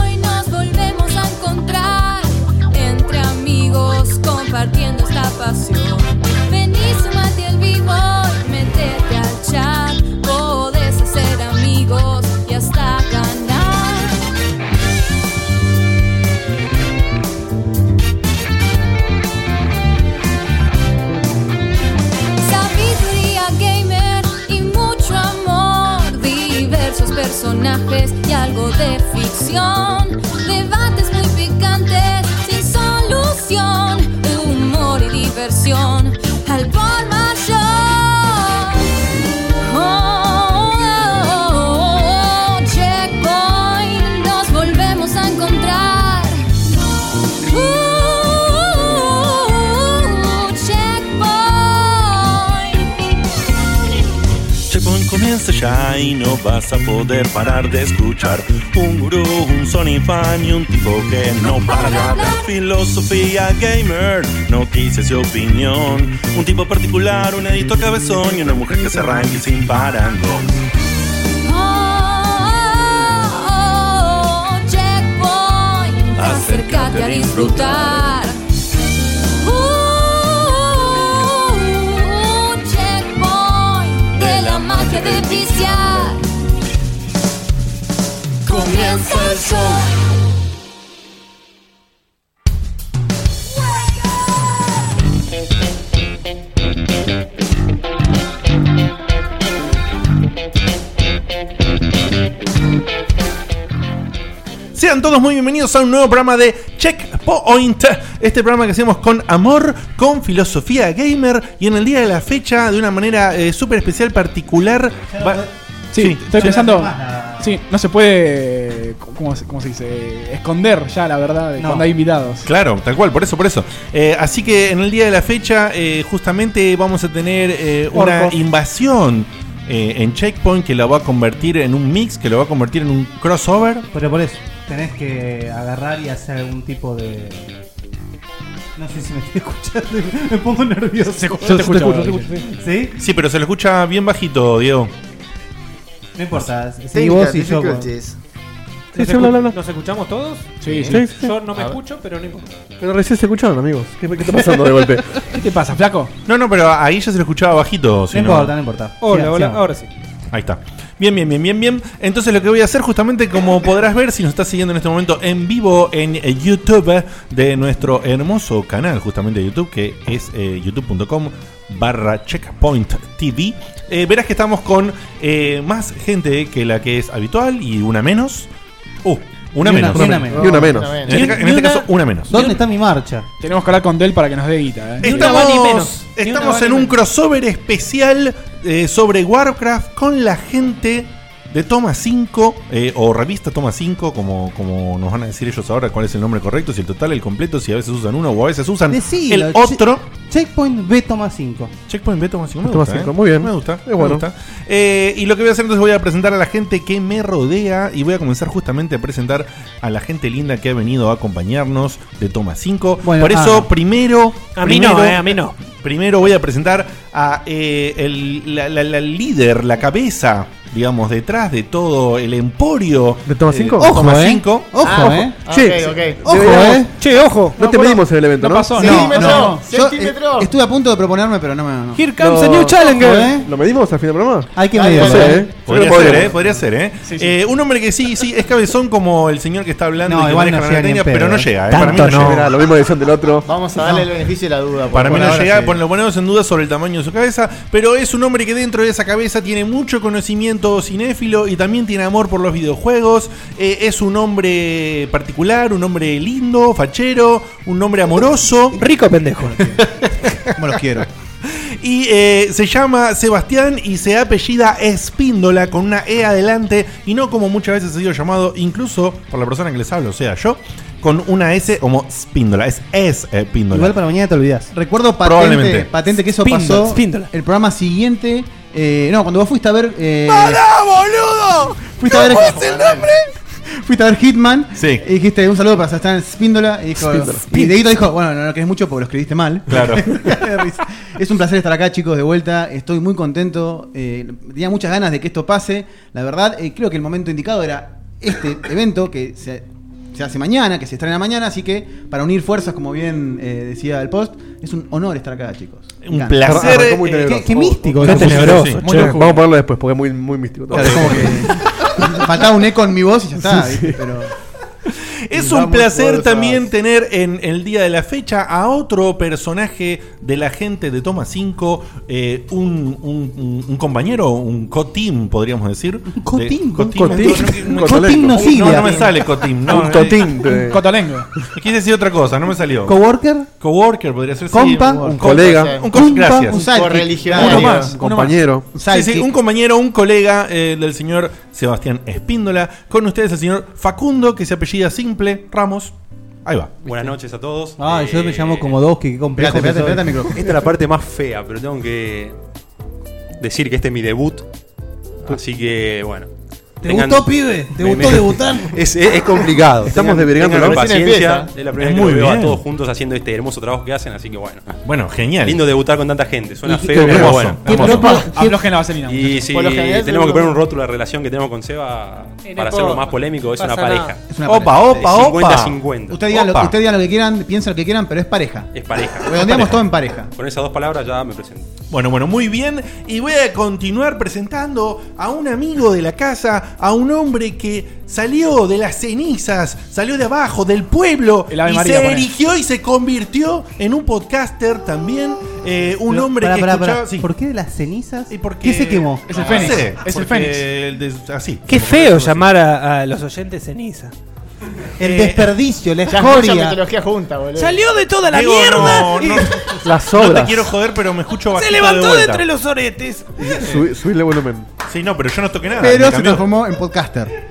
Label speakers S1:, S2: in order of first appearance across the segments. S1: Hoy nos volvemos a encontrar entre amigos compartiendo esta pasión. Vení, sumate al vivo y metete al chat. Podés hacer amigos y hasta ganar. Sabiduría gamer y mucho amor, diversos personajes y algo de ficción, debates muy picantes sin solución, humor y diversión al por mayor. Oh, oh, oh, oh, checkpoint, nos volvemos a encontrar. Uh, checkpoint.
S2: Checkpoint comienza ya y no vas a poder parar de escuchar Un gurú, un Sony fan y un tipo que no para de hablar Filosofía gamer, noticias y opinión Un tipo particular, un editor cabezón y una mujer que se arranque sin parangón
S1: Oh, oh, oh, oh, checkpoint. Acércate a disfrutar. Uh, checkpoint de la magia de viciar. Comienza el show.
S3: Sean todos muy bienvenidos a un nuevo programa de Checkpoint. Este programa que hacemos con amor, con filosofía gamer y en el día de la fecha, de una manera eh, súper especial, particular. va-
S4: Sí,
S3: Sí,
S4: estoy
S3: ya
S4: pensando.
S3: la semana.
S4: Sí, no se puede. ¿Cómo, se- cómo se dice? Esconder ya, la verdad, de
S3: No.
S4: cuando hay invitados.
S3: Claro, tal cual, por eso, por eso. Eh, así que en el día de la fecha, eh, justamente vamos a tener eh, una
S4: Orcos.
S3: invasión eh, en Checkpoint que la va a convertir en un mix, que lo va a convertir en un crossover.
S5: Pero por eso, tenés que agarrar y hacer algún tipo de. No sé si me estoy escuchando, me pongo nervioso.
S3: yo te escucho, yo te escucho,
S5: ¿Sí?
S3: Sí, pero se lo escucha bien bajito, Diego.
S5: No importa, sí,
S3: Técnica,
S5: vos y
S6: pues.
S5: yo. bueno.
S3: difficulties.
S7: ¿Nos,
S3: sí, bla, bla, bla.
S7: escu- nos escuchamos todos?
S4: Sí,
S3: sí.
S7: sí. Yo no me
S3: A ver.
S7: escucho, pero no importa.
S3: Pero recién se escucharon, amigos. ¿Qué,
S7: está pasando de golpe?
S4: ¿Qué te pasa, flaco?
S3: No, no, pero ahí ya se lo escuchaba bajito. si
S5: No importa, no importa.
S7: Hola, hola, ahora sí.
S3: Ahí está. Bien, bien, bien, bien, bien. Entonces lo que voy a hacer justamente, como podrás ver si nos estás siguiendo en este momento en vivo en eh, YouTube eh, de nuestro hermoso canal justamente de YouTube, que es eh, youtube.com barra checkpoint TV, eh, verás que estamos con eh, más gente que la que es habitual y una menos. Oh, una,
S5: Y una-
S3: menos.
S5: y una menos. Y una menos.
S3: En este, ca- en
S5: Y
S3: este
S5: una-
S3: caso, una menos.
S5: ¿Dónde está mi marcha?
S4: Tenemos que hablar con Del para que nos dé guita, ¿eh?
S3: Estamos, estamos en un crossover especial eh, sobre Warcraft con la gente de Toma 5 eh, o revista Toma 5, como, como nos van a decir ellos ahora cuál es el nombre correcto, si el total, el completo, si a veces usan uno o a veces usan
S5: Decilo,
S3: el
S5: che-
S3: otro.
S5: Checkpoint B toma 5.
S3: Checkpoint B toma 5.
S5: Toma cinco, ¿eh? muy bien.
S3: Me gusta.
S5: Es bueno.
S3: me gusta. Eh, y lo que voy a hacer entonces voy a presentar a la gente que me rodea y voy a comenzar justamente a presentar a la gente linda que ha venido a acompañarnos de Toma 5.
S7: Bueno,
S3: Por eso,
S7: ah.
S3: primero...
S7: A mí no, eh, a mí no.
S3: Primero voy a presentar a eh, el, la, la- la líder, la cabeza, digamos, detrás de todo el emporio. ¿De Toma
S8: cinco?
S3: Ojo,
S8: Ojo, eh.
S3: cinco.
S8: Ojo,
S3: Ah,
S8: eh.
S3: ojo.
S8: Che,
S3: Ok, ok.
S8: ojo,
S3: Deberíamos-
S8: eh. Che, ojo. No, te medimos en el evento, ¿no?
S4: pasó,
S8: Sí,
S9: no,
S8: me-
S9: no.
S8: Yo, eh,
S9: Centímetro.
S8: estuve a punto de proponerme, pero no me ganó.
S9: Here comes a new challenger.
S8: ¿Eh? ¿Lo medimos al final del programa?
S9: Hay que
S8: Ah,
S9: medirlo,
S8: no sé,
S9: eh.
S8: ¿eh?
S3: Podría
S8: Yo creo que
S3: ser,
S8: podemos.
S3: ¿eh? Podría ser, ¿eh? Eh, un hombre que sí, sí, es cabezón como el señor que está hablando
S8: No,
S3: y que
S8: igual
S3: maneja
S8: no
S3: la
S8: llega ni en
S3: antena, pero
S8: pedo,
S3: no
S8: eh.
S3: llega, ¿eh?
S8: Tanto
S3: Para mí no,
S8: no.
S3: llega.
S8: Mirá, lo mismo decían del otro.
S9: Vamos a darle el beneficio de la duda. por-
S3: Para mí
S9: por
S3: no
S9: ahora
S3: llega,
S9: sí.
S3: pon- lo ponemos en duda sobre el tamaño de su cabeza, pero es un hombre que dentro de esa cabeza tiene mucho conocimiento cinéfilo y también tiene amor por los videojuegos. Eh, es un hombre particular, un hombre lindo, fachero, un hombre amoroso. Rico pendejo.
S8: Como los quiero.
S3: Y eh, se llama Sebastián y se apellida Espíndola con una E adelante y no como muchas veces ha sido llamado, incluso por la persona que les hablo, o sea yo, con una S como Espíndola. Es Espíndola.
S5: Igual para mañana te olvidas.
S8: Recuerdo
S3: Probablemente.
S8: patente, patente que eso
S3: Spindle,
S8: pasó.
S3: spindle.
S8: El programa siguiente. eh, no, cuando vos fuiste a ver. Eh,
S3: ¡Pará, boludo!
S8: Fuiste a ver.
S3: ¿No es el nombre?
S8: Fuiste a ver Hitman y dijiste un saludo para Sebastián Spíndola. Y, dijo,
S6: Spíndola.
S8: y Dieguito dijo, bueno, no lo querés mucho porque lo escribiste mal.
S6: Claro.
S8: es un placer estar acá, chicos, de vuelta. Estoy muy contento. eh, tenía muchas ganas de que esto pase. La verdad, eh, creo que el momento indicado era este evento que se, se hace mañana, que se estrena mañana. Así que, para unir fuerzas, como bien eh, decía el post, es un honor estar acá, chicos.
S3: Un
S8: Ganas.
S3: placer.
S8: Arrancó muy
S3: eh,
S8: tenebroso.
S3: qué- qué místico,
S8: Qué
S6: Qué tenebroso,
S8: sí.
S6: che.
S8: Muy locura.
S6: Vamos a ponerlo después porque es muy, muy místico. todo.
S8: Claro, es como que faltaba un eco en mi voz y ya está,
S3: Sí, sí.
S8: ¿viste? pero
S3: Es
S8: Vamos
S3: un placer
S8: todos a-
S3: también tener en el día de la fecha a otro personaje de la gente de Toma 5, eh, un, un- un- un compañero, un cotín, podríamos decir. Un
S5: cotín, un
S3: cotín,
S5: cotín.
S3: no, no, no, no,
S5: Un cotín
S3: no,
S5: no sigue.
S3: no, no me sale cotín. No,
S5: Un
S3: eh,
S5: cotín, te-
S3: un Quise decir otra cosa, no me salió.
S5: ¿Coworker?
S3: Coworker podría ser sí,
S5: Compa.
S3: un-
S5: Un
S8: colega.
S3: Un co-
S8: Compa,
S3: gracias.
S8: un sidekick. Correligionario.
S3: Uno más,
S8: Un
S3: uno
S8: compañero.
S3: más.
S8: Un
S3: Sí, sí,
S8: sidekick.
S3: un compañero, un colega eh, del señor Sebastián Espíndola. Con ustedes el señor Facundo, que se apellida simple, Ramos. Ahí va.
S10: Buenas noches a todos.
S5: Ah, yo me llamo como dos que complejo. que soy.
S10: Esta es la parte más fea, pero tengo que decir que este es mi debut. Así que, bueno.
S5: ¿Te gustó, pibe? ¿Te gustó debutar?
S10: Es, es- es complicado.
S6: Estamos
S10: deberíamos
S6: debergando
S10: tengan
S6: la
S10: paciencia.
S6: recién empieza.
S10: Es la primera
S6: Es
S10: vez que
S6: muy
S10: los veo a
S6: bien.
S10: todos juntos haciendo este hermoso trabajo que hacen, así que bueno.
S3: Bueno, genial.
S10: Lindo debutar con tanta gente. Suena
S3: Y-
S10: feo,
S3: qué
S10: pero
S3: hermoso,
S10: bueno.
S3: hermoso.
S10: Hermoso.
S4: Aplo- aflojen la vaselina,
S10: Y
S4: muchachos.
S10: si
S4: Por lo general,
S10: tenemos que
S4: seguro.
S10: poner un rótulo a la relación que tenemos con Seba
S4: Y no
S10: para
S4: importa,
S10: hacerlo más polémico, es
S4: pasa
S10: una
S4: nada.
S10: pareja.
S8: Es una pareja.
S10: De 50-50.
S8: Ustedes digan, lo, usted diga lo que quieran, piensen lo que quieran, pero es pareja.
S10: Es pareja.
S8: Redondeamos todo en pareja.
S10: Con esas dos palabras ya me presento.
S3: Bueno, bueno, muy bien. Y voy a continuar presentando a un amigo de la casa, a un hombre que salió de las cenizas, salió de abajo, del pueblo, y
S4: Ave María,
S3: se
S4: poné.
S3: erigió y se convirtió en un podcaster también. eh, un
S5: Pero,
S3: hombre
S5: pará,
S3: que
S5: pará,
S3: escuchaba.
S5: pará.
S3: sí.
S5: ¿Por qué de las cenizas? ¿Y
S3: por
S5: ¿Qué se quemó?
S3: No sé, porque el des- así.
S7: Qué feo llamar a, a los oyentes ceniza.
S5: El
S7: Eh,
S5: desperdicio, la
S7: ya es mucha
S5: escoria.
S7: mitología
S9: junta, boludo.
S7: Salió de toda la
S3: Digo,
S7: mierda.
S3: no,
S7: y
S3: no.
S6: Las
S3: No te
S6: obras.
S3: quiero joder, pero me escucho
S7: se
S3: bajito
S7: levantó de
S3: vuelta. eh,
S7: entre los oretes.
S6: Subí- Subirle volumen.
S3: Sí, no, pero yo no toqué nada. me
S8: pero se
S3: cambió.
S8: transformó en podcaster.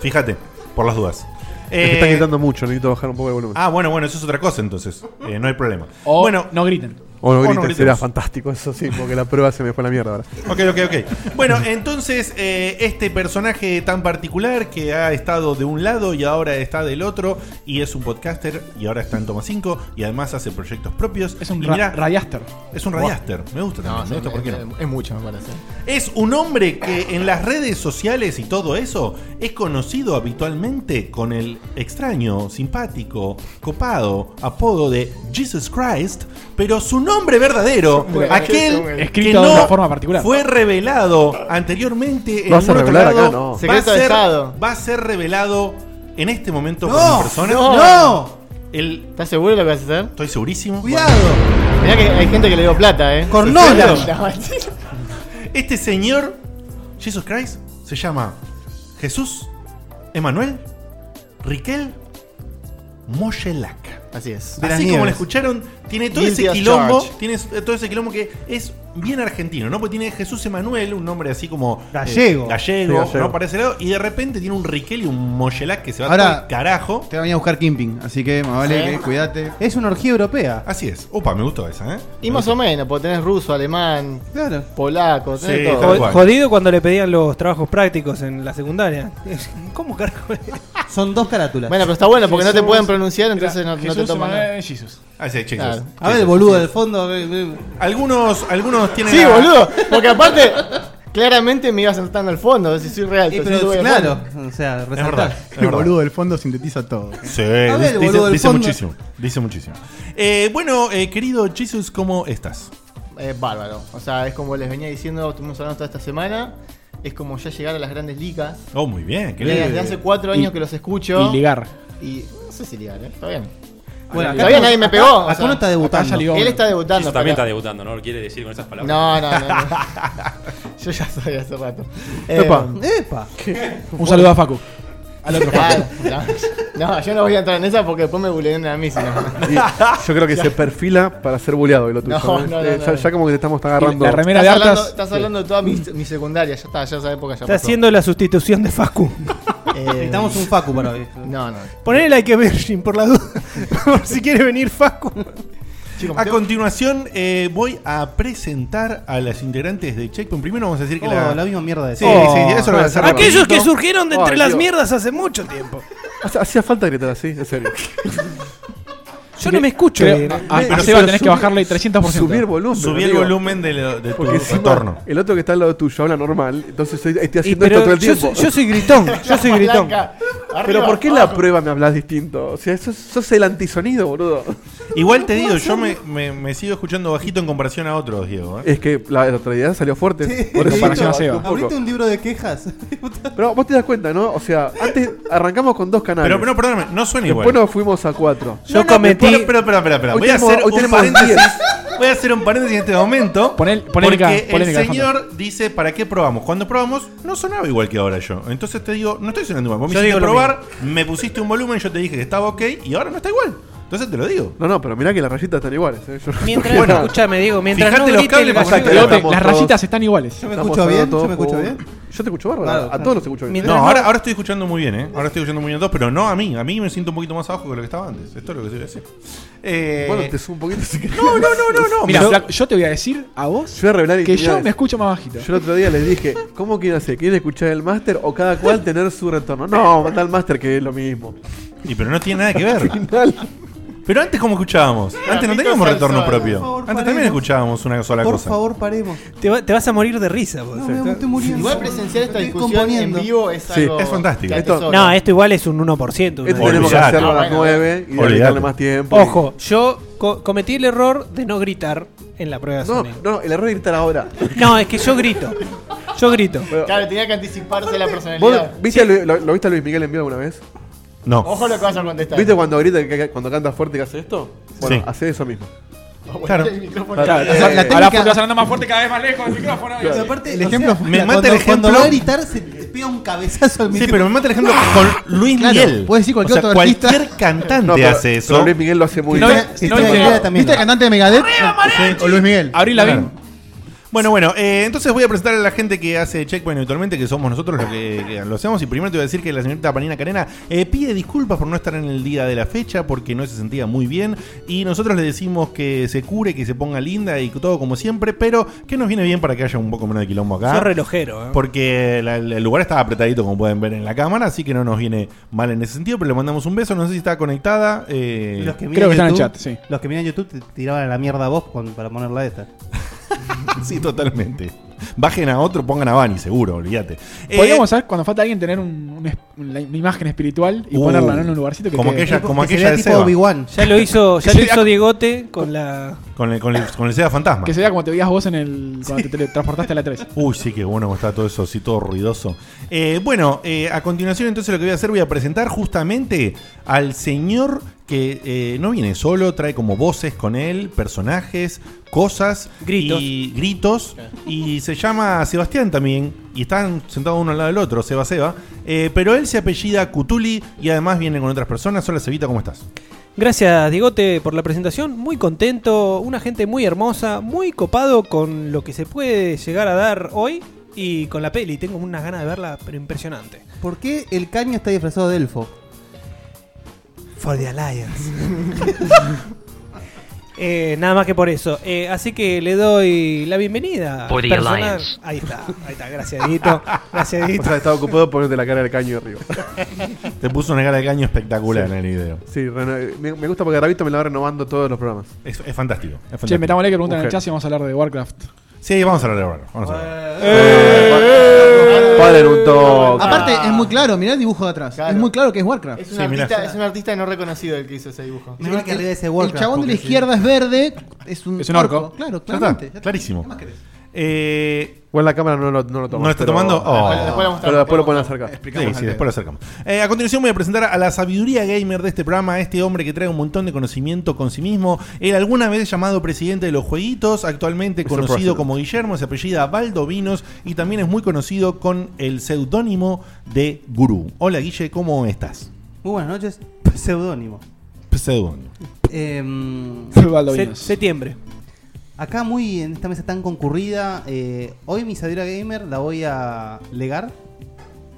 S3: Fíjate, por las dudas.
S6: Es que
S3: Eh,
S6: están gritando mucho, necesito bajar un poco el volumen.
S3: Ah, bueno, bueno, eso es otra cosa entonces. Eh, no hay problema.
S4: O
S3: bueno,
S4: no griten.
S6: O no griten,
S3: gritemos.
S6: será fantástico, eso sí, porque la prueba se me fue a la mierda ahora.
S3: Ok, ok, ok. Bueno, entonces, eh, este personaje tan particular que ha estado de un lado y ahora está del otro, y es un podcaster, y ahora está en Toma 5, y además hace proyectos propios. Es un
S4: ra- radiaster.
S3: Es un radiaster. Me gusta también, me gusta, ¿por qué no?
S9: Es mucho, me parece.
S3: Es un hombre que en las redes sociales y todo eso es conocido habitualmente con el extraño, simpático, copado apodo de Jesus Christ, pero su nombre verdadero,
S4: Bueno,
S3: aquel
S4: escrito
S3: que no
S4: de una forma particular.
S3: fue revelado anteriormente en
S6: ¿Lo vas a
S3: un otro
S6: revelar
S3: lado,
S6: acá? No.
S3: va, a
S9: Secreto de
S3: ser,
S9: Estado.
S3: va a ser revelado en este momento por
S9: No,
S3: una persona.
S9: no.
S3: El-
S9: ¿Estás seguro de lo que vas a hacer?
S3: Estoy segurísimo.
S9: Mirá que hay gente que le dio plata, eh.
S3: Cornola.
S9: Sí.
S3: Este señor, Jesus Christ, se llama Jesús Emanuel Riquel Moshelak.
S9: Así es.
S3: Así como lo escucharon, tiene todo
S9: Guilty
S3: ese
S9: as
S3: quilombo,
S9: charged.
S3: tiene s- todo ese quilombo que es bien argentino, ¿no? Porque tiene Jesús Emanuel, un nombre así como eh,
S8: Gallego.
S3: gallego,
S8: Sí, gallego.
S3: ¿no? Para ese lado, y de repente tiene un Riquel y un Moshelak que se va
S8: Ahora-
S3: todo al carajo.
S8: Te va a venir a buscar Kimping, así que más vale
S9: Sí.
S8: que cuidate.
S5: Es una orgía europea.
S3: Así es. Opa, me gustó esa, ¿eh?
S9: Y más o menos, porque tenés ruso, alemán, polaco, tenés
S3: Sí,
S9: todo.
S3: tal
S7: Jo-
S3: cual.
S7: Jodido cuando le pedían los trabajos prácticos en la secundaria. ¿Cómo carajo?
S5: Son dos carátulas.
S9: Bueno, pero está bueno porque no te
S4: Jesús-
S9: pueden pronunciar, entonces no, no
S4: Jesús
S9: te toman
S4: Emanuel
S9: nada.
S4: Jesus.
S3: Ah, sí, Jesus.
S9: Claro.
S5: a ver, el boludo del fondo. a ver, eh,
S3: Algunos, algunos tienen.
S9: Sí,
S3: la-
S9: boludo. Porque aparte, claramente me iba sentando al fondo, si soy real.
S5: eh,
S9: entonces
S5: pero
S9: voy al
S5: claro,
S9: fondo.
S5: o sea,
S3: Es verdad.
S5: resaltar.
S3: es
S8: El
S3: verdad.
S8: boludo del fondo sintetiza todo.
S3: Sí,
S5: A ver,
S3: Eh, dice,
S5: boludo,
S3: dice-
S5: el
S3: dice
S5: fondo.
S3: muchísimo. Dice muchísimo. Eh, bueno, eh, querido Jesus, ¿cómo estás?
S9: Es bárbaro. O sea, es como les venía diciendo, estuvimos hablando toda esta semana. Es como ya llegar a las grandes ligas.
S3: Oh, muy bien. qué
S9: Desde
S3: bien.
S9: hace cuatro años que los escucho.
S4: Y ligar.
S9: Y no sé si ligar, ¿eh? Está bien.
S5: Bueno, acá
S9: Todavía
S5: no-
S9: nadie me
S5: acá-
S9: pegó. o
S5: acá
S9: sea,
S5: no está debutando.
S4: acá ya ligó.
S9: Él está debutando.
S10: Eso también está
S9: pero-
S10: debutando, ¿no? Lo quiere decir con esas palabras.
S9: No, no, no. no. Yo ya soy hace rato. Eh,
S5: Epa. Epa.
S4: Un saludo a Facu. Al otro Facu.
S9: claro, no, no, yo no voy a entrar en esa porque después me bulean a mí. Si no.
S6: Y yo creo que se perfila para ser buleado y lo tuyo.
S9: No, no,
S6: Eh,
S9: no,
S6: ya,
S9: no.
S6: ya como que te estamos agarrando.
S4: La remera
S9: Estás
S4: de
S9: hablando,
S4: hartas.
S9: estás hablando de toda mi, mi secundaria, ya está, ya esa época ya
S7: Está
S9: pasó.
S7: haciendo la sustitución de Facu.
S9: Eh,
S5: Necesitamos un Facu para hoy.
S9: No, no.
S7: Ponele la que Virgin por la duda. por si quiere venir Facu.
S9: Chicos,
S3: a
S9: tengo-
S3: continuación eh, voy a presentar a las integrantes de Checkpoint. Primero vamos a decir que
S5: Oh,
S3: la...
S5: la misma mierda de
S3: Sí,
S5: siempre.
S3: sí,
S5: Oh,
S3: eso lo voy a hacer
S7: Aquellos que
S3: rapidito.
S7: surgieron de entre
S6: Ay,
S7: las
S6: Dios.
S7: mierdas hace mucho tiempo.
S6: Hace- Hacía falta gritar así, en serio.
S7: Yo no me escucho
S6: Creo-
S7: bien. ¿eh?
S6: Ah,
S7: Me-
S6: pero
S7: Seba,
S6: subí-
S7: tenés que
S6: subí-
S7: bajarle 300%.
S6: Subí el volumen.
S3: Subí el
S6: amigo.
S3: volumen de lo- de tu
S6: Porque encima,
S3: retorno.
S6: El otro que está al lado tuyo habla normal, entonces estoy, estoy
S7: Y
S6: haciendo
S7: pero
S6: esto todo el
S7: yo,
S6: tiempo.
S7: soy- yo soy gritón, yo soy gritón.
S6: Pero ¿por qué en la prueba me hablas distinto? O sea, sos, sos el antisonido, boludo.
S3: Igual te digo, yo me, me- me sigo escuchando bajito en comparación a otros, Diego. ¿eh?
S6: Es que la, la realidad salió fuerte. Por eso un poco.
S5: Abriste un libro de quejas.
S6: Pero vos te das cuenta, ¿no? O sea, antes arrancamos con dos canales.
S3: Pero, no, perdóname, no suena
S6: Después
S3: igual.
S6: nos fuimos a cuatro.
S7: Yo cometí.
S3: Espera, espera, espera, espera, espera.
S6: Hoy
S3: Voy a
S6: tenemos-
S3: hacer
S6: hoy
S3: un
S6: tenemos
S3: paréntesis.
S6: 10.
S3: Voy a hacer un paréntesis en este momento.
S4: Ponel- polémica,
S3: porque
S4: polémica,
S3: el señor dice, ¿para qué probamos? Cuando probamos, no sonaba igual que ahora yo. Entonces te digo, no estoy sonando igual. Vos me
S7: Yo
S3: hiciste
S7: digo lo
S3: probar, me pusiste un volumen, yo te dije que estaba ok y ahora no está igual. Entonces te lo digo.
S6: No, no, pero mirá que las rayitas están iguales. ¿eh? Yo-
S7: Mientras,
S3: Bueno,
S7: escúchame, Diego, mientras
S3: fíjate
S7: no
S3: los
S7: grite el
S3: cables,
S7: gallo-
S6: Exacto, ya estamos
S4: Las
S6: todos-
S4: rayitas están iguales.
S5: Yo me
S6: estamos
S5: escucho bien,
S6: hablando
S5: yo
S6: todos
S5: me escucho
S6: juntos.
S5: bien.
S6: Yo te escucho bárbaro.
S5: Claro,
S6: a
S5: claro.
S6: todos los escucho bien.
S7: Mientras-
S3: No, ahora, ahora estoy escuchando muy bien, ¿eh? Ahora estoy escuchando muy bien a todos, pero no a mí. A mí me siento un poquito más abajo que lo que estaba antes. Esto es lo que te voy a decir. Eh,
S6: Bueno, te subo un poquito si querés.
S3: No, no, no, no, no.
S4: Mira,
S3: Yo-
S4: Flaco, yo te voy a decir a vos
S6: Yo voy a revelar
S4: que yo
S6: intimidades.
S4: me escucho más bajito.
S6: Yo el otro día les dije, ¿cómo quieren hacer? ¿Quieren escuchar el máster o cada cual tener su retorno? No, manda al máster que es lo mismo.
S3: Y pero no tiene nada que ver.
S6: Final.
S3: Pero antes, ¿cómo escuchábamos? Antes no teníamos retorno propio.
S5: Por favor,
S3: antes
S5: paremos.
S3: también escuchábamos una sola
S5: Por
S3: cosa.
S5: favor, paremos.
S7: te, va- te vas a morir de risa, vos. ¿eh?
S5: No, me estoy muriendo.
S9: Igual presenciar esta
S5: Me estoy
S9: discusión en
S5: componiendo.
S9: vivo es
S6: Sí,
S9: algo.
S3: es fantástico.
S9: que
S6: Esto-
S9: atesoro.
S7: No, esto igual es un 1%. una
S6: Este
S7: de-
S6: tenemos que
S3: Olvidate.
S6: hacerlo a
S9: Ah,
S6: las
S9: bueno.
S6: 9 y
S3: Olvidate.
S6: dedicarle más tiempo.
S7: Ojo, yo co- cometí el error de no gritar en la prueba de
S6: No,
S7: sonido.
S6: no, el error es gritar ahora.
S7: No, es que yo grito. Yo grito.
S9: Claro, tenía que anticiparse la
S6: ¿Vos
S9: personalidad.
S6: viste a Lu- lo, lo viste a Luis Miguel en vivo alguna vez?
S3: No.
S9: Ojo lo que vas a contestar.
S6: ¿Viste cuando grita, que- que- cuando canta fuerte que hace esto? Bueno,
S3: Sí.
S6: hace eso mismo.
S3: Claro.
S9: El micrófono.
S8: la
S4: Ahora la
S8: técnica-
S4: vas sonando más fuerte cada vez más lejos del micrófono.
S5: Pero aparte,
S4: El
S5: o sea,
S4: ejemplo fue-
S3: Me
S5: mira,
S3: mata
S5: cuando-
S3: el ejemplo-
S5: Cuando va a gritar, se te pega un cabezazo al
S3: Sí,
S5: micrófono.
S3: pero me mata el ejemplo con Luis
S8: Claro,
S3: Miguel.
S8: puedes decir cualquier
S3: O sea,
S8: otro artista.
S3: cualquier cantante
S6: pero-
S3: hace
S6: pero
S3: eso.
S6: Luis Miguel lo hace muy
S4: No,
S6: bien.
S4: no,
S8: Este
S5: Si
S4: no,
S5: te
S4: no,
S5: queda
S4: no.
S5: también.
S8: ¿Viste al cantante de Megadeth? O Luis Miguel.
S4: Abril Lavín.
S3: Claro. Bueno, bueno, eh, entonces voy a presentar a la gente que hace Checkpoint habitualmente, que somos nosotros los que, que lo hacemos. Y primero te voy a decir que la señorita Panina Carena eh, pide disculpas por no estar en el día de la fecha, porque no se sentía muy bien. Y nosotros le decimos que se cure, que se ponga linda y todo como siempre, pero que nos viene bien para que haya un poco menos de quilombo acá.
S7: Soy relojero. ¿eh?
S3: Porque la- el lugar estaba apretadito, como pueden ver en la cámara, así que no nos viene mal en ese sentido, pero le mandamos un beso. No sé si está conectada. eh,
S5: Los que miran
S4: Creo que está en el
S5: YouTube-
S4: chat, sí.
S5: Los que miran YouTube te tiraban a la mierda a vos con- para ponerla esta.
S3: sí, totalmente. Bajen a otro, pongan a Bani, seguro, olvídate. Eh,
S4: Podríamos, ¿sabes? Cuando falta alguien, tener un- un es- una imagen espiritual y
S3: Uh,
S4: ponerla ¿no? en un lugarcito que
S3: como
S4: quede-
S3: aquella- como
S5: Que
S3: aquella de
S5: sería tipo
S3: Seba.
S5: Obi-Wan.
S7: Ya lo hizo, ya
S4: Que
S7: lo
S4: sería-
S7: hizo Diegote con la.
S3: Con el, con el, con el Sega Fantasma.
S4: Que se vea como te veías vos en el cuando te teletransportaste a la 3.
S3: Uy, sí, que bueno está todo eso, así todo ruidoso. Eh, bueno, eh, a continuación entonces lo que voy a hacer, voy a presentar justamente al señor que eh, no viene solo, trae como voces con él, personajes, cosas,
S7: Gritos.
S3: y gritos. Y se llama Sebastián también, y están sentados uno al lado del otro, Seba Seba. Eh, pero él se apellida Cutuli y además viene con otras personas. Hola, Sebita, ¿cómo estás?
S7: Gracias, Diegote, por la presentación. Muy contento, una gente muy hermosa, muy copado con lo que se puede llegar a dar hoy y con la peli. Tengo unas ganas de verla, pero impresionante.
S5: ¿Por qué el caño está disfrazado de elfo?
S7: For the Alliance. Eh, nada más que por eso. Eh, así que le doy la bienvenida.
S11: For the
S7: personal-
S11: Alliance.
S7: Ahí está, ahí está. Gracias, Dieguito. Gracias,
S6: O
S7: Dieguito.
S6: sea, estaba ocupado poniéndote la cara del caño arriba.
S3: Te puso una cara de caño espectacular en el video.
S6: Sí, reno- me, me gusta porque Rabito me la va renovando todos los programas.
S3: Es, es fantástico. es
S4: Che,
S3: fantástico.
S4: metámosle que preguntan en el
S6: Mujer.
S4: chat si vamos a hablar de Warcraft.
S3: Sí, vamos a hablar de Warner, Vamos a hablar.
S6: Padre en un toque. Ah,
S8: Aparte, es muy claro, mirá el dibujo de atrás.
S9: Claro.
S8: Es muy claro que es Warcraft.
S9: Es un,
S3: Sí, mirá.
S9: artista, es un artista no reconocido el que hizo ese dibujo.
S5: Menos mal que arriba de ese
S8: El
S5: Warcraft,
S8: chabón de la
S5: porque sí.
S8: izquierda es verde, es un,
S4: Es un orco.
S8: Claro,
S3: Ya está,
S8: claramente.
S3: clarísimo.
S8: ¿Qué más querés?
S3: Eh,
S6: Igual la cámara no lo, no lo toma.
S3: ¿No lo está
S6: pero- Ah,
S3: tomando? Oh.
S9: Después- después la mostramos.
S6: Pero después lo ponen cerca.
S3: sí, sí, después lo acercamos. Eh, a continuación voy a presentar a la sabiduría gamer de este programa, a este hombre que trae un montón de conocimiento con sí mismo. Él alguna vez llamado presidente de los jueguitos, actualmente
S6: Mr.
S3: conocido
S6: President.
S3: como Guillermo, se apellida Valdovinos y también es muy conocido con el seudónimo de Gurú. Hola Guille, ¿cómo estás?
S5: Muy buenas noches. Pseudónimo.
S3: Seudónimo.
S5: Em,
S7: Se-
S4: Baldovinos.
S7: septiembre.
S5: acá muy en esta mesa tan concurrida. eh, hoy mi Sadira Gamer la voy a legar.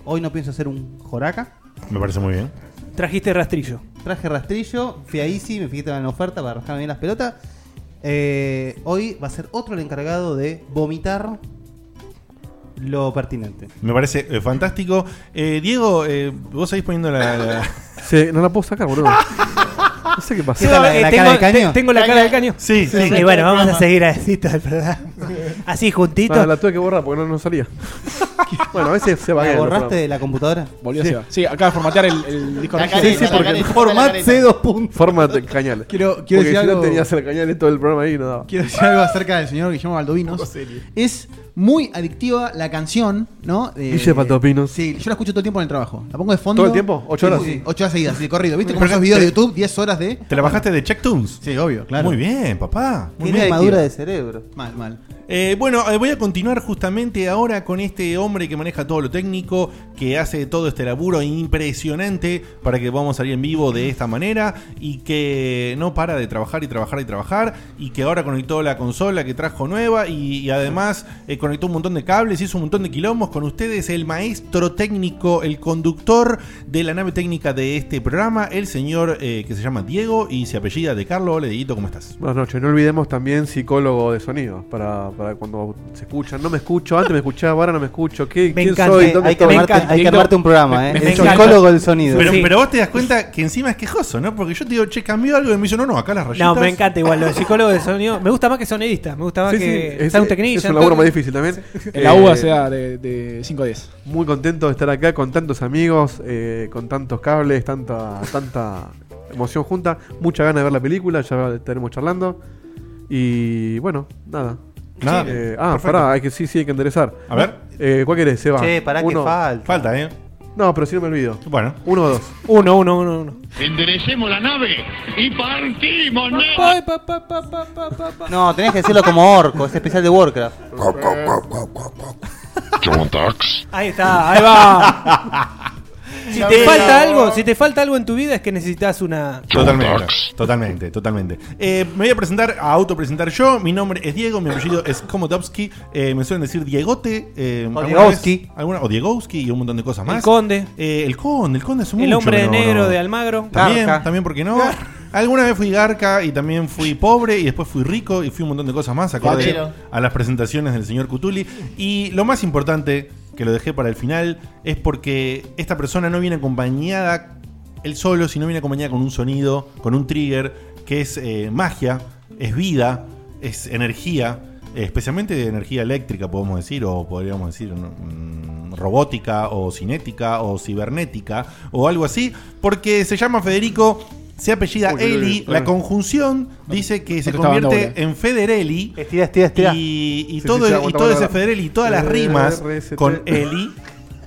S5: Hoy no pienso hacer un joraca.
S3: Me parece muy bien.
S7: Trajiste rastrillo.
S5: Traje rastrillo, fui a Easy, me fijé que estaba en oferta para rascarme bien las pelotas. Eh, hoy va a ser otro el encargado de vomitar lo pertinente.
S3: Me parece eh, fantástico. Eh, Diego, eh, vos seguís poniendo la.
S6: no la puedo sacar, boludo. No sé qué pasa.
S7: Tengo eh, tengo- te- tengo la cara del caño.
S3: Sí,
S6: sí.
S7: Y bueno, vamos a seguir así todo el programa. Así juntitos.
S6: No, la tuve que borrar porque no, no salía. bueno, a veces se va
S5: ¿La borraste de la computadora?
S4: Volvió a Sí, acaba de formatear el, el disco
S5: La
S4: rígido.
S5: careta, Sí, sí, la porque careta, format la careta. C dos puntos.
S6: Format de cañal.
S8: Quiero- quiero
S6: Porque
S8: decir
S6: si
S8: algo-
S6: no tenías el cañal en todo el programa ahí y no daba.
S8: Quiero decir algo acerca del señor Guillermo Baldovinos. Es muy adictiva la canción, ¿no? Eh,
S6: Guille Baldovinos.
S8: Sí, yo la escucho todo el tiempo en el trabajo. La pongo de fondo.
S6: ¿Todo el tiempo? ¿Ocho
S8: Sí,
S6: horas?
S8: Sí, 8 horas seguidas, sí, de corrido. ¿Viste?
S3: Pero
S8: Como esos
S3: te-
S8: videos de
S3: te-
S8: YouTube, 10 horas de.
S3: ¿Te la bajaste de Checktoons?
S8: Sí, obvio, claro.
S3: Muy bien, papá. Muy
S5: Tiene
S3: bien.
S5: armadura de cerebro.
S8: Mal, mal.
S3: Eh, bueno, eh, voy a continuar justamente ahora con este hombre que maneja todo lo técnico, que hace todo este laburo impresionante para que podamos salir en vivo de esta manera y que no para de trabajar y trabajar y trabajar y que ahora conectó la consola que trajo nueva y, y además eh, conectó un montón de cables, hizo un montón de quilombos con ustedes, el maestro técnico, el conductor de la nave técnica de este programa, el señor eh, que se llama Diego y se apellida de Carlos. Hola, Dieguito, ¿cómo estás?
S6: Buenas noches. No olvidemos también psicólogo de sonido para, para cuando se escuchan. No me escucho, antes me escuchaba, ahora no me escucho. ¿Qué, ¿Quién soy? ¿Dónde
S5: Hay que,
S6: estoy?
S5: armarte, hay que armarte un programa, ¿eh?
S3: Me- me
S5: el
S3: encanta.
S5: psicólogo del sonido.
S3: Pero, pero vos te das cuenta que encima es quejoso, ¿no? Porque yo te digo, che, cambió algo y me dice, no, no, acá las rayitas.
S7: No, me encanta igual. Los psicólogos de sonido. Me gusta más que sonidistas. Me gusta más
S6: Sí, sí,
S7: que
S6: es-
S7: sound
S6: es-
S7: technician.
S6: es un laburo
S7: todo.
S6: más difícil también.
S4: En la uva
S6: Eh,
S4: sea de, de 5 a 10.
S6: Muy contento de estar acá con tantos amigos, eh, con tantos cables, tanta, tanta emoción junta. Mucha ganas de ver la película, ya estaremos charlando. Y bueno, nada.
S3: Nada.
S6: Eh, ah,
S3: Perfecto.
S6: pará, hay que, sí, sí, hay que enderezar.
S3: A ver.
S6: Eh, ¿Cuál querés, Seba?
S5: Che, pará que
S6: Uno-
S5: falta.
S3: Falta, ¿eh?
S6: No, pero si no me olvido.
S3: Bueno.
S6: Uno o dos.
S7: Uno, uno, uno, uno.
S11: Enderecemos la nave y partimos,
S7: Pa, pa, pa, pa, pa, pa, pa, pa.
S5: No, tenés que decirlo como orco, es especial de Warcraft.
S7: Ahí está, ahí va. si te falta algo, si te falta algo en tu vida es que necesitas una.
S3: Totalmente, totalmente, totalmente. Eh, me voy a presentar, a autopresentar yo. Mi nombre es Diego, mi apellido es Komodowski. Eh, me suelen decir Diegote. eh, alguna
S7: Diegowski.
S3: vez, alguna- o Diegowski y un montón de cosas más.
S7: El conde.
S3: Eh, el conde, el conde es un
S7: El
S3: mucho,
S7: hombre
S3: pero no,
S7: negro
S3: no.
S7: de Almagro.
S3: También,
S7: Garca.
S3: también, ¿por qué no? Alguna vez fui garca y también fui pobre y después fui rico y fui un montón de cosas más. Acorde
S9: Fachero.
S3: a las presentaciones del señor Cutuli. Y lo más importante, que lo dejé para el final, es porque esta persona no viene acompañada él solo, sino viene acompañada con un sonido, con un trigger, que es eh, magia, es vida, es energía. eh, Especialmente de energía eléctrica, podemos decir, o podríamos decir ¿no? Mm, robótica, o cinética, o cibernética, o algo así, porque se llama Federico, se apellida
S6: Uy, uy, uy,
S3: Eli, la
S6: claro.
S3: conjunción dice que se
S4: te estaba dando
S3: convierte
S4: bola.
S3: en Federelli.
S5: Estira, estira, estira.
S3: Y, y
S6: Sí,
S3: todo, e,
S6: sí, sí,
S3: y
S6: aguanta,
S3: todo
S6: aguanta.
S3: ese Federelli y todas las
S6: R,
S3: rimas
S6: R, S, T.
S3: con Eli.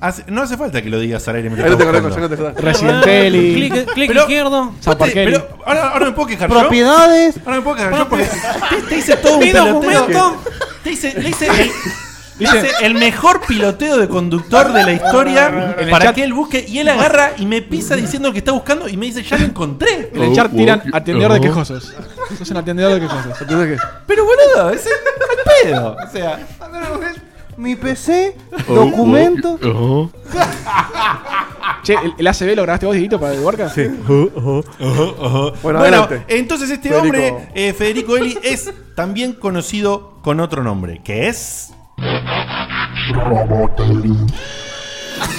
S3: hace- no hace falta que lo digas al aire. me lo
S6: Ahí no te
S3: estás
S6: conozco, ya no
S3: buscando.
S6: te conozco.
S4: Resident Evil.
S7: Clic, clic
S3: Pero-
S7: izquierdo.
S4: San
S3: Vos te-
S4: Parquelli.
S3: pero ahora, ahora me puedo quejar yo.
S5: Propiedades.
S3: Ahora me puedo quejar yo porque te, te hice todo un
S7: Pido
S3: peloteo.
S7: documento.
S3: Te hice, le hice el, le hice el mejor piloteo de conductor de la historia
S4: En el
S3: para
S4: chat-
S3: que él busque. Y él agarra y me pisa diciendo que está buscando y me dice, ya lo encontré.
S4: En el chart tiran
S3: oh,
S4: atendedor de quejosos. Sos un atendedor de quejosos.
S6: Entiendo que-
S3: Pero boludo, ese es el pedo. O sea,
S5: Mi PC,
S6: Oh,
S5: documentos.
S4: Che, ¿el, el ACB lo grabaste vos, Dieguito, para el Warcraft?
S6: Sí.
S3: Bueno,
S6: Bueno, adelante.
S3: entonces este
S6: Federico.
S3: hombre, eh, Federico Eli, es también conocido con otro nombre, que es.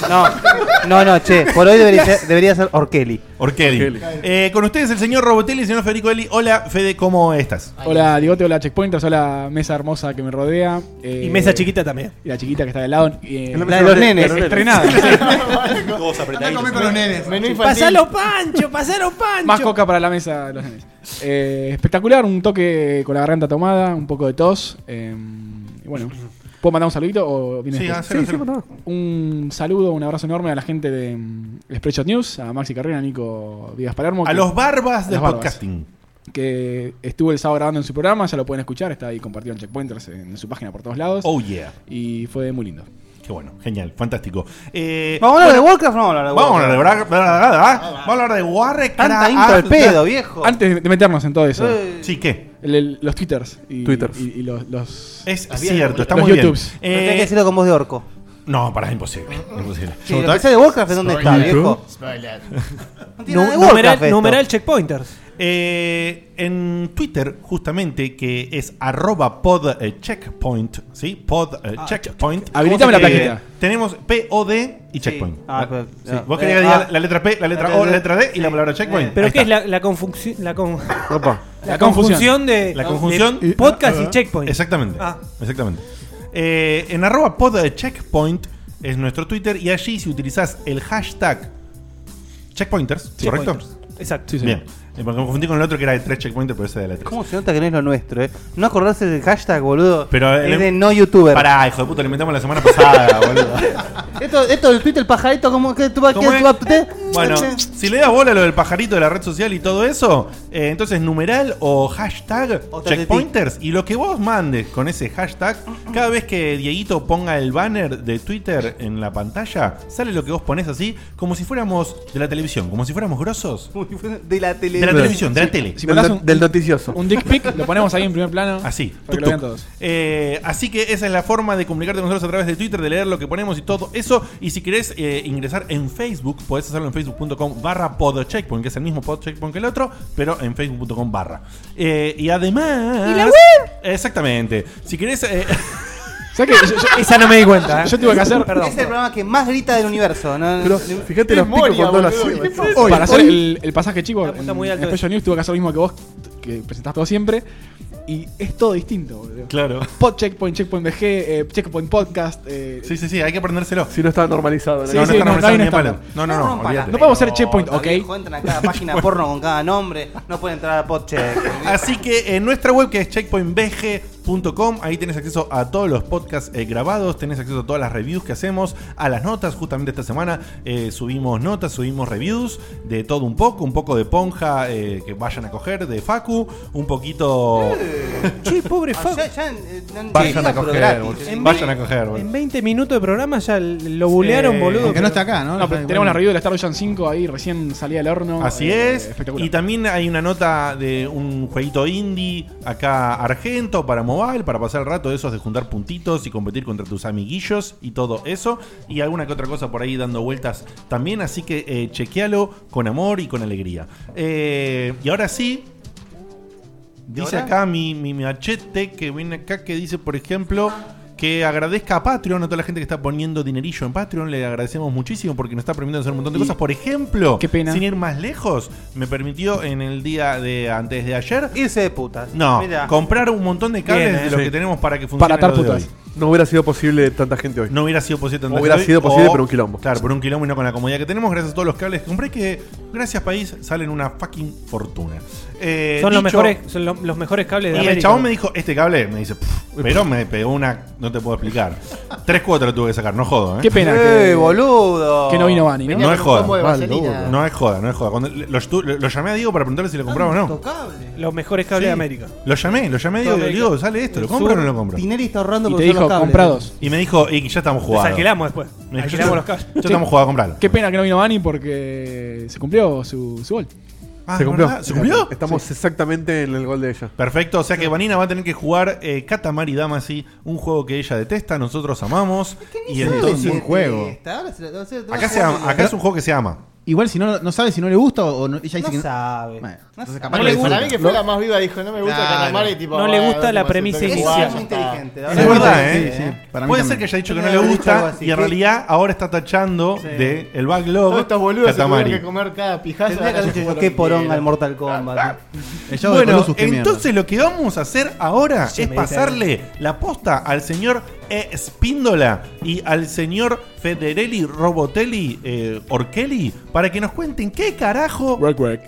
S5: No, no, no, che. Por hoy debería ser, debería ser Orkelly.
S3: Orkeli.
S6: Orkeli.
S3: Eh, con ustedes el señor Robotelli, el señor Federico Eli. Hola, Fede, ¿cómo estás?
S4: Hola, Digote, hola, Checkpointers, hola, mesa hermosa que me rodea. eh,
S7: Y mesa chiquita también.
S4: Y la chiquita que está de lado. eh,
S5: La de los nenes.
S4: estrenada.
S8: con los nenes.
S9: Menú infantil.
S7: Pasalo Pancho, pasalo Pancho.
S4: Más coca para la mesa de los nenes. Eh, espectacular, un toque con la garganta tomada, un poco de tos. eh, y bueno, ¿puedo mandar un saludito o viene este?
S3: Sí,
S4: después?
S3: hacelo, hacelo.
S4: Un saludo, un abrazo enorme a la gente de mm, Spread Shot News, a Maxi Carrera, a Nico Díaz Palermo.
S3: A
S4: que-
S3: los barbas del
S4: Las barbas.
S3: podcasting.
S4: que estuvo el sábado grabando en su programa, ya lo pueden escuchar, está ahí compartido en Checkpointers en su página por todos lados.
S3: Oh yeah.
S4: Y fue muy lindo.
S3: Qué bueno, genial, fantástico. Eh,
S5: ¿Vamos a hablar de Warcraft o no vamos a hablar de
S3: vamos a hablar de
S5: Warcraft?
S3: Bra- Bra- Bra- Bra- Ah, Vamos a hablar de Warcraft.
S5: Ah, Tanta intro al pedo, viejo.
S4: Antes de meternos en todo eso,
S5: Eh,
S3: Sí, ¿qué?
S4: el- el- los twitters y,
S6: Twitters.
S4: y, y los, los-
S3: Es cierto, está
S4: Los
S3: muy bien.
S4: YouTubes.
S5: pero tenés que
S3: Eh,
S5: decirlo con voz de orco.
S3: no, para, imposible. imposible.
S5: Sí, el PC de Warcraft, ¿dónde está, viejo?
S9: Spoiler.
S5: No tiene
S7: Nu-
S5: nada de Warcraft
S7: numeral,
S5: esto.
S7: numeral checkpointers.
S3: Eh, en Twitter, justamente, que es arroba podcheckpoint, ¿sí? Pod eh,
S2: Ah,
S3: checkpoint.
S4: Habilitame la
S3: Eh,
S4: plaquita.
S3: Tenemos POD y checkpoint.
S5: Ah,
S3: Ah,
S5: pero-
S3: sí.
S5: ah,
S3: Vos querías
S5: eh,
S3: que diga
S5: ah.
S3: la letra P, la letra O, la letra D y la palabra checkpoint.
S7: ¿Pero
S3: Ahí
S7: qué
S3: está.
S7: es la, la confusión? La, con- la
S3: La
S7: confusión de,
S3: la conjunción
S7: de podcast y checkpoint.
S3: Exactamente.
S7: Ah.
S3: Exactamente. Eh, en arroba pod checkpoint es nuestro Twitter y allí si utilizás el hashtag checkpointers, ¿correcto?
S7: Checkpointers. Exacto.
S3: Bien. Eh, porque me confundí con el otro que era de tres checkpointers, pero ese de la de tres.
S5: ¿Cómo se nota que no es lo nuestro, eh? No acordarse del hashtag, boludo.
S3: Pero
S5: es
S3: el-
S5: de no youtuber.
S3: Pará, hijo de puta, lo inventamos la semana pasada, boludo.
S5: Esto, esto del Twitter pajarito, ¿cómo que tú vas
S3: ¿Cómo
S5: que
S3: es?
S5: tú vas- te-
S3: Bueno, si le das bola a lo del pajarito de la red social y todo eso, eh, entonces numeral o hashtag checkpointers y lo que vos mandes con ese hashtag, cada vez que Dieguito ponga el banner de Twitter en la pantalla, sale lo que vos ponés así, como si fuéramos de la televisión, como si fuéramos grosos.
S5: De la tele.
S3: De la televisión, de la tele.
S4: Si mandás un-
S6: noticioso.
S4: Un dick pic, lo ponemos ahí en primer plano.
S3: Así.
S4: Para que
S3: tuk,
S4: lo vean
S3: tuk.
S4: todos.
S3: Eh, así que esa es la forma de comunicarte con nosotros a través de Twitter, de leer lo que ponemos y todo eso. Y si querés eh, ingresar en Facebook, podés hacerlo en facebook.com barra podcheckpoint, que es el mismo podcheckpoint que el otro, pero en facebook.com barra. Eh, y además...
S2: ¿Y la web?
S3: Exactamente. Si querés... eh,
S7: Esa no me di cuenta. ¿eh?
S5: Es el programa que más grita del universo. ¿no?
S6: Pero fíjate los picos cuando habla así.
S4: Hoy, para hacer el, el pasaje, chico, en,
S7: muy
S4: en
S7: alto
S4: Special News tuve que hacer lo mismo que vos, que presentás todo siempre. Y es todo distinto, boludo.
S3: Claro.
S4: Pod Checkpoint, Checkpoint BG, eh, Checkpoint Podcast. eh,
S3: Sí, sí, sí, hay que aprendérselo.
S6: Si no está normalizado.
S4: Sí, sí, no, no hay un estándar.
S3: No, no, no.
S5: rompan
S3: olvídate.
S5: las
S4: No podemos ser
S5: pelotas,
S4: checkpoint, ok.
S5: viejo, entran a cada página porno con cada nombre. No pueden entrar a podcheck.
S3: Así que en nuestra web que es checkpointbg.com, ahí tenés acceso a todos los podcasts eh, grabados, tenés acceso a todas las reviews que hacemos, a las notas, justamente esta semana eh, subimos notas, subimos reviews de todo un poco, un poco de ponja eh, que vayan a coger, de Facu, un poquito...
S7: Che, pobre
S5: Ah,
S7: Fab.
S5: ya- ya, eh, no-
S3: Vayan a
S5: pero
S3: coger,
S5: gratis.
S3: boludo.
S7: En
S3: vayan
S7: ve-
S3: a coger. boludo.
S7: En 20 minutos de programa ya lo bulearon,
S3: Eh,
S7: boludo.
S3: aunque
S7: pero-
S4: No, pero tenemos la review del Star Ocean 5 ahí, recién salía del horno.
S3: Así
S4: eh,
S3: es.
S4: Espectacular.
S3: Y también hay una nota de un jueguito indie acá argento para mobile, para pasar el rato de esos de juntar puntitos y competir contra tus amiguillos y todo eso. Y alguna que otra cosa por ahí dando vueltas también. Así que eh, chequealo con amor y con alegría. Eh, y ahora sí. Dice
S5: ahora?
S3: acá mi, mi machete que viene acá que dice, por ejemplo, que agradezca a Patreon, a toda la gente que está poniendo dinerillo en Patreon, le agradecemos muchísimo porque nos está permitiendo hacer un montón de
S4: Y-
S3: cosas. Por ejemplo,
S4: Qué pena.
S3: sin ir más lejos, me permitió en el día de antes de ayer
S5: Irse de putas.
S3: no,
S5: Mirá.
S3: comprar un montón de cables
S7: Bien, ¿eh?
S3: de lo
S6: Sí.
S3: que tenemos para que funcione
S4: Para atar
S3: lo de
S4: putas.
S3: hoy.
S6: No hubiera sido posible tanta gente hoy.
S3: No hubiera sido posible tan
S6: Hubiera
S3: hoy,
S6: sido
S3: o-
S6: posible, pero un quilombo.
S3: Claro, por un quilombo y no con la comodidad que tenemos, gracias a todos los cables que compré que gracias país salen una fucking fortuna. Eh,
S7: son los
S3: dicho-
S7: mejores, son lo- los mejores cables de
S3: Y el
S7: América.
S3: chabón me dijo, este cable, me dice, "Pff, pero
S4: pues.
S3: me pegó una, no te puedo explicar. Tres cuatro tuve que sacar, no jodo, ¿eh?
S4: Qué pena
S5: Eh,
S4: que,
S5: boludo.
S4: que no vino Vani, ¿no?
S9: Venía
S3: No
S9: con
S3: es
S9: un
S3: joda.
S9: combo de
S6: Mal,
S9: vaselina.
S6: boludo.
S3: No es joda, no es joda. Cuando lo, estu- lo llamé a Diego para preguntarle si lo compraba o no.
S5: Intocable.
S7: Los mejores cables
S3: Sí.
S7: de América.
S3: Lo llamé, lo llamé a Diego,
S7: Todo
S3: le digo, sale esto, ¿lo
S7: El
S3: compro o
S7: sur,
S3: no lo compro?
S5: Tinelli está ahorrando
S4: Y
S5: por
S4: te
S5: usar los
S4: dijo,
S5: cables.
S4: comprados.
S3: Y me dijo, y ya estamos
S7: Los
S3: jugados.
S7: alquilamos después.
S3: Me dijo,
S7: Alquilamos
S3: ya-
S7: los cables.
S3: Ya estamos jugados a comprarlo.
S4: Qué pena que no vino Vani porque se cumplió su, su gol.
S3: Ah,
S6: Se cumplió.
S3: ¿verdad? ¿Se cumplió?
S6: Estamos exactamente en el gol de ella.
S3: Perfecto, o sea que Vanina va a tener que jugar eh, Katamari Damacy, un juego que ella detesta, nosotros amamos. Y entonces.
S8: buen juego.
S5: Ahora se la- ahora se la-
S3: Acá, se ama- acá es un juego que se ama.
S8: Igual si no, no sabe si no le gusta o, o no- ella dice
S5: No
S8: que no.
S5: sabe.
S8: Bueno,
S5: No
S8: entonces
S5: sabe.
S8: capaz
S9: No
S8: que
S9: le
S8: le disfruta.
S9: gusta. La vez que fue la más viva dijo, no me gusta
S5: Claro.
S9: Calamari", tipo.
S7: No le
S9: "Ah,
S7: gusta la
S9: última,
S7: premisa
S9: se tengo que
S5: Es
S9: jugar,
S7: inicial.
S9: ya
S5: muy
S9: está".
S5: inteligente.
S3: Es
S5: ahora-
S3: verdad,
S8: sí,
S3: ¿eh?
S8: sí, para mí
S3: Puede
S8: también.
S3: ser que haya dicho que no
S5: Tenía
S3: le
S5: que haber dicho
S3: gusta
S5: algo así.
S3: y en
S5: ¿Qué?
S3: realidad ahora está tachando de el
S9: Todos
S3: backlog
S9: estos boludos se tuvieron que
S3: Katamari.
S9: comer cada pijazo.
S5: Tendría que haber dicho yo, qué poronga el Mortal Kombat.
S8: El Shadow de
S3: Bueno,
S8: Colossus, qué mierda.
S3: entonces lo que vamos a hacer ahora
S7: Sí,
S3: es
S7: me
S3: pasarle la posta al señor E. Espíndola y al señor Federelli Robotelli eh, Orkelli para que nos cuenten qué carajo
S4: Work, work.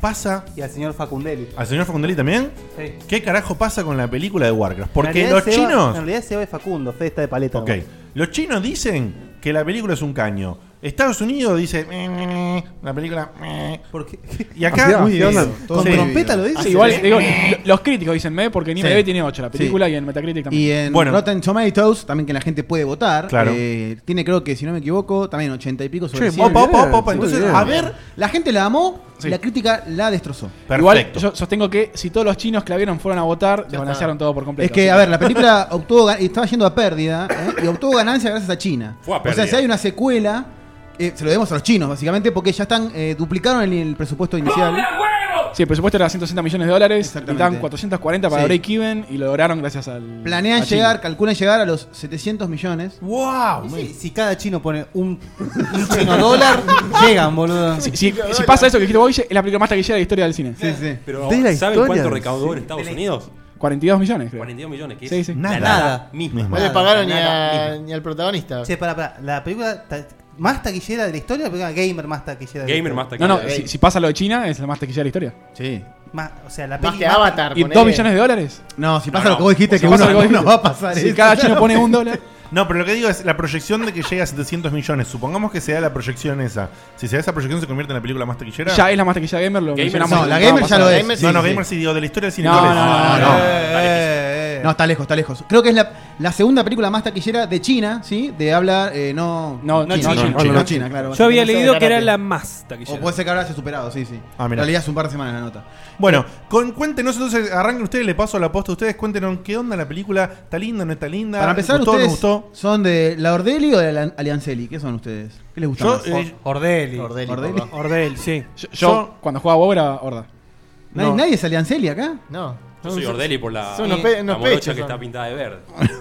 S3: pasa
S5: Y al señor Facundelli.
S3: al señor Facondelli también.
S5: Sí.
S3: ¿Qué carajo pasa con la película de Warcraft?
S5: En
S3: Porque
S5: realidad
S3: los
S5: Seba-
S3: chinos...
S5: En realidad Seba es Facundo, Fede está de paleta.
S3: Ok. Los chinos dicen que la película es un caño. Estados Unidos dice... "Meh, meh, meh", La película... "Meh".
S5: Porque
S3: Y acá...
S6: Así hablan.
S8: Con
S3: Sí.
S8: trompeta lo dice.
S4: Sí, igual digo, lo- los críticos dicen me porque en IMDb tiene 8 la película
S8: Sí.
S4: y en Metacritic también.
S8: Y en
S3: Bueno.
S8: Rotten Tomatoes, también que la gente puede votar.
S3: Claro.
S8: eh, tiene, creo que, si no me equivoco, también ochenta y pico sobre
S6: Che,
S8: cien.
S3: Opa, opa, opa, opa.
S6: Sí,
S3: Entonces,
S6: bien.
S3: a ver...
S8: La gente la amó,
S4: Sí.
S8: la crítica la destrozó.
S4: Igual
S3: Perfecto.
S4: yo sostengo que si todos los chinos que la vieron fueron a votar, desbalancearon todo por completo.
S8: Es que, a ver, la película obtuvo gan- estaba yendo a pérdida ¿eh? y obtuvo ganancia gracias a China.
S10: Fue a
S8: o sea,
S10: pérdida.
S8: si hay una secuela, eh, se lo debemos a los chinos, básicamente, porque ya están eh, duplicaron el, el presupuesto inicial.
S4: Sí, el presupuesto era 160 millones de dólares. Necesitaban 440 para
S8: Sí.
S4: break even y lo lograron gracias al.
S8: Planean
S4: a China.
S8: llegar, calculan llegar a los 700 millones.
S7: ¡Wow!
S5: Si, si cada chino pone un, un chino dólar, llegan, boludo.
S4: Si, si- si pasa eso que dijiste vos, es la película más taquillera de la historia del cine.
S8: Sí, sí.
S10: Pero ¿saben cuánto recaudó en Estados Unidos?
S4: 42 millones, creo.
S10: 42 millones, que es
S4: Sí, sí.
S10: la
S5: Nada.
S10: nada misma.
S9: No le pagaron ni, a- ni al protagonista.
S5: Che, pará, pará. La película ta- más taquillera de la historia, la película gamer más taquillera. de la historia.
S4: No, no, si, si pasa lo de China, es la más taquillera de la historia.
S8: Sí.
S5: Más- o sea, la
S9: Más
S5: peli
S9: que Avatar,
S4: ¿Y
S9: ponele.
S4: 2 millones de dólares?
S8: No, si
S3: pasa lo que vos dijiste, que uno- uno va a pasar
S4: Si
S3: eso.
S4: cada chino pone un dólar.
S3: No, pero lo que digo es la proyección de que llega a 700 millones. Supongamos que sea la proyección esa. Si se da esa proyección, se convierte en la película más taquillera.
S4: Ya es la más taquillera gamer, lo
S3: Gamer
S4: mencionamos
S3: no,
S4: el
S3: la
S4: programa
S3: gamer ya
S4: pasado.
S3: lo es. Gamer sí, No, no, sí. gamer sí, digo, de la historia del Ah, cine,
S4: No,
S3: ¿cuál
S4: no,
S3: es?
S4: no,
S3: No,
S4: no.
S3: no.
S8: Eh, No, está lejos, está lejos. Creo que es la, la segunda película más taquillera de China, ¿sí? De habla eh, no,
S4: No, China.
S8: China,
S4: No, China.
S8: no China, claro.
S7: Yo había leído que era
S8: Karate.
S7: la más taquillera.
S8: O puede ser que ahora se ha superado, sí, sí.
S3: Ah,
S8: en
S3: mirá.
S8: realidad hace un par de semanas la nota.
S3: Bueno,
S8: Eh,
S3: con, cuéntenos entonces, arranquen ustedes, le paso la posta a ustedes, cuéntenos qué onda la película, está linda, no está linda.
S8: Para empezar,
S3: ¿Gustó, no
S8: ¿ustedes
S3: gustó?
S8: son de la Ordeli o de la Alianceli? ¿Qué son ustedes? ¿Qué les gusta
S3: Yo,
S8: más?
S3: eh,
S7: Ordeli.
S8: Ordeli.
S7: Ordeli.
S8: papá.
S7: Ordeli, sí.
S4: Yo, yo, cuando jugaba WoW era horda.
S8: ¿Nadie,
S4: No.
S8: nadie es Alianceli acá?
S9: No.
S10: Yo soy Ordeli por la,
S9: Son unos pe-
S10: la
S9: unos
S10: morocha
S9: pechos,
S10: que
S9: son.
S10: está pintada de verde.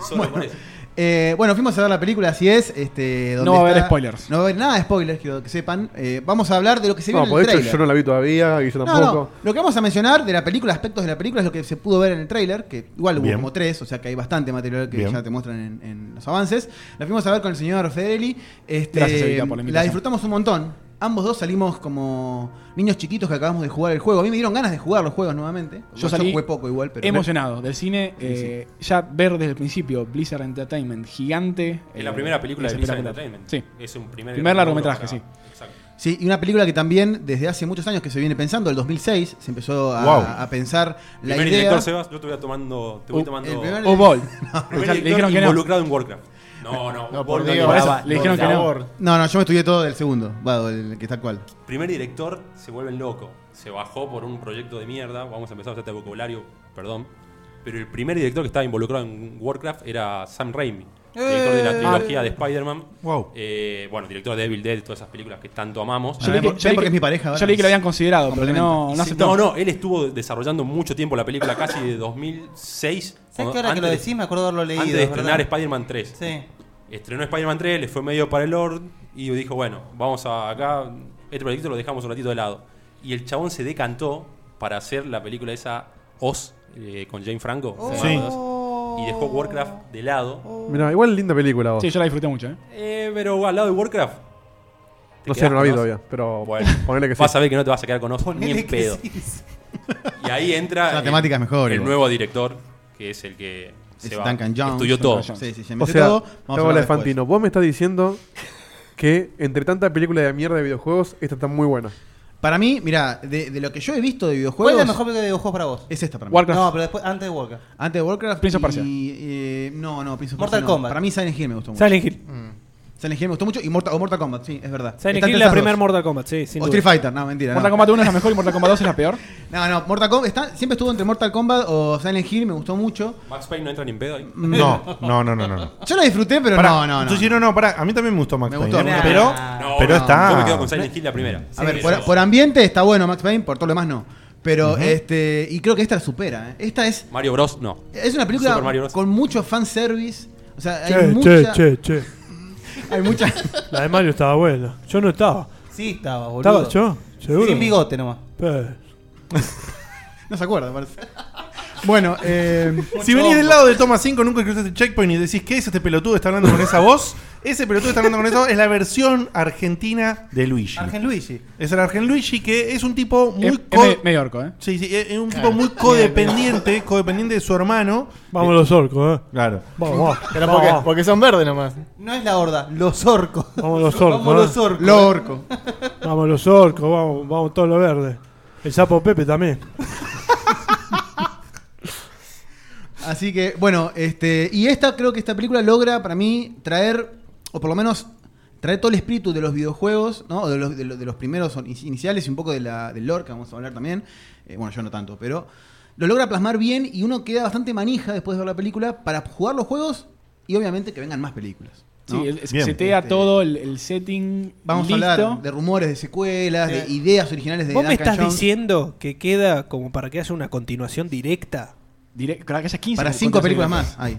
S10: Solo por eso.
S8: Eh, bueno, fuimos a ver la película, así es. Este, donde
S4: No va a haber
S8: está-
S4: spoilers.
S8: No va a haber nada de spoilers, quiero que sepan. Eh, vamos a hablar de lo que se vio
S6: No,
S8: en
S6: por
S8: el
S6: de hecho
S8: trailer.
S6: yo no la vi todavía y yo
S8: No,
S6: tampoco.
S8: no. Lo que vamos a mencionar de la película, aspectos de la película, es lo que se pudo ver en el tráiler, que igual hubo
S3: Bien.
S8: como tres, o sea que hay bastante material que
S3: Bien.
S8: ya te muestran en, en los avances. La fuimos a ver con el señor Federelli. Este,
S4: Gracias, Evita, por la
S8: la
S4: invitación.
S8: disfrutamos un montón. Ambos dos salimos como niños chiquitos que acabamos de jugar el juego. A mí me dieron ganas de jugar los juegos nuevamente.
S4: Yo salí
S8: jugué poco igual, pero...
S4: Emocionado del cine, eh, ya ver desde el principio Blizzard Entertainment, gigante.
S10: Es
S4: eh,
S10: la primera película
S4: es
S10: de Blizzard
S4: espectacular.
S10: Entertainment.
S4: Sí.
S10: Es un primer,
S4: Primer largometraje,
S10: logro,
S4: sí.
S10: Exacto.
S8: Ah, Sí, y una película que también desde hace muchos años que se viene pensando, el 2006, se empezó a,
S3: Wow.
S8: a pensar la
S10: primer
S8: idea...
S10: director, Sebas, yo te voy a tomando. Te voy
S4: Uh,
S10: tomando
S8: el primer-
S4: O Ball.
S10: primer
S4: Ya le
S10: director
S4: dijeron que no.
S10: involucrado en Warcraft. No, no, Ball
S9: No, por
S10: no
S9: Dios.
S4: Por eso,
S10: llevaba-
S4: Ah, le dijeron
S10: por
S4: que no.
S10: favor.
S8: No, no, yo me estudié todo del segundo, va, el que tal cual.
S10: Primer director se vuelve loco. Se bajó por un proyecto de mierda. Vamos a empezar a usar este vocabulario, perdón. Pero el primer director que estaba involucrado en Warcraft era Sam Raimi, director
S5: Eh.
S10: de la trilogía
S5: Ah.
S10: de Spider-Man.
S3: Wow.
S10: Eh, bueno, director de Evil Dead, todas esas películas que tanto amamos.
S4: Yo leí que-
S8: Ven
S4: yo leí
S8: porque
S4: que-
S8: es mi pareja ahora.
S4: Yo leí que lo habían considerado, pero que no, no
S10: Sí,
S4: aceptó.
S10: no, no, él estuvo desarrollando mucho tiempo la película, casi de 2006.
S5: ¿Sabes
S10: cuando-
S5: qué ahora que
S10: antes
S5: lo
S10: de-
S5: decís? Me acuerdo haberlo leído.
S10: Antes de
S5: es verdad.
S10: estrenar Spider-Man 3.
S5: Sí.
S10: Estrenó Spider-Man 3, le fue medio para el Lord y dijo, bueno, vamos a acá, este proyecto lo dejamos un ratito de lado. Y el chabón se decantó para hacer la película esa Oz eh, con Jane Franco.
S3: Sí.
S10: Y dejó Warcraft de lado.
S6: Mirá, igual linda película vos.
S4: Sí, yo la disfruté mucho, ¿eh?
S10: Eh, pero al lado de Warcraft. te
S6: no sé, no la vi
S10: quedás con Oz.
S6: todavía, pero
S10: Bueno,
S6: ponele que sí.
S10: vas a ver que no te vas a quedar con Oz ni en
S5: Ponele que
S10: pedo.
S5: sí.
S10: Y ahí entra
S8: La
S10: el-
S8: temática es mejor,
S10: el
S8: igual.
S10: nuevo director, que es el que
S8: Es
S10: se va.
S8: Duncan Jones.
S10: Estudió todo.
S4: Jones.
S8: Sí, sí, se
S6: O
S8: metió
S6: sea,
S8: todo. Vamos a
S6: Paola
S8: hablar después.
S6: Fantino, vos me estás diciendo que entre tanta película de mierda de videojuegos, esta está muy buena.
S8: Para mí, mira, de, de lo que yo he visto de
S5: ¿Cuál
S8: videojuegos.
S5: es la mejor película de videojuegos para vos?
S8: es esta para mí.
S4: Warcraft.
S5: No, pero después, antes de Warcraft.
S8: Antes de Warcraft.
S4: Prince of
S8: y-
S4: Persia.
S8: eh, no, no, Prince of
S5: Mortal
S8: Persia no.
S5: Kombat.
S8: Para mí, Silent Hill me gustó mucho. Mm.
S7: Silent Hill.
S8: Silent Hill me gustó mucho. Y Mortal, o Mortal Kombat, sí, es verdad.
S7: Silent
S8: Está
S7: Hill
S8: entre
S7: la
S8: esas
S7: primer
S8: dos.
S7: Mortal Kombat, sí, sin
S8: O
S7: duda.
S8: Street Fighter, no, mentira.
S4: Mortal
S8: no.
S4: Kombat 1 es la mejor y Mortal Kombat 2 es la peor.
S8: No, no, Mortal Kombat está- siempre estuvo entre Mortal Kombat o Silent Hill, me gustó mucho. Mm.
S10: Max Payne no entra ni en pedo ahí.
S3: No, no, no, no, no. no.
S8: Yo la disfruté, pero
S3: Pará,
S8: no, no, no.
S3: tú sí, no, no, pará, a mí también me gustó Max
S8: Me
S3: Payne,
S8: gustó,
S3: ¿eh?
S8: me gustó.
S3: pero,
S10: No,
S3: pero
S10: no,
S3: está...
S10: Yo me quedo con Silent Hill la primera.
S8: A ver,
S10: Sí,
S8: por,
S10: eso.
S8: por ambiente está bueno Max Payne, por todo lo demás no. Pero este. Y creo que esta la supera. ¿eh? Esta es.
S10: Mario Bros. no.
S8: Es una película
S10: Super Mario Bros.
S8: con mucho fanservice. O sea, hay mucha.
S12: che.
S8: Hay mucha.
S12: La de Mario estaba buena. Yo no estaba.
S5: Sí, estaba, boludo.
S12: ¿Estaba yo? ¿Seguro?
S5: Sin bigote nomás.
S12: Pe-
S8: No se acuerda, parece. Bueno, eh,
S3: Si venís del lado de Toma 5, nunca cruzaste el checkpoint y decís, ¿qué es este pelotudo que está hablando con esa voz? Ese pelotudo que está hablando con esa voz es la versión argentina de Luigi.
S5: Argen Luigi.
S3: Es el Argen Luigi que es un tipo muy...
S4: Es, es
S3: co-
S4: Eh, me- medio orco, ¿eh?
S3: Sí, sí, es es un tipo muy codependiente, codependiente de su hermano.
S12: Vamos los orcos, eh.
S3: Claro.
S12: Vamos, vamos.
S9: Pero
S12: Vamos,
S9: porque,
S12: vamos.
S9: porque son verdes nomás.
S5: No es la horda, los orcos.
S12: Vamos los orcos,
S5: Vamos los
S12: eh.
S5: orcos.
S8: lo orco.
S12: Vamos los orcos, vamos, vamos todo lo verde. El sapo Pepe también.
S8: Así que, bueno, este. Y esta, creo que esta película logra para mí traer, o por lo menos traer todo el espíritu de los videojuegos, ¿no? O de los, de los, de los primeros in- iniciales y un poco de la, del lore que vamos a hablar también. Eh, bueno, yo no tanto, pero lo logra plasmar bien y uno queda bastante manija después de ver la película para jugar los juegos y obviamente que vengan más películas.
S4: Sí,
S8: ¿no?
S4: el- se setea
S8: Este,
S4: todo el, el setting.
S8: Vamos
S4: listo. Eh,
S8: a hablar de rumores, de secuelas,
S5: Eh,
S8: de ideas originales de
S7: ¿Vos me
S8: Duncan
S7: estás
S8: Jones.
S7: diciendo que queda como para que haya una continuación directa?
S4: para que haya 15
S8: Para cinco películas más. Ahí.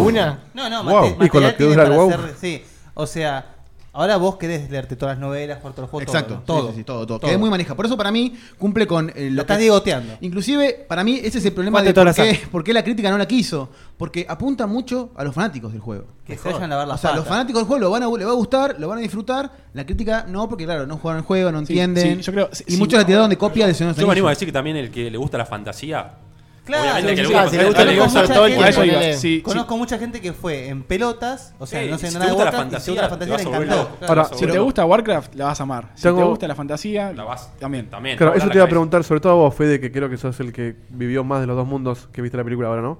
S7: ¿Una?
S5: No, no,
S7: Wow.
S5: mate-
S7: Y con
S5: material
S7: lo que
S5: tiene
S7: dura el
S5: para
S7: wow.
S5: hacer- sí. O sea, ahora vos querés leerte todas las novelas, por todos los juegos,
S8: Exacto,
S5: todo.
S8: sí, sí, sí, todo, todo. Que es muy manija. Por eso para mí cumple con eh, lo
S5: estás digoteando.
S8: Inclusive, para mí ese es el problema
S5: Cuate
S8: de
S5: todas
S8: por
S5: las
S8: qué, por qué la crítica no la quiso. Porque apunta mucho a los fanáticos del juego.
S5: Que se vayan a lavar las
S8: O sea, los
S5: patas.
S8: fanáticos del juego lo van a, le va a gustar, lo van a disfrutar. La crítica no, porque claro, no jugaron el juego, no
S10: Sí,
S8: entienden.
S10: sí, yo creo- sí,
S8: y
S10: sí.
S8: muchos la tiraron de copia de Señor de los
S10: Yo me animo a
S8: Anillos.
S10: decir que también el que le gusta la fantasía.
S5: Claro,
S10: obviamente
S5: sí,
S10: que
S5: sí,
S10: le gusta,
S5: sí,
S10: le
S5: sí,
S10: gusta-
S5: sí,
S10: le
S5: conozco
S10: gusta
S5: mucha
S10: Tolkien.
S5: gente-
S10: ponele.
S5: Conozco mucha gente que fue en pelotas, o sea,
S10: Sí,
S5: no sé
S10: si
S5: nada
S10: te
S5: de
S10: gusta la
S5: Warcraft, y si te gusta
S10: fantasía,
S5: la
S10: te
S5: fantasía
S10: vas
S5: le
S10: a volver
S5: encantó.
S10: loco.
S5: Claro,
S6: Ahora,
S5: seguro.
S4: Si te gusta Warcraft, la vas a amar. Si
S6: Tengo-
S4: te gusta la fantasía, la
S10: vas
S4: también.
S10: también.
S6: Claro,
S10: volar
S6: eso
S10: la
S6: te iba a
S10: cabeza.
S6: preguntar, sobre todo a vos, Fede, que creo que sos el que vivió más de los dos mundos que viste la película ahora, ¿no?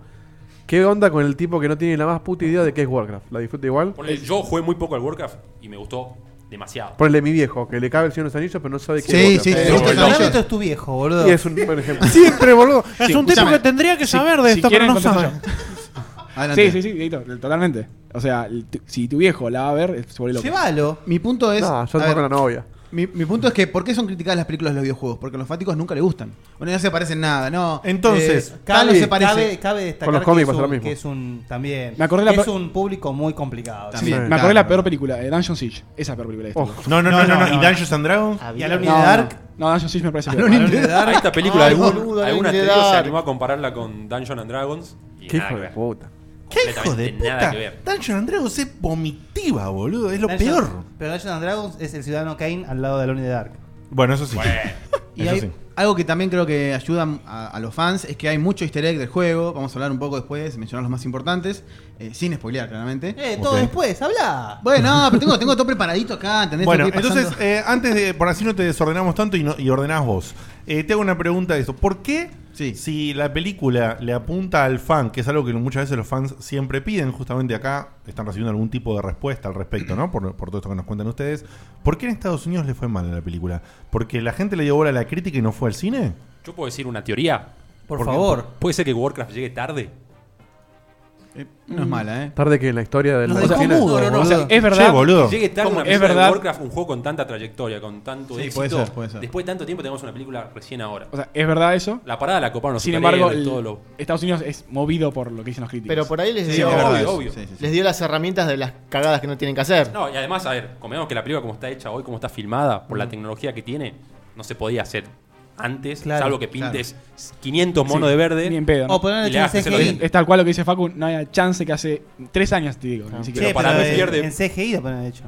S6: ¿Qué onda con el tipo que no tiene la más puta idea de qué es Warcraft? ¿La disfruta igual?
S10: Ponele, yo jugué muy poco al Warcraft y me gustó demasiado.
S6: Ponele mi viejo, que le cabe el Señor de los Anillos, pero no sabe qué
S5: Sí,
S6: es Warcraft.
S5: sí, sí,
S6: Eh,
S5: sí,
S6: boludo.
S5: sí, sí, sí. Esto es tu viejo, boludo.
S6: Y es un buen ejemplo.
S12: Siempre, boludo. Es
S6: Sí,
S12: un tipo
S6: escúchame.
S12: que tendría que
S6: Si-
S12: saber de
S6: si
S12: esto,
S6: quieren,
S12: pero no
S6: contesto
S12: sabe.
S8: Adelante.
S4: Sí, sí, sí, Dieguito, totalmente. O sea, el- tu- si tu viejo la va a ver, es- se vuelve loco.
S8: Llévalo. Mi punto es.
S4: No, yo
S8: a
S4: tengo
S8: ver,
S4: la novia.
S8: Mi, mi punto es que, ¿por qué son criticadas las películas de los videojuegos? Porque a los fanáticos nunca les gustan. Bueno, no se parecen nada, ¿no?
S5: Entonces,
S8: eh, tal no
S5: cabe,
S8: se parece.
S5: cabe- cabe destacar que, es un, que es un- también
S4: Me acordé la
S5: que es
S4: pe-
S5: un público muy complicado.
S4: Sí, me acordé la peor película, eh, Dungeon Siege. Esa peor película. de este juego.
S3: No, no, no, no, no, ¿Y Dungeons and Dragons?
S5: ¿Y Alone in the Dark?
S4: No, no, Dungeon Siege me parece
S10: Alone in the Dark. A esta película, algún- alguna actriz se animó a compararla con Dungeon and Dragons. Y
S6: Qué
S10: nada
S6: hijo
S10: que
S6: de
S10: ver.
S6: puta.
S10: Completamente Nada que ver.
S3: Dungeon and Dragons es vomitiva, boludo. Es lo
S5: Dungeons-
S3: peor.
S5: Pero Dungeons and Dragons es el ciudadano Kane al lado de Alone in the Dark.
S3: Bueno, eso sí.
S8: Y
S3: Eso
S8: hay-
S3: sí.
S8: algo que también creo que ayuda a, a los fans es que hay mucho easter egg del juego. Vamos a hablar un poco después, mencionar los más importantes, eh, sin spoilear, claramente.
S5: Eh, todo después, habla.
S8: Bueno, no, pero tengo, tengo todo preparadito acá, ¿entendés?
S3: Bueno,
S8: Tengo que ir
S3: entonces,
S8: pasando.
S3: eh, antes de. Por así no te desordenamos tanto y, no- y ordenás vos. Eh, te hago una pregunta de eso. ¿Por qué, si la película le apunta al fan, que es algo que muchas veces los fans siempre piden, justamente acá están recibiendo algún tipo de respuesta al respecto, ¿no? Por, por todo esto que nos cuentan ustedes. ¿Por qué en Estados Unidos le fue mal a la película? ¿Porque la gente le dio bola a la crítica y no fue al cine?
S10: Yo puedo decir una teoría.
S5: Por
S10: Porque
S5: favor.
S10: pu- ¿Puede ser que Warcraft llegue tarde?
S8: No es mala, ¿eh?
S6: Tarde que en la historia del
S10: Nos
S6: la
S10: dejó
S6: cine-
S10: mudo, No, no, no, o sea,
S4: Es verdad.
S6: Che, boludo.
S10: Llegue tarde
S4: ¿Cómo?
S10: una
S4: Es
S10: película
S4: verdad.
S10: de Warcraft, un juego con tanta trayectoria, con tanto
S4: Sí,
S10: éxito.
S4: puede ser, puede ser.
S10: Después de tanto tiempo tenemos una película recién ahora.
S4: O sea, es verdad eso.
S10: La parada la coparon los
S4: Sin embargo,
S10: superhéroes,
S4: el-
S10: todo lo-
S4: Estados Unidos es movido por lo que dicen los críticos.
S9: Pero por ahí les
S4: Sí,
S9: dio,
S4: es verdad eso.
S10: obvio.
S9: les dio las herramientas de las cagadas que no tienen que hacer.
S10: No, y además, a ver, convengamos que la película como está hecha hoy, como está filmada, por la tecnología que tiene, no se podía hacer antes,
S5: Claro,
S10: salvo que pintes 500 monos de verde.
S4: Ni en pedo. ¿no?
S10: y le hagas que se lo
S4: Es,
S10: den.
S4: es tal cual lo que dice Facu. No hay chance que hace tres años, te
S10: Ah.
S4: digo. ni
S5: Sí,
S4: siquiera.
S5: pero en- En CGI lo ponen hecho.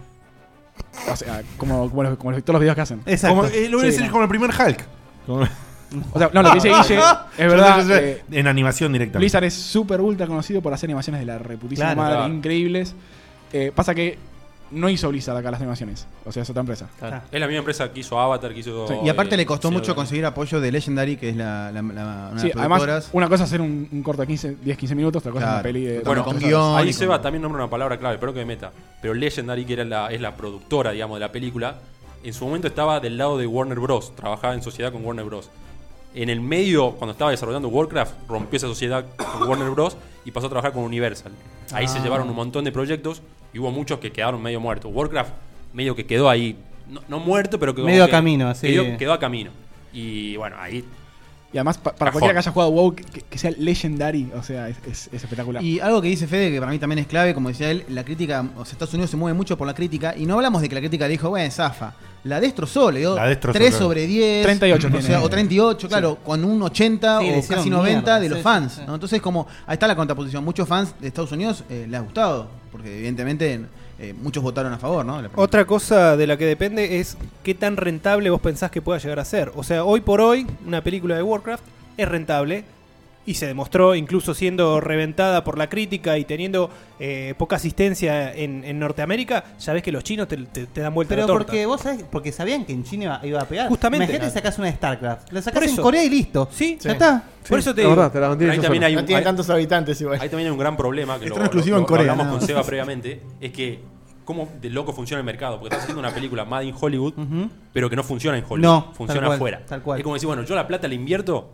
S4: O sea, como, como, los- como los- todos los videos que hacen.
S5: Exacto. Como- eh, lo voy a decir
S3: como el primer Hulk.
S4: O sea, no, lo que dice Guille es verdad.
S3: Yo sé, yo sé.
S4: eh,
S3: en animación directamente.
S4: Blizzard es súper ultra conocido por hacer animaciones de la reputísima
S3: Claro,
S4: madre,
S3: claro.
S4: increíbles. Eh, pasa que no hizo Blizzard acá las animaciones. O sea, es otra empresa.
S10: Es la misma empresa que hizo Avatar, que hizo.
S8: Y aparte
S10: eh,
S8: le costó
S10: Zero
S8: mucho
S10: Dawn.
S8: conseguir apoyo de Legendary, que es la, la, la- una de las
S4: Sí, además,
S8: productoras.
S4: una cosa es hacer un, un corto de 15, 10-15 minutos, otra cosa es una
S8: Claro.
S4: peli de...
S10: Bueno,
S4: con
S10: ahí Seba también nombra una palabra clave, pero que me meta. Pero Legendary, que era la, es la productora, digamos, de la película, en su momento estaba del lado de Warner Bros. Trabajaba en sociedad con Warner Bros. En el medio, cuando estaba desarrollando Warcraft, rompió esa sociedad con Warner Bros. y pasó a trabajar con Universal. Ahí se
S13: Ah.
S10: llevaron un montón de proyectos y hubo muchos que quedaron medio muertos. Warcraft medio que quedó ahí, no, no muerto, pero que
S5: Medio a
S10: que-
S5: camino, así.
S10: Quedó, quedó a camino. Y bueno, ahí
S4: Y además, pa- para
S10: Cajón.
S4: cualquiera que haya jugado WoW, que, que sea Legendary, o sea, es, es- es espectacular.
S8: Y algo que dice Fede, que para mí también es clave, como decía él, la crítica, o sea, Estados Unidos se mueve mucho por la crítica, y no hablamos de que la crítica le dijo, bueno, zafa, la destrozó, le dio
S3: La destrozó,
S8: 3
S3: claro.
S8: sobre 10,
S4: 38
S8: o,
S4: tiene.
S8: sea, o 38, claro, con un 80
S5: Sí, le
S8: o
S5: hicieron
S8: casi 90 de
S5: mierda,
S8: los
S5: sí,
S8: fans.
S5: sí.
S8: ¿no? Entonces, como, ahí está la contraposición, muchos fans de Estados Unidos eh, les ha gustado, porque evidentemente eh, muchos votaron a favor, ¿no? La-
S7: Otra cosa de la que depende es qué tan rentable vos pensás que pueda llegar a ser. O sea, hoy por hoy, una película de Warcraft es rentable y se demostró, incluso siendo reventada por la crítica y teniendo eh, poca asistencia en, en Norteamérica, ya ves que los chinos te, te- te dan vuelta
S5: Pero
S7: la torta.
S5: porque vos sabés, porque sabían que en China iba, iba a pegar.
S7: Justamente.
S5: Imagínate sacas una de StarCraft. La
S7: Por
S5: sacas en
S7: eso.
S5: Corea y listo.
S7: Sí,
S5: ya está.
S7: Por eso te digo.
S10: ahí también hay un- hay-
S9: habitantes
S10: Ahí también hay un gran problema que
S9: Esto
S10: lo,
S9: no es exclusivo
S10: lo-
S9: en
S10: lo
S9: Corea,
S10: hablamos
S9: nada
S10: con
S9: más.
S10: Seba previamente, es que cómo de loco funciona el mercado, porque estás haciendo una película Mad in Hollywood, pero que no funciona en Hollywood,
S5: No,
S10: funciona
S5: tal cual,
S10: afuera.
S5: tal cual.
S10: Es como decir, bueno, yo la plata la invierto,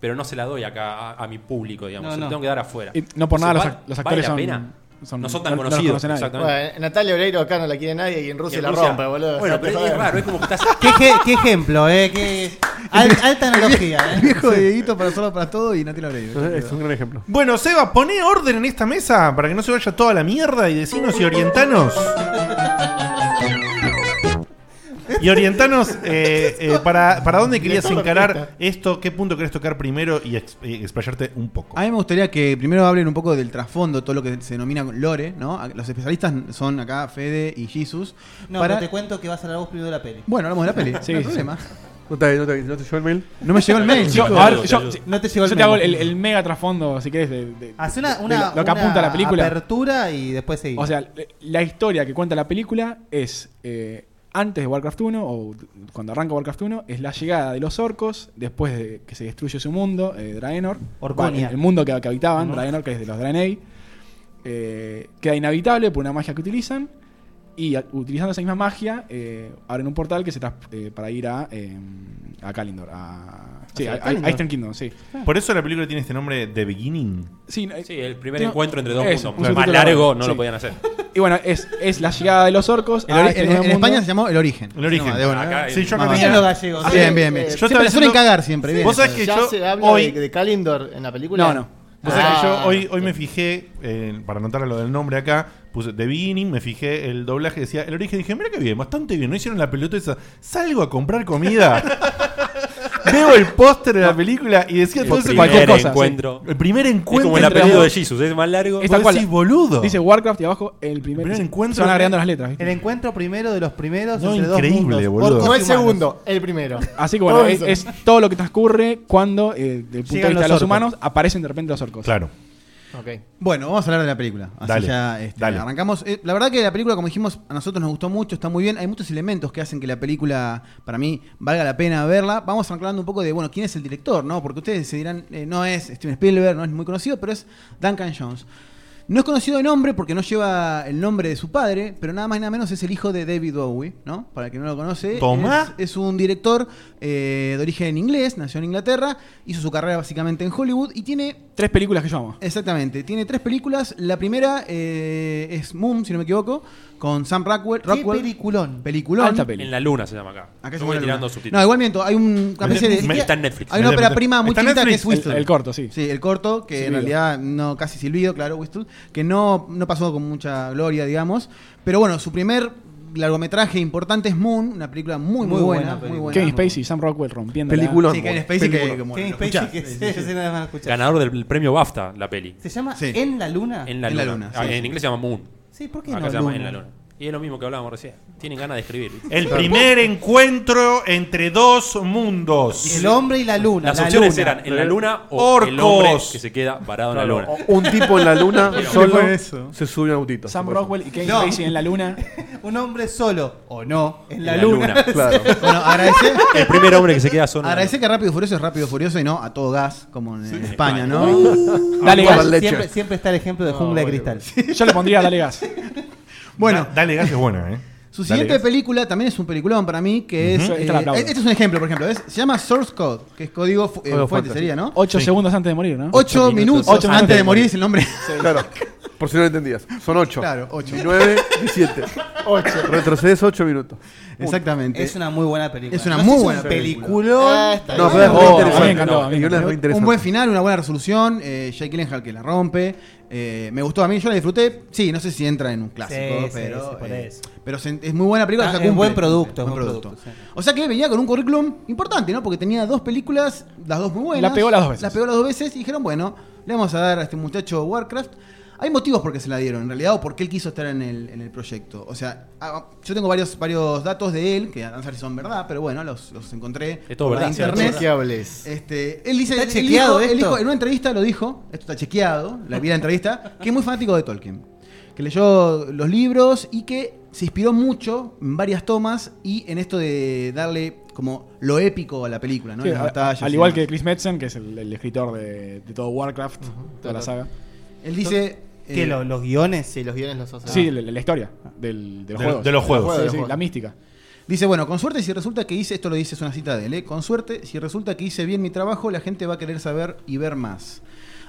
S10: pero no se la doy acá a, a mi público, digamos,
S5: No,
S10: se la
S5: no.
S10: tengo que dar afuera.
S4: Y no por nada los
S10: Entonces,
S4: ac- los
S10: ¿vale
S4: actores
S10: la
S4: son-
S10: pena?
S4: son-
S10: no son tan
S4: no- no los
S10: conocidos.
S4: conoce nadie.
S10: exactamente.
S9: Bueno, Natalia Oreiro acá no la quiere nadie y en Rusia
S10: en
S9: la
S10: Rusia-
S9: rompe, boludo.
S10: Bueno,
S9: Ya
S10: pero
S9: te
S10: es
S9: jodas.
S10: raro, es como que estás.
S5: ¿Qué, eje- qué ejemplo, ¿eh? Qué- al- alta analogía,
S8: El
S5: ¿eh?
S8: viejo de Dieguito para solo para todo y Nati Laureiro.
S6: Es un gran ejemplo.
S3: Bueno, Seba, poné orden en esta mesa para que no se vaya toda la mierda y decinos y orientanos. Y orientanos eh, eh, para, para dónde querías
S8: Director de
S3: encarar esto, qué punto querés tocar primero y ex- eh, explayarte un poco.
S8: A mí me gustaría que primero hablen un poco del trasfondo, todo lo que se denomina lore, ¿no? Los especialistas son acá Fede y Jesus.
S5: No,
S8: para-
S5: pero te cuento que vas a hablar vos primero de la peli.
S8: Bueno, hablamos de la peli.
S5: Sí,
S8: no hay
S5: sí.
S8: problema.
S6: ¿No te, no, te, ¿No te llegó el mail?
S8: No me llegó el mail,
S4: Yo,
S8: chicos.
S4: a ver, yo-
S5: No te llegó el
S4: yo te hago
S5: memo.
S4: el, el mega trasfondo, si querés, de, de-
S5: Hace una,
S4: de
S5: una,
S4: lo- lo que
S5: una
S4: apunta la película.
S5: apertura y después seguimos.
S4: O sea, le- la historia que cuenta la película es eh, antes de Warcraft 1 o d- cuando arranca Warcraft 1 es la llegada de los orcos después de que se destruye su mundo, eh, Draenor,
S5: Orconia.
S4: Va, el, el mundo que, que habitaban,
S5: Ujú.
S4: Draenor que es de los Draenei, eh, queda inhabitable por una magia que utilizan y a- utilizando esa misma magia eh, abren un portal que se tras- eh, para ir a eh, a Kalindor, a, sí,
S3: sea,
S4: a- a-
S3: Kalindor.
S4: a Eastern Kingdom, sí.
S10: Ah.
S3: Por eso la película tiene este nombre The Beginning.
S4: Sí, no,
S10: Sí, el primer
S4: tengo-
S10: encuentro entre dos
S4: eso,
S10: mundos.
S4: un
S10: Más
S4: subtítulo
S10: largo
S4: largo,
S10: no
S4: sí.
S10: lo podían hacer.
S4: Y bueno, es, es la llegada de los orcos.
S8: El
S4: a
S8: ori-
S4: este
S8: en-
S4: nuevo
S8: en
S4: mundo.
S8: España se llamó El Origen.
S3: El origen.
S8: No, de una,
S10: Acá
S8: ¿eh?
S10: Sí, yo
S8: Más
S10: acá
S8: bien.
S10: tenía-
S5: gallegos.
S8: Bien, bien, bien.
S9: Eh,
S8: Yo siempre suelen cagar siempre. bien.
S3: Vos sabés que
S9: ya
S3: yo
S9: se habla
S3: hoy-
S9: de, de Kalindor en la película.
S4: No, no.
S3: Vos sabés que
S9: Ah.
S3: yo hoy, hoy me fijé, eh, para anotar lo del nombre acá, puse The Beginning, me fijé el doblaje, decía el origen, dije, mira qué bien, bastante bien, no hicieron la pelota esa, salgo a comprar comida. Veo el póster de la película y decía
S10: El
S3: todo eso,
S10: primer
S3: cualquier cosa.
S10: encuentro.
S3: Sí. El primer
S10: Es
S3: encuentro.
S10: como el
S3: entre
S10: apellido de
S3: ambos.
S10: Jesus, es más largo.
S3: Vos
S4: Esta cual-
S3: decís, boludo.
S4: Dice Warcraft y abajo el primer,
S3: Primer
S4: se-
S3: encuentro
S4: Se van agregando
S3: de-
S4: las letras. ¿viste?
S5: El encuentro primero de los primeros
S3: No,
S5: entre
S3: increíble,
S5: dos mundos.
S3: boludo.
S5: orcos
S9: No el
S5: y humanos.
S9: segundo, el primero.
S4: Así que bueno,
S9: Todo
S4: es,
S9: eso.
S4: es todo lo que transcurre cuando, eh, del punto
S5: Llegan
S4: de vista
S5: los
S4: de los
S5: orcos.
S4: humanos, aparecen de repente los orcos.
S3: Claro.
S9: Ok.
S8: Bueno, vamos a hablar de la película. Así
S3: Dale,
S8: ya este,
S3: dale.
S8: arrancamos. Eh, la verdad que la película, como dijimos, a nosotros nos gustó mucho, está muy bien. Hay muchos elementos que hacen que la película, para mí, valga la pena verla. Vamos hablando un poco de, bueno, quién es el director, ¿no? Porque ustedes se dirán, eh, no es Steven Spielberg, no es muy conocido, pero es Duncan Jones. No es conocido de nombre porque no lleva el nombre de su padre, pero nada más y nada menos es el hijo de David Bowie, ¿no? Para el que no lo conoce.
S3: Tomá.
S8: Es, es un director eh, de origen inglés, nació en Inglaterra, hizo su carrera básicamente en Hollywood y tiene
S4: Tres películas que yo amo.
S8: Exactamente, tiene tres películas. La primera eh, es Moon, si no me equivoco, con Sam Rockwell.
S5: Qué
S8: Rockwell
S5: peliculón.
S8: peliculón.
S4: Alta peli.
S10: En la luna se llama acá.
S8: Acá
S10: Yo
S8: se
S10: voy
S8: llama La
S10: tirando
S8: Luna.
S10: subtítulos.
S8: No, igual miento, hay un, una especie de-
S10: Me- está en Netflix.
S8: Hay una
S3: Me-
S8: ópera
S3: me-
S8: prima muy
S3: está en
S8: chiquita que
S3: Netflix.
S8: es Whistle.
S4: El, el corto, sí.
S8: Sí, el corto, que en
S4: Silbido.
S8: realidad no casi silbido, claro, Whistle, que no, no pasó con mucha gloria, digamos. Pero bueno, su primer largometraje importante es Moon, una película muy, muy,
S5: Muy buena
S8: buena.
S5: película.
S8: muy buena.
S4: Kevin Spacey y Sam Rockwell rompiendo. la-
S6: Película.
S8: Sí, Kevin Spacey que, que, bueno,
S5: Kevin
S8: lo
S5: Spacey,
S8: escuchás.
S5: que
S8: Sí,
S5: sí,
S8: sí, sí.
S5: yo sé nada más escuchar.
S10: Ganador del premio BAFTA, la peli.
S5: ¿Se llama
S8: Sí.
S5: En la Luna?
S10: En la
S8: En la
S10: luna.
S8: luna,
S10: Ah,
S8: sí,
S10: en
S8: sí.
S10: inglés se llama Moon.
S5: Sí, ¿por qué
S10: Acá
S5: no?
S10: se llama
S5: Luna?
S10: en la luna. Y es lo mismo que hablábamos recién. Tienen ganas de escribir.
S3: El primer encuentro entre dos mundos.
S5: El hombre y la Luna.
S10: Las
S5: la
S10: opciones
S5: luna.
S10: eran en la luna o el
S3: Orcos.
S10: hombre que se queda varado en la luna.
S6: Un tipo en la luna solo
S8: fue eso?
S6: se subió a un autito. Eh,
S4: Sam
S6: Por eso.
S4: Rockwell y Kevin
S5: No.
S4: Spacey en la luna.
S5: Un hombre solo, o no, en
S10: En
S5: la, luna.
S6: Claro.
S8: Bueno, agradecer.
S10: El primer hombre que se queda solo. en la
S8: Agradecer que Rápido y Furioso es Rápido y Furioso y no a todo gas, como en, en España, ¿no?
S4: Dale
S6: Agua
S4: gas.
S6: con leche.
S5: Siempre, siempre está el ejemplo de Jungla de Cristal.
S4: Yo le pondría Dale gas.
S8: Bueno,
S3: Da- dale gas es buena, ¿eh?
S8: su
S3: Dale
S8: siguiente
S3: gas.
S8: película también es un peliculón para mí, que es...
S4: Ujú. Esta la aplaudo.
S8: este es un ejemplo, por ejemplo. ¿ves? Se llama Source Code, que es código fu- eh,
S6: Código
S8: fuente,
S6: fuente.
S8: sería, ¿no?
S4: Ocho segundos antes de morir, ¿no?
S8: Ocho minutos,
S4: Ocho minutos.
S8: antes de morir es el nombre.
S6: Claro. Por si no lo entendías. Son 8.
S8: Claro, ocho.
S6: 9 y 7. 8. Retrocedes 8 minutos.
S8: Exactamente.
S5: Es una muy buena película.
S8: Es una
S5: No
S8: muy
S5: sé si
S8: buena película.
S5: peliculón.
S9: Ah, está
S6: No,
S9: bien.
S6: pero es
S4: Oh,
S6: muy
S4: a mí me
S6: interesante.
S4: encantó, a mí
S6: El
S4: me
S6: guion es muy
S8: un
S6: interesante.
S8: buen final, una buena resolución. Eh, Jake Gyllenhaal que la rompe. Eh, me gustó a mí, yo la disfruté. Sí, no sé si entra en un clásico,
S5: Sí, sí,
S8: pero,
S5: sí, por
S8: eh,
S5: eso.
S8: pero se- es muy buena
S5: Ah,
S8: película. o sea,
S5: es
S8: cumple,
S5: buen producto,
S8: buen
S5: buen
S8: producto.
S5: producto, sí.
S8: O sea que venía con un currículum importante, ¿no? Porque tenía dos películas, las dos muy buenas.
S4: La pegó las dos veces.
S8: La pegó las dos veces y dijeron, bueno, le vamos a dar a este muchacho Warcraft. Hay motivos por qué se la dieron, en realidad, o por qué él quiso estar en el, en el proyecto. O sea, ah, yo tengo varios, varios datos de él, que a no saber si son verdad, pero bueno, los, los encontré
S10: Es todo
S8: por
S10: verdad, sí,
S8: internet.
S9: ¿Qué hables?
S8: Este, él dice,
S5: ¿Está
S8: él
S5: chequeado
S8: dijo- él
S5: esto?
S8: dijo- en una entrevista lo dijo, esto está chequeado, la vi la entrevista, que es muy fanático de Tolkien, que leyó los libros y que se inspiró mucho en varias tomas y en esto de darle como lo épico a la película, ¿no?
S4: Sí,
S8: Las
S4: a-
S8: batallas
S4: al
S8: y
S4: igual
S8: demás.
S4: que Chris Metzen, que es el, el escritor de, de todo Warcraft, toda la saga.
S8: él dice
S5: Que
S8: eh,
S5: lo- los guiones.
S9: Sí, los guiones los hace.
S4: Sí, la, la- la historia del, de los
S3: De-
S4: juegos.
S3: de los juegos.
S4: Sí,
S9: De los
S4: sí,
S9: juegos.
S4: la mística.
S8: Dice, bueno, con suerte si resulta que hice, esto lo dice, es una cita de él, ¿eh? con suerte si resulta que hice bien mi trabajo, la gente va a querer saber y ver más.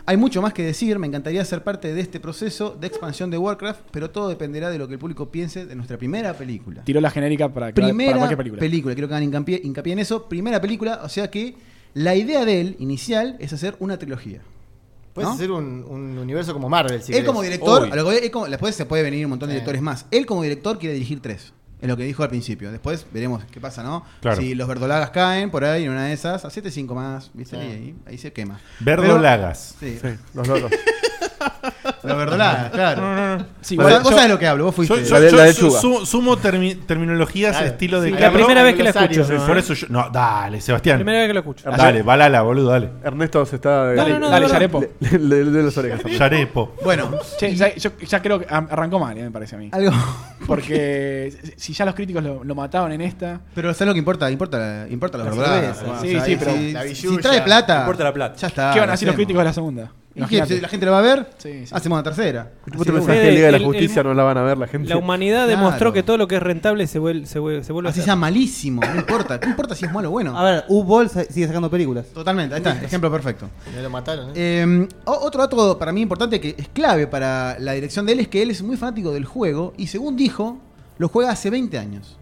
S8: Hay mucho más que decir, me encantaría ser parte de este proceso de expansión de Warcraft, pero todo dependerá de lo que el público piense de nuestra primera película.
S4: Tiró la genérica para, para
S8: Primera
S4: cualquier
S8: película.
S4: película.
S8: quiero que hagan hincapié, hincapié en eso. Primera película, o sea que la idea de él inicial es hacer una trilogía.
S9: Puedes
S8: ¿No?
S9: hacer un, un universo como Marvel, si
S8: él
S9: querés.
S8: como director,
S9: Uy.
S8: a lo que voy, él como- después se puede venir un montón de
S9: Sí.
S8: directores más. Él como director quiere dirigir tres, es lo que dijo al principio. Después veremos qué pasa, ¿no?
S3: Claro.
S8: Si los verdolagas caen por ahí en una de esas, a 7 cinco más, ¿viste?
S9: Ah.
S8: Y ahí, ahí se quema.
S3: Verdolagas.
S8: Pero- sí.
S6: Sí, los locos.
S8: Los verdolagas, claro.
S4: Sí,
S8: vos,
S4: igual
S8: vos
S4: yo-
S8: sabés lo que hablo, vos fuiste.
S3: Yo, yo- yo su- su- sumo termi- terminologías
S8: Claro.
S3: estilo de
S8: Sí, la
S3: Carlos.
S8: primera vez que la escucho,
S3: Sí,
S8: ¿no?
S3: Por eso yo. No, dale, Sebastián.
S7: Primera vez que la escucho.
S3: Dale, balala, boludo, dale.
S6: Ernesto se está.
S4: Dale, no, no, dale, no, no. Yarepo.
S6: Le, le- le doy las orejas.
S3: Yarepo.
S8: Bueno,
S4: Che, ya, yo ya creo que am- arrancó mal, eh, me parece a mí.
S8: Algo.
S4: Porque si ya los críticos lo, lo mataron en esta.
S8: Pero ¿sabes lo que importa? Importa, importa los
S4: La
S8: verdolagas.
S4: cerveza.
S8: O
S4: Sí,
S8: sea,
S4: sí,
S8: y
S4: pero
S8: si,
S4: la
S8: si
S4: billulla,
S8: trae plata.
S4: no importa la plata.
S8: Ya está.
S4: ¿Qué van a decir los
S8: hacemos.
S4: críticos de la segunda?
S8: ¿Y qué?
S4: Imagínate.
S8: ¿La gente la va a ver?
S4: Sí, sí.
S8: Hacemos la tercera.
S6: Vos te
S8: Así
S6: pensás
S8: que
S6: que
S8: bueno.
S6: Liga de la
S7: el-
S6: Justicia
S7: el-
S6: no la van a ver la gente.
S7: La humanidad
S8: Claro.
S7: demostró que todo lo que es rentable se vuelve, se vuelve, se vuelve a
S8: Así
S7: hacer.
S8: sea malísimo, no importa. ¿Qué importa si es malo o bueno?
S5: A ver, U-Ball sa- sigue sacando películas.
S8: Totalmente, ahí está, ejemplo perfecto.
S9: Ya lo mataron, ¿eh?
S8: Eh, o- otro dato para mí importante que es clave para la dirección de él es que él es muy fanático del juego y según dijo, lo juega hace 20 años.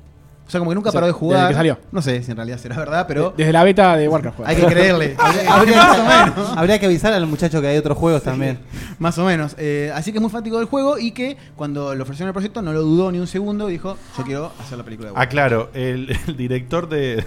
S8: O sea, como que
S4: O
S8: nunca
S4: sea,
S8: paró de jugar.
S4: desde que salió.
S8: No sé si en realidad será verdad, pero
S4: Desde la beta de Warcraft.
S8: hay que creerle.
S5: Habría,
S8: Habría- más o
S5: habría-
S8: menos.
S5: habría que avisar al muchacho que hay otros juegos también.
S8: Más o menos. Eh, así que es muy fanático del juego y que cuando le ofrecieron el proyecto no lo dudó ni un segundo. Dijo, yo quiero hacer la película de
S3: Ah,
S8: Warcraft.
S3: claro, el, el director de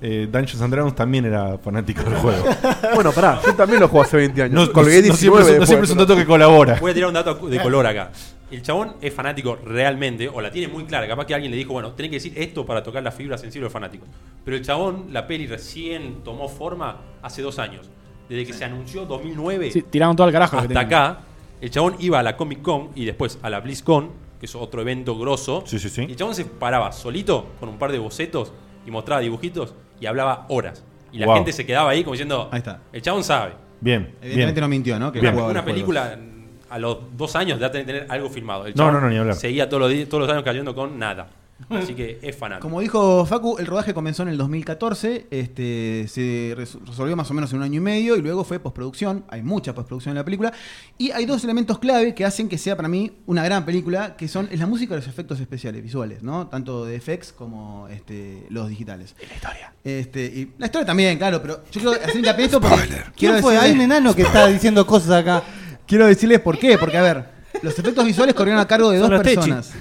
S3: eh, Dungeons and Dragons también era fanático del juego.
S6: Bueno, pará, yo también lo juego hace 20 años.
S3: No,
S6: Colgué
S3: no siempre es un-
S6: 19
S3: no
S6: después,
S3: siempre es un
S6: pero-
S3: dato que colabora.
S10: Voy a tirar un dato de color acá. El chabón es fanático realmente, o la tiene muy clara. Capaz que alguien le dijo, bueno, tenés que decir esto para tocar la fibra sensible del fanático. Pero el chabón, la peli recién tomó forma hace dos años. Desde que se anunció 2009
S4: Sí, tiraron todo al carajo. lo que
S10: hasta
S4: tenían.
S10: acá, el chabón iba a la Comic Con y después a la BlizzCon, que es otro evento grosso.
S3: Sí, sí, sí.
S10: Y el chabón se paraba solito con un par de bocetos y mostraba dibujitos y hablaba horas. Y la
S3: Wow.
S10: gente se quedaba ahí como diciendo,
S8: Ahí está.
S10: el chabón sabe.
S3: Bien.
S8: Evidentemente
S3: bien.
S8: no mintió, ¿no? Que
S10: Una,
S8: jugaba a
S10: una
S8: los juegos.
S10: película a los dos años ya tenés que tener algo filmado. El
S3: No,
S10: chabón
S3: no, no, ni hablar.
S10: Seguía todos los, di- todos los años cayendo con nada. Así que es fanático.
S8: Como dijo Facu, el rodaje comenzó en el 2014, este, se res- resolvió más o menos en un año y medio y luego fue postproducción, hay mucha postproducción en la película y hay dos elementos clave que hacen que sea para mí una gran película, que son es la música y los efectos especiales, visuales, ¿no? Tanto de FX como este, los digitales. Y la historia. Este, y la historia también, claro, pero yo quiero hacer hincapié en esto porque quiero
S5: ¿Quién fue?
S8: decirle-
S5: Hay un enano que está diciendo cosas acá.
S8: quiero decirles por qué, porque a ver, los efectos visuales corrieron a cargo de
S7: Son
S8: dos
S7: los Techi.
S8: personas.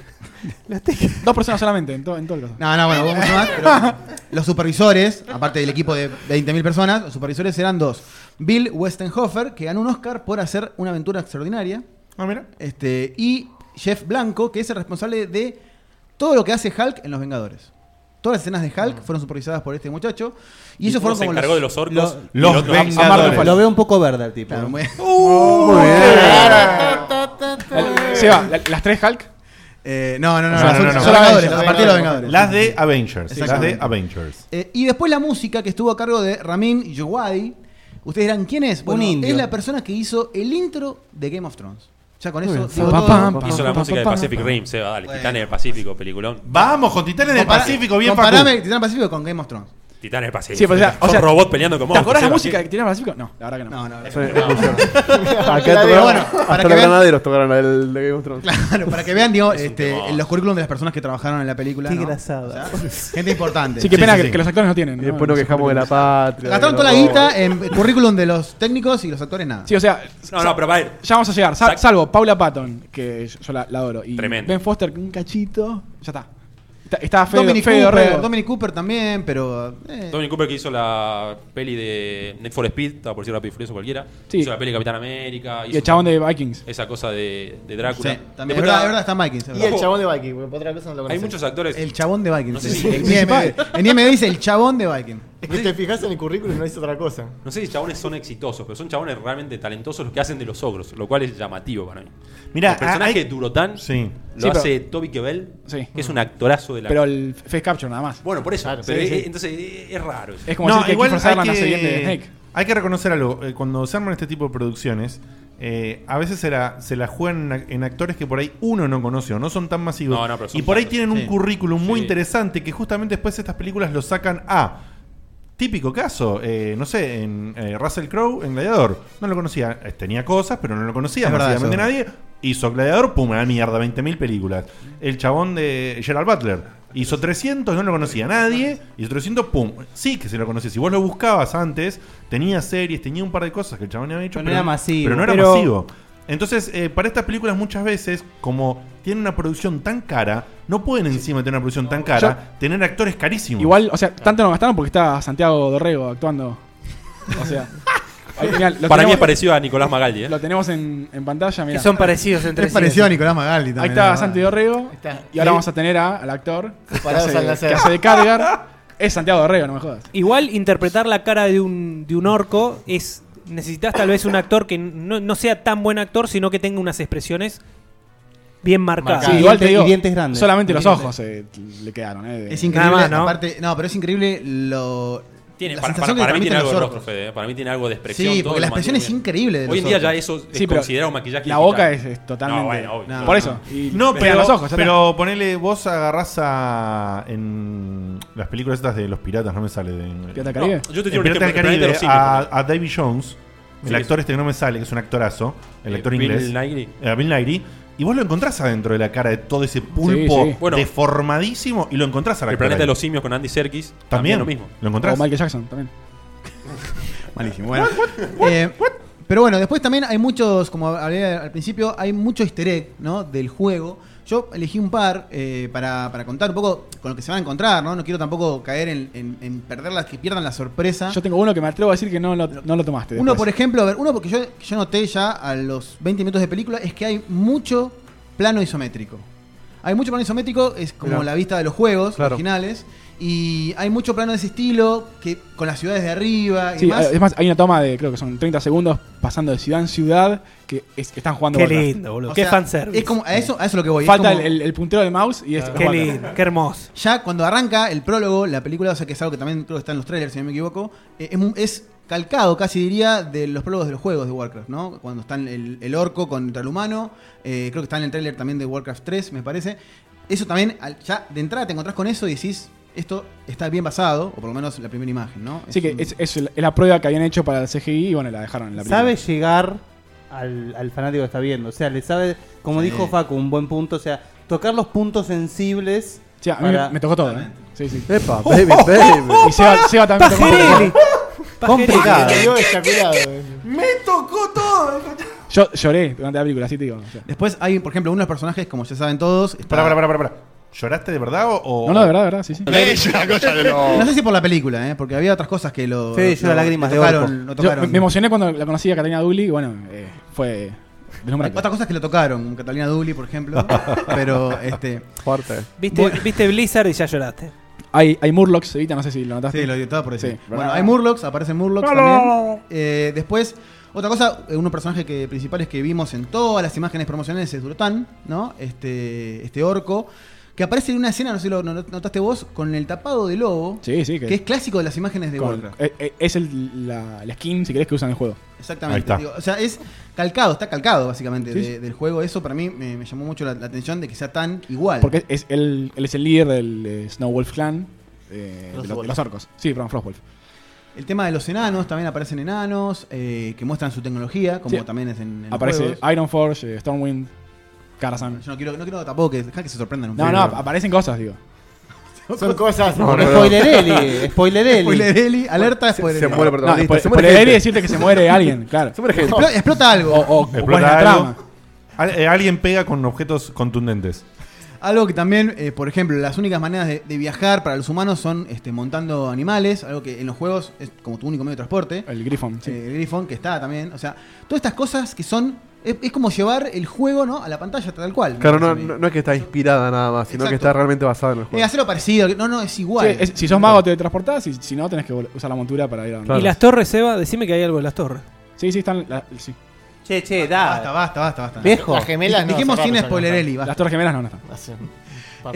S4: Dos personas solamente, en, todo en todo el caso.
S8: No, no, bueno, vos mucho más. pero los supervisores, aparte del equipo de 20.000 personas, los supervisores eran dos. Bill Westenhofer, que ganó un Oscar por hacer una aventura extraordinaria.
S3: Ah, mira.
S8: Este, y Jeff Blanco, que es el responsable de todo lo que hace Hulk en Los Vengadores. Todas las escenas de
S3: Ah.
S8: Hulk fueron supervisadas por este muchacho. Y, ellos
S10: uno
S8: fueron
S10: se
S8: como
S10: encargó de los orcos.
S5: los-
S10: y el
S3: los
S10: otro- ah,
S3: Vengadores.
S10: Amar-
S3: Vengadores.
S5: Lo veo un poco verde al tipo.
S8: Claro, muy-
S6: Muy bien.
S4: La- Seba, la- las tres Hulk.
S8: Eh, no, no, no,
S3: No,
S8: las
S3: no, no,
S8: últimas-
S3: no.
S8: son los Vengadores,
S9: Los
S8: a partir de los
S9: Vengadores.
S8: Vengadores.
S3: Las de Avengers. Las de
S8: Exactamente.
S3: Avengers.
S8: Eh, y después la música que estuvo a cargo de Ramin Djawadi. Ustedes dirán, ¿quién es? Bueno,
S5: indio.
S8: es la persona que hizo el intro de Game of Thrones. Ya con eso
S6: bien.
S8: digo
S6: Pa,
S8: todo.
S6: pa, pa.
S10: Hizo la
S6: Pa, pa,
S10: música de
S6: pa, pa,
S10: Pacific
S6: pa.
S10: Rim, Seba, dale.
S8: Bueno.
S10: Titanes del Pacífico, peliculón.
S3: Vamos con Titanes del
S8: Compara-
S3: Pacífico, bien
S8: Comparame
S3: Facu.
S8: Titán Pacífico con Game of Thrones.
S10: Titanes del Pacífico.
S4: Sí, pues, o sea, o
S10: Son
S4: sea,
S10: robots peleando con
S4: ¿Te acordás la
S10: Seba,
S4: música
S10: ¿qué?
S4: que tiraba el Pacífico? No, la verdad que no.
S8: No, no, no.
S6: Sí, muy cierto.
S9: la
S6: Acá tocaron-
S9: veo, bueno,
S8: para
S6: hasta
S8: que
S6: los
S8: vean-
S6: granaderos tocaron el de Game of Thrones.
S8: Claro, para que vean, digo,
S10: Es un
S8: este,
S10: tema.
S8: en los currículums de las personas que trabajaron en la película.
S5: Qué
S8: ¿no?
S5: grasada.
S8: O sea, gente importante.
S4: Sí, qué pena
S3: sí,
S4: que,
S3: sí.
S4: que los actores no tienen.
S6: Y
S4: ¿no?
S6: después nos quejamos de la patria.
S8: Gastaron
S6: de
S8: toda la
S6: los
S8: guita en el currículum de los técnicos y los actores nada.
S4: Sí, o sea,
S10: No, no, pero para ver.
S4: ya vamos a llegar. Sal-
S10: Sac-
S4: salvo Paula Patton, que yo- yo la, la adoro. Y
S10: Tremendo.
S4: Ben Foster, un cachito. Ya está. Está, está Ah, Fede,
S8: Dominic,
S4: Fede
S8: Cooper,
S4: Dorrego.
S8: Dominic Cooper también, pero. eh,
S10: Tony Cooper que hizo la peli de Need for Speed, estaba por decir Rápido y Furioso cualquiera.
S4: Sí.
S10: Hizo la peli de Capitán América.
S4: Y
S10: hizo
S4: el chabón de Vikings.
S10: Esa cosa de, de
S8: sí,
S10: Drácula.
S8: también.
S10: Después
S8: Es verdad,
S10: está-
S8: es verdad, está Mikings. es
S9: Y el
S8: verdad.
S9: chabón de Viking, porque por otra cosa no lo
S10: Hay
S9: conocen.
S10: muchos actores.
S8: El chabón de Vikings.
S10: No sé
S8: sí.
S10: si-
S8: en, IMDb, en IMDb dice el chabón de Viking.
S9: Es que te fijas en el currículum y no dice otra cosa.
S10: No sé si chabones son exitosos, pero son chabones realmente talentosos los que hacen de los ogros, lo cual es llamativo para mí.
S3: Mirá,
S10: el personaje
S3: hay-
S10: de Durotán
S3: Sí.
S10: lo
S4: Sí, pero-
S10: hace Toby Kebbell,
S4: Sí.
S10: que es un actorazo de la.
S4: Pero el face capture nada más.
S10: bueno, por eso.
S9: Claro,
S10: pero
S4: sí,
S10: es-
S4: sí.
S10: es- Entonces es es raro. eso.
S4: Es como decir que Kiefer Sutherland hace bien de Snake.
S3: hay que reconocer algo. eh, Cuando se arman este tipo de producciones, eh, a veces se la, se la juegan en ac- en actores que por ahí uno no conoce o no son tan masivos.
S10: No, no, pero son
S3: y por ahí
S10: tantos.
S3: tienen un
S8: Sí.
S3: currículum muy
S10: Sí.
S3: interesante que justamente después estas películas lo sacan a Típico caso, eh, no sé, en eh, Russell Crowe, en Gladiador. No lo conocía, eh, tenía cosas, pero no lo conocía
S8: Es verdad
S3: prácticamente
S8: eso.
S3: nadie. Hizo Gladiador, pum, a la mierda, 20.000 películas. El chabón de Gerald Butler. Hizo 300, no lo conocía nadie. Hizo 300, pum. Sí que se lo conocía. Si vos lo buscabas antes, tenía series, tenía un par de cosas que el chabón había hecho.
S5: Pero no era masivo.
S3: Pero no era
S5: Pero-
S3: masivo. Entonces, eh, para estas películas muchas veces, como tienen una producción tan cara, no pueden encima tener una producción tan cara, tener actores carísimos.
S4: Igual, o sea, tanto no gastaron porque está Santiago Dorrego actuando. O sea. ahí, mirá, lo
S10: Para mí
S4: tenemos-
S10: es parecido a Nicolás Magaldi, ¿eh?
S4: Lo tenemos en, en pantalla, mira.
S7: Que son parecidos entre
S8: Es parecido sí. a Nicolás Magaldi también,
S4: Ahí
S8: la
S4: está
S8: verdad.
S4: Santi Dorrego.
S9: Está.
S4: Y ahora
S7: Sí.
S4: vamos a tener a- al actor que
S9: Separados al
S4: hace,
S9: nacer.
S4: que hace de Cadgar. Es Santiago Dorrego, no me jodas.
S7: Igual interpretar la cara de un, de un orco es. Necesitas tal vez un actor que no, no sea tan buen actor, sino que tenga unas expresiones bien marcadas.
S4: Sí, igual te digo, Solamente los ojos eh, le quedaron. eh, de-
S8: Es increíble, aparte, no, pero es increíble lo.
S10: Tiene,
S8: la
S10: para, para-
S8: sensación que
S10: para
S8: transmiten
S10: mí tiene algo de
S8: los
S10: rostro,
S8: orcos.
S10: Fede, ¿eh? Para mí tiene algo de expresión.
S8: Sí,
S10: todo
S8: porque la
S10: lo mantiene
S8: expresión es
S10: bien.
S8: increíble de
S10: Hoy en
S8: los
S10: día
S8: orcos.
S10: ya eso es
S4: Sí, pero
S10: considerado maquillaje.
S4: la
S10: digital.
S4: boca es- es totalmente-
S10: No, bueno, obvio.
S4: No, Por eso. Ah, Y
S3: no,
S4: le
S3: pero,
S4: pegan los ojos, ya
S3: pero ponele, vos agarrás a. En las películas estas de los piratas, no me sale. De,
S4: ¿Pirata del Caribe?
S10: No, yo te
S3: En
S10: tiro un
S3: Pirata del
S10: ejemplo, el
S3: Caribe,
S10: planeta de los simios,
S3: a, a David Jones, el
S10: Sí,
S3: actor este que no me sale, que es un actorazo, el
S10: Eh,
S3: actor
S10: Bill
S3: inglés.
S10: Nighy.
S3: Eh, Bill Nighy. Y vos lo encontrás adentro de la cara de todo ese pulpo
S10: Sí, sí. Bueno.
S3: deformadísimo y lo encontrás al
S10: El
S3: actor
S10: planeta
S3: ahí.
S10: de los simios con Andy Serkis. También,
S3: También,
S10: lo mismo.
S3: Lo encontrás.
S4: O Michael Jackson también.
S8: Malísimo, bueno. Eh, pero bueno, después también hay muchos, como hablé al principio, hay mucho easter egg ¿no? del juego. Yo elegí un par eh, para, para contar un poco con lo que se van a encontrar, ¿no? No quiero tampoco caer en, en, en perderlas, que pierdan la sorpresa.
S4: Yo tengo uno que me atrevo a decir que no lo, no lo tomaste.
S8: Uno,
S4: después.
S8: por ejemplo, a ver, uno porque yo, que yo noté ya a los 20 minutos de película es que hay mucho plano isométrico. Hay mucho plano isométrico, es como
S6: Mirá.
S8: la vista de los juegos
S6: Claro.
S8: originales. Y hay mucho plano de ese estilo, que con las ciudades de arriba y
S4: Sí,
S8: demás.
S4: es más, hay una toma de creo que son 30 segundos pasando de ciudad en ciudad que es- que están jugando.
S7: Qué
S4: Warcraft.
S7: lindo, boludo.
S8: O
S7: Qué
S8: sea,
S7: fanservice.
S8: Es como, a, eso, a eso es lo que voy. es
S4: Falta
S8: como-
S4: el, el puntero del mouse y este. es.
S7: Qué
S4: Warcraft.
S7: lindo, qué hermoso.
S8: Ya cuando arranca el prólogo, la película, o sea que es algo que también creo que está en los trailers, si no me equivoco, eh, es, mu- es calcado, casi diría, de los prólogos de los juegos de Warcraft, ¿no? Cuando están el, el orco contra el humano, eh, creo que está en el trailer también de Warcraft 3, me parece. Eso también, al- ya de entrada te encontrás con eso y decís, esto está bien basado, o por lo menos la primera imagen, ¿no?
S4: Así que
S8: un-
S4: es, es la- es la prueba que habían hecho para el CGI y bueno, la dejaron en la película.
S5: sabe llegar al, al fanático que está viendo. O sea, le sabe, como
S8: Sí.
S5: dijo Facu, un buen punto. O sea, tocar los puntos sensibles.
S4: Sí, a mí
S5: para-
S4: me tocó todo, ¿eh? Sí, sí.
S6: Epa, baby, baby.
S4: Y Seba, Seba también tocó todo.
S5: Complicado.
S9: Te digo, ejaculado.
S4: Yo lloré durante la película, así te digo. o sea.
S8: Después hay, por ejemplo, unos personajes, como ya saben todos, está-
S3: Pará, pará, pará, pará, pará. ¿Lloraste de verdad o.? o-
S4: No, no, de verdad, de verdad, sí, sí.
S11: Es una cosa de loco.
S8: No sé si por la película, ¿eh? porque había otras cosas que lo.
S5: Sí, yo
S8: lo-
S5: lágrimas
S8: lo
S5: de
S8: tocaron,
S5: orco.
S8: lo
S4: Yo
S8: tocaron.
S4: me- me emocioné cuando la conocí a Catalina Dully y bueno, eh, fue
S8: Hay
S4: deslumbrante.
S8: otras cosas que lo tocaron, Catalina Duli, por ejemplo. pero este.
S6: Fuerte.
S7: Viste, viste Blizzard y ya lloraste.
S4: Hay, hay Murlocs, Evita, no sé si lo notaste.
S8: Sí, lo editaba por decir.
S4: Sí.
S8: Bueno, hay Murlocs, aparecen Murlocs también. Eh, después, otra cosa, eh, unos personajes que, principales que vimos en todas las imágenes promocionales es Durotán, ¿no? Este, este orco. Que aparece en una escena, no sé si lo no- notaste vos, con el tapado de lobo.
S4: Sí, sí, que,
S8: Que es clásico de las imágenes de
S4: con-
S8: Warcraft.
S4: eh, eh, es el- la, la skin, si querés, que usan en el juego.
S8: Exactamente.
S3: Ahí está.
S8: digo, o sea, es calcado, está calcado básicamente
S4: Sí,
S8: de-
S4: sí.
S8: del juego. Eso para mí me, me llamó mucho la, la atención de que sea tan igual.
S4: Porque es, él, él es el líder del eh, Snow Wolf Clan. eh, de, los, de los orcos. Sí, perdón, Frostwolf.
S8: El tema de los enanos, también aparecen enanos eh, que muestran su tecnología, como
S4: Sí.
S8: también es en, en los
S4: Aparece
S8: juegos.
S4: Iron Forge, Stormwind, Karazhan.
S8: Yo no quiero, no quiero tampoco que, dejá que se sorprendan un
S4: No,
S8: poco.
S4: no, aparecen cosas, digo.
S9: Son cosas.
S6: No, no,
S5: Spoiler Eli, spoiler Eli.
S8: Spoilereli, alerta,
S6: Se, se
S8: spoilereli.
S6: muere el
S4: No,
S6: protagonista.
S4: por,
S6: se
S4: por
S6: muere
S4: leer y
S6: gente.
S4: decirte que se muere alguien, claro. Oh.
S6: Se muere gente.
S8: Explo- explota algo.
S4: O, o- o cuál es la
S3: Explota algo.
S4: trama.
S3: Al- eh, alguien pega con objetos contundentes.
S8: Algo que también, eh, por ejemplo, las únicas maneras de, de viajar para los humanos son este, montando animales, algo que en los juegos es como tu único medio de transporte.
S4: El Griffon, sí.
S8: Eh, el Grifón que está también. O sea, todas estas cosas que son. Es, es como llevar el juego ¿no? a la pantalla tal cual. me
S6: Claro,
S8: parece
S6: no,
S8: a mí.
S6: no, no es que está inspirada nada más, sino que
S8: Exacto.
S6: está realmente basada en el
S8: Eh,
S6: juego.
S8: hacerlo parecido. que- No, no, es igual.
S4: Sí, es- si sos mago te transportás y si no tenés que vol- usar la montura para ir a donde-
S6: Claro.
S7: Y las torres, Seba, decime que hay algo en las torres.
S4: eh. Sí, sí, están la- sí.
S5: Che, che,
S8: Basta,
S5: da.
S8: basta, basta, basta.
S5: Viejo.
S9: Las gemelas no.
S8: Dijimos
S9: cerramos
S8: sin
S9: ya,
S8: spoilereli.
S4: Las
S8: basta.
S4: torres gemelas no, no están.
S9: no está.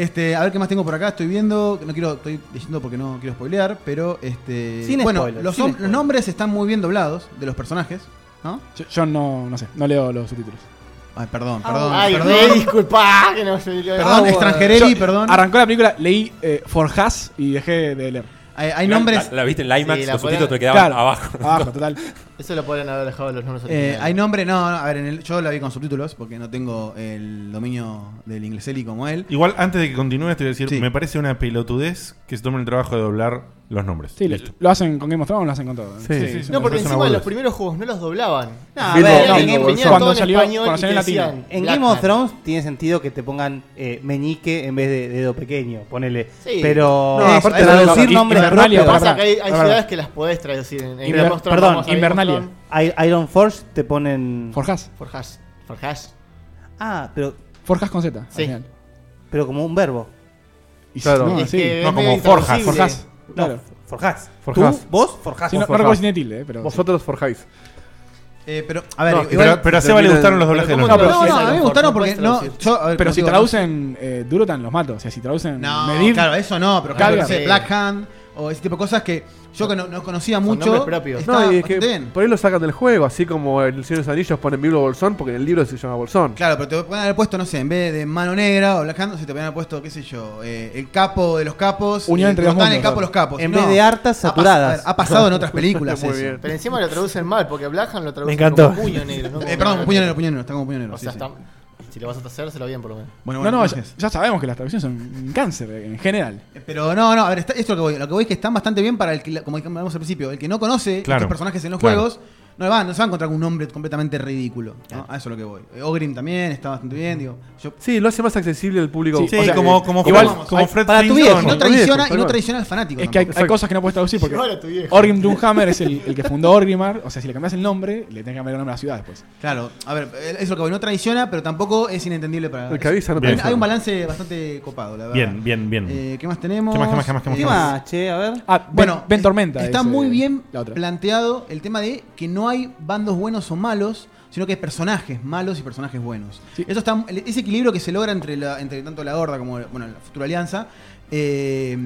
S8: Este, a ver qué más tengo por acá. Estoy viendo. No quiero, estoy leyendo porque no quiero spoilear, pero este.
S5: Sin
S8: bueno,
S5: spoiler,
S8: los,
S5: sin
S8: hom-
S5: spoiler.
S8: los nombres están muy bien doblados de los personajes, ¿no?
S4: Yo, yo no, no sé, no leo los subtítulos.
S8: Ay, perdón, perdón,
S9: Ay, re
S8: perdón.
S9: disculpa que no se
S8: Ah, Perdón, extranjereli,
S4: Yo- Ah,
S8: perdón.
S4: Arrancó la película, leí eh, For Haas y dejé de leer.
S8: Hay, hay
S10: La-
S8: nombres.
S10: la- la viste en la IMAX, Sí, la los subtítulos podrían- te quedaban abajo.
S8: Abajo, total.
S9: Eso lo pueden haber dejado los nombres
S8: Eh,
S9: originales.
S8: hay nombres, no, no, a ver, en el- yo la vi con subtítulos porque no tengo el dominio del ingleseli como él.
S3: Igual, antes de que continúes, te voy a decir, me parece una pelotudez que se tomen el trabajo de doblar los nombres.
S4: Sí, lo, lo hacen con Game of Thrones, lo hacen con todo. es
S9: No,
S4: una-
S9: porque
S3: es una
S9: encima los
S3: boludez.
S9: primeros juegos no los doblaban.
S5: No, a ver, en Game of Thrones-
S9: cuando salió en español y te decían
S5: En
S9: Black
S5: Game of
S9: Man.
S5: Thrones tiene sentido que te pongan eh, meñique en vez de dedo pequeño, ponele.
S9: Sí.
S5: Pero
S9: No,
S5: eso,
S9: aparte
S5: eso,
S9: la-
S5: decir
S9: y-
S5: nombres
S9: Invernalia,
S5: propios-
S9: pasa que hay- hay Pará, pará. ciudades que las podés traducir en- en
S5: Inver-
S9: Game of Thrones,
S5: Perdón,
S9: vamos a Game Invernalia. of
S5: I- Iron Forge te ponen.
S4: Forjas.
S9: Forjas. Forjas.
S5: Ah, pero.
S4: Forjas con Z.
S5: Sí. Pero como un verbo.
S4: Y Claro. sí, no, sí. No, como forjas, forjas. Claro.
S5: No, forjas.
S6: Forjás.
S5: Tú, vos, forjas.
S4: Sí, no- no recuerdo si tiene tilde, eh, pero sí.
S6: Vosotros forjáis.
S8: Eh, pero, a ver,
S6: No,
S8: igual-
S6: pero- pero a Seba le gustaron los doblajes de los
S4: No,
S6: nombres.
S4: pero-
S8: No, no, a mí me gustaron porque
S4: puedes
S8: no,
S4: traducir.
S8: yo, a ver,
S4: pero
S8: no
S4: si
S8: digo-
S4: traducen eh, Durotan, los mato. O sea, si traducen
S8: No,
S4: Medir.
S8: claro, eso no, pero claro,
S4: Calga.
S8: no sé, Black Hand o ese tipo de cosas que yo que no, no conocía mucho.
S9: nombres propios.
S8: estaba
S6: No, y es
S8: bastante
S6: que
S8: bien.
S6: por ahí lo sacan del juego, así como en el Señor de los Anillos ponen Bilbo Bolsón, porque en el libro se llama Bolsón.
S8: Claro, pero te pueden haber puesto, no sé, en vez de mano negra o Black Hand, se te pueden haber puesto, qué sé yo, eh, el capo de los capos.
S5: Unión
S8: eh,
S5: entre los
S8: Cortana, el
S5: mundos,
S8: capo de los
S5: claro.
S8: capos.
S5: En
S8: No,
S5: vez de hartas
S8: ha pas-
S5: saturadas.
S8: a ver, Ha, pasado en otras películas.
S9: Muy
S8: eso.
S9: bien. Pero encima lo traducen mal, porque a Blahan lo traducen
S8: encantó.
S9: como puño negro. ¿no?
S8: Eh, perdón, como puño negro, puño negro, está como puño negro,
S9: O
S8: sí,
S9: sea,
S8: sí.
S9: está- si lo vas a hacer, se lo bien por lo menos.
S4: no, no, ya, ya sabemos que las traducciones son un cáncer eh, en general.
S8: Pero no, no, a ver, está, esto es lo que voy. Lo que voy es que están bastante bien para el que, como hablamos al principio, el que no conoce
S3: Claro.
S8: estos personajes en los
S3: Claro.
S8: juegos, no, va, no se va a encontrar con un nombre completamente ridículo. ¿no? A eso es lo que voy. Eh, Ogrim también está bastante bien, digo. Yo,
S6: Sí, lo hace más accesible al público.
S8: Sí,
S6: O sea,
S8: como-
S6: eh,
S8: como- como- como Fred
S6: para tu
S8: Flintstone.
S6: viejo,
S8: Y no
S6: para tu
S8: traiciona-
S6: viejo,
S8: y no
S6: tal
S8: traiciona al fanático
S4: Es que hay, hay
S8: tampoco.
S4: cosas que no puedes traducir porque
S8: Llevar a tu viejo.
S4: Orgrim Dunhammer es el, el que fundó Orgrimmar. O sea, si le cambias el nombre, le tenés que cambiar el nombre a la ciudad después.
S8: Claro, a ver, eh, eso es lo que voy. No traiciona, pero tampoco es inentendible para.
S4: El que avisa no
S8: Hay- hay,
S4: traiciona.
S8: un balance bastante copado, la verdad.
S3: Bien, bien, bien.
S8: Eh, ¿Qué más tenemos?
S3: ¿Qué más, qué más, qué más, qué más, qué más?
S5: che? A ver.
S4: Ah, bueno, Ven Tormenta.
S8: Está
S4: es, eh,
S8: muy bien
S4: la otra.
S8: planteado el tema de que no hay bandos buenos o malos, sino que hay personajes malos y personajes buenos. Eso está, ese equilibrio que se logra entre, la, entre tanto la Horda como bueno, la futura alianza eh,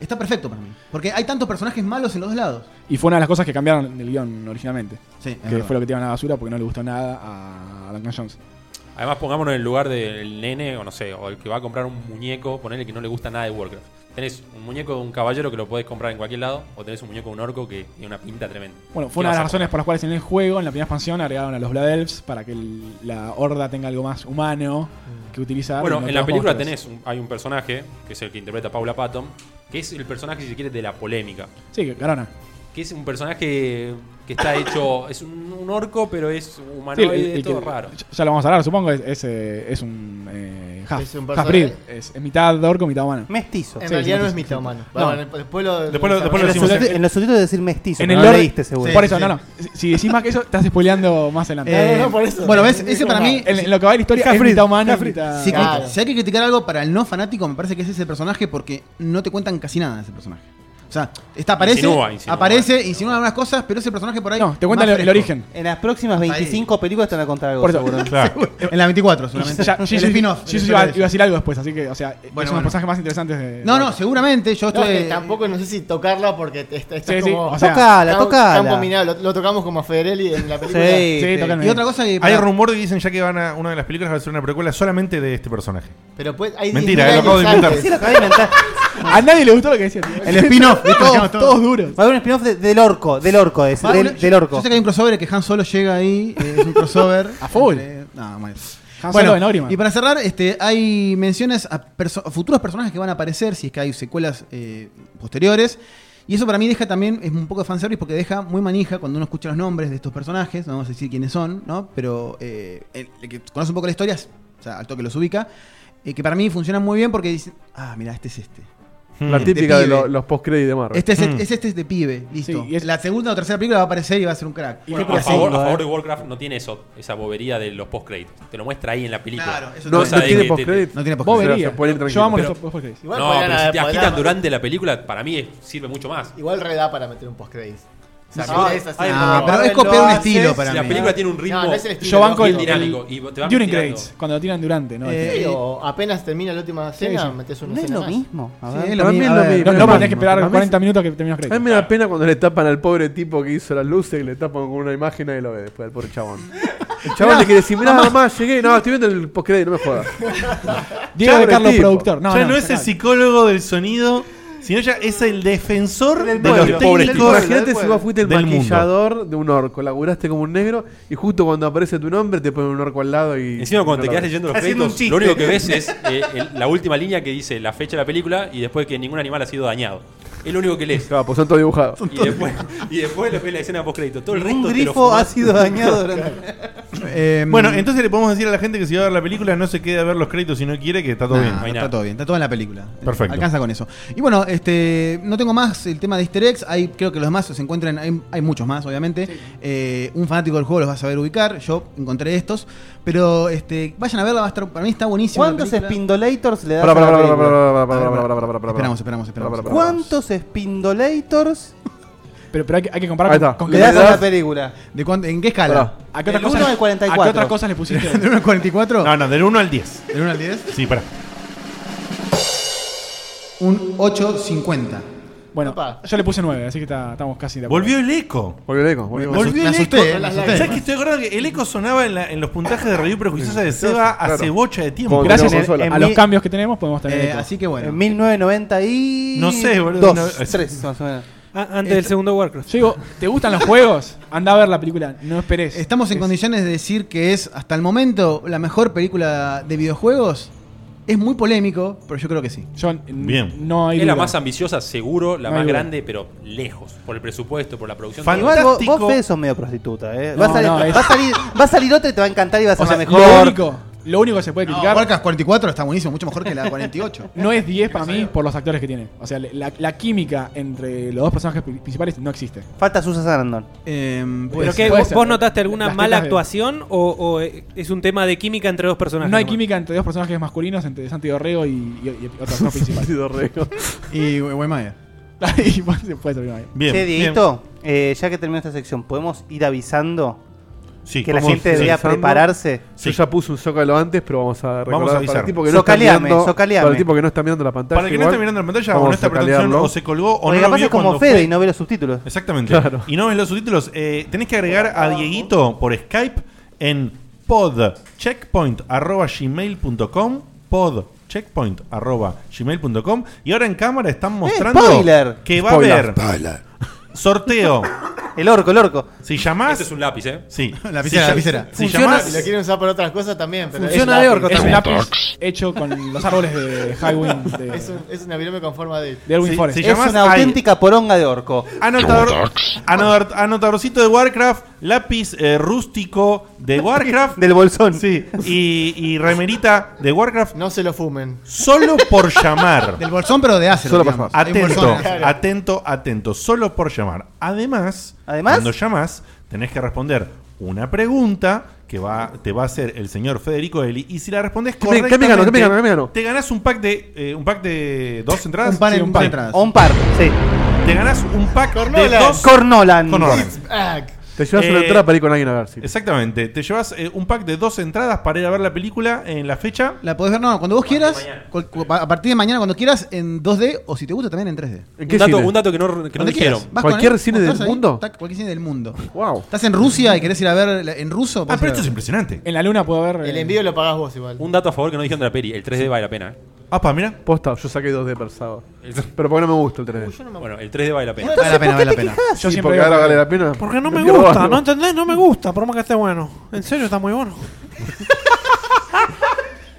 S8: está perfecto para mí. Porque hay tantos personajes malos en los dos lados.
S4: Y fue una de las cosas que cambiaron del guión originalmente.
S8: Sí, es
S4: que
S8: verdad.
S4: fue lo que tiraron a la basura porque no le gustó nada a Duncan Jones.
S10: Además, pongámonos en el lugar del nene, o no sé, o el que va a comprar un muñeco, ponele que no le gusta nada de Warcraft. Tenés un muñeco de un caballero que lo podés comprar en cualquier lado, o tenés un muñeco de un orco que tiene una pinta tremenda.
S4: Bueno,
S10: ¿Qué
S4: fue una de
S10: vas
S4: las
S10: a
S4: razones por las cuales en el juego, en la primera expansión, agregaron a los Blood Elves para que el- la horda tenga algo más humano que utilizar. y
S10: Mm. Bueno,
S4: no
S10: en la
S4: todos
S10: película
S4: monstruos.
S10: tenés un- hay un personaje, que es el que interpreta Paula Patton, que es el personaje, si se quiere, de la polémica.
S4: Sí, que- Garona.
S10: Que es un personaje que está hecho. Es un, un orco, pero es
S4: Sí, el-
S10: humanoide,
S4: el que-
S10: todo raro.
S4: Ya, ya lo vamos a hablar, supongo. Es, es, eh, es un. Eh, half,
S9: Es
S4: es
S9: un
S4: un
S9: personaje-
S4: half-breed. Es, es mitad orco, mitad humano.
S5: Mestizo.
S9: En
S4: Sí,
S9: realidad no es
S4: mestizo.
S9: mitad humano.
S4: No.
S9: Bueno, después lo,
S5: Después lo- después lo decimos en- En los subtítulos de decir mestizo,
S4: En
S5: pero
S4: el
S5: no
S4: lore-
S5: leíste, seguro.
S4: Por
S5: Sí,
S4: eso,
S5: sí.
S4: no, no. Si, si decís más que eso, estás spoileando más adelante.
S8: Eh, No, no, por eso. bueno, ¿ves? Ese para mí-
S4: En, en lo que va de la historia, es
S8: Halfbreed,
S4: mitad humano.
S8: Halfbreed.
S4: mitad-
S8: Si, si hay que criticar algo para el no fanático, me parece que es ese personaje porque no te cuentan casi nada de ese personaje. O sea, está, aparece,
S5: Insinúa, insinúa.
S8: aparece, insinúa algunas cosas, pero ese personaje por ahí.
S5: No, te cuentan
S8: más
S5: el- el
S8: fresco.
S5: origen. En las próximas 25 películas te van a contar algo,
S8: Por eso,
S5: seguro.
S8: claro. En la 24, seguramente.
S4: Ya,
S8: El
S4: Gigi-
S8: spin-off.
S4: Gigi
S8: El
S4: iba,
S8: spin-off.
S4: iba a decir algo después, así que, o sea, es uno de
S8: bueno.
S4: los personajes más interesantes de.
S8: No, no, seguramente. Yo
S9: No,
S8: estoy.
S9: es que tampoco no sé si tocarla porque te- está, está
S4: Sí, sí,
S9: como.
S4: o sea,
S8: Tocala,
S9: está-
S8: tocala.
S9: está abominable. Lo, lo tocamos como a Federelli en la película.
S3: Y otra cosa Hay rumor que dicen ya que van a una de las películas va a ser una precuela solamente de este personaje.
S9: Pero pues, hay
S3: Mentira,
S9: 10.000
S3: lo acabo de
S9: años
S3: inventar.
S9: antes. Sí, lo acabo
S4: A nadie le gustó lo que decía, tío.
S5: El spin-off, de todos,
S4: todos, todos duros.
S5: Va a haber un spin-off de- del orco, del orco, ese,
S8: Va,
S5: del,
S8: bueno,
S5: del
S8: Yo
S5: orco.
S8: sé que hay un crossover que Han Solo llega ahí. eh, es un crossover. a
S4: full.
S8: No, más.
S4: Han
S8: Bueno,
S4: Solo en Oriman.
S8: y para cerrar, este, hay menciones a, perso- a futuros personajes que van a aparecer, si es que hay secuelas eh, posteriores. Y eso para mí deja también, es un poco de fanservice, porque deja muy manija cuando uno escucha los nombres de estos personajes, no vamos a decir quiénes son, ¿no? Pero eh, el el que conoce un poco la historia, o sea, al toque los ubica, eh, que para mí funciona muy bien porque dice, ah, mira, este es este.
S6: La
S8: Este
S6: típica de
S8: pibe.
S6: lo- los post-credits de Marvel.
S8: Este es,
S6: Mm.
S8: es este es de pibe, listo.
S4: Sí, y es-
S8: La segunda o tercera película va a aparecer y va a ser un crack.
S10: Bueno, a, favor, a favor de Warcraft no tiene eso, esa bobería de los post-credits. Te lo muestra ahí en la película.
S8: Claro, eso
S10: Cosa
S6: no
S10: de
S6: tiene
S10: que te-
S6: post-credits.
S10: te-
S8: No tiene
S4: Bobería.
S6: O sea, se puede ir
S4: Yo amo
S6: tranquilo.
S4: los post-credits.
S9: Igual
S10: no,
S9: podrían
S10: pero si
S9: haber-
S10: te agitan
S9: podrían-
S10: durante la película, para mí es- sirve mucho más.
S9: Igual reda para meter un post-credits. O sea,
S10: Sí.
S9: mira, es así.
S8: Ah, pero es copiar un estilo para
S10: si la
S8: mí.
S10: película tiene un ritmo
S9: No, no es el estilo,
S4: Yo banco
S10: bien
S4: el, Eh,
S10: dinámico
S4: el-
S10: y te van
S4: During
S10: tirando.
S4: Grades, cuando lo tiran durante. No,
S9: Sí,
S4: No,
S9: o apenas termina la última
S4: Sí,
S9: escena,
S4: sí.
S9: metes una
S5: No es
S9: escena
S5: lo
S9: más.
S5: mismo. A
S8: Sí,
S5: ver.
S8: es
S6: Para mí es lo mismo.
S4: no,
S6: es
S4: no,
S6: lo
S4: tenés que
S6: mismo.
S4: esperar
S6: Para mí
S4: 40 minutos que termine los
S6: A
S4: créditos.
S6: mí me da pena cuando le tapan al pobre tipo que hizo las luces y le tapan con una imagen y nadie lo ve después al pobre chabón. El chabón
S3: Mirá,
S6: le quiere decir, mirá,
S3: mamá".
S6: mamá, llegué, no, estoy viendo el post-credit, no me jodas.
S4: Diego
S6: Ya,
S4: de
S6: pero
S4: Carlos,
S6: tipo,
S4: productor. No,
S3: ya no,
S4: no,
S3: es el
S4: sacalo.
S3: psicólogo del sonido Sino ya es el defensor de
S6: Bueno,
S3: los
S6: pobre
S3: técnicos
S6: tipo. Imagínate si vos fuiste el
S3: del mundo.
S6: maquillador de un orco, laburaste como un negro y justo cuando aparece tu nombre te ponen un orco al lado y.
S10: Encima cuando te
S6: no lo
S10: quedas
S6: ves.
S10: leyendo los créditos, lo único que ves es eh, el- la última línea que dice la fecha de la película y después que ningún animal ha sido dañado. Es lo único que lees.
S6: Claro, pues son todos dibujados.
S10: Y después, y después lo ves la escena post crédito. Todo el
S5: Un
S10: resto te lo
S5: grifo
S10: fumás.
S5: ha sido dañado durante.
S8: Eh,
S6: Em,
S3: bueno, entonces le podemos decir a la gente que si va a ver la película no se quede a ver los créditos si no quiere, que está todo
S8: Nah,
S3: bien.
S8: Está todo bien, está todo en la película.
S3: Perfecto.
S8: Alcanza con eso. Y bueno, este no tengo más el tema de Easter eggs. Hay, creo que los más se encuentran, hay, hay muchos más, obviamente. Eh, un fanático del juego los va a saber ubicar. Yo encontré estos. Pero este, vayan a verla, va a estar, para mí está buenísimo.
S5: ¿Cuántos Spindolators le das
S6: Pará,
S5: a la
S6: pará, pará,
S5: película?
S6: pará, pará, pará, pará, pará, pará, pará.
S8: Esperamos, esperamos, esperamos.
S5: ¿Cuántos Spindolators
S4: Pero, pero hay, que, hay que comparar
S6: Ahí está.
S4: con,
S5: le
S4: qué
S5: das a la
S4: das-
S5: película?
S8: ¿De cuánto- ¿En qué escala?
S6: Pará.
S4: ¿A qué otras
S5: El uno
S4: cosas-
S5: al
S4: ¿A
S5: 44.
S4: qué otras cosas le pusiste?
S8: ¿De 1 al 44?
S3: No, no, del 1 al 10.
S8: ¿Del 1 al 10?
S3: Sí, pará.
S8: Un 8.50.
S4: Bueno,
S9: Opa.
S4: yo le puse 9, así que está- estamos casi de acuerdo.
S3: Volvió el eco.
S6: Volvió el eco, volvió el eco.
S3: Volvió
S8: me
S3: el eco.
S8: asusté, me asusté.
S3: ¿Sabes que estoy acordando que el eco sonaba en, la- en los puntajes de Review Prejuiciosa de Seba
S6: Claro.
S3: hace bocha de tiempo?
S6: Con-
S4: Gracias
S6: Volvió
S4: en-
S6: consola.
S4: a
S5: En
S4: los
S5: mi-
S4: cambios que tenemos podemos tener.
S8: Eh,
S4: eco.
S8: así que bueno.
S5: En 1990 y.
S3: No sé, boludo.
S4: Este,
S3: No, es-
S5: Dos, tres, más o menos.
S7: A- antes del
S8: eh,
S7: segundo Warcraft.
S4: Yo digo, ¿te gustan los juegos? Anda a ver la película, no esperes.
S8: Estamos en
S4: Es-
S8: condiciones de decir que es, hasta el momento, la mejor película de videojuegos. Es muy polémico, pero yo creo que sí.
S4: Yo, n-
S3: Bien.
S4: No hay
S10: Es la
S4: duda.
S10: más ambiciosa, seguro, la
S4: No hay
S10: más
S4: duda.
S10: grande, pero lejos. Por el presupuesto, por la producción.
S3: Fan-
S10: todo.
S5: Igual vos,
S3: Fantástico.
S5: vos Fede, sos medio prostituta, eh.
S4: No,
S5: va, a salir,
S4: no, es-
S5: va, a salir, va a salir otra y te va a encantar y va a ser
S4: O sea,
S5: la
S4: Lo
S5: mejor.
S4: único, lo único que se puede
S8: No,
S4: criticar
S8: Warcraft 44 está buenísimo, mucho mejor que la 48.
S4: no es 10 para mí por los actores que tiene. O sea, le- la, la química entre los dos personajes pri- principales no existe.
S5: Falta Susan Sarandon.
S8: Em, puede
S7: ¿Pero
S8: ser.
S7: qué?
S4: Eh, pues, puede
S7: ¿Vos,
S4: ser.
S7: vos notaste alguna
S4: Las
S7: mala
S4: tetas de-
S7: actuación o, o, eh, es un tema de química entre dos personajes?
S4: No hay
S7: nomás?
S4: química entre dos personajes masculinos, entre Santi Dorrego y, y, y otro actor principal.
S6: Sido rego.
S8: Y Weimar.
S4: y bueno, se puede terminar ahí.
S3: Bien.
S5: che,
S3: bien.
S5: Dieguito, eh, ya que terminó esta sección, ¿podemos ir avisando
S3: Sí,
S5: que la
S3: vamos-
S5: gente
S3: sí.
S5: debía
S6: avisando?
S5: prepararse?
S3: Sí.
S6: Yo ya puse un zócalo antes, pero vamos a recordar
S3: Vamos a avisar.
S6: para el tipo que no está
S5: Zocaleame,
S6: mirando-
S5: zocaleame.
S6: Para el tipo que no está mirando la pantalla.
S3: Para el que no
S6: igual,
S3: está mirando la pantalla o
S6: vamos
S3: no está
S6: a
S3: prestando atención
S6: zocalearlo.
S3: o se colgó o
S5: Porque
S3: no lo
S5: capaz
S3: vio
S5: es como
S3: cuando
S5: Fede
S3: fue.
S5: y no ve los subtítulos.
S3: Exactamente.
S6: Claro.
S3: Y no ves los subtítulos. Eh, tenés que agregar a Dieguito por Skype en podcheckpoint.gmail.com podcheckpoint.gmail.com Y ahora en cámara están mostrando
S5: Eh, spoiler.
S3: que va a haber sorteo.
S5: El orco, el orco.
S3: Si llamás...
S10: Este es un lápiz, ¿eh?
S3: Sí.
S8: La lapicera,
S3: si,
S8: la lapicera.
S3: Si
S5: Funciona-
S3: llamás...
S9: Si lo quieren usar para otras cosas también. Pero
S7: Funciona
S9: es
S7: de
S9: un
S7: orco
S9: lápiz.
S4: Es un
S7: también.
S4: lápiz hecho con los árboles de Highwind de,
S9: Es un, es una virome con forma de.
S4: de Erwin
S3: Sí,
S4: Forest.
S3: sí.
S5: Es
S3: llamás
S5: una
S3: al-
S5: auténtica poronga de orco.
S3: Anotador, anotador- anotadorcito de Warcraft, lápiz eh, rústico de Warcraft
S5: Del bolsón.
S3: Sí. Y, y remerita de Warcraft
S9: No se lo fumen.
S3: solo por llamar.
S8: Del bolsón, pero de Acer.
S6: Solo
S8: digamos.
S6: por
S8: Hay un
S3: Atento,
S8: bolsón de Acer.
S3: atento, atento, solo por llamar. Además,
S5: ¿Además?
S3: cuando llamas, tenés que responder una pregunta que va, te va a hacer el señor Federico Eli y si la respondes
S6: me- qué me
S3: correctamente,
S6: gano? ¿Qué me gano? ¿Qué me gano?
S3: te ganás un pack de eh, un pack de dos entradas,
S8: Un pan
S3: Sí,
S8: en un pan atrás.
S5: O un par, sí.
S3: Te ganás un pack de
S9: Cornolan.
S3: dos
S5: Cornolan.
S3: con orden.
S9: Ah,
S6: Te llevas
S3: Eh,
S6: una entrada para ir con alguien a ver. sí.
S3: Exactamente, te llevas eh, un pack de dos entradas para ir a ver la película en la fecha
S8: La podés ver, no, cuando vos quieras, col- cu- a partir de mañana cuando quieras, en 2D o si te gusta también en 3D.
S6: ¿En
S10: Un
S6: qué
S10: dato,
S6: cine?
S10: un dato que no, que no
S8: Donde
S10: dijeron.
S8: quieras. Vas
S6: ¿Cualquier
S8: con él,
S6: cine del
S8: mostrás ahí,
S6: mundo?
S8: tac, cualquier cine del mundo.
S6: Wow.
S8: ¿Estás en Rusia y querés ir a ver la- en ruso?
S3: Ah,
S8: podés ir
S3: pero
S8: a
S3: esto es
S8: ver.
S3: impresionante.
S4: En la luna puedo ver.
S9: El
S4: eh,
S9: envío lo pagás vos igual.
S10: Un dato a favor que no dijeron de la peli. El 3D vale la pena, ¿eh?
S3: Ah, pa, mira.
S6: Posta, yo saqué dos de persado.
S10: El-
S6: Pero porque no me gusta el 3D.
S10: Bueno, el 3D vale la pena.
S8: Vale la pena, vale la pena.
S4: Yo
S6: Ah, Sí,
S4: siempre
S6: porque
S4: digo-
S6: ahora vale la pena.
S12: Porque no me
S6: quiero
S12: gusta,
S6: verlo.
S12: ¿no entendés? No me gusta, por más que esté bueno. En serio, está muy bueno.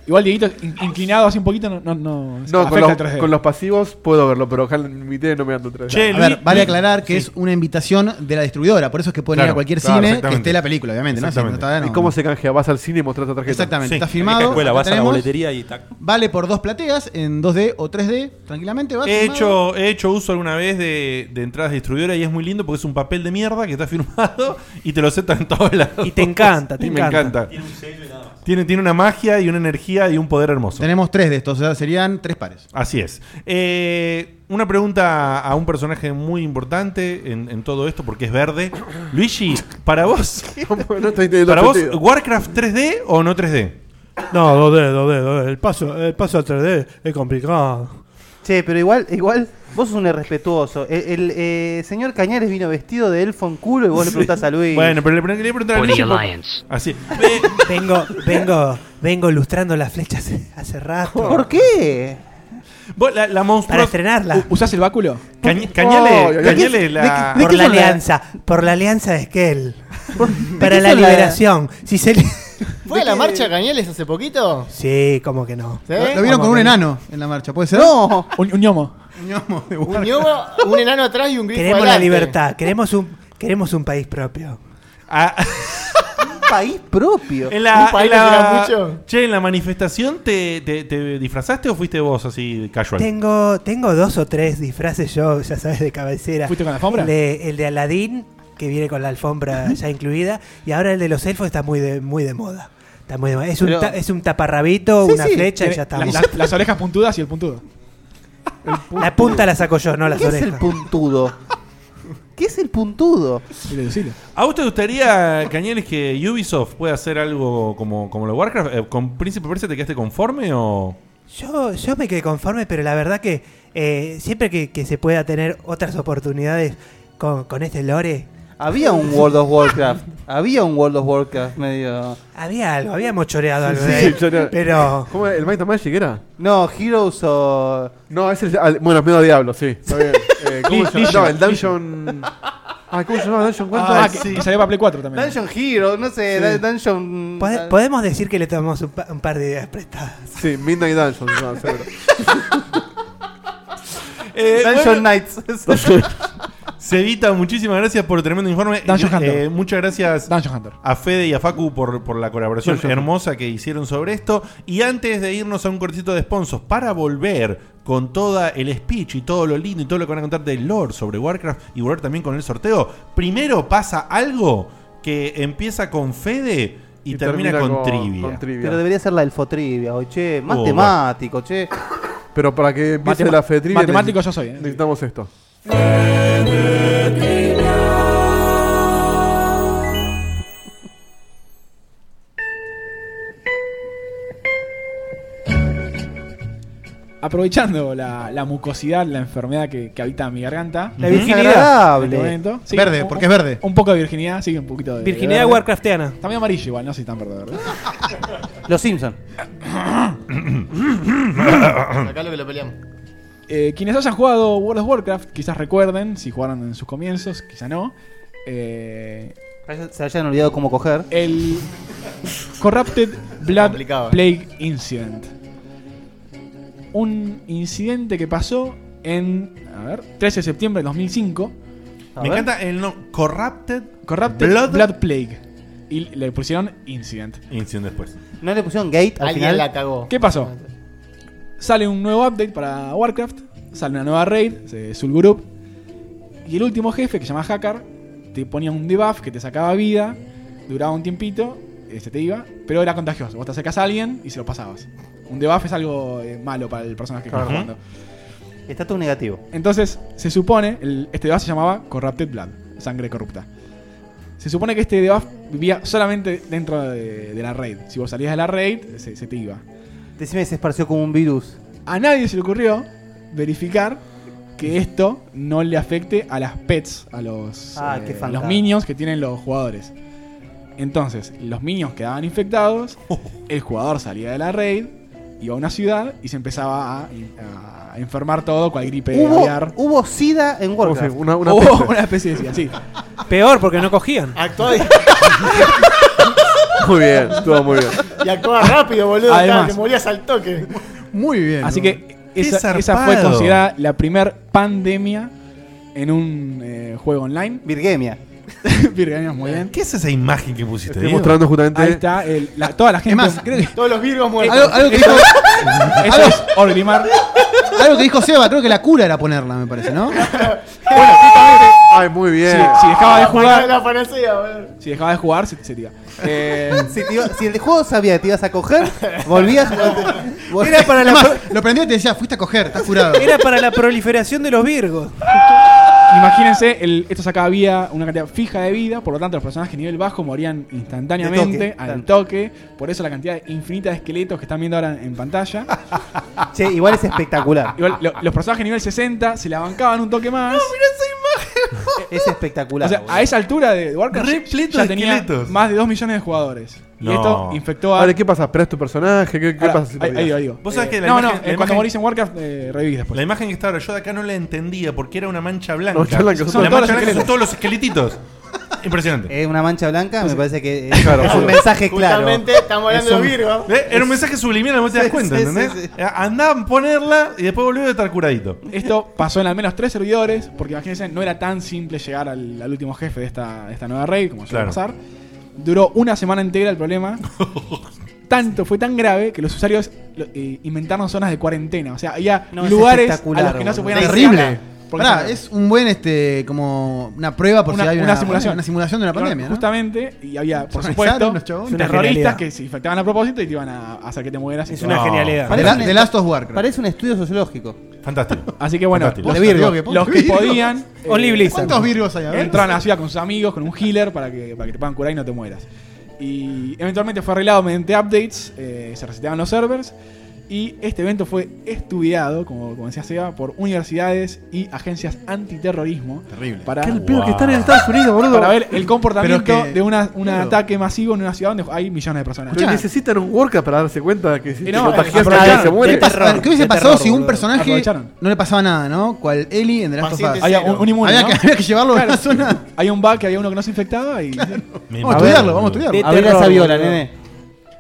S4: Igual Dieguito, in- inclinado así un poquito, no, no, no
S6: No,
S4: afecta
S6: con
S4: el
S6: los,
S4: 3D.
S6: con los pasivos puedo verlo, pero ojalá en mi tele no me dan el 3D.
S3: Che,
S8: A ver,
S3: Luis,
S8: vale
S3: Luis-
S8: aclarar que es una invitación de la distribuidora, por eso es que pueden
S3: Claro,
S8: ir a cualquier
S3: claro,
S8: cine que
S3: exactamente.
S8: esté la película, obviamente. ¿no? Si no
S3: Exactamente.
S8: está, no.
S6: ¿Y cómo se canjea? Vas al cine y mostrás tu tarjeta.
S8: Exactamente,
S3: Sí.
S8: está
S10: En la
S8: filmado.
S10: escuela
S8: acá
S10: vas a la
S8: tenemos.
S10: boletería y tac.
S8: Vale por dos plateas en 2D o 3D, tranquilamente vas.
S3: He
S8: filmado.
S3: hecho, he hecho uso alguna vez de, de entradas distribuidoras y es muy lindo porque es un papel de mierda que está firmado y te lo aceptan en todos lados.
S7: Y te encanta, te
S3: Y me
S7: encanta.
S3: encanta. Tiene, tiene una magia y una energía y un poder hermoso.
S8: Tenemos tres de estos, o sea, serían tres pares.
S3: Así es. Eh, una pregunta a un personaje muy importante en, en todo esto porque es verde. Luigi, para vos,
S6: no estoy teniendo
S3: para vos,
S6: sentido.
S3: ¿Warcraft 3D o no 3D?
S12: No, 2D, 2D, 2D. El paso, el paso a 3D es complicado.
S5: Che, pero igual, igual, vos sos un irrespetuoso. El, el, eh, señor Cañares vino vestido de elfo en culo y vos le preguntás a Luis.
S3: Bueno, pero le pre- le pregunté a Luigi. por- Así. Eh,
S7: Vengo, vengo, vengo lustrando las flechas hace rato.
S5: ¿Por qué?
S3: Vos, la, la monstruos-
S4: Para
S7: estrenarla.
S4: U- ¿Usás el báculo?
S3: Cañ- cañale- Oh, ¿de qué- cañale de- la- de- de
S7: Por
S3: qué
S7: la
S3: son la-
S7: alianza, por la alianza de Skell. Para
S9: qué
S7: la
S9: son la-
S7: liberación. Si se li-
S9: ¿Fue a la marcha Cañales hace poquito?
S7: Sí, como que no.
S9: ¿Sí?
S8: Lo vieron con un enano en la marcha, ¿puede ser?
S9: No.
S4: Un, un ñomo.
S8: Un ñomo de
S9: Un
S8: Warcraft.
S9: ñomo, un enano atrás y un grifo
S7: Queremos la
S9: adelante.
S7: libertad, queremos un, queremos un país propio.
S5: Un país propio.
S3: Ah, En la,
S9: Un país
S3: en la-
S9: que será mucho.
S3: Che, en la manifestación te, te- te disfrazaste o fuiste vos así casual?
S7: Tengo, tengo dos o tres disfraces yo, ya sabes, de cabecera.
S4: ¿Fuiste con la alfombra?
S7: El de, el de Aladín, que viene con la alfombra ya incluida, y ahora el de los elfos está muy de, muy de moda. Está muy de moda. Es, un
S9: Pero-
S7: ta- es un taparrabito,
S9: Sí,
S7: una
S9: sí.
S7: flecha y
S9: Tiene
S7: ya está.
S4: La- la- las orejas puntudas y el puntudo.
S7: La punta la saco yo, no las
S5: ¿Qué es el
S7: orejas.
S5: puntudo? ¿Qué es el puntudo?
S3: ¿A vos te gustaría, Cañales, que Ubisoft pueda hacer algo como, como lo de Warcraft? Eh, ¿Con Príncipe Persia te quedaste conforme o...?
S7: Yo, yo me quedé conforme, pero la verdad que eh, siempre que, que se pueda tener otras oportunidades con, con este lore,
S5: Había un World of Warcraft. Había un World of Warcraft medio.
S7: había algo, habíamos choreado algo.
S6: Sí,
S7: de-
S6: sí, yo no-
S7: pero
S6: ¿Cómo era? ¿El Might and Magic era?
S5: No, Heroes o.
S6: No, es el. ah, Bueno, miedo a Diablo, sí. Está bien. Eh, ¿Cómo se
S4: Legion,
S6: llamaba? No, el Dungeon. Ah, ¿cómo se llamaba? ¿Dungeon Eh, cuánto?
S4: Ah, que, que salió para Play 4 también.
S5: Dungeon Hero, no sé,
S6: Sí.
S5: da- Dungeon.
S7: pode- podemos decir que le tomamos un, pa- un par de ideas prestadas.
S6: Sí, Midnight Dungeon. No, seguro.
S3: Eh,
S5: Dungeon
S3: bueno,
S5: Knights.
S3: Cevita, muchísimas gracias por el tremendo informe.
S4: Dungeon
S3: Eh,
S4: Hunter.
S3: muchas gracias
S4: Dungeon Hunter.
S3: a Fede y a Facu por, por la colaboración
S6: Dungeon Hunter.
S3: hermosa que hicieron sobre esto. Y antes de irnos a un cortito de sponsors, para volver con toda el speech y todo lo lindo y todo lo que van a contar del lore sobre Warcraft y volver también con el sorteo, primero pasa algo que empieza con Fede y, termina, con, trivia.
S6: con
S5: Pero debería ser la elfotrivia, o che, más
S3: Oh,
S5: temático, che.
S6: Pero para que empiece
S4: Matema-
S6: la fe de trivia.
S4: matemático
S6: neces-
S4: yo soy, eh.
S6: Necesitamos esto.
S4: Aprovechando la, la mucosidad, la enfermedad que, que habita mi garganta.
S7: La
S4: en
S7: virginidad.
S4: este
S5: Agradable.
S4: momento. Sí,
S8: Verde,
S4: un-
S8: porque es verde.
S4: Un poco de virginidad, sí, un poquito de.
S7: Virginidad
S4: de verde.
S7: Warcraftiana.
S4: Está medio amarillo igual, no sé si tan ¿eh? verde, ¿verdad?
S5: Los Simpson.
S9: Acá lo que lo peleamos.
S4: Eh, quienes hayan jugado World of Warcraft, quizás recuerden, si jugaron en sus comienzos, quizás no. Eh,
S5: Se hayan olvidado cómo coger.
S4: el Corrupted Blood
S9: Complicado.
S4: Plague Incident. Un incidente que pasó en a ver, 13 de septiembre de 2005.
S5: A
S3: Me
S5: ver.
S3: encanta el no Corrupted
S4: Corrupted
S3: Blood-
S4: Blood, Plague. Y le pusieron Incident.
S3: Incident después.
S5: ¿No le pusieron gate al
S9: Alguien
S5: final?
S9: la cagó.
S4: ¿Qué pasó? Sale un nuevo update para Warcraft, sale una nueva raid, eh, Zul'Gurub, y el último jefe, que se llama Hacker, te ponía un debuff que te sacaba vida, duraba un tiempito, eh, se te iba, pero era contagioso. Vos te acercas a alguien y se lo pasabas. Un debuff es algo eh, malo para el personaje que está
S3: Claro.
S4: jugando.
S5: Está todo negativo.
S4: Entonces, se supone, el- este debuff se llamaba Corrupted Blood, sangre corrupta. Se supone que este debuff vivía solamente dentro de, de la raid. Si vos salías de la raid, se- se te iba.
S5: Decime, se esparció como un virus.
S4: A nadie se le ocurrió verificar que esto no le afecte a las pets, a los, eh,
S5: Ah,
S4: a
S5: qué
S4: los
S5: fantasma.
S4: minions que tienen los jugadores. Entonces, los minions quedaban infectados, el jugador salía de la raid, iba a una ciudad y se empezaba a, a enfermar todo, cual gripe
S5: Hubo,
S4: aviar.
S5: hubo SIDA en
S6: ¿Cómo se-
S5: Warcraft.
S6: Una, una
S4: Hubo
S6: peste.
S4: una especie de ciudad, sí.
S7: Oh, Peor, porque no cogían.
S9: Actúa y,
S6: Muy bien, estuvo muy bien.
S9: y actúa rápido, boludo.
S4: Además.
S9: claro, te morías al toque.
S8: Muy bien.
S4: Así
S8: ¿no?
S4: que esa,
S3: Qué
S4: esa fue
S3: zarpado.
S4: considerada la primer pandemia en un eh, juego online.
S5: Virgemia.
S4: Virgañas, muy bien.
S3: ¿Qué es esa imagen que pusiste?
S6: Estoy
S3: Diego?
S6: mostrando justamente.
S4: Ahí está, el- la- toda la gente.
S8: más,
S4: creo que-
S9: Todos los virgos muertos.
S8: Algo, algo que dijo,
S4: Eso es Orgrimmar.
S8: algo que dijo Seba, creo que la cura era ponerla, me parece, ¿no?
S6: Bueno, justamente. Ay, muy bien.
S4: Si, si dejaba de
S9: Acá
S4: jugar,
S9: la panacea, boludo.
S4: si dejaba de jugar, se, se tira. Eh,
S5: Si, te iba- si el juego sabía que te ibas a coger, volvías. vol-
S7: Era para la,
S8: Además,
S7: pro-
S8: lo prendió y te decía, fuiste a coger, estás curado.
S7: era para la proliferación de los virgos.
S4: imagínense, el, esto sacaba vida, una cantidad fija de vida, por lo tanto los personajes de nivel bajo morían instantáneamente,
S5: De toque,
S4: al toque, por eso la cantidad infinita de esqueletos que están viendo ahora en pantalla.
S5: Che, igual es espectacular.
S4: Igual, lo- los personajes de nivel 60 se la bancaban un toque más.
S5: Es espectacular.
S4: O sea,
S5: boludo.
S4: a esa altura de Warcraft
S5: Repleto
S4: ya
S5: de
S4: tenía
S5: esqueletos.
S4: más de 2 millones de jugadores. Y esto infectó a.
S6: Vale, ¿qué pasa? ¿Esperás tu personaje? ¿Qué, qué
S4: Ahora,
S6: pasa? si
S4: ahí-
S6: perdías?
S4: ahí digo, digo.
S3: Vos sabés
S4: Eh,
S3: que la
S4: no,
S3: imagen,
S4: no,
S3: la
S4: cuando
S3: imagen-
S4: morís en Warcraft eh, revivís después.
S3: La imagen que está ahora, yo de acá no la entendía porque era una mancha blanca.
S6: Mancha blanca,
S3: La
S6: son
S3: mancha
S6: todos los
S3: blanca son
S6: esqueletos.
S3: todos los esqueletitos. Impresionante.
S5: Es una mancha blanca, me parece que es,
S3: Claro,
S5: es un
S3: sí.
S5: mensaje claro.
S9: Justamente estamos hablando
S5: Es un-
S9: de Virgo.
S3: Eh, Era un mensaje subliminal, no te das
S5: Sí,
S3: cuenta,
S5: sí,
S3: ¿entendés?
S5: sí,
S3: Eh, Andá a ponerla y después volvió a estar curadito.
S4: Esto pasó en al menos tres servidores, porque imagínense, no era tan simple llegar al, al último jefe de esta, de esta nueva raid, como suele
S3: Claro.
S4: pasar. Duró una semana entera el problema. Tanto, fue tan grave que los usuarios lo- eh, inventaron zonas de cuarentena. O sea, había
S5: No, es
S4: lugares a
S5: espectacular,
S4: los que no se
S5: boludo.
S4: podían
S8: Terrible.
S4: Porque
S8: Pará,
S4: se-
S8: es un buen este como una prueba por si hay una,
S4: simulación.
S8: una simulación de una
S4: Claro,
S8: pandemia, ¿no?
S4: Justamente, y había, por
S8: Se
S4: supuesto,
S8: organizaron los chabones. Es una
S4: terroristas
S8: genialidad.
S4: que se infectaban a propósito y te iban a hacer que te mueras. y
S7: Es
S4: todo.
S7: una genialidad.
S8: De,
S5: Parece
S8: la-
S5: un-
S8: de Last of Warcraft.
S5: Parece un estudio sociológico.
S3: Fantástico.
S4: Así que bueno,
S3: Fantástico.
S4: los,
S5: De Virgo.
S4: los que
S8: Virgos.
S4: podían.
S7: Only Blizzard.
S8: ¿Cuántos virgos hay? A ver.
S4: Entraban a la ciudad con sus amigos, con un healer, para que, para que te puedan curar y no te mueras. Y eventualmente fue arreglado mediante updates, eh, se reseteaban los servers. Y este evento fue estudiado, como, como decía Seba, por universidades y agencias antiterrorismo
S8: Terrible.
S4: para,
S6: ¿Qué el pedo que
S3: Wow.
S6: están en Estados Unidos, boludo?
S4: para ver el comportamiento
S8: Pero es que-
S4: de una- un
S8: claro.
S4: ataque masivo en una ciudad donde hay millones de personas.
S6: Pero necesitan un workout para darse cuenta que si
S4: Y
S6: te
S4: Eh, no,
S6: contagias
S4: aprovecharon,
S6: alguien se muere.
S7: de terror.
S8: Bueno, ¿Qué hubiese
S7: de
S8: pasado
S7: terror,
S8: si un
S7: boludo.
S8: personaje
S4: Aprovecharon.
S8: no le pasaba nada, no? Cual Eli en The Last of Us.
S9: Paciente
S4: Había un, un inmune,
S8: había,
S4: ¿no?
S8: que, había que llevarlo a
S4: Claro.
S8: una zona.
S4: Hay un bug que había uno que no se infectaba y...
S3: Me
S8: Vamos a
S3: mato.
S8: estudiarlo, vamos a estudiarlo.
S7: De
S5: Abrir
S7: terror,
S5: esa viola,
S7: boludo.
S5: nene.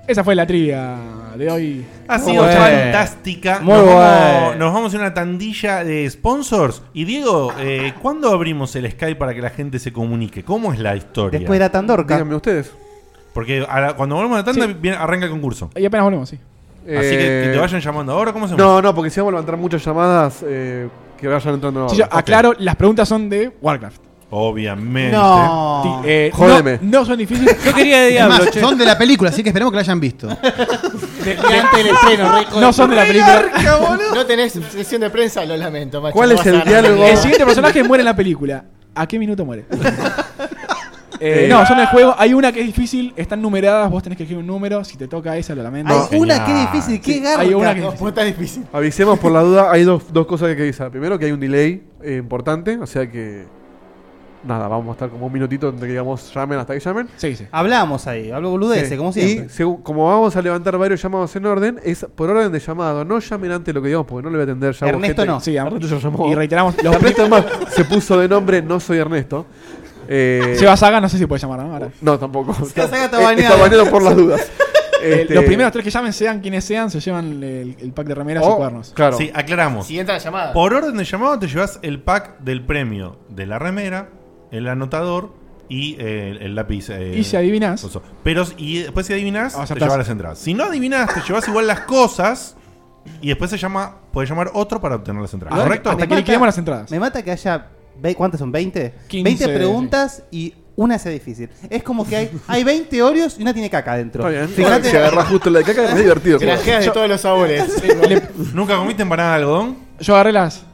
S4: Esa fue la trivia de hoy.
S3: Ha sido
S5: bueno.
S3: fantástica.
S5: Muy
S3: nos,
S5: bueno.
S3: vamos, nos vamos a una tandilla de sponsors. Y Diego, eh, ¿cuándo abrimos el Skype para que la gente se comunique? ¿Cómo es la historia?
S5: Después de la Tandorca.
S6: Díganme ustedes.
S3: Porque a la- cuando volvemos a la tanda
S4: Sí.
S3: viene- arranca el concurso.
S4: Y apenas volvemos, sí.
S3: Así que,
S6: Eh,
S3: que te vayan llamando ahora, ¿cómo hacemos?
S6: No, no, porque si vamos a levantar muchas llamadas, eh, que vayan entrando
S4: Sí,
S6: ahora.
S4: yo
S6: Ok.
S4: aclaro, las preguntas son de Warcraft.
S3: Obviamente.
S5: No.
S4: Sí, eh,
S6: Jódeme.
S4: No, no son difíciles.
S7: Yo quería de
S8: Además,
S7: Diablo, che.
S8: son de la película, así que esperemos que la hayan visto.
S4: De- de-
S9: Y antes del estreno, re hijo
S4: no
S9: de-
S4: son de la película.
S9: No tenés sesión de prensa, lo lamento, macho.
S6: ¿Cuál
S9: No
S6: es
S9: vas a
S6: el
S9: ganar
S6: diálogo?
S9: ni
S4: El
S9: idea.
S4: siguiente personaje muere en la película. ¿A qué minuto muere? Eh, no, son del juego. Hay una que es difícil. Están numeradas. Vos tenés que elegir un número. Si te toca esa, lo lamento.
S5: Hay
S3: No,
S5: una
S3: genial.
S5: que es difícil, qué garra.
S4: hay una que es
S9: No,
S4: difícil.
S9: pues está difícil.
S6: Avisemos por la duda, hay dos, dos cosas que hay que avisar. Primero, que hay un delay eh, importante, o sea que. Nada, vamos a estar como un minutito donde digamos llamen hasta que llamen.
S4: Sí, sí.
S5: Hablamos ahí, hablo boludeces,
S6: Sí.
S5: como
S6: Y
S5: siempre.
S6: segu- como vamos a levantar varios llamados en orden, es por orden de llamado. No llamen antes lo que digamos porque no le voy a atender ya. hubo
S5: Ernesto
S6: gente-
S5: no.
S4: Sí,
S6: Ernesto ya llamó.
S4: Y reiteramos. Los
S6: Ernesto es más, se puso de nombre No Soy Ernesto. Eh,
S4: Seba Saga, no sé si puede llamar, ¿no? Ahora.
S6: No, tampoco.
S5: Se saca, está
S6: Eh,
S5: baneado.
S6: baneado por las dudas.
S4: Eh,
S6: Este,
S4: los primeros tres que llamen, sean quienes sean, se llevan el, el pack de remeras
S6: oh,
S4: y cuernos.
S6: Claro.
S3: Sí, aclaramos.
S9: Si entra la llamada.
S3: Por orden de llamado te llevas el pack del premio de la remera, el anotador y eh, el, el lápiz. eh,
S4: Y si adivinás-
S3: oso. Pero s- y después si adivinas,
S4: O
S3: te
S4: acertás.
S3: llevas las entradas. Si no adivinas, te llevas igual las cosas y después se llama, puedes llamar otro para obtener las entradas.
S4: Hasta-
S3: Ah, ¿Correcto?
S4: Hasta
S5: Me
S4: que
S5: mata-
S4: liquidemos las entradas.
S5: Me mata que haya. ve- ¿Cuántas son? ¿20?
S4: 15,
S5: 20 preguntas y una sea difícil. Es como que hay, hay 20 Oreos y una tiene caca adentro.
S6: Está bien.
S5: Fíjate.
S6: Si agarras justo la de caca, es muy divertido.
S9: Grajeas de todos los sabores.
S4: Le-
S3: ¿Nunca comiste empanadas de algodón?
S4: yo agarré las.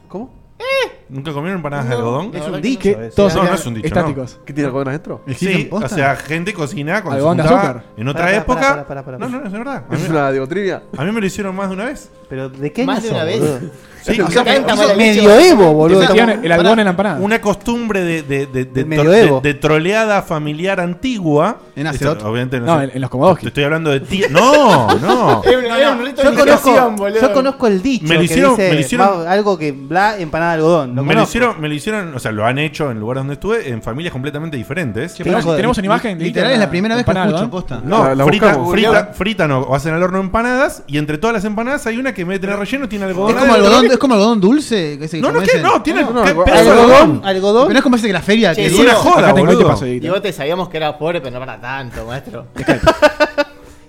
S3: ¿Nunca comieron empanadas de algodón?
S9: No.
S5: Es
S9: La
S5: un
S9: verdad
S5: dicho.
S4: que
S5: ese.
S4: todos
S3: No,
S4: eran
S3: no es un dicho,
S4: estáticos.
S6: ¿Qué tiene algodón adentro?
S3: Sí, o sea, gente cocina cuando se
S4: Algodón de
S3: juntaba
S4: azúcar.
S3: en otra
S5: Pará, pará,
S3: época.
S5: pará, pará, pará, pará.
S3: No, no, es verdad. A
S6: ¿Es
S3: mí,
S6: una digotrivia?
S3: a mí me lo hicieron más de una vez.
S5: Pero ¿de qué
S9: Más de
S5: año
S9: una
S5: son,
S9: vez.
S5: boludo?
S3: Sí,
S9: Pero
S3: o sea,
S9: acá entra
S3: hizo-
S9: mal el bicho.
S5: Medioevo, boludo.
S4: Te metían el algodón en la empanada.
S3: una costumbre de, de, de, de,
S5: Del
S3: tro-
S5: medioevo.
S3: de- de troleada familiar antigua.
S8: En
S3: Esto,
S8: Acerot.
S3: obviamente no,
S4: No,
S3: sé.
S4: en, en los comodos.
S3: Te estoy hablando de ti. No, no.
S9: Era un- era un rito de
S5: Yo
S9: iniciación,
S5: conozco,
S9: boludo.
S5: yo conozco el dicho.
S3: Me lo hicieron-
S5: que dice,
S3: me lo hicieron-
S5: va- algo que bla, empanada de algodón. Lo
S3: Me lo,
S5: conozco.
S3: hicieron, me lo hicieron, o sea, lo han hecho en lugares donde estuve, en familias completamente diferentes.
S4: ¿Tenemos,
S5: Hijo de-
S4: tenemos una imagen.
S8: Literal es la primera vez que
S4: empanada,
S8: escucho,
S4: ¿no?
S8: posta.
S3: No,
S6: La- la
S3: frita,
S6: buscamos.
S3: frita, frita no, o hacen al horno empanadas y entre todas las empanadas hay una que en vez de tener relleno tiene algodón.
S8: Es como
S3: adentro.
S8: algodón, es como algodón dulce. ese que
S3: No, no,
S8: comés
S3: que
S8: en-
S3: no, tiene
S6: No, no,
S3: ¿qué
S6: algodón.
S3: pedazo de
S5: Algodón,
S8: Pero no
S5: algodón.
S8: es como ese que la feria
S9: Che,
S8: que
S3: Es
S9: sí,
S3: una
S9: no,
S3: joda,
S4: Acá tengo este
S3: boludo.
S4: paso, Dieguito.
S9: Y vos te sabíamos que era pobre, pero no para tanto, maestro.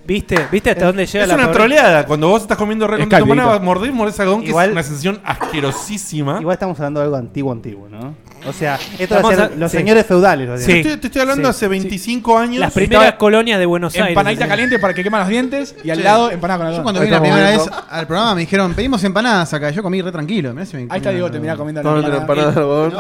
S7: ¿Viste? ¿Viste hasta dónde llega
S3: Es
S7: la
S3: una
S7: pobre-
S3: troleada. Cuando vos estás comiendo re
S4: Es
S3: contento
S4: calvito.
S3: empanadas, mordés, mordés algodón, que
S7: Igual-
S3: es una sensación asquerosísima.
S5: Igual estamos hablando de algo antiguo, antiguo, ¿no? O sea, esto lo
S7: Estamos
S5: hacían
S7: a-
S5: los
S7: sí.
S5: señores feudales. lo hacían.
S7: Sí.
S3: Te estoy, te estoy hablando
S7: Sí.
S3: hace 25 años.
S7: Las primeras
S4: Estaba-
S7: colonias de Buenos Aires.
S4: Empanadita
S7: Sí.
S4: caliente para que quema los dientes y al lado empanada con
S8: Yo
S4: algodón.
S8: cuando
S4: Ahí
S8: vine la
S4: estamos
S8: primera vez
S4: viendo.
S8: al programa me dijeron, pedimos empanadas acá. Yo comí re tranquilo. mirá si me-
S4: Ahí está Diego, te mirá comiendo
S6: Todo entre empanadas de algodón.
S9: No,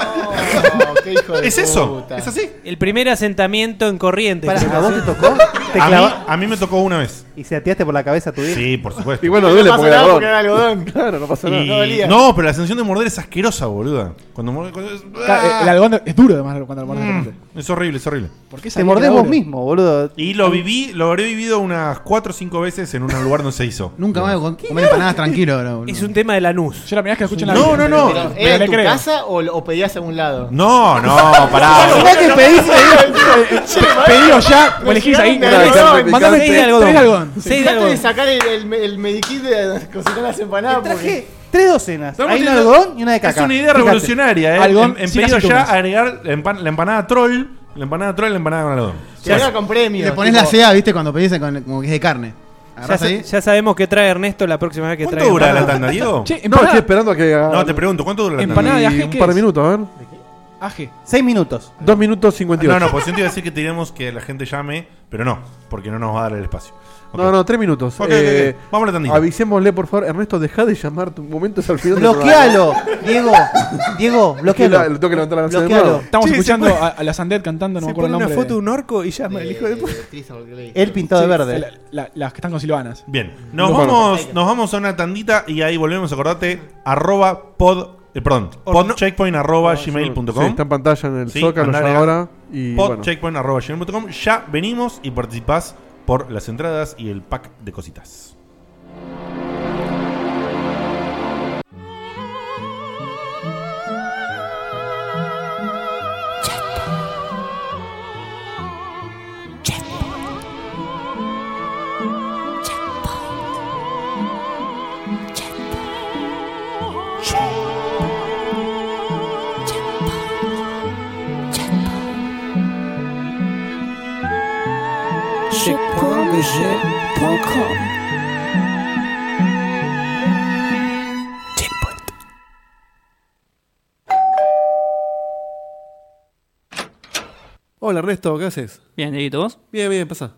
S9: qué hijo de
S3: Es eso,
S9: puta.
S3: es así.
S7: El primer asentamiento en corriente.
S5: Pará, ¿A vos te tocó? Te
S3: A mí,
S5: clava-
S3: a mí me tocó una vez.
S5: ¿Y se ateaste por la cabeza a tu viejo?
S3: Sí, por supuesto.
S5: Y bueno, duele porque era algodón.
S3: Claro, no
S5: pasa nada.
S3: Y-
S5: No dolía.
S3: No, pero la sensación de morder es asquerosa, boluda. Cuando morde- cuando es- ¡Ah!
S4: Claro, el algodón es duro además cuando lo mordes. de frente.
S3: Mm, es horrible, es horrible.
S4: ¿Por qué Te sabía mordés que era vos oro? mismo,
S5: boludo.
S3: Y lo viví, lo habré vivido unas 4 o 5 veces en un lugar donde se hizo.
S8: Nunca más con- comer empanadas tranquilo ahora, boludo.
S7: Es un tema de la luz.
S4: Yo la primera vez que escucho
S8: en la
S3: No,
S8: vida.
S3: no, no.
S8: Pero,
S9: ¿Era
S3: Pero
S9: en
S3: le
S9: tu
S3: creo.
S9: casa o, o pedías a un lado?
S3: No, no, pará.
S9: Bueno, vos que pedís, pedís-
S4: Pedido ya, o elegís ahí.
S9: Me algodón, me
S4: Mándame
S9: encanta.
S4: tres algodón. Tres algodón.
S9: Seis de algodón. Trato de sacar el, el, el mediquí de cocinar las empanadas. Traje
S5: tres docenas.
S9: Estamos
S5: Hay un
S9: teniendo-
S5: algodón y una de caca.
S3: Es una idea
S5: Fíjate.
S3: revolucionaria, ¿eh?
S5: Algodón
S3: en en
S5: sin
S3: pedido ya
S5: aceitunas.
S3: agregar la, empan- la empanada troll, la empanada troll, la empanada con algodón.
S9: Se haga con premio.
S8: Le pones la CA, viste, cuando pedís con- como que es de carne.
S7: Ya,
S8: Agarrás
S7: sa-
S8: ahí.
S7: ya sabemos que trae Ernesto la próxima vez que trae.
S3: dura
S7: empanada.
S3: la tanda, Diego? Che,
S8: empanada- No, estoy
S6: esperando a que.
S3: No, te pregunto, ¿cuánto dura la tanda?
S4: Empanada de ají,
S6: Un
S4: ¿qué
S6: par de
S4: es?
S6: minutos, a ver.
S4: Aje.
S5: Seis minutos.
S6: 2 minutos 58.
S3: No, no, pues yo te iba a decir que tenemos que la gente llame, pero no, porque no nos va a dar el espacio. Ok.
S6: No, no, tres minutos.
S3: Ok,
S6: Eh,
S3: ok, ok. Vamos a la tandita.
S6: Avisémosle, por favor. Ernesto, deja de llamar. Tu momento es al final. del
S5: Bloquealo,
S6: programa.
S5: Diego. Diego, bloquealo.
S6: Le tengo que levantar la lanza de
S5: Bloquealo.
S6: nuevo. pues.
S4: Estamos
S5: Che, se
S4: escuchando
S5: puede-
S4: a, a la Sandet cantando, no me
S7: Se
S4: acuerdo
S7: pone
S4: el
S7: una
S4: nombre.
S7: foto de un orco y llama al hijo de puta.
S5: Él pintado de
S4: Sí,
S5: verde.
S4: la- la- las que están con Silvanas.
S3: Bien, nos vamos, nos vamos a una tandita y ahí volvemos, acordate, arroba pod, eh, perdón, podcheckpoint arroba gmail.com.
S6: Sí, está en pantalla en el
S3: Sí,
S6: Zócalo ya
S3: mandale a
S6: ahora. Y bueno.
S3: podcheckpoint arroba gmail.com. Ya venimos y participás por las entradas y el pack de cositas.
S13: Checkpointbg.com
S6: Hola, Ernesto, ¿qué haces?
S14: Bien, Dieguito, ¿vos?
S6: Bien, bien, pasa.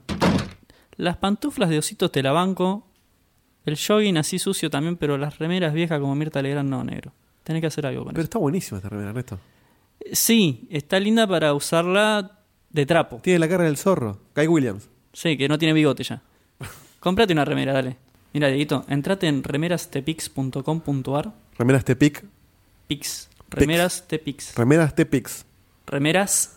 S14: Las pantuflas de ositos te la banco. El jogging así sucio también, pero las remeras viejas como Mirta Legrand no, negro. Tenés que hacer algo con
S6: Pero está buenísima esta remera, Ernesto.
S14: eso. Eh, Sí, está linda para usarla de trapo.
S6: Tiene la cara del zorro. Guy Williams.
S14: Sí, que no tiene bigote ya. Comprate una remera, dale. Mira, Dieguito, entrate en remerastepix.com.ar.
S6: Remeras Tepic.
S14: Pix. Remeras Tepix.
S6: Remeras Tepix.
S14: Remeras
S6: Ah.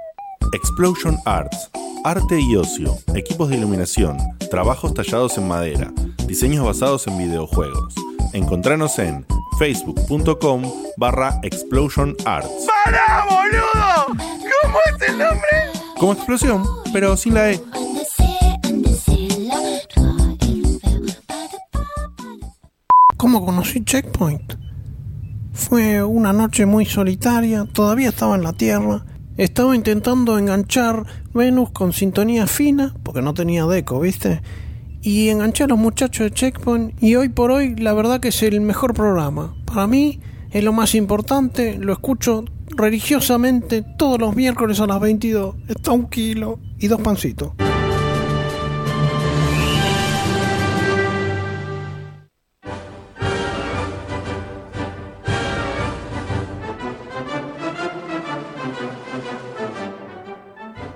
S3: Explosion Arts. Arte y ocio, equipos de iluminación, trabajos tallados en madera, diseños basados en videojuegos. Encontranos en facebook.com barra Explosion Arts.
S13: ¡Para, boludo! ¿Cómo es el nombre?
S3: Como explosión, pero sin la E.
S15: ¿Cómo conocí Checkpoint? Fue una noche muy solitaria, todavía estaba en la Tierra. Estaba intentando enganchar Venus con sintonía fina, porque no tenía deco, ¿viste? Y enganché a los muchachos de Checkpoint y hoy por hoy la verdad que es el mejor programa. Para mí es lo más importante, lo escucho religiosamente todos los miércoles a las 22. Está un kilo y dos pancitos.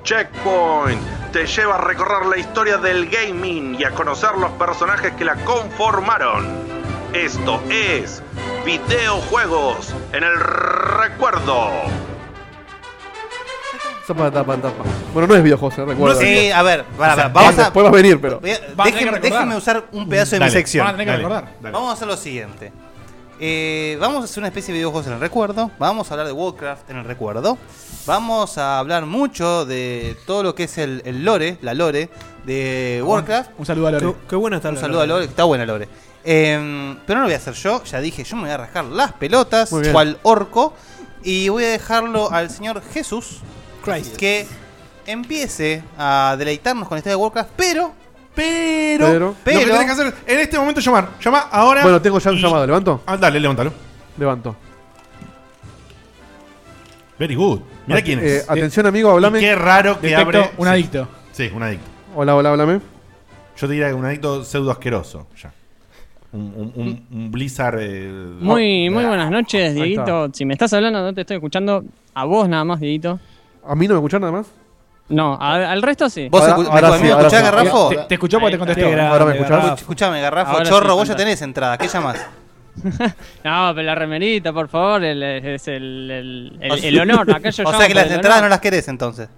S2: Checkpoint te lleva a recorrer la historia del gaming y a conocer los personajes que la conformaron. Esto es videojuegos en el recuerdo.
S6: Zapa, tapa, tapa. Bueno, no es videojuegos, eh, recuerdo.
S5: Sí, a ver, para,
S6: O sea,
S5: para, vamos
S6: después va
S5: a.
S6: a venir, pero.
S5: Voy
S6: Van
S5: a-
S6: a tener
S5: déjeme,
S6: que recordar.
S5: déjeme usar un pedazo de
S6: Dale.
S5: mi sección.
S6: Van a tener que recordar. Dale.
S5: Vamos a hacer lo siguiente. Eh, vamos a hacer una especie de videojuegos en el recuerdo. Vamos a hablar de Warcraft en el recuerdo. Vamos a hablar mucho de todo lo que es el, el lore, la lore de
S3: Oh,
S5: Warcraft.
S4: Un saludo a Lore. Qué- qué buena está
S5: Un
S4: la
S5: saludo a
S4: lore.
S5: Lore, está buena Lore. Eh, pero no lo voy a hacer yo, ya dije, yo me voy a rascar las pelotas,
S4: Muy bien.
S5: cual orco. Y voy a dejarlo al señor Jesús
S7: Christ.
S5: que empiece a deleitarnos con la historia de Warcraft, pero. Pero.
S6: Pero-
S3: Lo que tenés que hacer es, en este momento llamar. Llama ahora.
S6: Bueno, tengo ya un llamado, ¿levanto?
S3: Ah, dale, levántalo.
S6: Levanto.
S3: Very good. Mira quién es.
S6: Eh, atención, amigo, hablame.
S3: Y Qué raro que
S6: Detecto
S3: abre.
S6: un
S3: sí.
S6: adicto.
S3: Sí, un adicto.
S6: Hola, hola, háblame.
S3: Yo te diría que un adicto pseudo asqueroso. Ya. Un, un- un- un Blizzard. eh,
S16: Muy, muy buenas noches,
S3: Ahí está.
S16: Dieguito. Si me estás hablando, no te estoy escuchando. A vos nada más, Dieguito.
S6: ¿A mí no me escuchás nada más?
S16: No, a- al resto sí.
S5: ¿Vos escu- me- me escuchás, Garrafo?
S16: Te- te escuchó porque te contestó.
S5: Ahí está.
S16: Ahora me escuchás.
S5: Escuch- Escuchame, Garrafo,
S16: Ahora sí,
S5: chorro, vos ya
S16: fantástico.
S5: tenés entrada. ¿Qué llamás?
S16: No, pero la remerita, por favor, el- es el, el- el- el honor. Acá yo
S5: o
S16: llamo
S5: sea que
S16: por
S5: las
S16: el
S5: entradas no
S16: honor.
S5: las querés entonces.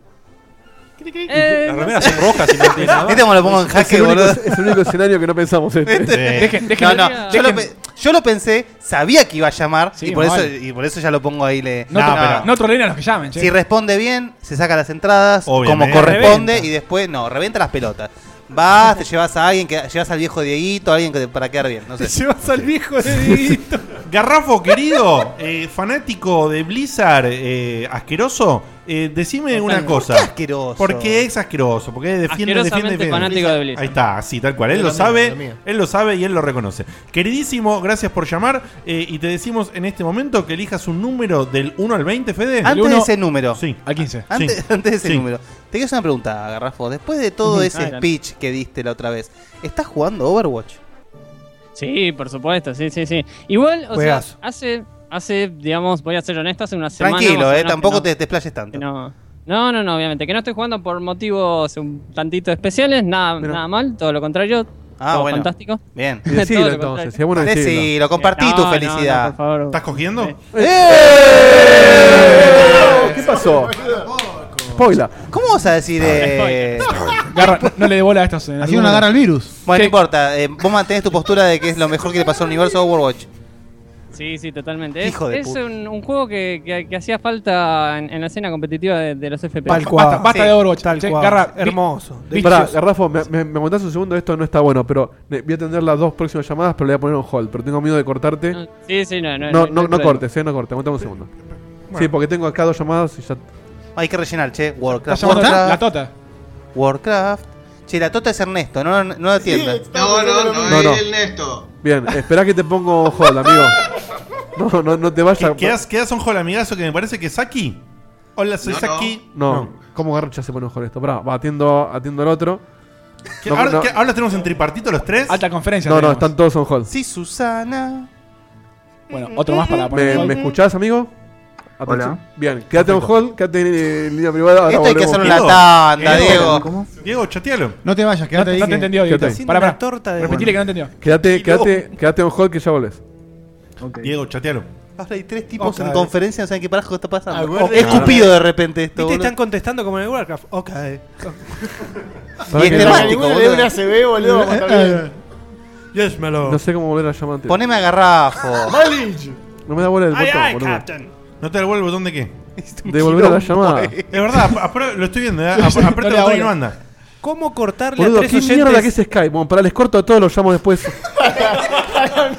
S16: Eh,
S5: Las
S16: no
S5: remeras
S16: sé.
S5: son rojas y no tienen nada más. Este me lo pongo en
S6: Es
S5: jaque,
S6: el único-
S5: boludo.
S6: Es el único escenario que no pensamos. Este.
S5: no, no, yo, lo pe- yo lo pensé, sabía que iba a llamar y, por
S4: más
S5: eso,
S4: vale.
S5: y por eso ya lo pongo ahí. Le,
S4: No, pero, no troleen a los que llamen, che.
S5: Si responde bien, se saca las entradas
S4: Obviamente.
S5: como corresponde
S4: Reventa.
S5: y después no, reventa las pelotas. Vas, te llevas a alguien, que, llevas al viejo Dieguito, a alguien que, para quedar bien. No sé.
S3: llevas al viejo de Garrafo, Oh. querido, eh, fanático de Blizzard, eh, asqueroso, eh, decime una cosa. ¿Por qué
S5: asqueroso?
S3: Porque es asqueroso, porque defiende, defiende,
S16: Asquerosamente
S3: defiende.
S16: fanático de Blizzard.
S3: Ahí está, así, tal cual. Él
S16: Es
S3: lo,
S16: lo mío,
S3: sabe,
S16: es lo mío.
S3: él lo sabe y él lo reconoce. Queridísimo, gracias por llamar eh, y te decimos en este momento que elijas un número del 1 al 20, Fede.
S5: Antes de ese número.
S3: Sí.
S4: Al 15.
S5: Antes, antes de ese
S3: Sí.
S5: número, te quiero hacer una pregunta, Garrafo. Después de todo
S16: Ujú.
S5: ese
S16: Adelante.
S5: speech que diste la otra vez, ¿estás jugando Overwatch?
S16: Sí, por supuesto, sí, sí, sí. Igual, o
S5: Juegazo.
S16: sea, hace, hace, digamos, voy a ser honesto, hace una semana.
S5: Tranquilo,
S16: más o
S5: eh,
S16: menos que
S5: tampoco
S16: no-
S5: te desplayes tanto.
S16: No. No, no, no, obviamente. Que no estoy jugando por motivos un tantito especiales, nada, nada mal, todo lo contrario.
S5: Ah,
S16: todo
S5: bueno.
S16: fantástico.
S5: Bien.
S16: Todo
S6: Decilo,
S16: lo
S6: entonces,
S16: contrario.
S6: si es bueno decirlo. Decilo, compartí
S16: Eh,
S6: tu felicidad.
S16: por favor.
S3: ¿Estás cogiendo?
S6: ¿Qué pasó? Spoiler.
S5: ¿Cómo vas a decir? Eh...
S4: Garra- no- no le dé bola a estos. eh,
S5: Hacía
S4: algunos.
S5: Bueno, no importa. eh, vos mantenés tu postura de que es lo mejor que le pasó al universo de Overwatch.
S16: Sí, sí, totalmente. Es,
S5: Hijo de
S16: es eh,
S5: puta.
S16: un, un juego que, que- que hacía falta en, en la escena competitiva de, de los FP.
S6: Tal cual. Basta- basta
S4: de Overwatch,
S16: Tal
S4: che,
S16: cual.
S4: Garra,
S16: Vi-
S4: hermoso.
S16: vi-
S6: Pará,
S4: Vicious.
S6: Garrafo, me, me, me aguantás un segundo, esto no está bueno, pero ne- voy a atender las dos próximas llamadas, pero le voy a poner un hold, pero tengo miedo de cortarte. No,
S16: Sí, sí, no,
S6: no,
S16: no. no hay problema.
S6: cortes, eh, no cortes, aguantame un segundo. Sí, porque tengo acá dos llamadas y ya.
S5: Hay que rellenar, che. Warcraft.
S6: llamando
S5: Warcraft.
S6: la- la
S4: Tota.
S5: Warcraft. Che, la Tota es Ernesto, no, no la atiendas.
S13: No, no, no,
S6: No, no.
S13: es el Nesto.
S6: Bien, esperá que te pongo hold, amigo. No, no, no te vayas.
S3: ¿Quedas, quedas un jolamigazo que me parece que es Saki. Hola, soy Saki.
S6: No, ¿cómo Garrocha se pone mejor esto? Pará, va, atiendo, atiendo el otro.
S3: ¿Qué- ahora, qué- ahora tenemos en tripartito los tres.
S4: Alta conferencia.
S6: No, no, están todos on hold.
S5: Sí, Susana.
S4: Bueno, otro más para poner.
S6: ¿Me,
S4: en
S6: me
S4: hold.
S6: escuchás, amigo?
S4: Hola.
S6: Bien, quédate on hold, quédate en, eh, línea privada. ahora
S5: Esto hay que
S6: volvemos.
S5: hacer una tanda, Diego.
S3: Diego, chatealo.
S6: No te vayas,
S4: No, te- no te entendió, Dieguito.
S6: Quédate,
S4: Pará, pará.
S6: Haciendo una torta de-
S4: Repetile que no entendió.
S6: quédate, quédate, quédate on hold que ya volvés.
S3: Diego, chatealo.
S5: Ahora hay tres tipos
S6: Ok.
S5: en conferencia, no saben qué parajo está pasando.
S6: Ah, bueno.
S5: Es Cupido de repente
S7: ¿Viste?
S5: esto. boludo.
S7: Están contestando como en el Warcraft. Ok.
S6: Pará
S5: este
S6: que-
S7: eh, Yes, me lo.
S6: No sé cómo volver a llamar antes.
S5: Poneme a Garrafo.
S6: No me da bola el
S7: Ay,
S6: botón,
S7: ay,
S6: boludo.
S7: Captain.
S3: ¿No te devuelve el botón de qué?
S6: De volver a la llamada.
S3: Es verdad, ap- apro- lo estoy viendo. ¿eh? Ap-
S6: Sí, sí,
S3: Aprieta
S6: no
S3: el
S6: le
S3: botón y
S6: hago.
S3: no anda.
S7: ¿Cómo cortarle
S6: Boludo,
S7: a
S6: qué
S7: tres oyentes?
S6: mierda que es Skype. Bueno, para les corto a todos, los llamo después.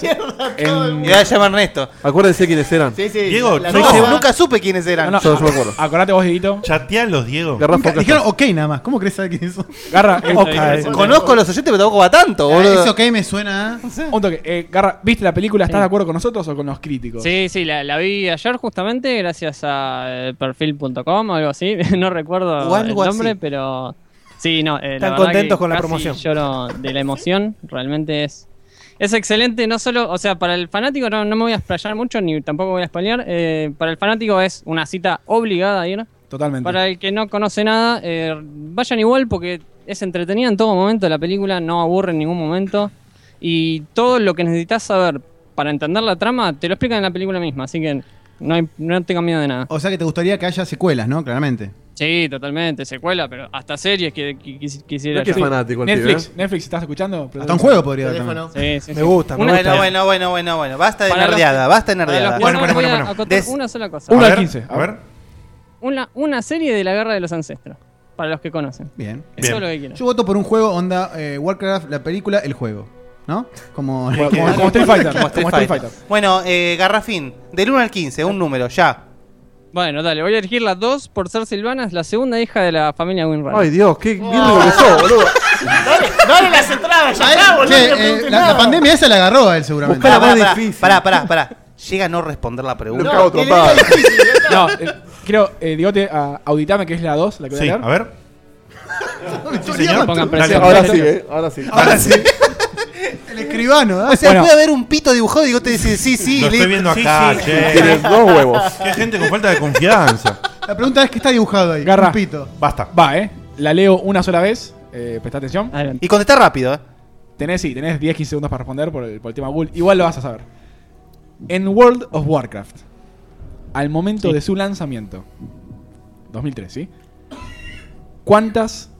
S5: Y ahora llama Ernesto.
S6: Acuérdense quiénes eran.
S5: Sí, sí,
S6: Diego,
S5: la-
S6: soy
S5: no,
S6: Seba.
S5: nunca supe quiénes eran.
S6: Yo no me acuerdo.
S4: Acordate vos, Dieguito.
S3: Chatealos, Diego.
S6: Garrafo,
S5: acá
S8: Dijeron ok nada más. ¿Cómo crees saber quién son?
S4: Garra, eh,
S5: Ok. Conozco a los oyentes, pero tampoco va tanto, boludo.
S8: Eso ok me suena.
S4: Un toque. Eh, Garra, ¿viste la película? ¿Estás de acuerdo con nosotros o con los críticos?
S16: Sí, sí, la, la vi ayer justamente gracias a eh, perfil.com o algo así. no recuerdo
S4: O algo
S16: el nombre,
S4: así.
S16: pero sí, no. eh,
S7: Están
S16: la verdad
S7: contentos
S16: que
S7: con la
S16: casi
S7: promoción.
S16: Lloro de la emoción. Realmente es es excelente. No solo, o sea, para el fanático no, no me voy a explayar mucho ni tampoco voy a spoilear. eh, para el fanático es una cita obligada a ir.
S4: Totalmente.
S16: Para el que no conoce nada, eh, vayan igual porque es entretenida en todo momento la película, no aburre en ningún momento. Y todo lo que necesitas saber para entender la trama te lo explican en la película misma, así que no, hay- no tengan miedo de nada.
S8: O sea que te gustaría que haya secuelas, ¿no? Claramente.
S16: Sí, totalmente, secuela, pero hasta series que, que- que- quisiera.
S6: No es que es
S16: yo.
S6: fanático el ¿eh?
S4: Netflix, Netflix, si estás escuchando.
S8: Hasta un juego podría haber
S4: Teléfono.
S8: también.
S16: Sí, sí, Me sí. gusta, me
S5: bueno,
S16: gusta.
S5: bueno, bueno, bueno, bueno. Basta de
S16: Para los-
S5: nerdeada, basta de
S16: para
S5: nerdeada.
S16: los que no, voy a acotar
S5: Des-
S16: una sola cosa.
S4: Una al 15, a ver.
S16: Una, una serie de la guerra de los ancestros, para los que conocen.
S8: Bien.
S16: Eso es lo que quiero.
S8: Yo voto por un juego onda eh, Warcraft, la película, el juego. ¿No? Como,
S5: Como Street Fighter. Bueno, eh, Garrafín, del 1 al 15, un número, ya.
S16: Bueno, dale, voy a elegir las dos por ser Silvana, es la segunda hija de la familia Winrar.
S6: Ay, Dios, qué bien
S16: Oh.
S6: lo que sos, boludo.
S13: Dale, dale las entradas, ya está, boludo.
S8: Che,
S13: no le
S8: eh,
S13: preguntes
S8: la,
S13: nada.
S8: la pandemia esa la agarró a él seguramente.
S5: Pará, pará, pará, pará, pará, pará. Llega a no responder la pregunta.
S4: No,
S5: No,
S4: él- No, eh, creo, eh, digote, a- auditame que es la 2, la que voy
S3: Sí,
S4: a leer.
S3: a ver.
S4: Sí, señor. Pongan
S6: Dale,
S4: presión.
S6: ahora sí, eh, ahora sí.
S4: Ahora sí.
S8: El escribano,
S6: ¿eh?
S5: O sea,
S4: Bueno.
S5: puede haber un pito dibujado y digo, te dice, sí, sí.
S3: Lo
S5: le-
S3: estoy viendo
S5: sí,
S3: acá,
S5: sí.
S3: che. Qué gente con falta de confianza.
S8: La pregunta es: ¿qué está dibujado ahí?
S4: Garra.
S8: Un pito.
S3: Basta.
S4: Va, eh. La leo una sola vez. Eh, presta atención.
S5: Y contestá rápido, eh.
S4: Tenés, sí, tenés 10-15 segundos para responder por el, por el tema Google. Igual lo vas a saber. En World of Warcraft, al momento
S16: Sí.
S4: de su lanzamiento, 2003, ¿sí? ¿Cuántas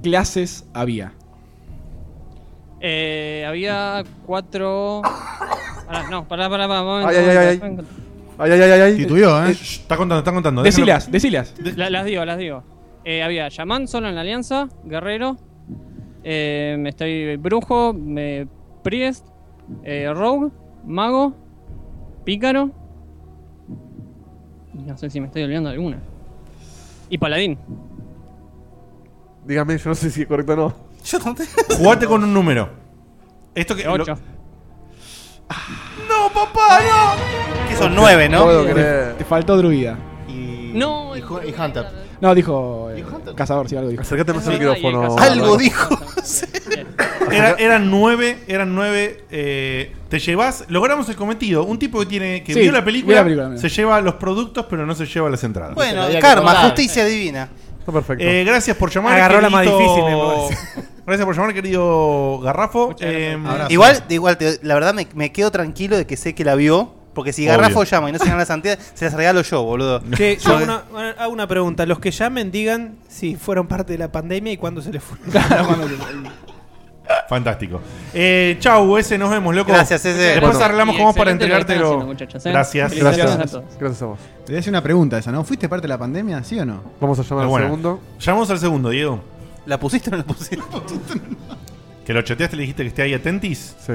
S4: clases había?
S16: Eh, había cuatro. Pará, no, pará, pará, pará. Momento,
S6: Ay, ay,
S16: momento,
S6: ay, ay.
S16: momento.
S6: Ay, ay, ay, ay, ay.
S8: Titubeó, eh.
S3: Está contando, está contando. déjalo.
S4: Decilas, decilas.
S16: La- las digo, las digo. Eh, había Shaman solo en la Alianza, Guerrero, eh, estoy Brujo, me- Priest, eh, Rogue, Mago, Pícaro. y No sé si me estoy olvidando de alguna. Y Paladín.
S6: Dígame, yo no sé si es correcto o no.
S5: Yo también.
S3: Jugate con un número. Esto que.
S16: Ocho.
S13: No, papá,
S5: Que son 9, ¿no?
S6: Puedo
S4: Te,
S6: creer.
S4: te faltó Druida.
S16: No,
S9: Y, Ju- y Hunter.
S4: No, dijo. eh, cazador, sí, algo dijo.
S6: Acercate más al
S16: verdad,
S6: micrófono.
S16: y el
S6: Álvaro.
S5: Algo dijo.
S3: Era- eran nueve, eran nueve. eh, te llevas, logramos el cometido. Un tipo que tiene que
S4: Sí,
S3: vio la
S4: vi
S3: película,
S4: la película, mira.
S3: se lleva los productos, pero no se lleva las entradas.
S5: Bueno,
S9: había que
S5: karma,
S9: cobrar.
S5: justicia divina.
S6: Está perfecto.
S3: Eh, gracias por llamar.
S7: Agarró la
S3: querido-
S7: más difícil, me
S3: Gracias por llamar, querido Garrafo. Eh,
S8: Abrazo.
S5: Igual, igual te- la verdad me, me quedo tranquilo de que sé que la vio. Porque si
S3: Obvio.
S5: Garrafo llama y no se gana la santidad, se las regalo yo, boludo.
S7: Che, yo
S5: Porque-
S7: hago una, eh, hago una pregunta. Los que llamen digan si fueron parte de la pandemia y cuándo se les fue.
S3: fantástico. Eh, chau, ese, nos vemos, loco.
S5: Gracias, ese.
S3: Después
S6: Bueno.
S3: arreglamos
S16: Y
S3: cómo para
S16: excelente lo que están
S3: entregártelo.
S16: haciendo, muchachos, ¿eh?
S3: Gracias.
S16: Felicitaciones
S3: Gracias.
S16: a todos.
S6: Gracias a vos.
S8: Te voy a hacer una pregunta esa, ¿no? ¿Fuiste parte de la pandemia, sí o no?
S6: Vamos a llamar
S3: Pero
S6: al
S3: bueno.
S6: segundo.
S3: Llamamos al segundo, Diego.
S5: ¿La pusiste o no la pusiste?
S3: Que lo chateaste, le dijiste que esté ahí atentis.
S6: Sí.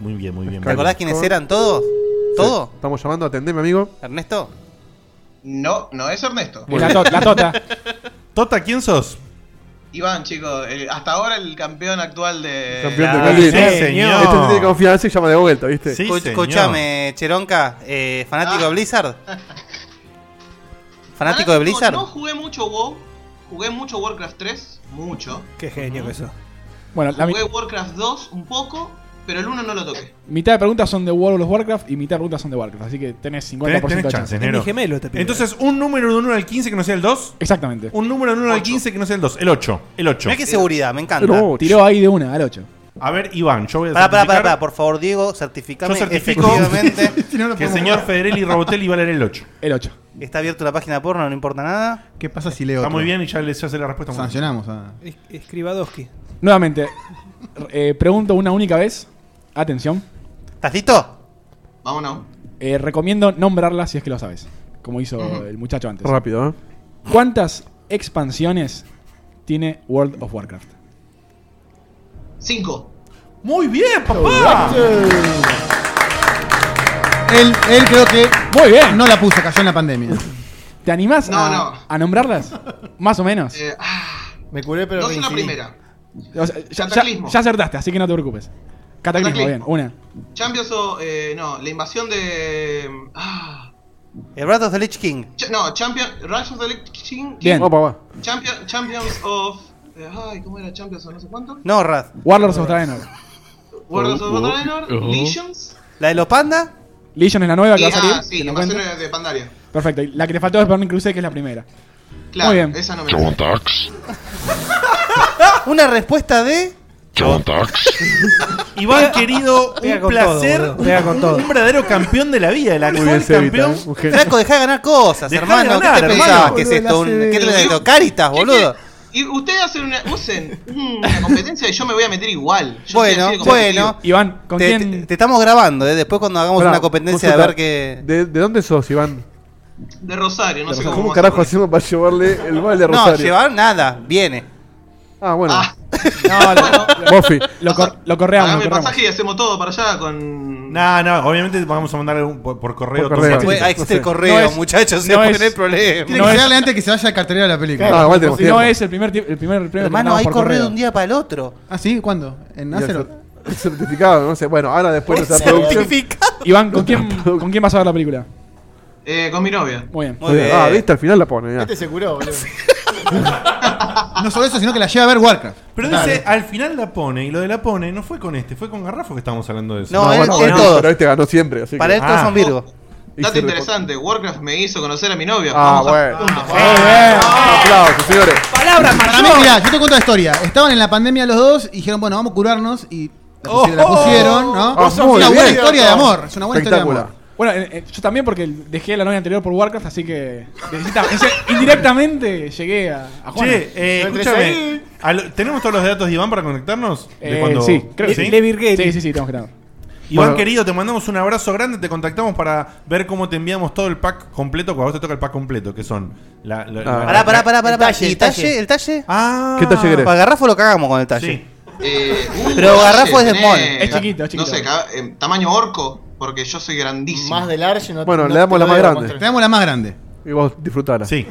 S3: Muy bien, muy bien.
S5: ¿Te acordás quiénes eran todos? ¿Todo?
S6: Sí. Estamos llamando, atendeme, amigo.
S5: ¿Ernesto?
S17: No, no es Ernesto.
S4: La, to- la tota.
S3: Tota, ¿quién sos?
S17: Iván, chicos, el- hasta ahora el campeón actual de.
S6: Campeón de
S3: Ah,
S6: Cali.
S3: sí, señor.
S6: Este
S4: Ah.
S6: tiene confianza y llama de vuelta, ¿viste?
S3: Sí,
S5: Co-
S3: señor.
S5: Escuchame, Cheronca, eh, fanático de Blizzard. ¿Fanático de Blizzard?
S17: No jugué mucho WoW. Jugué mucho Warcraft 3. Mucho.
S7: Qué genio que sos.
S4: Bueno, la mi-
S17: Jugué Warcraft 2 un poco, pero el 1 no lo toqué.
S4: mitad de preguntas son de World of Warcraft y mitad de preguntas son de Warcraft. Así que tenés 50%
S3: Tenés, tenés
S4: de
S3: chance,
S4: chance.
S7: Es mi
S3: negro.
S7: gemelo este pibe.
S3: Entonces, un número de 1 al 15 que no sea el 2.
S4: Exactamente.
S3: Un número de 1 al
S17: Ocho.
S3: 15 que no sea el 2. El 8. El 8.
S5: Mirá qué seguridad, me encanta.
S6: No.
S4: Tiró ahí de una al 8.
S3: A ver, Iván, yo voy a
S5: Pará, pará, pará,
S3: certificar
S5: pará, por favor, Diego, certificame
S3: Yo certifico.
S5: efectivamente.
S8: Si no, no
S3: que el
S8: podemos-
S3: señor Federelli Robotelli va a leer el 8.
S4: El 8.
S5: Está abierta la página porno, no importa nada.
S8: ¿Qué pasa si leo?
S3: Está
S8: otro?
S3: muy bien y ya le ya hace la respuesta. muy bien.
S8: Sancionamos. ah.
S7: Es- Escribadoski.
S4: Nuevamente, eh, pregunto una única vez. Atención.
S5: ¿Estás listo?
S17: Vamos, no.
S4: Eh, recomiendo nombrarla si es que lo sabes. Como hizo el muchacho antes.
S6: Rápido, ¿eh?
S4: ¿Cuántas expansiones tiene World of Warcraft?
S17: 5.
S3: Muy bien, papá.
S8: Él, él creo que
S4: Muy bien.
S8: no la puso, cayó en la pandemia.
S4: ¿Te animás
S17: No,
S4: a,
S17: no.
S4: a nombrarlas? Más o menos.
S17: Eh, ah,
S9: Me curé, pero.
S17: no es la
S9: coincidí.
S17: primera.
S4: O sea, ya, ya-
S17: Cataclismo.
S4: ya acertaste, así que no te preocupes. Cataclismo, bien,
S17: Cataclismo.
S4: una.
S17: Champions o. eh, no, la invasión de. ah,
S5: El Breath of the Lich King.
S17: cha- no, Champions. Rise of the Lich King.
S4: Bien.
S6: Vamos, papá.
S17: Champion- Champions of. eh, ay, ¿cómo era? Champions o no sé cuánto.
S5: No, Raz.
S4: Warlords of Draenor.
S17: Warriors of Draenor.
S11: Ujú.
S17: Legions.
S5: ¿La de los pandas?
S4: Legion es la nueva que
S17: Y,
S4: va a salir.
S17: ah, sí,
S4: que no cuenta.
S17: invasiones de Pandaria.
S4: Perfecto, y la que te faltó es Burning Crusade, que es la primera.
S17: eh. Claro,
S4: Muy bien.
S17: esa no me la sé.
S5: Una respuesta de.
S3: Nacho. Iván, querido,
S7: Pega
S3: un
S7: con todo,
S3: placer.
S7: boludo. Pega con todo.
S3: Un verdadero campeón de la vida, el
S7: bien,
S3: actual
S7: Cevita,
S3: campeón.
S7: un genio. Flaco,
S5: dejá de ganar cosas, hermano. ¿Qué te pensabas que es esto? Un- ¿Qué te pensás esto? Caritas, boludo.
S17: Y ustedes hacen una, usen una competencia y yo me voy a meter igual. Yo soy
S5: Bueno,
S17: así de competitivo.
S5: bueno.
S4: Iván,
S5: te, te- te estamos grabando, ¿eh? Después cuando hagamos
S6: Pará,
S5: una competencia de
S6: consulta,
S5: ver qué...
S6: ¿De, de dónde sos, Iván?
S17: De Rosario, no sé cómo.
S6: ¿Cómo
S17: vamos a hacer.
S6: carajo hacemos para llevarle el baile de
S5: No,
S6: Rosario?
S5: llevar nada, viene.
S6: Ah, bueno.
S5: No,
S6: Buffy.
S4: Lo, cor- lo correamos. lo
S17: Hagame
S4: correamos.
S17: el pasaje y hacemos todo para allá con.
S3: No, no, obviamente vamos a mandar un- por, por correo.
S6: Por
S3: todo
S6: correo.
S3: escrito.
S6: Bueno, ahí
S5: existe el correo.
S4: No es-
S5: muchachos,
S4: no
S5: se
S4: es-
S5: pone el problema.
S8: Tiene que darle antes que se vaya a cartelera la película.
S4: Claro, si no es el primer, ti- el primer premio.
S5: Hermano,
S4: mandamos
S5: hay
S4: por
S5: correo de un día para el otro.
S8: ¿Ah, sí? ¿Cuándo? ¿En
S6: Y el
S8: Acero?
S6: cer- el certificado, no sé. Bueno, ahora después de esa producción.
S4: Iván, ¿con quién, ¿con quién vas a ver la película?
S17: Eh, con mi novia.
S4: Muy bien.
S6: Muy bien. Ah, viste, al final la pone. ya.
S9: Este se curó, boludo.
S8: No solo eso, sino que la lleva a ver Warcraft.
S3: Pero
S8: Claro.
S3: dice, al final la pone, y lo de la pone no fue con este, fue con Garrafo que estábamos hablando de eso. Ah.
S5: No, No, él- bueno, él bueno, todos.
S6: Pero este ganó siempre, así
S5: Para
S6: que.
S5: él todos son Virgo.
S17: Dato interesante, Warcraft me hizo conocer a mi novia.
S6: Ah,
S17: Vamos a- Vamos a-
S6: Aplausos, señores.
S8: Palabras Para mí, mirá, yo te cuento la historia. Estaban en la pandemia los dos y dijeron, bueno, vamos a curarnos y la, pusi- la
S5: Oh.
S8: pusieron, ¿no?
S6: Ah,
S8: es
S6: muy
S8: una buena
S6: bien.
S8: historia de amor. Es una buena historia de amor.
S4: Bueno, eh, eh, yo también porque dejé la novia anterior por Warcraft, así que necesitaba- en serio, indirectamente llegué a, a Juan.
S3: Che, eh, escúchame. a lo- ¿Tenemos todos los datos de Iván para conectarnos? De
S4: Eh,
S3: cuando-
S4: sí, creo que sí. Sí, sí, sí, tenemos que tener.
S3: Iván
S4: Bueno.
S3: querido, te mandamos un abrazo grande, te contactamos para ver cómo te enviamos todo el pack completo, cuando a vos te toca el pack completo, que son la, la- la-
S5: Pará, pará, pará, pará.
S3: El
S5: pará.
S3: talle,
S5: ¿Y
S3: el
S5: talle?
S3: talle.
S5: ¿El talle?
S6: Ah.
S3: Ah.
S6: ¿Qué talle querés?
S5: Para Garrafo lo cagamos con el talle.
S17: Eh,
S5: Pero
S17: no
S5: Garrafo
S17: sé,
S5: es de
S17: tenés-
S5: small.
S4: Es chiquito, es chiquito.
S17: No sé, ca- eh, tamaño orco, porque yo soy grandísimo.
S9: Más de large no
S6: Bueno,
S9: no
S6: le damos
S9: te
S6: la
S9: lo
S6: más
S9: debo
S6: grande.
S9: mostrar.
S8: Te damos la más grande.
S6: Y vos disfrutala.
S3: Sí.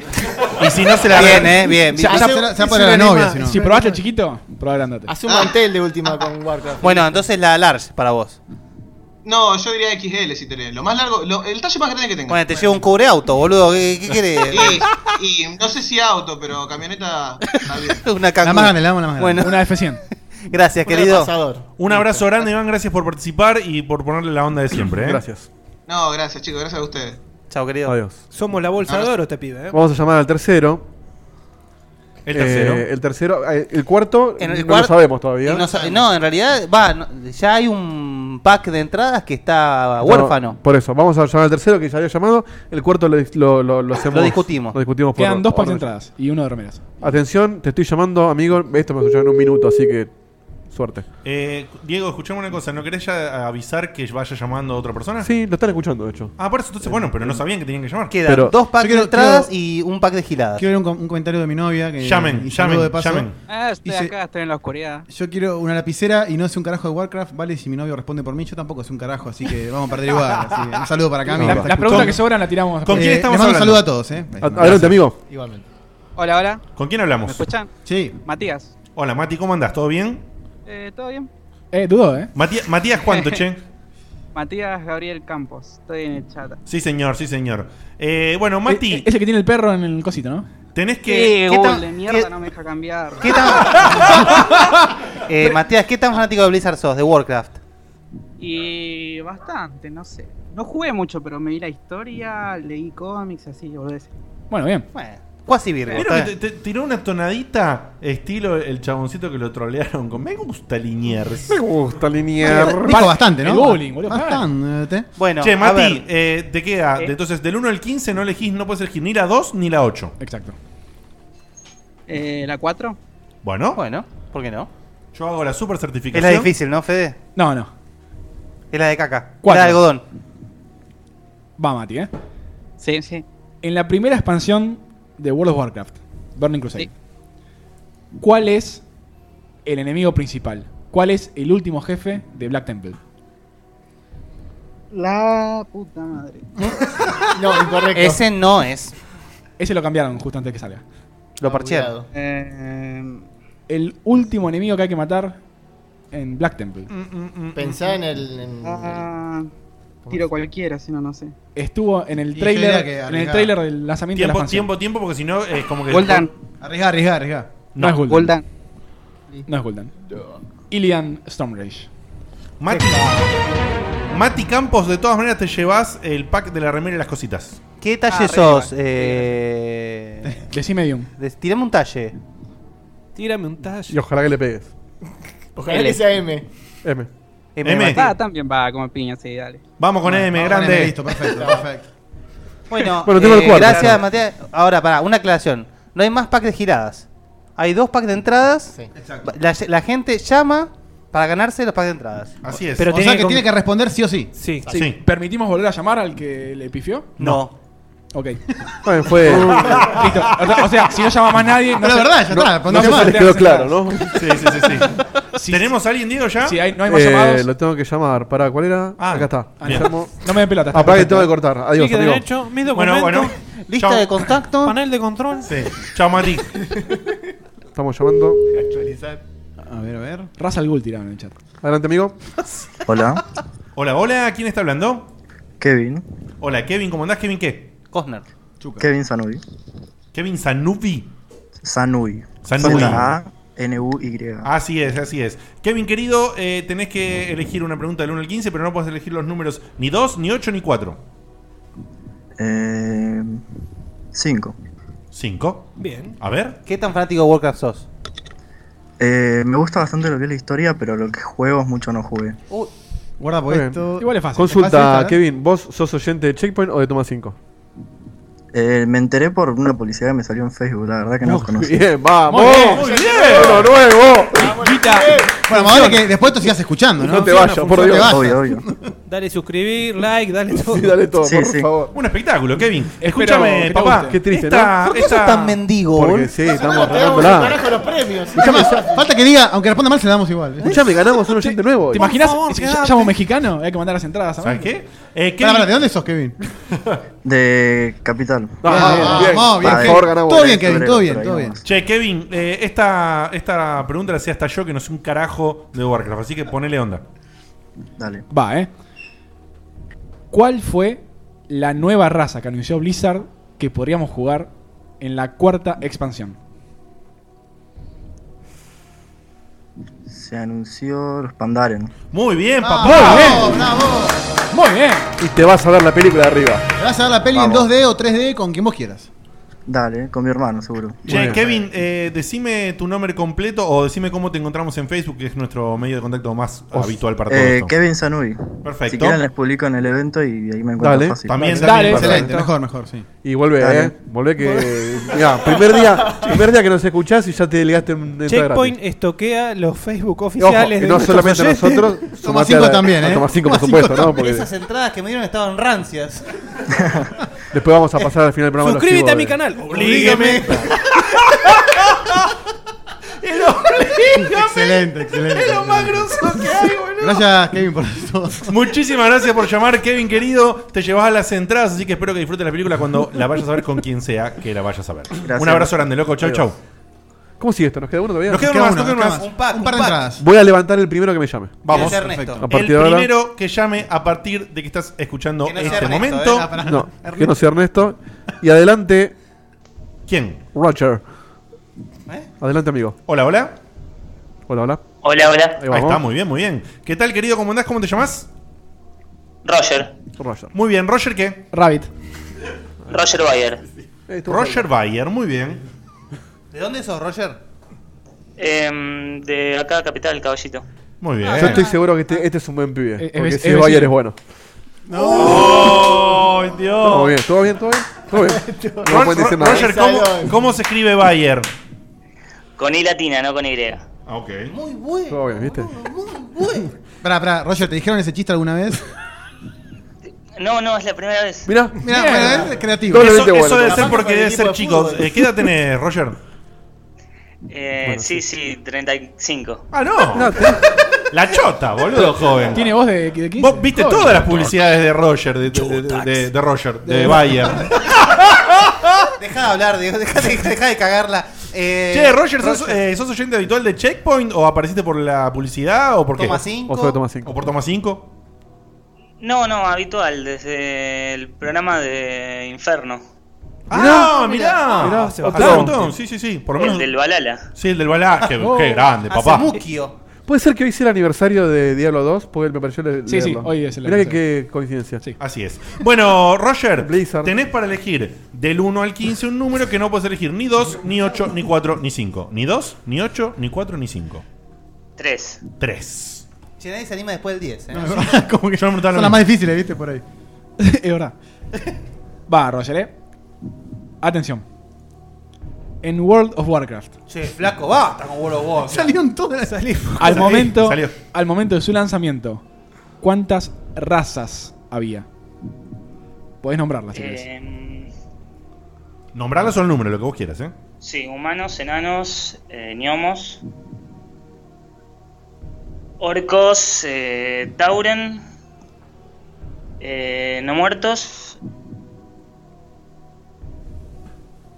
S3: Y si no se la
S5: Bien, eh, bien.
S4: Se-
S5: bien.
S4: se-
S8: se- se
S4: se-
S8: pone la
S4: se-
S8: novia,
S4: anima-
S8: si no.
S4: Si probaste el chiquito, probá el grandote.
S9: Hace un mantel de última con Warcraft.
S5: Bueno, entonces la large para vos.
S17: No, yo diría XL si tenés. Lo más largo, lo- el talle más grande que tengas.
S5: Bueno, te llevo un cubre auto, boludo. ¿Qué, qué querés?
S17: Y, y no sé si auto, pero camioneta. está bien.
S5: Una Kangoo. Bueno,
S4: Una F100.
S5: gracias,
S17: Una
S5: querido.
S17: pasadora.
S3: Un abrazo grande, Iván, gracias por participar y por ponerle la onda de siempre. ¿eh?
S6: Gracias.
S17: No, gracias, chicos, gracias a ustedes.
S5: Chao, querido.
S6: Adiós.
S7: Somos la bolsa de oro, te pide, ¿eh?
S6: Vamos a llamar al tercero.
S3: El
S6: Eh,
S3: tercero.
S6: el tercero. eh, El cuarto.
S5: En el
S6: no
S5: cuarto-
S6: lo sabemos todavía.
S5: Y no, sa- no, en realidad, va, no- ya hay un pack de entradas que está huérfano.
S6: Por eso, vamos a llamar al tercero que ya había llamado. El cuarto lo, dis- lo, lo- lo hacemos.
S5: Lo discutimos.
S6: Lo discutimos por-
S4: Quedan dos
S6: por-
S4: packs de entradas y uno de remeras.
S6: Atención, te estoy llamando, amigo. Esto me escuchó en un minuto, así que. Suerte.
S3: Eh, Diego, escuchame una cosa, ¿no querés ya avisar que vaya llamando a otra persona?
S6: Sí, lo están escuchando, de hecho.
S3: Ah, por eso entonces, bueno, pero no sabían que tenían que llamar.
S5: Quedan
S6: Pero-
S5: dos packs
S8: Yo quiero-
S5: de entradas y un pack de giladas.
S8: Quiero leer un, com- un comentario de mi novia. Que,
S3: Llamen,
S8: y saludo
S3: llamen,
S8: de paso.
S3: llamen.
S16: Ah, estoy
S8: Dice-
S16: acá, estoy en la oscuridad.
S8: Yo quiero una lapicera y no sé un carajo de Warcraft. Vale, si mi novio responde por mí, yo tampoco sé un carajo, así que vamos a perder igual. así que un saludo para Cami.
S4: La-
S8: que está
S4: las preguntas
S8: escuchando.
S4: que sobran las tiramos.
S8: ¿Con
S4: después.
S8: quién
S4: Eh,
S8: estamos
S4: les mando un
S8: hablando?
S4: saludo a todos, eh.
S6: Ad- Adelante, amigo.
S8: Igualmente.
S16: Hola, hola.
S3: ¿Con quién
S16: ¿Me
S3: hablamos?
S16: escuchan?
S8: Sí.
S16: Matías.
S3: Hola, Mati, ¿cómo andás? ¿Todo bien?
S16: Eh, ¿Todo bien?
S4: Eh, dudó, eh.
S3: Matías, Matías ¿cuánto, che?
S16: Matías Gabriel Campos. Estoy en el chat.
S3: Sí, señor, sí, señor. Eh, bueno, Mati,
S4: Ese que tiene el perro en el cosito, ¿no?
S3: tenés
S16: ¿Qué,
S3: que...
S5: qué
S16: gol
S5: tan-
S16: de mierda
S5: qué-
S16: no me deja cambiar?
S5: ¿Qué tan- Eh, Matías, ¿qué tan fanático de Blizzard sos? De Warcraft.
S16: Y bastante, no sé. No jugué mucho, pero me vi la historia, leí cómics, así, boludeces.
S4: Bueno, bien.
S5: Bueno, cuasi Virgo.
S3: Vieron
S5: está
S3: que
S5: bien.
S3: te- te tiró una tonadita estilo el chaboncito que lo trolearon con me gusta Liniers.
S6: Me gusta linear.
S8: Dijo bastante,
S4: El
S8: ¿no?
S4: bowling, boludo.
S8: Bastante.
S5: Bueno,
S3: che,
S5: a
S3: Mati,
S5: ver,
S3: eh, te queda.
S16: Eh.
S3: de- Entonces, del 1 al 15 no elegís, no puedes elegir ni la 2 ni la 8.
S4: Exacto.
S16: Eh, ¿La 4?
S3: Bueno,
S5: Bueno, ¿por qué no?
S3: yo hago la super
S5: Es
S3: certificación.
S5: la difícil, ¿no, Fede?
S4: No, no.
S5: Es la de caca.
S4: Cuatro.
S5: La de algodón.
S4: Va, Mati, eh.
S16: Sí, sí.
S4: En la primera expansión de World of Warcraft, Burning Crusade,
S16: Sí.
S4: ¿cuál es el enemigo principal? ¿Cuál es el último jefe de Black Temple?
S16: La puta madre.
S9: No, incorrecto.
S5: Ese no es.
S4: Ese lo cambiaron justo antes que salga.
S5: Lo parchearon.
S9: Cuidado.
S16: Eh,
S4: El último enemigo que hay que matar en Black Temple.
S5: Mm,
S9: Pensá en el. en-
S16: ah, tiro cualquiera, si no, no sé.
S4: Estuvo en el
S8: Y
S4: trailer,
S8: genera que
S4: en el
S8: arriesgá.
S4: trailer del lanzamiento de la
S3: Tiempo,
S4: expansión.
S3: tiempo, tiempo, porque si no es como que.
S16: Goldan.
S8: Arriesga, arriesga, arriesga.
S4: No, es Gul'dan.
S16: Goldan.
S4: No es Gul'dan. Ilian Stormrage.
S3: Mati, Mati Campos, de todas maneras te llevas el pack de la remera y las cositas.
S5: ¿Qué talle
S16: Ah,
S5: sos?
S16: re
S5: Eh...
S4: Decime bien.
S16: Eh,
S5: des- Tirame un talle.
S7: Tírame un talle.
S6: Y ojalá que le pegues.
S9: Ojalá que sea M.
S6: M.
S3: M.
S18: M. Ah, también va a comer piña, sí, dale.
S3: Vamos con M, grande.
S5: Bueno,
S18: Bueno, tengo el
S5: eh,
S18: cuarto.
S5: gracias
S18: Claro.
S5: Matías. Ahora, para una aclaración. No hay más packs de giradas. Hay dos packs de entradas. La, la gente llama para ganarse los packs de entradas.
S3: Así Ah,
S8: es. Pero O tiene sea que que tiene con- que responder sí o sí.
S7: Sí.
S4: ¿Permitimos volver a llamar al que le pifió?
S5: No.
S4: Ok.
S6: Bueno, fue-
S4: Listo. O sea- O sea, si no llama más nadie.
S6: Pero
S4: se-
S6: la verdad, ya está,
S4: no
S6: pondremos
S4: se
S6: más.
S4: sortean
S6: Quedó
S4: las
S6: claro,
S4: entradas.
S6: ¿no?
S3: Sí, sí, sí, sí. ¿Tenemos a alguien, Diego, ya?
S4: Sí, hay- no hay más
S6: Eh,
S4: llamados.
S6: Lo tengo que llamar. Pará, ¿cuál era?
S4: Ah,
S6: Acá está.
S4: ah, no. No me den pelota, está
S6: Ah, pará que
S4: perfecto.
S6: tengo que cortar. Adiós,
S4: Clic
S6: amigo.
S4: derecho, mis
S6: Bueno,
S4: documentos.
S6: bueno.
S5: Lista
S6: Chao.
S5: de contacto.
S7: Panel de control.
S3: Sí. Chao, Mati.
S6: Estamos llamando.
S4: A ver, a ver. Raza al Gul tiraron en el chat.
S6: Adelante, amigo.
S3: Hola. Hola, hola. ¿Quién está hablando? Kevin. Hola, Kevin. ¿Cómo andás, Kevin? ¿Qué?
S5: Cosner.
S19: Kevin Sanubi.
S3: Kevin Sanubi.
S19: Sanubi.
S3: Sanubi.
S19: Ah, Z-A-N-U-Y.
S3: Así es, así es. Kevin, querido, eh, tenés que elegir una pregunta del 1 al 15, pero no podés elegir los números ni 2, ni 8, ni 4.
S19: eh,
S6: Eh,
S19: 5.
S3: 5.
S7: Bien.
S3: A ver.
S5: ¿Qué tan fanático de Warcraft sos?
S19: Eh, me gusta bastante lo que es la historia, pero lo que juegos mucho no jugué.
S8: Guarda por
S6: Bien.
S8: esto.
S6: Consulta,
S8: eh?
S6: Kevin. ¿Vos sos oyente de Checkpoint o de Toma 5?
S19: Eh, me enteré por una publicidad que me salió en Facebook, la verdad que no los conocí.
S6: Bien, vamos.
S19: Muy bien, muy
S6: bien. Uno nuevo.
S8: Bueno, más vale que después tú sigas escuchando, ¿no?
S6: No te vayas, por
S8: No te
S6: Dios.
S8: vayas.
S19: Obvio, obvio.
S7: Dale suscribir, like, dale todo.
S6: dale todo, Sí, por sí. favor.
S3: Un espectáculo, Kevin. Escúchame, papá.
S6: Qué triste,
S3: esta,
S6: ¿no?
S3: esta-
S5: mendigo,
S6: Porque sí, estamos
S8: un
S6: regándola.
S8: carajo
S9: los premios.
S8: Escuchame, falta que diga, aunque responda mal, se la damos igual. ¿eh?
S6: Escuchame, ganamos un oyente nuevo.
S4: ¿Te imaginas?
S8: favor,
S4: si
S8: quédate.
S4: llamo mexicano, hay que mandar las entradas.
S3: ¿Sabes qué?
S8: Pará, pará, ¿de dónde sos, Kevin?
S19: De Capital. Eh,
S8: Ah, bien, bien. vamos, bien,
S19: Vale.
S8: Kevin. Todo bien, Kevin, todo bien, todo bien.
S3: Che, Kevin, eh, esta, esta pregunta la hacía hasta yo que no sé un carajo de Warcraft, así que ponele onda.
S19: Dale.
S4: Va, ¿eh? ¿Cuál fue la nueva raza que anunció Blizzard que podríamos jugar en la cuarta expansión?
S19: Se anunció los Pandaren.
S3: Muy
S4: Ah,
S3: bien,
S8: Ah,
S19: papá.
S8: Bravo, bravo.
S4: Muy bien.
S6: Y te vas a ver la película de arriba.
S8: Te Vas a dar la peli
S19: Vamos.
S8: en 2D o 3D con quien vos quieras.
S19: Dale, con mi hermano, seguro.
S3: Che, Kevin, eh, decime tu nombre completo o decime cómo te encontramos en Facebook, que es nuestro medio de contacto más habitual para todo
S19: Eh,
S3: esto.
S19: Kevin Sanubi.
S3: Perfecto.
S19: Si quieren les publico en el evento y ahí me encuentran
S6: Dale.
S19: fácil.
S6: Y vuelve,
S19: Dale.
S6: eh. Volvé que. Mirá, primer día, primer día que nos escuchás y ya te delegaste un entrada
S7: Checkpoint
S6: gratis.
S7: estoquea los Facebook
S6: Y ojo,
S7: oficiales
S6: que no
S7: nuestros
S6: solamente
S7: oyentes.
S6: nosotros, sumate a la-
S7: ¿eh?
S6: a Toma 5, por supuesto, ¿no? Porque
S5: Esas entradas que me dieron estaban rancias.
S6: después vamos a pasar al final del programa. los
S5: Suscríbete
S6: chivos
S5: a mi
S6: de-
S5: canal.
S6: Oblígueme.
S8: Excelente, excelente.
S13: Es lo más grosso que hay, boludo.
S8: Gracias, Kevin, por todo.
S3: Muchísimas gracias por llamar, Kevin, querido. Te llevas las entradas, así que espero que disfrutes la película cuando la vayas a ver con quien sea que la vayas a ver. Un abrazo grande, loco. Chau, chau.
S6: ¿Cómo sigue esto? ¿Nos queda uno todavía?
S3: Nos queda uno más, nos queda uno más.
S5: Un pack, un
S8: par de
S5: pack.
S8: entradas.
S6: Voy a levantar el primero que me llame.
S3: Vamos.
S6: Perfecto. A
S3: El
S6: partir de ahora.
S3: primero que llame a partir de que estás escuchando
S5: Que no sea
S3: este
S5: Ernesto,
S3: momento.
S5: eh. Ah, pará.
S6: No, que no sea Ernesto. Y adelante.
S3: ¿Quién? ¿Eh?
S6: Roger. Adelante, amigo.
S3: Hola, hola.
S6: Hola, hola.
S20: Hola, hola.
S6: Ahí
S3: Ahí
S6: vamos.
S3: está, muy bien, muy bien. ¿Qué tal, querido? ¿Cómo andás? ¿Cómo te llamas?
S20: Roger.
S6: Roger.
S3: Muy bien, ¿Roger qué?
S4: Rabbit.
S20: Roger Bayer.
S3: Roger Bayer, muy bien.
S5: ¿De dónde sos, Roger?
S20: Em, de acá, capital, caballito.
S3: Muy bien.
S6: Yo estoy seguro que este, este es un buen pibe.
S20: es
S6: porque si
S20: vec- es
S6: es Bayer
S20: vecino.
S6: es bueno.
S3: ¡Oh, Dios!
S6: Todo bien, todo bien, todo bien. Todo bien. No
S3: Ro-
S6: pueden decir
S3: Ro-
S6: nada.
S3: Roger, ¿cómo, cómo se escribe Bayer?
S20: Con I latina, no con Y.
S3: Ah, Ok.
S5: Muy bueno.
S6: Todo bien, ¿viste?
S8: Pará, pará, Roger, ¿te dijeron ese chiste alguna vez?
S20: No, no, es la primera vez.
S6: Mirá,
S8: Mirá, bueno, es creativo.
S3: Eso,
S8: Doblemente
S3: eso
S8: bueno.
S3: debe ser porque
S8: Con el
S3: debe
S8: equipo
S3: ser
S8: de
S3: chico.
S8: fútbol.
S3: Eh, ¿Qué edad tenés, Roger?
S20: Eh, sí, sí, 35.
S3: Ah, no. La chota, Ah, boludo, joven.
S4: Tiene voz de, de 15.
S3: Vos viste
S4: Joven.
S3: todas las publicidades de Roger, de, de- de- de- de Roger, de Bayer.
S5: Deja de hablar, Diego. Deja de, dejá de cagarla. Eh,
S3: Che, Roger, ¿sos, eh, sos oyente habitual de Checkpoint o apareciste por la publicidad o por qué?
S20: Toma cinco.
S6: O solo Toma cinco.
S3: ¿O por Toma 5?
S20: No, no, habitual, desde el programa de Inferno.
S3: Ah, mirá.
S20: Mirá, hace
S3: Hace un
S20: bastante.
S3: montón. Sí, sí, sí. Por lo
S20: El
S3: menos.
S20: del Balala.
S3: Sí, el del Balá. Qué, qué grande, papá.
S6: Puede ser que hoy sea el aniversario de Diablo 2, porque me pareció le-
S3: Sí, sí,
S6: leerlo.
S3: hoy es el
S6: Mirá que
S3: aniversario.
S6: qué coincidencia.
S3: Así es. Bueno, Roger, tenés para elegir del 1 al 15 un número que no puedes elegir ni 2, ni 8, ni 4, ni 5. Ni 2, ni 8, ni 4, ni 5.
S20: Tres.
S3: Tres.
S5: Si nadie se anima después del 10, ¿eh?
S8: Como que
S4: lo
S8: son las
S4: mismo.
S8: más difíciles, ¿viste? Por ahí.
S4: es verdad. Va, Roger, ¿eh? Atención. En World of Warcraft.
S5: Che, flaco, basta con World of Warcraft.
S8: Salieron todas.
S3: Pues
S4: Al momento, al momento de su lanzamiento, ¿cuántas razas había? Podés nombrarlas si querés.
S20: Eh,
S3: Nombrarlas o el número, lo que vos quieras, ¿eh?
S20: sí, humanos, enanos, eh, gnomos. Orcos, eh, Tauren. eh, no muertos.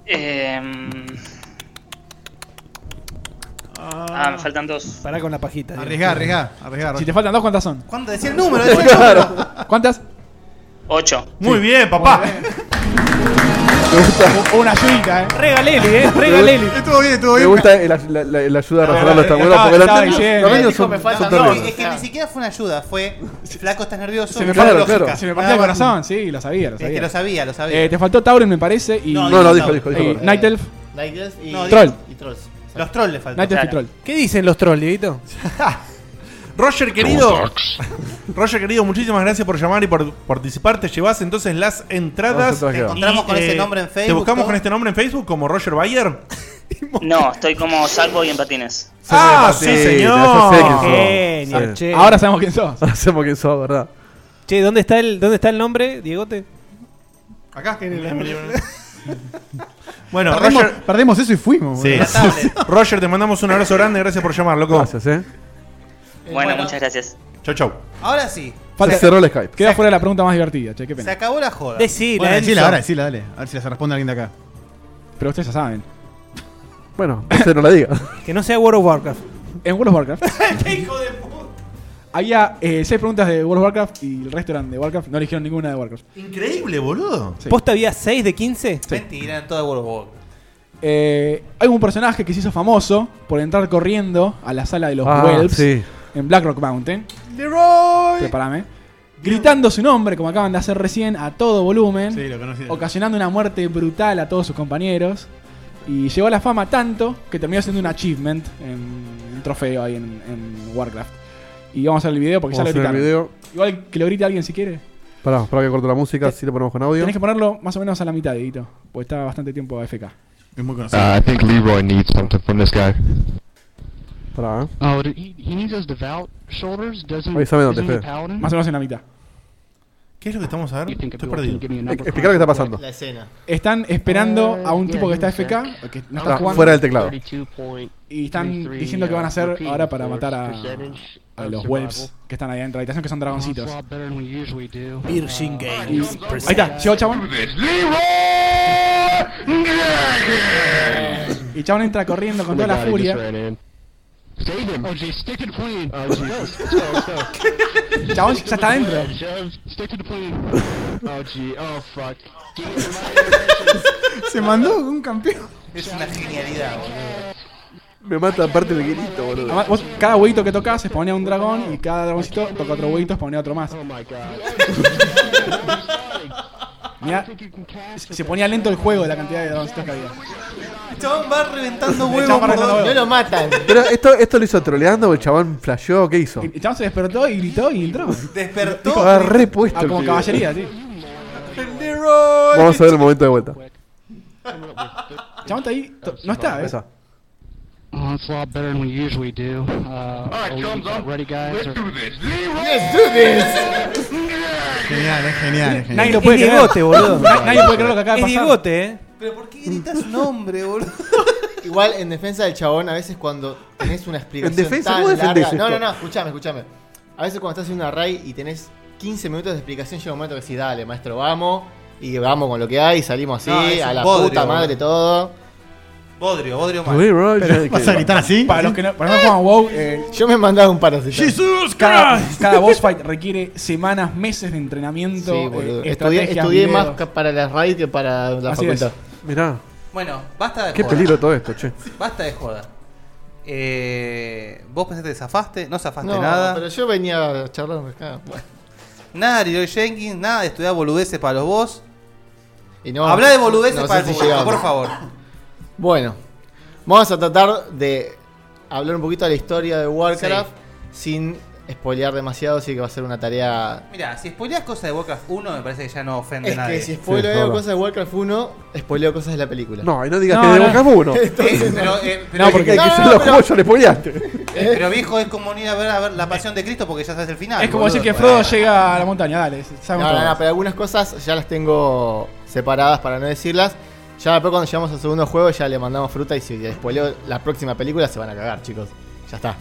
S20: Em, ah, me faltan dos.
S7: Pará con la pajita.
S8: Arriesgá, arriesgá, arriesgá.
S4: Si te faltan dos, ¿cuántas son?
S5: ¿Cuánto?
S20: Decí
S5: Decía
S20: el
S5: el
S20: número,
S5: número,
S20: decí
S5: decía
S20: el
S5: el
S20: número.
S4: ¿Cuántas?
S20: Ocho.
S3: Muy bien, papá.
S4: Una ayudita, eh.
S7: Regaleli, eh.
S6: Regaleli.
S8: Estuvo bien, estuvo
S6: Me
S8: bien.
S6: gusta el- la, la- la- la ayuda a razonar los tabuleros porque los
S4: estaba
S6: los
S4: diciendo.
S5: eh,
S6: tabuleros
S4: Dijo,
S6: son,
S4: me
S6: son
S4: faltan
S5: No,
S6: terribles.
S5: es que ni siquiera fue una ayuda, fue. Flaco, estás nervioso.
S4: Se me,
S6: Claro,
S4: partió la
S6: claro.
S4: lógica. Se me partió el corazón, sí, lo sabía, lo
S5: Ah, Es que
S4: sabía.
S5: lo sabía, lo sabía.
S4: Eh, te faltó Tauren, me parece. Y
S5: No, No, no, dijo dijo, dijo,
S4: Y
S5: dijo.
S4: eh, Night Elf.
S9: Night Elf y,
S4: No, Troll.
S9: y Trolls.
S5: Los trolls le faltan.
S4: Night Elf y Troll.
S7: ¿Qué dicen los trolls, Dieguito?
S3: Roger querido, Roger querido, muchísimas gracias por llamar y por participar. Te llevas entonces las entradas.
S6: Te
S5: encontramos
S3: Y, eh,
S5: con ese nombre en
S3: Te
S5: Facebook,
S3: buscamos
S5: todo.
S3: con este nombre en Facebook como Roger Bayer.
S20: No, estoy como salvo y en patines.
S3: Ah,
S6: Sí,
S3: sí,
S20: Oh.
S6: ya sé quién
S3: señor.
S6: sos.
S7: Genio,
S6: Sí.
S7: che.
S4: Ahora sabemos quién sos.
S6: Ahora sabemos quién sos, ¿verdad?
S7: Che, ¿dónde está el, dónde está el nombre, Diegote?
S8: Acá.
S3: Bueno,
S8: perdemos,
S3: Roger.
S8: perdemos eso y fuimos.
S3: Sí.
S8: boludo.
S3: Roger, te mandamos un abrazo grande. Gracias por llamar, loco. Gracias,
S6: eh.
S20: Bueno, muchas gracias.
S3: Chau, chau.
S5: Ahora sí,
S4: Falta-
S6: Se cerró el Skype.
S4: Queda fuera la pregunta más divertida, che, qué
S5: se
S4: pena.
S5: acabó la joda.
S7: Decila,
S8: Bueno,
S7: Enzo.
S8: decila ahora, decila, dale. A ver si se responde alguien de acá.
S4: Pero ustedes ya saben.
S6: Bueno, se no la diga.
S7: Que no sea World of Warcraft.
S4: En World of Warcraft. Había eh, seis preguntas de World of Warcraft y el resto eran de Warcraft. No eligieron ninguna de Warcraft.
S3: Increíble, boludo.
S4: Sí.
S7: ¿Posta había 6 de 15?
S5: Mentira, en todo el World of Warcraft.
S4: Eh, hay un personaje que se hizo famoso por entrar corriendo a la sala de los
S6: Ah,
S4: Welps
S6: sí.
S4: en Black Rock Mountain.
S5: ¡Leroy!
S4: Prepárame. Gritando su nombre, como acaban de hacer recién, a todo volumen.
S8: Sí, lo conocí.
S4: ocasionando una muerte brutal a todos sus compañeros. Y llegó a la fama tanto que terminó siendo un achievement, en, un trofeo ahí en, en Warcraft. Y vamos a hacer el video porque
S6: Vamos a
S4: ya lo
S6: hacer el
S4: gritaron.
S6: video.
S4: Igual que lo grite alguien si quiere.
S6: Pará, pará que corto la música, si lo ponemos con audio.
S4: Tenés que ponerlo más o menos a la mitad, Edito. Porque está bastante tiempo AFK.
S8: Es muy conocido.
S1: Uh, I think Leroy needs something from this guy.
S6: Pará, eh.
S1: Oh, he, he needs those devout shoulders, doesn't,
S6: Ahí sabe dónde,
S1: isn't he a
S6: Fede.
S1: paladin?
S4: Más o menos en la mitad.
S3: ¿Qué es lo que estamos a ver? Estoy
S1: Bill
S3: perdido.
S1: can give me a
S6: Ex-
S1: number
S6: Explicar lo que está
S1: five?
S6: pasando.
S9: La escena.
S4: Están esperando a un
S1: Eh,
S4: tipo que está
S1: yeah,
S4: AFK, que no
S6: Ah,
S4: está jugando.
S6: fuera del teclado.
S4: Y están
S1: 33,
S4: diciendo que van a hacer
S1: uh,
S4: ahora para matar a,
S1: percentage
S4: a
S1: of
S4: los
S1: survival.
S4: Welps que están ahí en la habitación, que son dragoncitos.
S1: Onslaught better than we usually do. Ah,
S7: Virgin Games.
S4: Ahí está, llegó el chabón. Y el chabón entra corriendo con
S1: Oh my
S4: toda la
S1: God, he
S4: furia.
S1: just ran in. Save him. Oh, geez, stick to the plane. Oh, Jesus.
S4: El chabón ya está adentro.
S1: Stick to the plane. Oh, gee. Oh, fuck. Give me
S8: Se mandó un campeón.
S5: Es una genialidad, boludo.
S6: Me mata aparte el grito, boludo.
S4: Además, vos, cada huevito que tocas se ponía un dragón y cada dragoncito toca otro huevito, ponía otro más.
S1: Oh, my God.
S4: Mirá, se se ponía lento el juego de la cantidad de dragoncitos que había.
S5: El chabón va reventando huevos
S4: chabón
S5: por
S4: reventando
S5: donde-
S4: huevos.
S9: No lo matan.
S6: Pero esto, esto lo hizo troleando, el chabón flasheó, ¿qué hizo?
S4: El chabón se despertó y gritó y entró.
S5: Despertó.
S6: Estaba repuesto.
S4: Ah,
S6: el
S4: como
S6: pibe.
S4: caballería, sí.
S5: Leroy.
S6: Vamos a ver el momento de vuelta.
S4: El chabón está ahí, to- no está, ¿eh?
S6: Esa.
S1: Onslaught better than we usually do. Uh, oh, we got ready, guys? Or-
S8: Genial, es genial, es
S4: Nadie
S8: genial.
S4: lo puede
S7: Es
S4: creer.
S7: Diegote, boludo.
S4: Na- Nadie puede creer lo que acaba de
S7: Es
S4: pasar.
S7: Diegote, eh.
S5: Pero ¿por qué gritas su nombre, boludo?
S9: Igual en defensa del chabón, a veces cuando tenés una explicación.
S6: ¿En defensa?
S9: tan
S6: ¿Cómo defendés
S9: larga- No,
S6: esto?
S9: no, no, escúchame, escúchame. A veces cuando estás haciendo una raid y tenés 15 minutos de explicación, llega un momento que decís, dale, maestro, vamos. Y vamos con lo que hay, salimos así,
S5: No, es
S9: a
S5: un
S9: la
S5: bodrio,
S9: puta madre todo.
S5: Bodrio, bodrio
S4: eh,
S5: mal.
S6: Leroy, ya
S8: ¿Vas
S6: que-
S8: a gritar así?
S4: Para los que no, para los que no juegan WoW, eh,
S9: Yo me mandaba un par de
S8: ¡Jesus
S4: cada,
S8: Christ!
S4: cada boss fight requiere semanas, meses de entrenamiento.
S9: Sí,
S4: eh,
S9: boludo. Estudié,
S4: estrategias,
S9: estudié
S4: videos.
S9: más ca- para la raid que para la
S4: Así
S9: facultad.
S6: Mirá,
S5: Bueno, basta de
S6: qué
S5: joda.
S6: peligro todo esto, che.
S5: Basta de joda. Eh, ¿Vos pensaste que zafaste? No zafaste
S9: No,
S5: nada.
S9: pero yo venía charlando acá. Ah, Bueno.
S5: Nada de Leroy Jenkins, nada de estudiar boludeces para los vos.
S9: Y no-
S5: Habla de boludeces
S9: no sé
S5: para el
S9: si
S5: público,
S9: llegamos.
S5: por favor.
S9: Bueno, vamos a tratar de hablar un poquito de la historia de Warcraft sin spoilear demasiado, así que va a ser una tarea.
S5: Mira, si spoileas cosas de Warcraft 1, me parece que ya no ofende
S9: Es
S5: a nadie.
S9: que si spoileo cosas de Warcraft 1, spoileo cosas de la película.
S6: No, y no digas que de Warcraft 1.
S9: Entonces,
S5: pero, eh, pero-
S6: no, porque
S5: No,
S6: que
S5: no,
S6: yo
S5: no,
S6: lo
S5: pero-
S6: juego, yo le spoileaste.
S5: Eh, Pero viejo, es como ir a ver, a ver la pasión de Cristo porque ya sabes el final.
S4: Es como
S5: boludo.
S4: decir que Frodo llega a la montaña, dale.
S9: No,
S4: Sabemos
S9: no,
S4: todos.
S9: no, pero algunas cosas ya las tengo separadas para no decirlas. Ya después cuando llegamos al segundo juego ya le mandamos fruta y si le spoileo la próxima película se van a cagar, chicos. Ya está.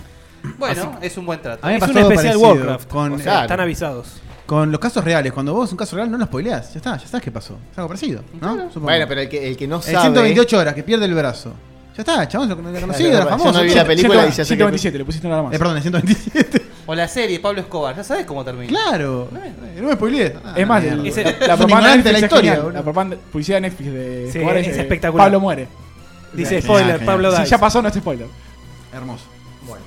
S5: Bueno, es un buen trato.
S8: A mí me
S9: Es
S8: pasó
S9: un
S8: algo
S9: especial
S8: parecido
S9: Warcraft,
S8: Con,
S9: o sea, Claro. están avisados.
S8: Con los casos reales. Cuando vos un caso real no lo spoileás. Ya está, ya sabes qué pasó. Es algo parecido, ¿no? Supongo.
S9: Bueno, pero el que, el que no
S8: El
S9: sabe...
S8: 128 horas, que pierde el brazo. Ya está, chabón, lo lo conocido,
S9: Claro,
S8: era
S9: yo
S8: famoso.
S9: no vi la película y ya sé que-
S4: 127, le pusiste nada más.
S8: Eh, perdón, el 127.
S5: O la serie, Pablo Escobar, ya sabes cómo termina. Ah,
S8: Claro. Eh, No me spoileé.
S4: es más,
S8: mierda.
S4: la-
S8: Ese-
S4: la,
S8: es un
S4: propaganda de Netflix
S8: ignorante de la
S4: es
S8: historia,
S4: genial.
S8: boludo.
S4: La propaganda publicidad de Netflix de
S7: Sí,
S4: Escobar
S7: es
S4: eh,
S7: espectacular.
S4: Pablo muere.
S7: Dice
S4: Genial,
S7: spoiler,
S4: genial.
S7: Pablo
S4: Si
S7: Dice.
S4: ya pasó, no es spoiler.
S8: Hermoso.
S9: Bueno.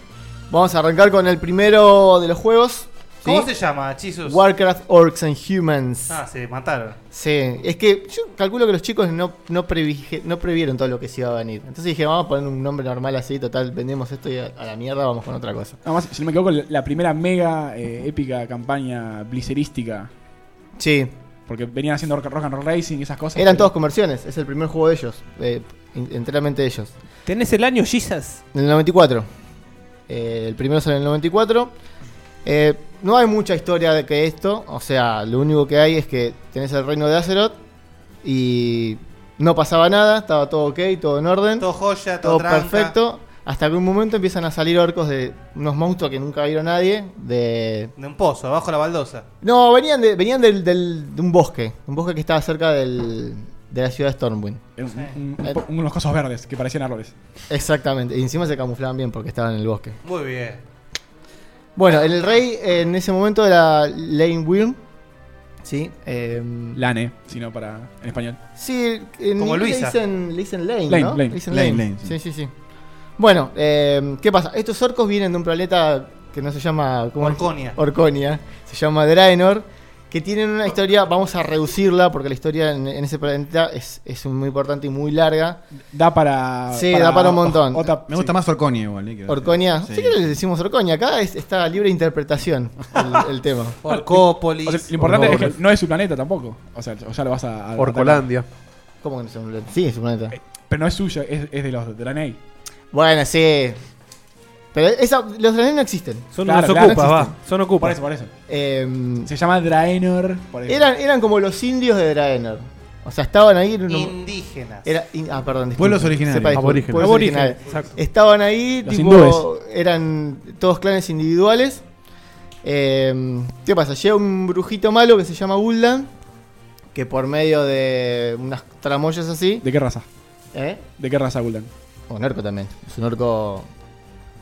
S9: Vamos a arrancar con el primero de los juegos.
S5: ¿Cómo se llama, Jesus?
S9: Warcraft Orcs and Humans.
S5: Ah, se mataron.
S9: Sí, es que yo calculo que los chicos no, no, previge- no previeron todo lo que se iba a venir. Entonces dije, vamos a poner un nombre normal así, total, vendemos esto y a, a la mierda vamos con otra cosa.
S4: Nada más, si no me equivoco, la primera mega eh, épica campaña blicerística.
S9: Sí.
S4: Porque venían haciendo rock, rock and roll racing y esas cosas.
S9: Eran
S4: pero-
S9: todos conversiones, es el primer juego de ellos, eh, in- enteramente de ellos.
S7: ¿Tenés el año, Jesus?
S9: En el 94. Eh, el primero sale en el 94. Eh, no hay mucha historia de que esto. O sea, lo único que hay es que tenés el reino de Azeroth y no pasaba nada, estaba todo ok, todo en orden.
S5: Todo joya, todo
S9: todo
S5: tranca.
S9: perfecto. Hasta que un momento empiezan a salir orcos de unos monstruos que nunca vieron nadie. De.
S5: De un pozo, abajo la baldosa.
S9: No, venían de, venían del, del- de un bosque. Un bosque que estaba cerca del, de la ciudad de Stormwind.
S4: Eran un- un- un po- unos cosos verdes que parecían árboles.
S9: Exactamente. Y encima se camuflaban bien porque estaban en el bosque.
S5: Muy bien.
S9: Bueno, el rey eh, en ese momento era Lane Wyrm. Sí. Eh,
S4: Lane, sino para. en español.
S9: Sí, en
S4: Como Luisa.
S9: inglés Le dicen, le dicen Lane,
S4: Lane,
S9: ¿no?
S4: Lane.
S9: Le dicen
S4: Lane, Lane,
S9: sí, sí, sí. Bueno, eh, ¿qué pasa? Estos orcos vienen de un planeta que no se llama... ¿cómo es?
S5: Orconia.
S9: Orconia. Se llama Draenor. Que tienen una historia, vamos a reducirla porque la historia en, en ese planeta es, es muy importante y muy larga.
S4: Da para.
S9: Sí, da para un montón.
S4: otra-
S8: Me gusta más Orconia igual. eh, que-
S9: Orconia.
S8: Sí.
S9: Sí, que le decimos Orconia. Acá es- está libre de interpretación el, el tema.
S5: Orcópolis.
S4: O sea, lo importante es que no es su planeta tampoco. O sea, o ya lo vas a. a-
S9: ¿Cómo que no es un planeta? Sí, es un planeta.
S4: Pero no es suyo, es, es de los de la NEI.
S9: Bueno, sí. Pero esa- los draenes no existen.
S7: Son
S4: Claro,
S7: unos
S4: claro,
S7: ocupas,
S4: no
S7: va.
S4: existen.
S7: Son ocupas.
S4: Por eso, por eso.
S9: Eh,
S4: Se llama Draenor. Por eso.
S9: eran, eran como los indios de Draenor. O sea, estaban ahí. en un-
S5: Indígenas.
S9: Era, in- ah, perdón. disculpe.
S8: Pueblos originarios.
S9: Sepa, disculpe.
S8: Aborígenes.
S9: Pueblos
S8: Aborígenes,
S9: originarios.
S8: exacto.
S9: Estaban ahí,
S8: Los
S9: tipo,
S8: hindúes.
S9: eran todos clanes individuales. Eh, ¿Qué pasa? Llega un brujito malo que se llama Gul'dan, que por medio de unas tramoyas así...
S4: ¿De qué raza?
S9: ¿Eh?
S4: ¿De qué raza, Guldan?
S9: Un orco también. Es un orco...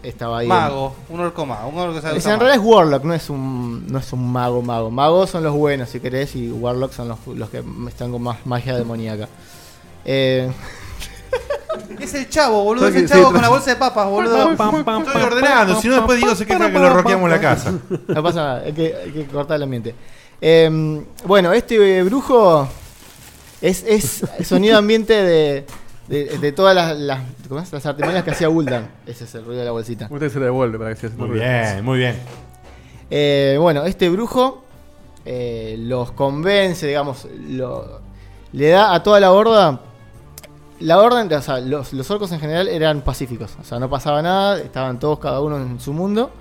S9: Estaba ahí.
S5: Mago, un orco mago, un orco que sabe
S9: Es-
S5: usar
S9: en
S5: mago.
S9: realidad es Warlock, no es un no es un mago mago. Magos son los buenos, si querés, y Warlock son los, los que están con más magia demoníaca. Eh,
S5: Es el chavo, boludo, es el
S9: Sí,
S5: chavo
S9: sí,
S5: con la
S9: tra-
S5: bolsa de papas, boludo. Estoy
S3: ordenando, si no después digo, se queja que lo roqueamos la casa.
S9: No pasa nada, hay que, hay que cortar el ambiente. Eh, bueno, este eh, brujo es, es sonido ambiente de, de- de todas las, las, ¿cómo es? las artimañas que hacía Gul'dan. Ese es el ruido de la bolsita.
S6: Usted se lo devuelve para que se
S3: Muy bien, muy bien.
S9: Eh, bueno, este brujo eh, los convence, digamos, lo- le da a toda la horda. La orden, o sea, los, los orcos en general eran pacíficos, o sea, no pasaba nada, estaban todos cada uno en su mundo.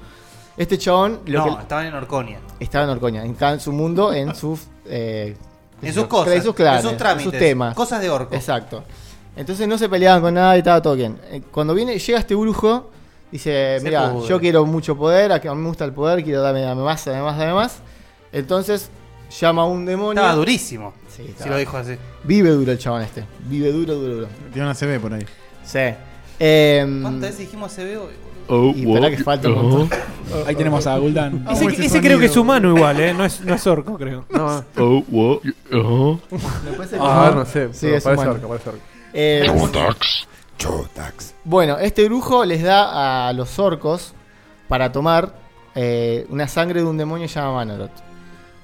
S9: Este chabón lo
S5: No,
S9: que-
S5: estaban en Orconia.
S9: estaba en Orcoña, en, cada- en su mundo, en sus. eh, qué
S5: En
S9: sé
S5: sus
S9: yo,
S5: cosas,
S9: en sus clanes,
S5: en sus trámites,
S9: en sus temas.
S5: cosas de orco.
S9: Exacto. Entonces no se peleaban con nada y estaba todo bien. Eh, Cuando viene, llega este brujo, dice:
S5: Se
S9: Mira,
S5: pudre.
S9: yo quiero mucho poder, a que a mí me gusta el poder, quiero darme, dame más, dame más, dame más. Entonces llama a un demonio.
S5: Estaba durísimo.
S9: Sí,
S5: Si
S9: estaba.
S5: lo dijo así.
S9: Vive duro el chabón este. Vive duro, duro, duro.
S8: Tiene una CB por ahí.
S9: Sí. Eh,
S5: ¿Cuántas veces dijimos se veo?
S9: y esperá que falta un montón.
S4: Ahí tenemos a Guldan.
S7: Ese, ese creo que es humano igual, ¿eh? No es, no es orco, creo.
S6: No.
S7: Oh,
S8: Uh-huh.
S6: Ah, no sé,
S9: Sí,
S6: pero
S9: es
S6: parece
S9: humano.
S6: orca, parece orca.
S9: Eh,
S6: Chotax.
S9: Bueno, este brujo les da a los orcos para tomar eh, una sangre de un demonio llamado Manoroth.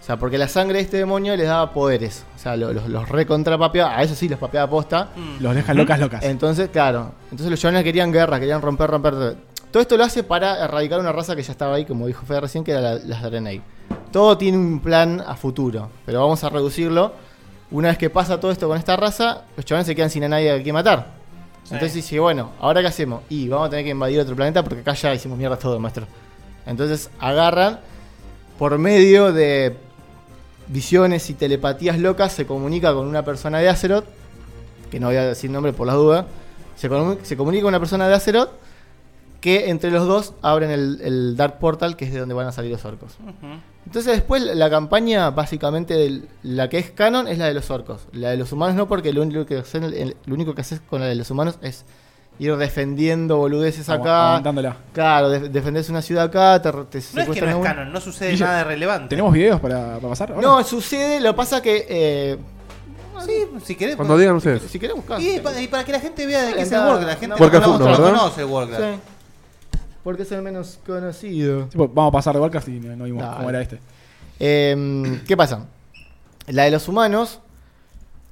S9: O sea, porque la sangre de este demonio les daba poderes. O sea, lo- los, los recontrapapeaba. A eso sí, los papeaba posta.
S4: Los deja locas, locas.
S9: Entonces, claro. Entonces los chavales querían guerra, querían romper, romper. Todo esto lo hace para erradicar una raza que ya estaba ahí, como dijo Fede recién, que era la- las Draenei. Todo tiene un plan a futuro, pero vamos a reducirlo. Una vez que pasa todo esto con esta raza, los chavales se quedan sin a nadie a que matar. Entonces dice, bueno, ¿ahora qué hacemos? Y vamos a tener que invadir otro planeta porque acá ya hicimos mierda todo, maestro. Entonces agarran, por medio de visiones y telepatías locas, se comunica con una persona de Azeroth, que no voy a decir nombre por las dudas, se, comu- se comunica con una persona de Azeroth, que entre los dos abren el, el Dark Portal, que es de donde van a salir los orcos. Entonces después la campaña básicamente del- la que es canon es la de los orcos. La de los humanos no porque lo único que hacen, el- lo único que haces con la de los humanos es ir defendiendo boludeces
S4: Agu-
S9: acá.
S4: aguantándola.
S9: Claro, de- defendés una ciudad acá, te, te
S5: No es que no
S9: secuestran a
S5: es
S9: un-
S5: canon, no sucede
S9: Guille,
S5: nada de relevante.
S4: ¿Tenemos videos para, para pasar? ahora?
S9: No, sucede, lo que pasa que... eh,
S5: Sí, si querés.
S6: Cuando digan ustedes.
S9: Si querés buscar.
S5: Y pa- y para que la gente vea de qué es el
S9: Anda-
S5: Warcraft, la gente
S9: anda-
S5: no, lo- no lo conoce el Warcraft.
S9: Sí. Porque es el menos conocido.
S4: Tipo, vamos a pasar de Warcraft y no, no vimos
S9: Dale.
S4: cómo era este.
S9: Eh, ¿Qué pasa? La de los humanos,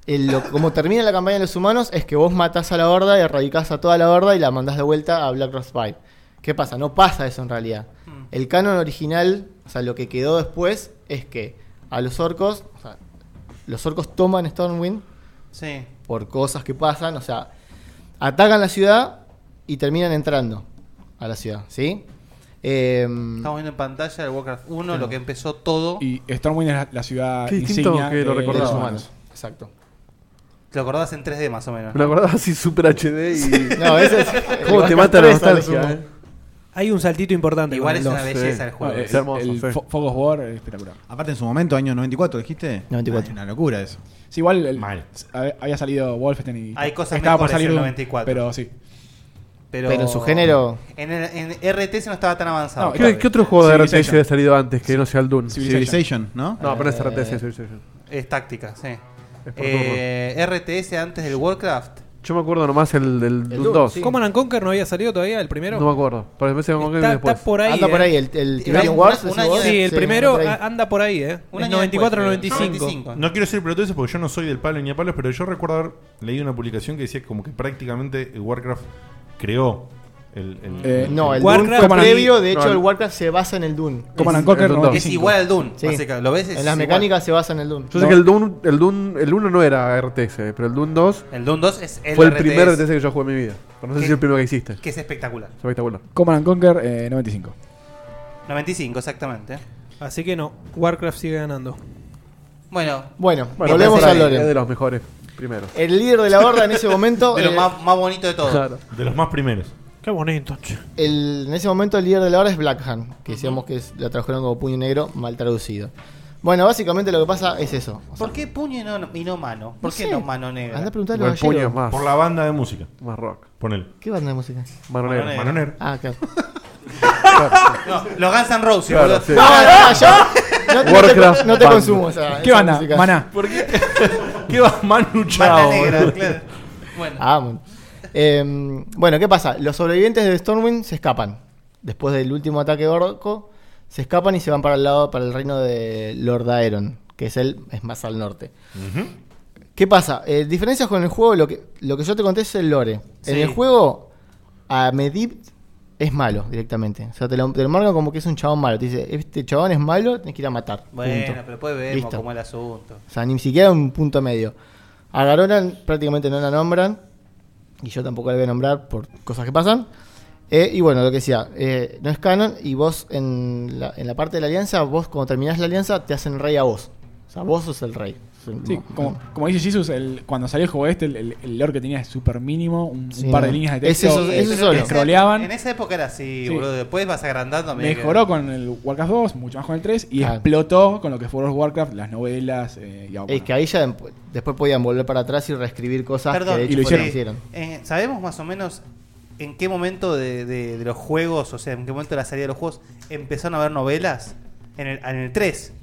S9: el- lo- como termina la campaña de los humanos, es que vos matás a la horda, erradicás a toda la horda y la mandás de vuelta a Black Rose Pile. ¿Qué pasa? No pasa eso en realidad.
S5: Mm.
S9: El canon original, o sea, lo que quedó después, es que a los orcos, o sea, los orcos toman Stormwind
S5: Sí.
S9: por cosas que pasan, o sea, atacan la ciudad y terminan entrando a la ciudad, ¿sí? Em,
S5: Estamos viendo en pantalla el Warcraft 1,
S9: Sí.
S5: lo que empezó todo.
S4: Y este Stormwind es la, la ciudad
S6: Qué distinto
S4: insignia
S6: que lo
S4: de-
S6: recordaba.
S4: de eh, los
S9: Exacto.
S5: Te lo acordás en 3D más o menos.
S6: Me lo acordaba así super HD y.
S9: No, ese es-
S6: ¿Cómo te mata la nostalgia, eh?
S7: Hay un saltito importante. con
S5: Igual
S7: Ah,
S5: es
S7: el
S5: una
S7: dos.
S5: belleza el juego.
S4: No,
S5: Es
S4: el-
S5: hermoso,
S4: el
S5: sí.
S4: Fo- Focus War es espectacular.
S8: Aparte, en su momento, año 94, dijiste.
S9: 94.
S8: Ay, una locura eso.
S4: Sí, igual el- a- había salido Wolfenstein y
S5: Hay cosas
S4: estaba por
S5: mejores
S4: salir
S5: en el
S4: un-
S5: 94.
S4: Pero sí.
S5: Pero,
S9: Pero en su género-
S5: En, el- en RTS no estaba tan avanzado.
S6: ¿Qué, qué otro juego de RTS
S4: Civilization.
S6: había salido antes que no sea el Dune?
S8: Civilization, ¿no?
S6: No, pero es RTS,
S5: Eh,
S6: Civilization.
S5: Es táctica, sí.
S6: por
S5: Eh, RTS antes del Warcraft.
S6: Yo me acuerdo nomás el del Dune 2.
S7: Command and Conquer no había salido todavía el primero.
S6: No me acuerdo. Pero me parece que me acuerdo
S7: Está,
S6: después.
S7: está por ahí.
S9: Anda por
S7: eh.
S9: ahí, el- el Tibetan
S7: un-
S9: Wars,
S7: un
S9: ese
S7: año-
S9: Wars,
S7: Sí, el
S9: sí,
S7: primero
S9: anda por ahí.
S7: a- anda por ahí, ¿eh?
S5: Un
S7: Es
S5: año
S7: 94
S5: después, creo.
S7: 95.
S5: 95.
S3: No quiero decir pelotudeces porque yo no soy del palo ni a palos, pero yo recuerdo haber leído una publicación que decía como que prácticamente Warcraft creó el. el-
S4: Eh,
S9: No, el Dune fue
S4: Command and-
S9: previo, de hecho
S4: no,
S9: el Warcraft se basa en el Dune.
S4: Command and
S9: Es-
S4: Conquer
S9: el Dune
S4: no,
S9: dos.
S5: Es igual al Dune, básicamente, ¿lo ves? Es
S9: En las
S5: igual.
S9: mecánicas se basa en el Dune.
S6: Yo sé que el Dune, el Dune, el 1 no era RTS, pero el Dune 2.
S5: El Dune 2 es el
S6: Fue el
S5: RTS.
S6: primer RTS que yo jugué en mi vida. Pero no sé si
S5: Que-
S6: es el primero que hiciste.
S5: que es espectacular.
S6: Es espectacular.
S4: Command and Conquer eh, 95.
S5: 95, exactamente.
S7: Así que no, Warcraft sigue ganando.
S5: Bueno,
S9: Bueno, volvemos
S6: pero
S9: al
S6: es-
S9: lore.
S6: Es de los mejores primeros.
S9: El líder de la horda en ese momento.
S5: de lo
S9: eh,
S5: más, más bonito de todo.
S6: Claro.
S3: De los más primeros.
S7: Qué bonito,
S9: el- en ese momento el líder de la hora es Blackhan, que decíamos que es- la tradujeron como puño negro, mal traducido. Bueno, básicamente lo que pasa es eso.
S5: ¿Por qué puño y no, y no mano? ¿Por
S9: No
S5: qué
S9: sé.
S5: no mano negra?
S9: Andá a preguntarle a
S6: El
S9: los
S6: puño es
S9: gallegos.
S6: más.
S3: Por la banda de música.
S6: Más rock.
S3: Ponele.
S9: ¿Qué banda de música?
S6: Manonero.
S5: Manonero.
S3: Manonero.
S9: Ah, claro.
S5: No, los Guns N' Roses,
S6: Claro,
S5: boludo.
S6: sí.
S9: No, no, no, yo no, te- no
S6: Warcraft
S9: te, no te
S6: Band.
S9: consumo esa,
S4: ¿Qué
S9: esa
S4: banda?
S9: música.
S4: Maná.
S3: ¿Qué va Manu Chao?
S5: Banda negra,
S3: boludo?
S5: claro. Bueno,
S9: Ah, bueno. Eh, bueno, ¿qué pasa? Los sobrevivientes de Stormwind se escapan. Después del último ataque orco, se escapan y se van para el lado, para el reino de Lord Aeron, que es el, es más al norte. ¿Qué pasa? Eh, diferencias con el juego, lo que, lo que yo te conté es el lore. En
S5: Sí.
S9: el juego, a Medivh es malo directamente. O sea, te lo, te lo marcan como que es un chabón malo. Te dice, este chabón es malo, tenés que ir a matar.
S5: bueno
S9: Punto.
S5: pero después vemos
S9: Listo.
S5: cómo es el asunto.
S9: O sea, ni siquiera un punto medio. A Garonan prácticamente no la nombran. Y yo tampoco la voy a nombrar por cosas que pasan. Eh, y bueno, lo que decía, eh, no es canon. Y vos en la, en la parte de la alianza, vos cuando terminás la alianza, te hacen rey a vos. O sea, vos sos el mm. rey.
S4: Sí, como, como dice Jesus, el, cuando salió el juego este, el, el, el lore que tenía es súper mínimo, un, un
S9: Sí,
S4: par
S9: no.
S4: de líneas de
S9: Es
S4: texto eh,
S9: eso- eso
S4: que
S9: solo.
S4: scrolleaban.
S5: En esa época era así,
S4: Sí.
S5: boludo. Después vas agrandando. a medida que-
S4: Mejoró con el Warcraft 2, mucho más con el 3, y
S9: Claro.
S4: explotó con lo que fueron los Warcraft, las novelas. eh, y ahora,
S9: Es que ahí ya demp- después podían volver para atrás y reescribir cosas
S5: Perdón,
S9: que de hecho
S4: Y lo
S9: fue que
S4: hicieron.
S5: Eh, ¿Sabemos más o menos en qué momento de, de- de los juegos, o sea, en qué momento de la salida de los juegos, empezaron a haber novelas? En el, en el 3.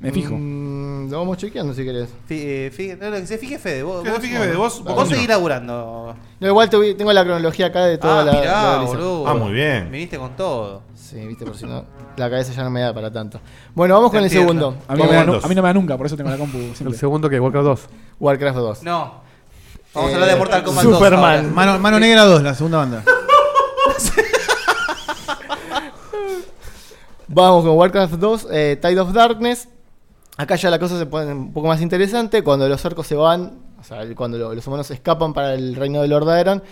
S4: me fijo.
S9: Mm, lo vamos chequeando si querés.
S5: Fí- eh, fí- no, no, que se fije Fede. Vos,
S3: Que se
S5: vos-
S3: fije Fede, vos-
S5: vos
S3: vos
S5: seguís
S3: no.
S5: laburando.
S9: No, igual te voy- tengo la cronología acá de toda
S5: ah,
S9: la.
S5: mirá,
S9: la Blizzard.
S5: boludo.
S3: Ah, muy bien.
S5: Viniste con todo.
S9: Sí, viste, por si no, la cabeza ya no me da para tanto. Bueno, vamos con el
S5: Entiendo.
S9: segundo.
S4: A mí, no
S9: Con
S4: me da,
S3: Warcraft
S4: nu-
S3: 2.
S4: a mí no me da nunca, por eso tengo la compu
S6: El
S4: siempre.
S6: segundo que Warcraft 2.
S9: Warcraft 2.
S5: No.
S4: Eh,
S5: Vamos a hablar de Mortal Kombat 2 ahora.
S9: Superman.
S8: Mano, Mano Negra 2, la segunda banda.
S9: Vamos con Warcraft 2, eh, Tide of Darkness. Acá ya la cosa se pone un poco más interesante. Cuando los orcos se van, o sea, el- cuando lo- los humanos escapan para el reino de Lord Aeron,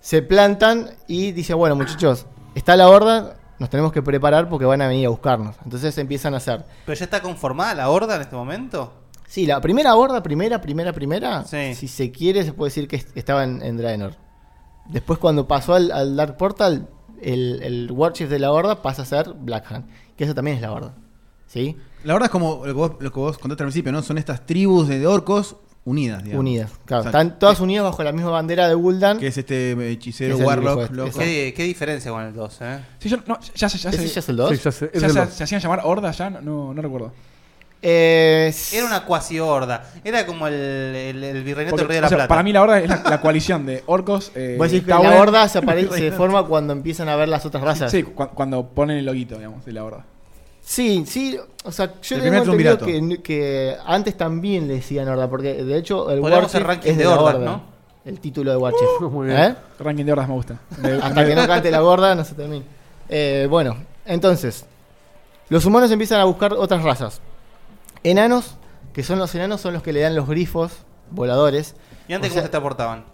S9: se plantan y dicen, bueno muchachos, está la horda, nos tenemos que preparar porque van a venir a buscarnos. Entonces empiezan a hacer.
S5: ¿Pero ya está conformada la horda en este momento?
S9: Sí, la primera horda, primera, primera, primera, si se quiere, se puede decir que est- estaba en, en Draenor. Después, cuando pasó al, al Dark Portal, el, el Warchief de la horda pasa a ser Blackhand, que esa también es la horda. ¿Sí?
S8: La verdad es como lo que vos, lo que vos contaste al principio, ¿no? Son estas tribus de orcos unidas, digamos.
S9: Unidas, claro.
S8: O sea,
S9: Están todas unidas bajo la misma bandera de Gul'dan.
S8: Que es este eh, hechicero,
S9: Es el
S8: warlock,
S9: brujo este,
S8: loco.
S9: exacto.
S5: ¿Qué, qué diferencia con el 2, eh?
S4: Sí, yo, no, ya, se- ya,
S9: ¿Ese
S4: se-
S9: ya es el dos? Sí, ya se- es
S4: ya
S9: el
S4: se,
S9: dos. Eh,
S4: se hacían llamar hordas ya, no, no recuerdo.
S5: Era una cuasi horda. Era como el, el, el virreinato
S4: Porque,
S5: del Río de la
S4: o sea,
S5: Plata.
S4: Para mí la horda es la, la coalición de orcos. Eh,
S9: Vos decís que la
S4: Tauren-
S9: horda se apare- se forma cuando empiezan a ver las otras razas.
S4: Sí, cu- cuando ponen el loguito, digamos, de la horda.
S9: Sí, sí, o sea, yo
S4: El
S9: tengo
S4: primer
S9: entendido
S4: triunvirato.
S9: que, que antes también le decían horda, porque de hecho el
S5: Podríamos hacer
S9: Warchief
S5: ranking
S9: es
S5: de
S9: de la
S5: hordas,
S9: horda,
S5: ¿no? Uh,
S9: El título de Warchief. ¿Eh?
S4: Ranking de hordas me gusta. Me-
S9: Hasta
S4: me-
S9: que no cante la gorda, no se termina. Eh, bueno, entonces, los humanos empiezan a buscar otras razas. Enanos, que son los enanos, son los que le dan los grifos voladores.
S5: ¿Y antes
S9: O
S5: cómo
S9: sea,
S5: se te aportaban?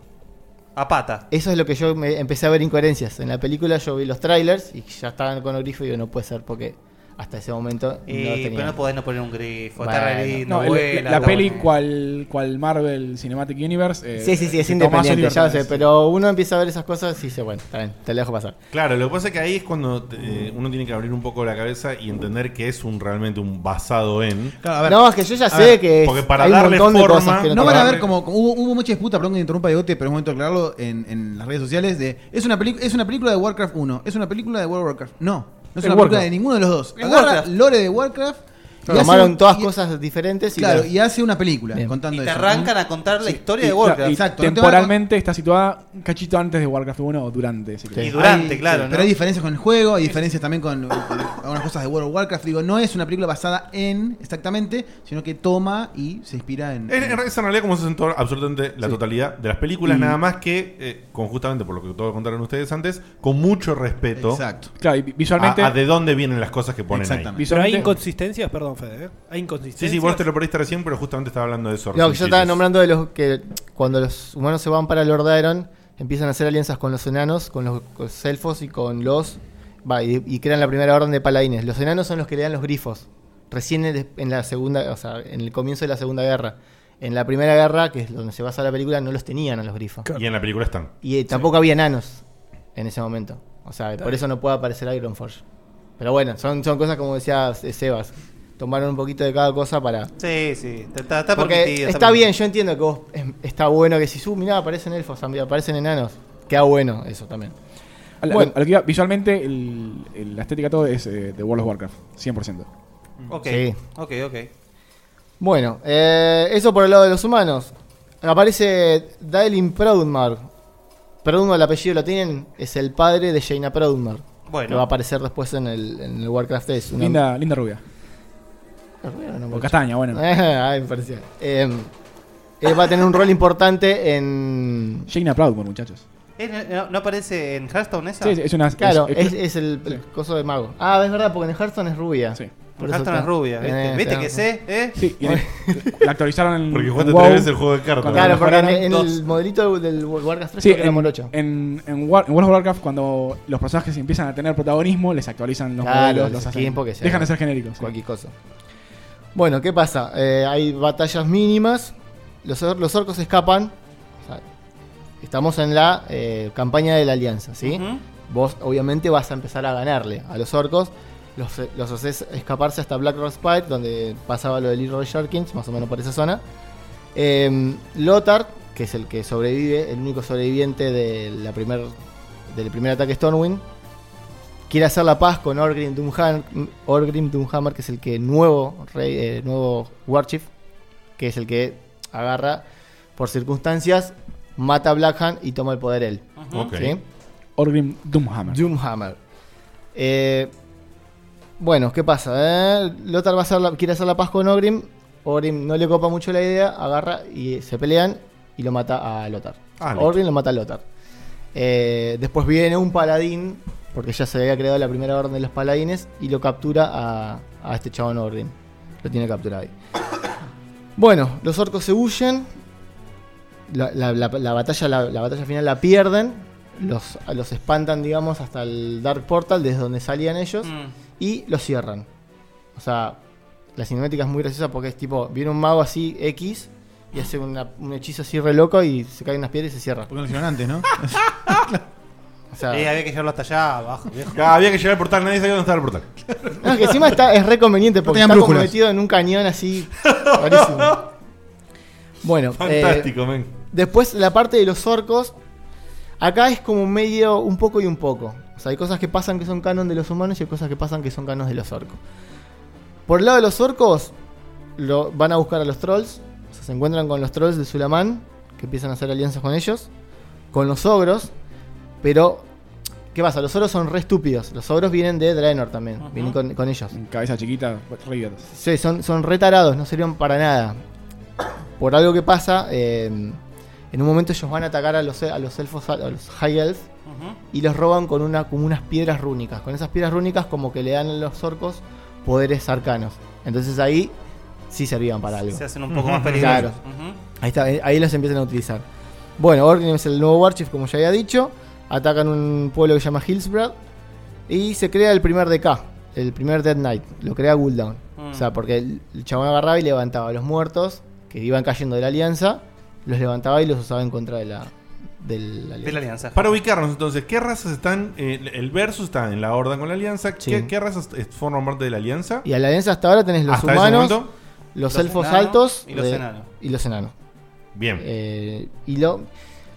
S5: A pata.
S9: eso es lo que yo me empecé a ver incoherencias. En la película yo vi los trailers y ya estaban con los grifos y digo, no puede ser porque hasta ese momento
S5: Y,
S9: no tenían.
S5: Eh, pero no podés no poner un grifo.
S9: Bueno.
S5: Está re lindo,
S4: No, el-
S5: vuela,
S4: la, la
S5: está
S4: peli
S5: bueno.
S4: cual, cual Marvel Cinematic Universe. eh,
S9: Sí, sí, sí, es
S4: se toma sus
S9: independiente, ya lo sé,
S4: libertades.
S9: pero uno empieza a ver esas cosas y dice, bueno, está bien, te la dejo pasar.
S3: Claro, lo que pasa es que ahí es cuando eh, uno tiene que abrir un poco la cabeza y entender que es un realmente un basado en.
S9: no, es que yo ya sé que es-
S3: Porque para
S9: hay un
S3: darle
S9: montón de
S3: forma-
S9: cosas que
S8: No,
S9: te
S8: van a
S9: acuerdas.
S8: ver como, como hubo, hubo mucha disputa, perdón que te interrumpa Diegote, pero es momento de aclararlo en, en las redes sociales de es una peli- es una película de Warcraft 1, es una película de World of Warcraft. No, no es
S9: Es
S8: una película
S9: Warcraft.
S8: de ninguno de los dos.
S9: Es
S8: Agarra
S9: Warcraft.
S8: lore de Warcraft y hace
S9: Tomaron
S8: un-
S9: todas
S8: y-
S9: cosas diferentes y
S8: Claro,
S9: las-
S8: y hace una película contando
S5: Y te
S8: eso,
S5: arrancan
S8: ¿no?
S5: a contar la
S8: Sí.
S5: historia
S4: Y-
S5: de
S4: claro,
S5: Warcraft.
S4: y
S8: Exacto, no te van a-
S4: Temporalmente está situada un cachito antes de Warcraft 1 o durante. si querés.
S8: Sí. Hay- sí, Pero hay diferencias con el juego, hay diferencias también con, con algunas cosas de World of Warcraft. Digo, no es una película basada en exactamente, sino que toma y se inspira en.
S3: En, en realidad, en realidad, como se sentó absolutamente la totalidad de las películas,
S8: Y-
S3: nada más que, eh, con justamente por lo que todos contaron ustedes antes, con mucho respeto.
S8: Exacto.
S4: Claro, y vi- visualmente-
S3: A, a de dónde vienen las cosas que ponen ahí.
S7: Pero hay inconsistencias, perdón, Fede. ¿eh? Hay
S3: Sí,
S7: inconsistencias.
S3: sí, vos te lo perdiste recién, pero justamente estaba hablando de eso.
S9: No, que
S3: recién,
S9: yo estaba
S3: Chiches.
S9: nombrando de los que cuando los humanos se van para Lord Aeron, empiezan a hacer alianzas con los enanos, con los, con los elfos y con los. Va, y, y crean la primera orden de paladines. Los enanos son los que le dan los grifos. Recién en en la segunda, o sea, en el comienzo de la segunda guerra. En la primera guerra, que es donde se basa la película, no los tenían a los grifos.
S3: Y en la película están.
S9: Y eh, tampoco había enanos en ese momento. O sea, por eso no puede aparecer Ironforge. Pero bueno, son, son cosas como decía eh, Sebas. Tomaron un poquito de cada cosa para.
S5: Sí, sí. Está, está
S9: Porque
S5: permitido.
S9: está bien, yo entiendo que vos em, está bueno que si uh, mirá, aparecen elfos, también aparecen enanos. Queda bueno eso también.
S4: A la-
S9: Bueno.
S4: a lo que iba, visualmente, el- el- la estética todo es eh, de World of Warcraft, 100%.
S5: Mm. Ok,
S9: Sí.
S5: ok, ok.
S9: Bueno, eh, eso por el lado de los humanos. Aparece Daelin Proudmar. Proudmar, el apellido lo tienen, es el padre de Jaina Proudmar.
S4: Bueno.
S9: Que va a aparecer después en el, en el Warcraft 3. una-
S4: Linda, linda rubia. O castaña, bueno.
S9: Ay, me parecía. Eh, él va a tener un rol importante en.
S4: Jaina Proudmore, muchachos.
S5: Eh, no, no aparece en Hearthstone esa?
S4: Sí, sí, es una-
S9: Claro,
S4: es-
S9: es,
S4: es-
S9: es el, el coso de mago. Ah, es verdad, porque en Hearthstone es rubia. Sí.
S5: Hearthstone es rubia, ¿viste? ¿Viste que sé, eh?
S4: Sí, y en el- la actualizaron en.
S3: Porque jugaste
S4: en
S3: tres veces el juego de cartas.
S4: cuando
S9: Claro,
S4: la
S9: porque en,
S4: mejoraron.
S9: en
S4: Dos.
S9: el modelito del Warcraft 3
S4: Sí,
S9: creo que era
S4: en,
S9: morocho.
S4: en, en War- en World of Warcraft, cuando los personajes empiezan a tener protagonismo, les actualizan los
S9: Claro,
S4: modelos,
S9: los
S4: los hacen-
S9: skins, porque se-
S4: Dejan de ser genéricos.
S9: Cualquier cosa. Bueno, ¿qué pasa? Eh, hay batallas mínimas. Los, or- los orcos escapan. O sea, estamos en la eh, campaña de la alianza, ¿sí? Vos obviamente vas a empezar a ganarle a los orcos. Los, eh, los haces escaparse hasta Black Rock Spike, donde pasaba lo de Leroy Jerkins, más o menos por esa zona. Eh, Lothar, que es el que sobrevive, el único sobreviviente de la primer, del primer ataque Stormwind, quiere hacer la paz con Orgrim Doomhammer, Orgrim Doomhammer, que es el que nuevo rey, eh, nuevo Warchief, que es el que agarra por circunstancias, mata a Blackhand y toma el poder él.
S4: Ujú. Ok.
S9: ¿Sí?
S4: Orgrim Doomhammer.
S9: Doomhammer. Eh, bueno, ¿qué pasa? eh? Lothar va a hacer la- quiere hacer la paz con Orgrim. Orgrim no le copa mucho la idea, agarra y se pelean y lo mata a Lothar.
S3: Ah, listo.
S9: Orgrim lo mata a Lothar. Eh, después viene un paladín porque ya se había creado la primera orden de los paladines, y lo captura a, a este chabón orden. Lo tiene capturado ahí. Bueno, los orcos se huyen. La, la- la- la batalla, la, la batalla final la pierden. Los, los espantan, digamos, hasta el Dark Portal, desde donde salían ellos. Y los cierran. O sea, la cinemática es muy graciosa porque es tipo, viene un mago así, X, y hace una- un hechizo así re loco y se caen unas piedras y se cierra. Porque
S8: no hicieron antes, ¿no?
S9: o sea,
S5: Eh, había que llevarlo hasta allá abajo, viejo.
S3: Ah, había que llegar al portal, nadie sabía dónde estaba el portal.
S9: No, que encima está, es re conveniente porque
S3: tenían
S9: está como
S3: brújulas.
S9: metido en un cañón así. rarísimo. Bueno, eh,
S3: Fantástico, men.
S9: Después la parte de los orcos. Acá es como medio un poco y un poco. O sea, hay cosas que pasan que son canon de los humanos y hay cosas que pasan que son canon de los orcos. Por el lado de los orcos, lo, van a buscar a los trolls. O sea, se encuentran con los trolls de Sulamán, que empiezan a hacer alianzas con ellos. Con los ogros. Pero, ¿qué pasa? Los ogros son re estúpidos. Los ogros vienen de Draenor también. Vienen con, con ellos.
S4: Cabeza chiquita, re idiotas.
S9: Sí, son, son retarados, no sirven para nada. Por algo que pasa, eh, en un momento ellos van a atacar a los, e- a los elfos, a los High Elf, y los roban con, una, con unas piedras rúnicas. Con esas piedras rúnicas como que le dan a los orcos poderes arcanos. Entonces ahí sí servían para algo.
S5: Se hacen un poco más peligrosos.
S9: Claro.
S5: Ujú.
S9: Ahí, está, eh, ahí los empiezan a utilizar. Bueno, Orgrim es el nuevo Warchief, como ya había dicho. Atacan un pueblo que se llama Hillsbrad. Y se crea el primer DK, el primer Dead Knight. Lo crea Gul'dan. O sea, porque el, el chabón agarraba y levantaba a los muertos que iban cayendo de la alianza. Los levantaba y los usaba en contra de la, de la alianza.
S3: Para ubicarnos entonces, ¿qué razas están? eh, el- el versus está en la horda con la alianza. ¿Qué, qué razas eh, forman parte de la alianza?
S9: Y a la alianza hasta ahora tenés los
S3: Hasta ese
S9: humanos, los,
S3: momento.
S5: Los
S9: elfos
S5: enanos
S9: altos
S5: y los
S9: de-
S5: enanos.
S9: Y los enanos.
S3: Bien.
S9: Eh, y lo.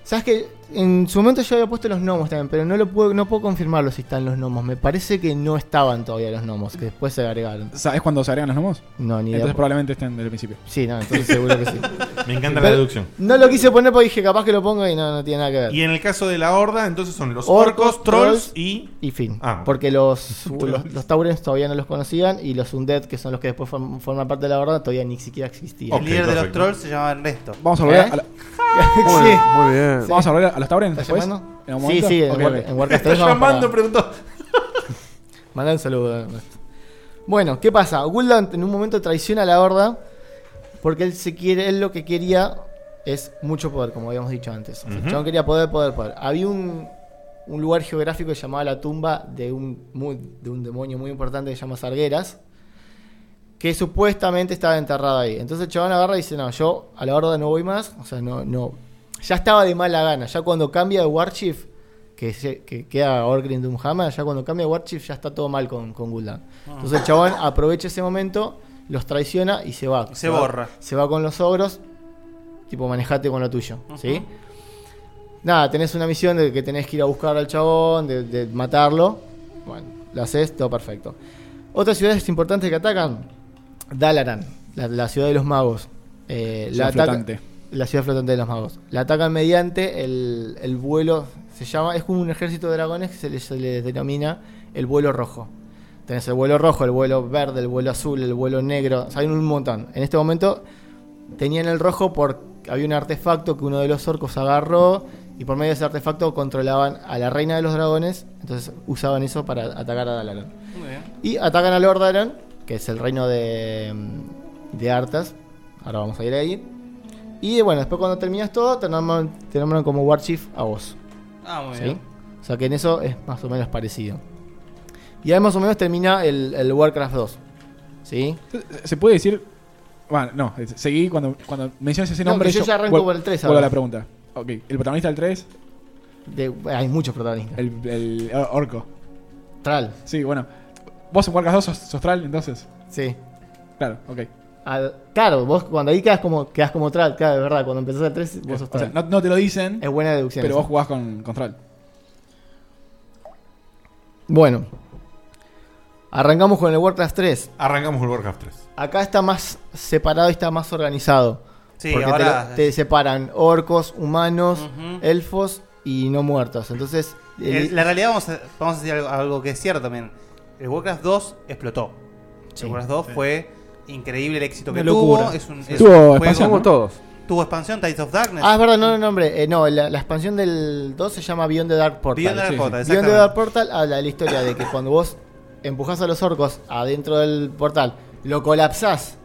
S9: ¿Sabes que En su momento yo había puesto los gnomos también, pero no lo puedo, no puedo confirmarlo si están los gnomos. Me parece que no estaban todavía los gnomos, que después se agregaron.
S4: ¿Sabes cuándo se agregan los gnomos?
S9: No, ni idea.
S4: Entonces probablemente estén desde el principio.
S9: Sí, no, entonces seguro que sí.
S3: Me encanta la
S9: Pero
S3: deducción.
S9: No lo quise poner porque dije capaz que lo pongo y no, no tiene nada que ver.
S3: Y en el caso de la horda, entonces son los orcos, trolls y.
S9: fin.
S3: Ah.
S9: Porque los,
S3: Trolls.
S9: los, los Taurens todavía no los conocían y los Undead, que son los que después form- forman parte de la horda, todavía ni siquiera existían.
S5: el líder de los trolls se llama Ernesto.
S4: Vamos a volver a la-
S9: ¿Eh? Sí.
S6: Muy bien.
S9: Sí.
S4: Vamos a volver a los Tauren
S9: ¿Estás
S4: después.
S9: llamando?
S4: ¿En algún
S9: Sí,
S4: momento?
S9: sí, en
S4: Ok,
S9: War-
S4: ok.
S9: en Warcraft 3 vamos para-
S3: preguntó.
S9: Mandá un saludo. Ernesto. Bueno, ¿qué pasa? Gul'dan en un momento traiciona a la horda porque él se quiere, él lo que quería es mucho poder, como habíamos dicho antes. O sea, el
S7: Ujú.
S9: chabón quería poder, poder, poder. Había un, un lugar geográfico que llamaba la tumba de un, muy- de un demonio muy importante que se llama Sargueras, que supuestamente estaba enterrado ahí. Entonces el chabón agarra y dice, no, yo a la horda no voy más. O sea, no, no. Ya estaba de mala gana. Ya cuando cambia de Warchief, que, se- que queda Orgrim Doomhammer, ya cuando cambia de Warchief ya está todo mal con, con Gul'dan.
S5: Ah.
S9: Entonces el chabón aprovecha ese momento, los traiciona y se va.
S5: Se
S9: va-
S5: borra.
S9: se va con los ogros, tipo manejate con lo tuyo, ¿sí? Nada, tenés una misión de que tenés que ir a buscar al chabón, de, de matarlo. Bueno, lo haces, todo perfecto. Otras ciudades importantes que atacan, Dalaran, la, la ciudad de los magos. Eh,
S4: Ciudad
S9: la ataca-
S4: flotante.
S9: La ciudad flotante de los magos. La atacan mediante el, el vuelo, se llama, es como un ejército de dragones que se les, se les denomina el vuelo rojo. Tenés el vuelo rojo, el vuelo verde, el vuelo azul, el vuelo negro, o sea, hay un montón. En este momento tenían el rojo porque había un artefacto que uno de los orcos agarró y por medio de ese artefacto controlaban a la reina de los dragones, entonces usaban eso para atacar a Dalaran.
S5: Muy bien.
S9: Y atacan a Lord Aran, que es el reino de, mm, de Artas. Ahora vamos a ir ahí. Y bueno, después cuando terminas todo, te nombran, te nombran como Warchief a vos.
S5: Ah, muy
S9: ¿Sí?
S5: bien.
S9: O sea que en eso es más o menos parecido. Y ahí más o menos termina el, el Warcraft 2. ¿Sí?
S4: ¿Se puede decir.? Bueno, no, es- seguí cuando, cuando mencionas ese
S9: No,
S4: nombre.
S9: que yo ya arranco
S4: vuel-
S9: por el tres
S4: Vuelvo a
S9: ahora.
S4: la pregunta. Ok, ¿el protagonista del 3?
S9: hay muchos protagonistas.
S4: El, el oh, or- orco.
S9: Tral.
S4: Sí, bueno. ¿Vos en Warcraft 2 sos, sos Tral entonces?
S9: Sí.
S4: Claro, ok.
S9: Al- claro, vos cuando ahí quedas como, quedás como Tral, claro, de verdad. Cuando empezás el 3, vos sos
S4: Eh, O sea,
S9: Tral.
S4: no, no te lo dicen,
S9: Es buena deducción.
S4: pero
S9: esa.
S4: vos jugás con, con Tral.
S9: Bueno. Arrancamos con el Warcraft 3.
S3: Arrancamos con el Warcraft 3.
S9: Acá está más separado y está más organizado.
S5: Sí,
S9: porque te
S5: ahora-
S9: lo- te, separan orcos, humanos, elfos y no muertos. Entonces, el-
S5: El- Eh, la realidad, vamos a, vamos a decir algo, algo que es cierto también. El Warcraft 2 explotó. El Warcraft 2 fue increíble el éxito que
S7: Una locura.
S5: tuvo. Es un,
S7: Sí.
S5: es
S7: Tuvo
S5: un
S7: espacio,
S5: juego-
S7: como todos.
S5: tuvo expansión Tides of Darkness.
S9: Ah, es verdad, no lo nombré. Eh, no, la, la expansión del 2 se llama Beyond the Dark Portal.
S5: Beyond the Dark Sí, sí. Portal,
S9: Beyond the
S5: exactamente.
S9: Dark Portal habla de la historia de que cuando vos empujás a los orcos adentro del portal, lo colapsás.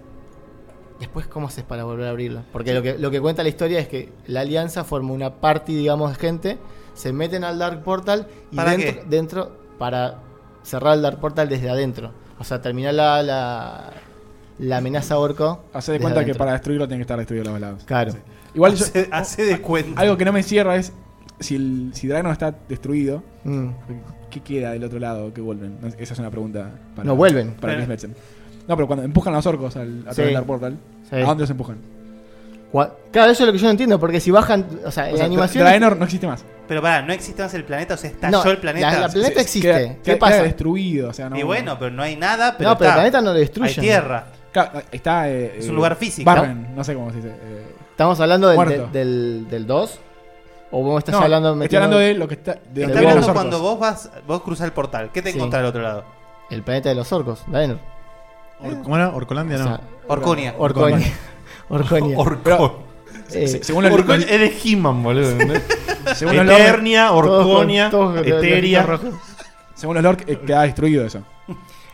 S9: Después, ¿cómo haces para volver a abrirlo? Porque lo que, lo que cuenta la historia es que la alianza forma una party, digamos, de gente, se meten al Dark Portal y
S5: ¿Para
S9: dentro, dentro- para cerrar el Dark Portal desde adentro. O sea, terminar la, la, la amenaza orco.
S4: Hace de
S9: desde
S4: cuenta que
S9: adentro.
S4: para destruirlo tiene que estar destruido de los lados.
S9: Claro.
S4: Igual yo-
S5: hace, hace de cuenta.
S4: algo que no me cierra es si el si Dragon está destruido,
S9: Mm.
S4: ¿qué queda del otro lado que vuelven? No, Esa es una pregunta para
S9: No, vuelven.
S4: Para Chris
S5: Eh,
S9: Claro.
S4: Metzen. No, pero cuando empujan a los orcos al, a través
S9: Sí.
S4: del Dark Portal,
S9: Sí.
S4: ¿a dónde los empujan?
S9: Cua- Claro, eso es lo que yo no entiendo, porque si bajan, o sea,
S4: O
S9: en
S4: sea,
S9: animación...
S4: Draenor no existe más.
S5: Pero pará, no existe más el planeta, o sea, estalló
S9: No,
S5: el planeta.
S9: la- la planeta
S5: Sí,
S9: existe.
S5: queda-
S9: ¿Qué
S5: queda-
S9: pasa?
S5: queda
S4: destruido, o sea, no-
S5: Y bueno, pero no hay nada, pero
S9: No, pero el
S5: está.
S9: planeta no lo destruyen.
S5: Hay tierra.
S4: Claro, está. eh,
S5: ah. Es un
S4: eh,
S5: lugar físico.
S4: Barren, no sé cómo se dice. eh,
S9: ¿Estamos hablando del,
S4: Muerto.
S9: del, del, del 2? ¿O vos estás
S4: No,
S9: hablando...
S4: estoy
S9: metiendo-
S4: hablando de lo que está- de
S5: Está
S9: del-
S5: hablando
S9: los orcos.
S5: cuando vos vas, vos cruzás el portal. ¿Qué te
S9: Sí.
S5: encontrás al otro lado? Eh.
S9: El planeta de los orcos, Draenor.
S3: ¿Cómo era? ¿Orcolandia? No.
S9: O sea,
S5: Orconia.
S9: Orconia. Orconia.
S3: Orco.
S9: Eh,
S3: Se- según los- Orconia es de He-Man, boludo.
S4: según los lore-
S3: Eternia, Orconia,
S9: Todos con- todos con-
S3: Eteria.
S9: con- con-
S4: Según los lore, eh, queda destruido eso.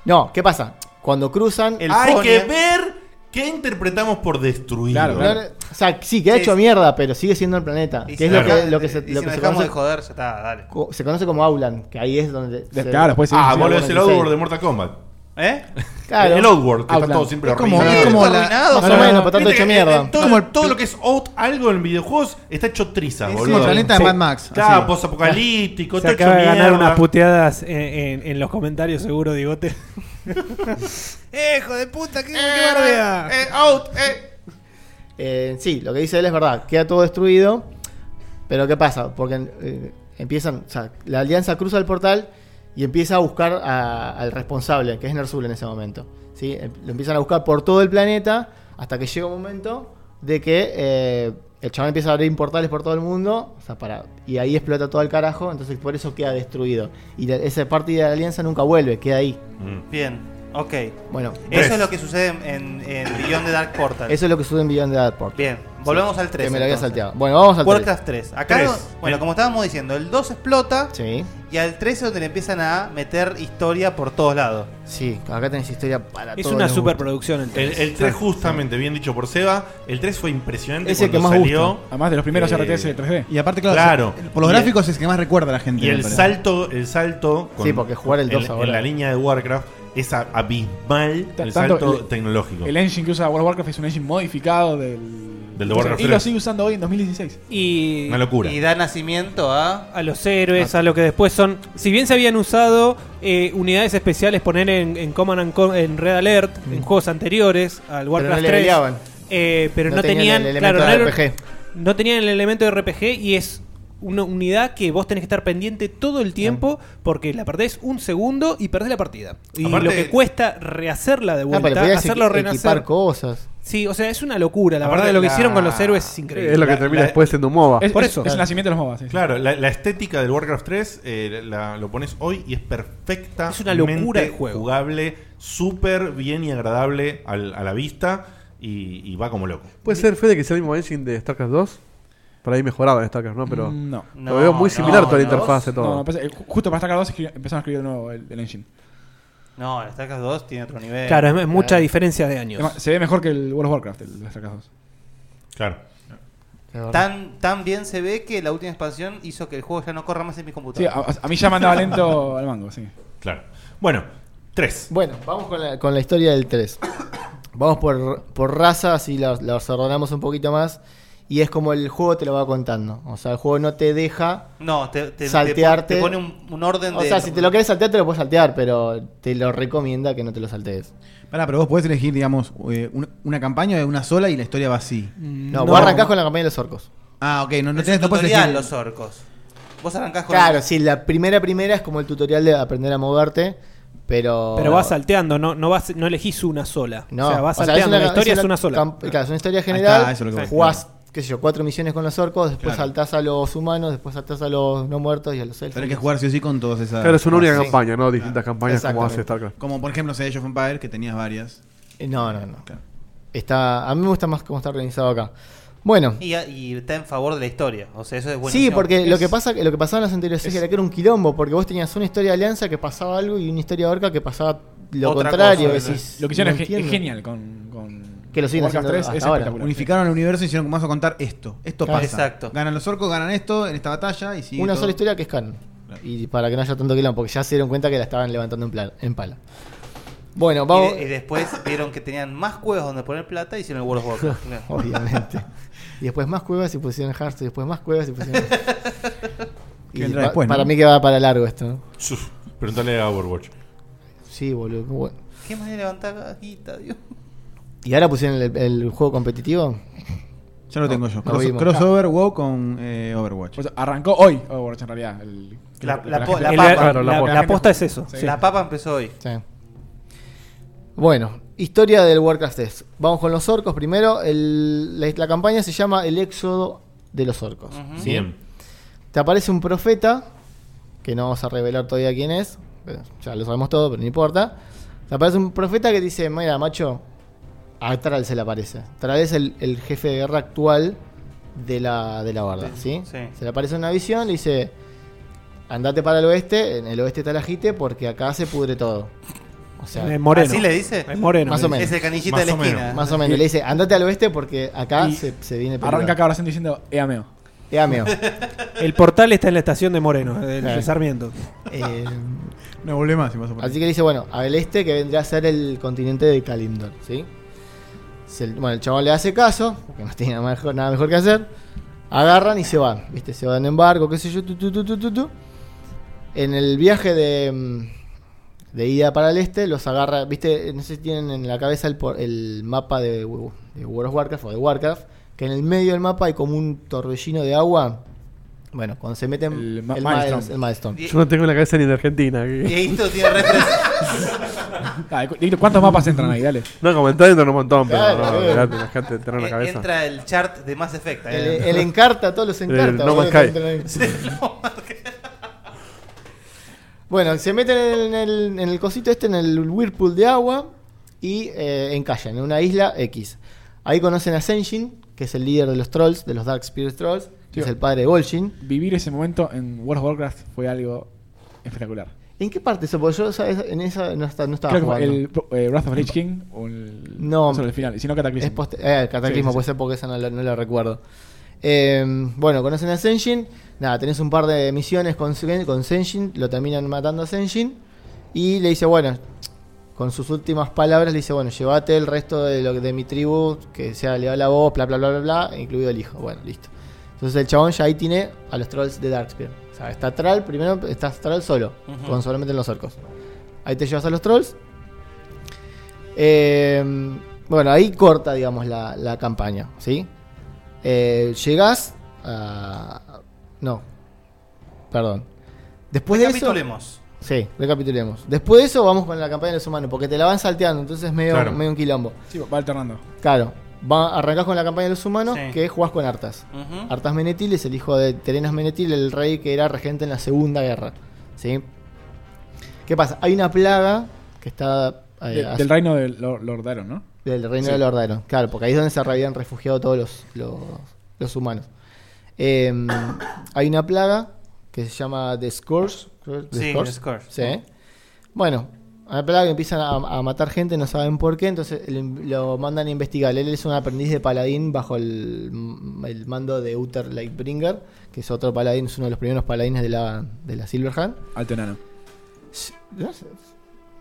S9: No, ¿qué pasa? Cuando cruzan...
S3: Hay
S9: Orconia-
S3: que ver qué interpretamos por destruido.
S9: O sea, sí, queda
S3: Sí,
S9: hecho
S3: sí.
S9: mierda, pero sigue siendo el planeta.
S5: Y
S9: Que
S5: si
S9: es
S5: nos
S9: lo que,
S5: deja-
S9: lo que se,
S5: y si
S9: lo que
S5: nos
S9: se
S5: dejamos
S9: conoce,
S5: de joder, ya está, dale.
S9: co- se conoce como Auland, que ahí es donde... se-
S3: Ah, vos
S9: bueno,
S3: lo ves el
S9: pues, sí.
S3: Outworld de Mortal Kombat.
S5: ¿Eh?
S9: Claro.
S3: El Outworld, que está
S9: Outland.
S3: todo siempre
S9: Es como-
S3: horrible.
S9: es como la- Arruinado, más o menos, pero tanto
S3: Viste
S9: hecho
S3: que, eh,
S9: mierda.
S3: Todo,
S9: Como el-
S3: todo lo que es out, algo en videojuegos está hecho trizas,
S9: sí,
S3: boludo.
S9: como el planeta de
S3: Sí.
S9: Mad Max,
S3: Claro,
S9: así.
S3: posapocalíptico,
S7: Se
S3: está hecho
S7: acaba de
S3: mierda.
S7: ganar unas puteadas en, en- en los comentarios, seguro, Digote.
S5: ¡Eh, hijo de puta! ¡Qué,
S13: qué barbea!
S5: eh, out! ¡Eh!
S9: Eh, sí, lo que dice él es verdad, queda todo destruido. Pero ¿qué pasa? Porque eh, empiezan, o sea, la alianza cruza el portal y empieza a buscar a- al responsable, que es Nersul en ese momento. ¿sí? Eh, Lo empiezan a buscar por todo el planeta hasta que llega un momento de que eh, el chaval empieza a abrir portales por todo el mundo o sea, para, y ahí explota todo el carajo, entonces por eso queda destruido. Y la- esa parte de la alianza nunca vuelve, queda ahí.
S5: Bien, ok.
S9: Bueno,
S5: Eso
S9: tres.
S5: es lo que sucede en, en Beyond the Dark Portal.
S9: Eso es lo que sucede en Beyond the Dark Portal.
S5: Bien, volvemos
S9: Sí,
S5: al 3.
S9: que me lo había salteado. Bueno, vamos al 3.
S5: Warcraft 3. Acá,
S9: Tres.
S5: bueno, como estábamos diciendo, el 2 explota
S9: Sí.
S5: y al 3 es donde le empiezan a meter historia por todos lados.
S9: Sí, acá tenés historia para
S7: Es una superproducción el
S3: El,
S7: tres.
S3: el 3,
S5: Ah.
S7: Sí.
S3: justamente, bien dicho por Seba, el 3 fue impresionante.
S4: Es el
S3: cuando
S4: que más
S3: salió.
S4: gusta. Además de los primeros RTS de 3D.
S3: Y aparte,
S4: claro,
S3: claro.
S8: Por los
S3: Y el-
S8: gráficos es que más recuerda a la gente.
S3: Y
S8: me
S3: el
S8: parece.
S3: salto, el salto.
S8: Sí, porque jugar el
S3: en-
S8: 2 ahora.
S3: En la línea de Warcraft es a- abismal
S4: Ta-
S3: el
S4: tanto
S3: salto
S4: el-
S3: tecnológico.
S4: El engine que usa World of Warcraft es un engine modificado del.
S3: Del de Warcraft
S4: Y lo
S3: 3.
S4: sigue usando hoy en 2016.
S7: Y.
S3: Una locura.
S5: Y da nacimiento a.
S7: A los héroes, a lo que después son. Si bien se habían usado eh, unidades especiales, poner en, en Command and Con- en Red Alert, en juegos anteriores, al Warcraft
S9: Mm. no
S7: 3.
S9: leveleaban.
S7: eh, pero
S9: No
S7: no,
S9: tenían
S7: tenían.
S9: el
S7: claro,
S9: elemento
S7: no,
S9: de
S7: eran-
S9: RPG.
S7: no tenían el elemento de RPG y es una unidad que vos tenés que estar pendiente todo el tiempo
S9: Mm.
S7: porque la perdés un segundo y perdés la partida. Y
S9: Aparte-
S7: lo que cuesta rehacerla de
S9: Ah, pero
S7: vuelta,
S9: podías
S7: hacerlo
S9: equi- equipar
S7: renacer.
S9: cosas.
S7: Sí, o sea, es una locura. La
S3: Aparte
S7: verdad, lo que
S3: la-
S7: hicieron con los héroes es increíble.
S6: Es lo que termina después siendo un MOBA.
S7: Es- Por es- eso. es el
S4: nacimiento de los MOBA.
S3: Claro, la, la estética del Warcraft 3 eh, la- lo pones hoy y es perfecta.
S7: Es una locura de juego.
S3: Jugable, súper bien y agradable al- a la vista y, y va como loco.
S6: ¿Puede ser, Fede, que sea el mismo engine de StarCraft 2? Por ahí mejoraba en StarCraft, ¿no? Pero
S4: Mm, No.
S6: lo veo muy similar toda la interfaz y todo.
S4: No, no, pasa- eh, ju- justo para StarCraft 2 escri- empezaron a escribir de nuevo el, el engine. Eh,
S5: No, el StarCraft 2 tiene otro nivel.
S7: Claro, es- es mucha diferencia de años.
S4: Es más, se ve mejor que el World of Warcraft, el StarCraft 2.
S3: Claro.
S5: Tan, tan bien se ve que la última expansión hizo que el juego ya no corra más en mi
S4: Sí, a,
S5: computadora.
S4: a- a mí ya me andaba lento al mango, sí.
S3: Claro. Bueno, 3.
S9: Bueno, vamos con la, con la historia del 3. Vamos por, por raza, así las las ordenamos un poquito más. Y es como el juego te lo va contando. O sea, el juego no te deja
S5: No, te, te- te
S9: saltearte.
S5: pon- te pone un, un orden
S9: O
S5: de.
S9: sea, si te lo querés saltear, te lo puedes saltear, pero te lo recomienda que no te lo saltees.
S8: Pará, pero vos podés elegir, digamos, eh, un- una campaña de una sola y la historia va así.
S7: Mm,
S9: Mm, No, vos arrancás con la campaña de los orcos.
S8: Ah, ok, no, no
S5: es un
S8: tenés no podés
S5: tutorial,
S8: elegir-
S5: los orcos. Vos arrancás con.
S9: Claro, sí, la primera primera es como el tutorial de aprender a moverte, pero...
S7: Pero vas salteando, no, no, vas, no elegís una sola.
S9: No,
S7: o sea, vas
S9: o sea,
S7: salteando. la historia es una, sola.
S9: camp- Claro, es una historia
S7: Ahí
S9: general.
S7: está, eso es lo que voy.
S9: jugás, qué sé yo, cuatro misiones con los orcos, después
S8: Claro.
S9: saltás a los humanos, después saltás a los no muertos y a los elfos.
S8: Tenés que jugar sí o sí con todas esas.
S6: Claro, es una única
S9: Sí. Ah,
S6: campaña, ¿no? Distintas campañas como hace
S8: Exactamente.
S6: StarCraft.
S8: Como por ejemplo Age of Empires, que tenías varias.
S9: Eh, No, no, no. Está, a mí me gusta más cómo está organizado acá. Bueno.
S5: Y, y está en favor de la historia. O sea, eso es bueno.
S9: sí, porque lo que pasa, lo que pasaba en las anteriores es, era que era un quilombo, porque vos tenías una historia de alianza que pasaba algo y una historia de orca que pasaba lo
S4: Otra
S9: contrario.
S4: cosa,
S9: decís,
S4: lo que hicieron
S9: no
S4: es, ge-
S9: entiendo.
S4: es genial con, con
S9: Que lo siguen
S4: Warcraft
S9: haciendo
S4: 3,
S9: hasta
S4: es
S9: ahora.
S4: espectacular.
S8: Unificaron el universo y hicieron como vamos a contar esto. Esto
S9: Claro.
S8: pasa.
S9: Exacto.
S8: Ganan los orcos, ganan esto en esta batalla y sigue
S9: una
S8: todo.
S9: sola historia que es canon. Y para que no haya tanto quilombo, porque ya se dieron cuenta que la estaban levantando en, plan, en pala. Bueno, vamos.
S5: Y, de- eh, y después vieron que tenían más cuevas donde poner plata y hicieron el World of Warcraft.
S9: Obviamente. Y después más cuevas y pusieron Hearthstone, y después más cuevas y pusieron. Y
S3: Que entra
S9: pa-
S3: después, ¿no?
S9: Para mí que va para largo esto, ¿no?
S3: Suf, Preguntale a Overwatch.
S9: Sí, boludo. qué bueno.
S5: ¿Qué más de levantar Ah, guita, Dios?
S9: ¿Y ahora pusieron el, el juego competitivo?
S8: Ya lo tengo yo.
S9: no
S8: Cross-
S9: vimos.
S8: crossover WoW con eh, Overwatch.
S4: O sea, Pues arrancó hoy Overwatch en realidad. el- que
S5: La,
S4: que
S5: la, po-
S4: gente-
S5: la
S4: el-
S5: papa.
S4: claro, la posta. Sí.
S5: La papa empezó hoy.
S9: Bueno, historia del Warcraft 3. Vamos con los orcos primero. El- la, la campaña se llama El Éxodo de los Orcos.
S3: Ujú.
S9: ¿sí?
S3: Bien.
S9: Te aparece un profeta, que no vamos a revelar todavía quién es. pero ya lo sabemos todo, pero no importa. Te aparece un profeta que dice, mira, macho, a Tral se le aparece. Tral es el, el jefe de guerra actual de la, de la barda, ¿sí? Se le aparece una visión, le dice, andate para el oeste, en el oeste está el ajite, porque acá se pudre todo. O sea,
S12: Es moreno. ¿Así le dice? Es moreno.
S9: Más o menos.
S12: Es el canillita de la esquina.
S9: Más o menos. Le dice, andate al oeste porque acá
S4: Y
S9: se, se viene peligro". Eh,
S4: Arranca acá Brasil diciendo
S8: "Eh,
S4: Eameo.
S9: Eameo.
S7: El portal está en la estación de Moreno, de, de
S9: Claro.
S7: Sarmiento.
S9: Eh,
S8: No volvé más si vas a
S9: Así que le dice, bueno, al este que vendría a ser el continente de Kalimdor, ¿sí? Se- bueno, el chabón le hace caso, porque no tiene nada mejor, nada mejor que hacer. Agarran y se van, ¿viste? Se van en barco, qué sé yo, tu, tu, tu, tu, tu, tu. En el viaje de, mm, de ida para el este, los agarra, ¿viste? No sé si tienen en la cabeza el, por- el mapa de, Wo- de World of Warcraft o de Warcraft, que en el medio del mapa hay como un torbellino de agua. Bueno, cuando se meten el,
S4: ma-
S9: ma-
S4: Maelstrom.
S9: el Maelstrom.
S6: Yo no tengo en la cabeza ni de Argentina.
S5: tiene
S4: Ah, cu- Dieguito, ¿Cuántos mapas entran ahí? Dale.
S6: No, comentar dentro de un montón, pero
S4: Claro,
S6: no,
S4: sí.
S6: olvidate, la gente te en la cabeza.
S5: Eh, Entra el chart de Mass Effect. ahí
S9: El,
S5: adentro.
S9: el encarta, todos los encarta.
S6: El No
S9: boludo,
S6: Man's Sky.
S9: que entran ahí.
S5: Sí, el No Man's Sky.
S9: Bueno, se meten en el, en el cosito este, en el whirlpool de agua y eh, encallan en una isla X. Ahí conocen a Senshin, que es el líder de los trolls, de los Dark Spirit Trolls, que
S4: Tío.
S9: es el padre de Vol'jin.
S4: Vivir ese momento en World of Warcraft fue algo espectacular.
S9: ¿En qué parte eso? Porque yo ¿sabes? en esa no, está- no estaba
S4: Creo que fue
S9: jugando.
S4: el eh, Wrath of the Lich King o el.
S9: No.
S4: solo el final, sino
S9: Es
S4: Cataclismo.
S9: poste- eh,
S4: Sí,
S9: Cataclismo
S4: sí,
S9: puede
S4: sí.
S9: ser porque esa no la, no la recuerdo. Eh, bueno, conocen a Senshin. Nada, tenés un par de misiones con, Sen- con Senshin. Lo terminan matando a Senshin. Y le dice, bueno, con sus últimas palabras le dice, bueno, llévate el resto de, lo, de mi tribu, que sea le da la voz, bla, bla, bla, bla, bla, incluido el hijo. Bueno, listo. Entonces el chabón ya ahí tiene a los trolls de Darkspear. O sea, está Tral, primero está Tral solo,
S5: Ujú.
S9: con solamente los orcos. Ahí te llevas a los trolls. Eh, bueno, ahí corta, digamos, la, la campaña, ¿sí? Eh, llegás a... No. Perdón.
S8: Pues
S9: Después de eso...
S5: Recapitulemos.
S9: Sí, recapitulemos. Después de eso vamos con la campaña de los humanos, porque te la van salteando, entonces es medio,
S4: Claro.
S9: medio un quilombo.
S4: Sí, va alternando.
S9: Claro. Va, arrancás con la campaña de los humanos,
S4: Sí.
S9: que jugás con Artas.
S4: Ujú.
S9: Artas Menetil es el hijo de Terenas Menetil, el rey que era regente en la Segunda Guerra. ¿Sí? ¿Qué pasa? Hay una plaga que está... eh,
S4: De-
S9: hace-
S4: del reino de Lord, Lord Aeron, ¿no?
S9: del reino
S4: Sí.
S9: del Ordero, claro, porque ahí es donde se habían refugiado todos los, los, los humanos. Eh, hay una plaga que se llama The Scourge. creo-
S5: Sí,
S9: Scourge.
S5: The Scourge.
S9: Sí. Bueno, hay una plaga que empiezan a, a matar gente, no saben por qué, entonces le- lo mandan a investigar. Él es un aprendiz de paladín bajo el, el mando de Uther Lightbringer, que es otro paladín, es uno de los primeros paladines de la, de la Silverhand.
S4: Alto enano.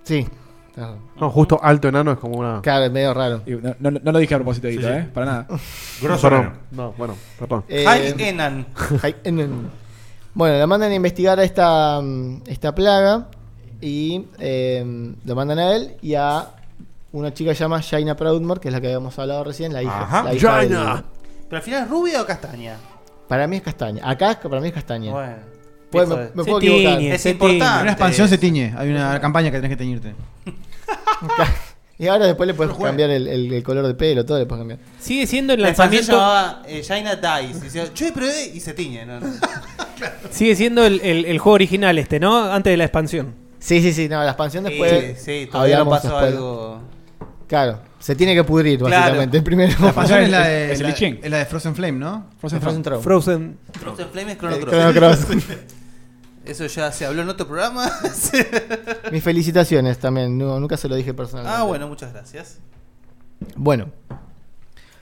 S9: Sí. claro.
S6: No, justo alto enano es como una.
S9: Claro, es medio raro.
S4: No, no- no lo dije a propósito, Edito,
S6: Sí, sí.
S4: ¿eh? Para nada.
S6: Grosso Perdón. enano. No, bueno, perdón.
S9: Eh,
S5: High Enan.
S9: High Enan. Bueno, lo mandan a investigar a esta, mm, esta plaga y eh, lo mandan a él y a una chica llamada Jaina Proudmore, que es la que habíamos hablado recién, la hija.
S5: Ajá.
S9: la hija
S5: Jaina.
S9: del-
S5: ¿Pero al final es rubia o castaña?
S9: para mí es castaña. Acá es- para mí es castaña.
S5: Bueno.
S9: Pues,
S5: Hijo
S9: me,
S5: de-
S9: me
S5: Se
S9: puedo equivocar.
S5: tiñe, Es se importante. tiñe.
S8: En una expansión se tiñe. Hay una campaña que tenés que teñirte.
S9: Y ahora después le puedes cambiar el, el- el color de pelo, todo le puedes cambiar.
S7: Sigue siendo el
S5: La expansión
S7: lanzamiento.
S5: llamaba eh, Jaina Dice. Y decía, "Che, pero eh", y se tiñe. ¿no?
S7: Sigue siendo el, el- el juego original este, ¿no? Antes de la expansión.
S9: Sí, sí, sí, no, la expansión después.
S5: Sí, sí, todavía no
S9: hablamos
S5: pasó
S9: después.
S5: algo.
S9: Claro, se tiene que pudrir,
S8: Claro.
S9: básicamente. Primero.
S8: La pasión es la de,
S9: Es el
S8: la-
S9: Lich King.
S8: es la de Frozen Flame, ¿no?
S9: Frozen Frozen Throne. Throne.
S7: Frozen.
S5: Frozen Flame es Chrono
S9: Eh,
S5: Cross.
S9: Chrono Cross.
S5: Eso ya se habló en otro programa.
S9: Mis felicitaciones también. no- nunca se lo dije personalmente.
S5: ah, bueno, muchas gracias.
S9: Bueno.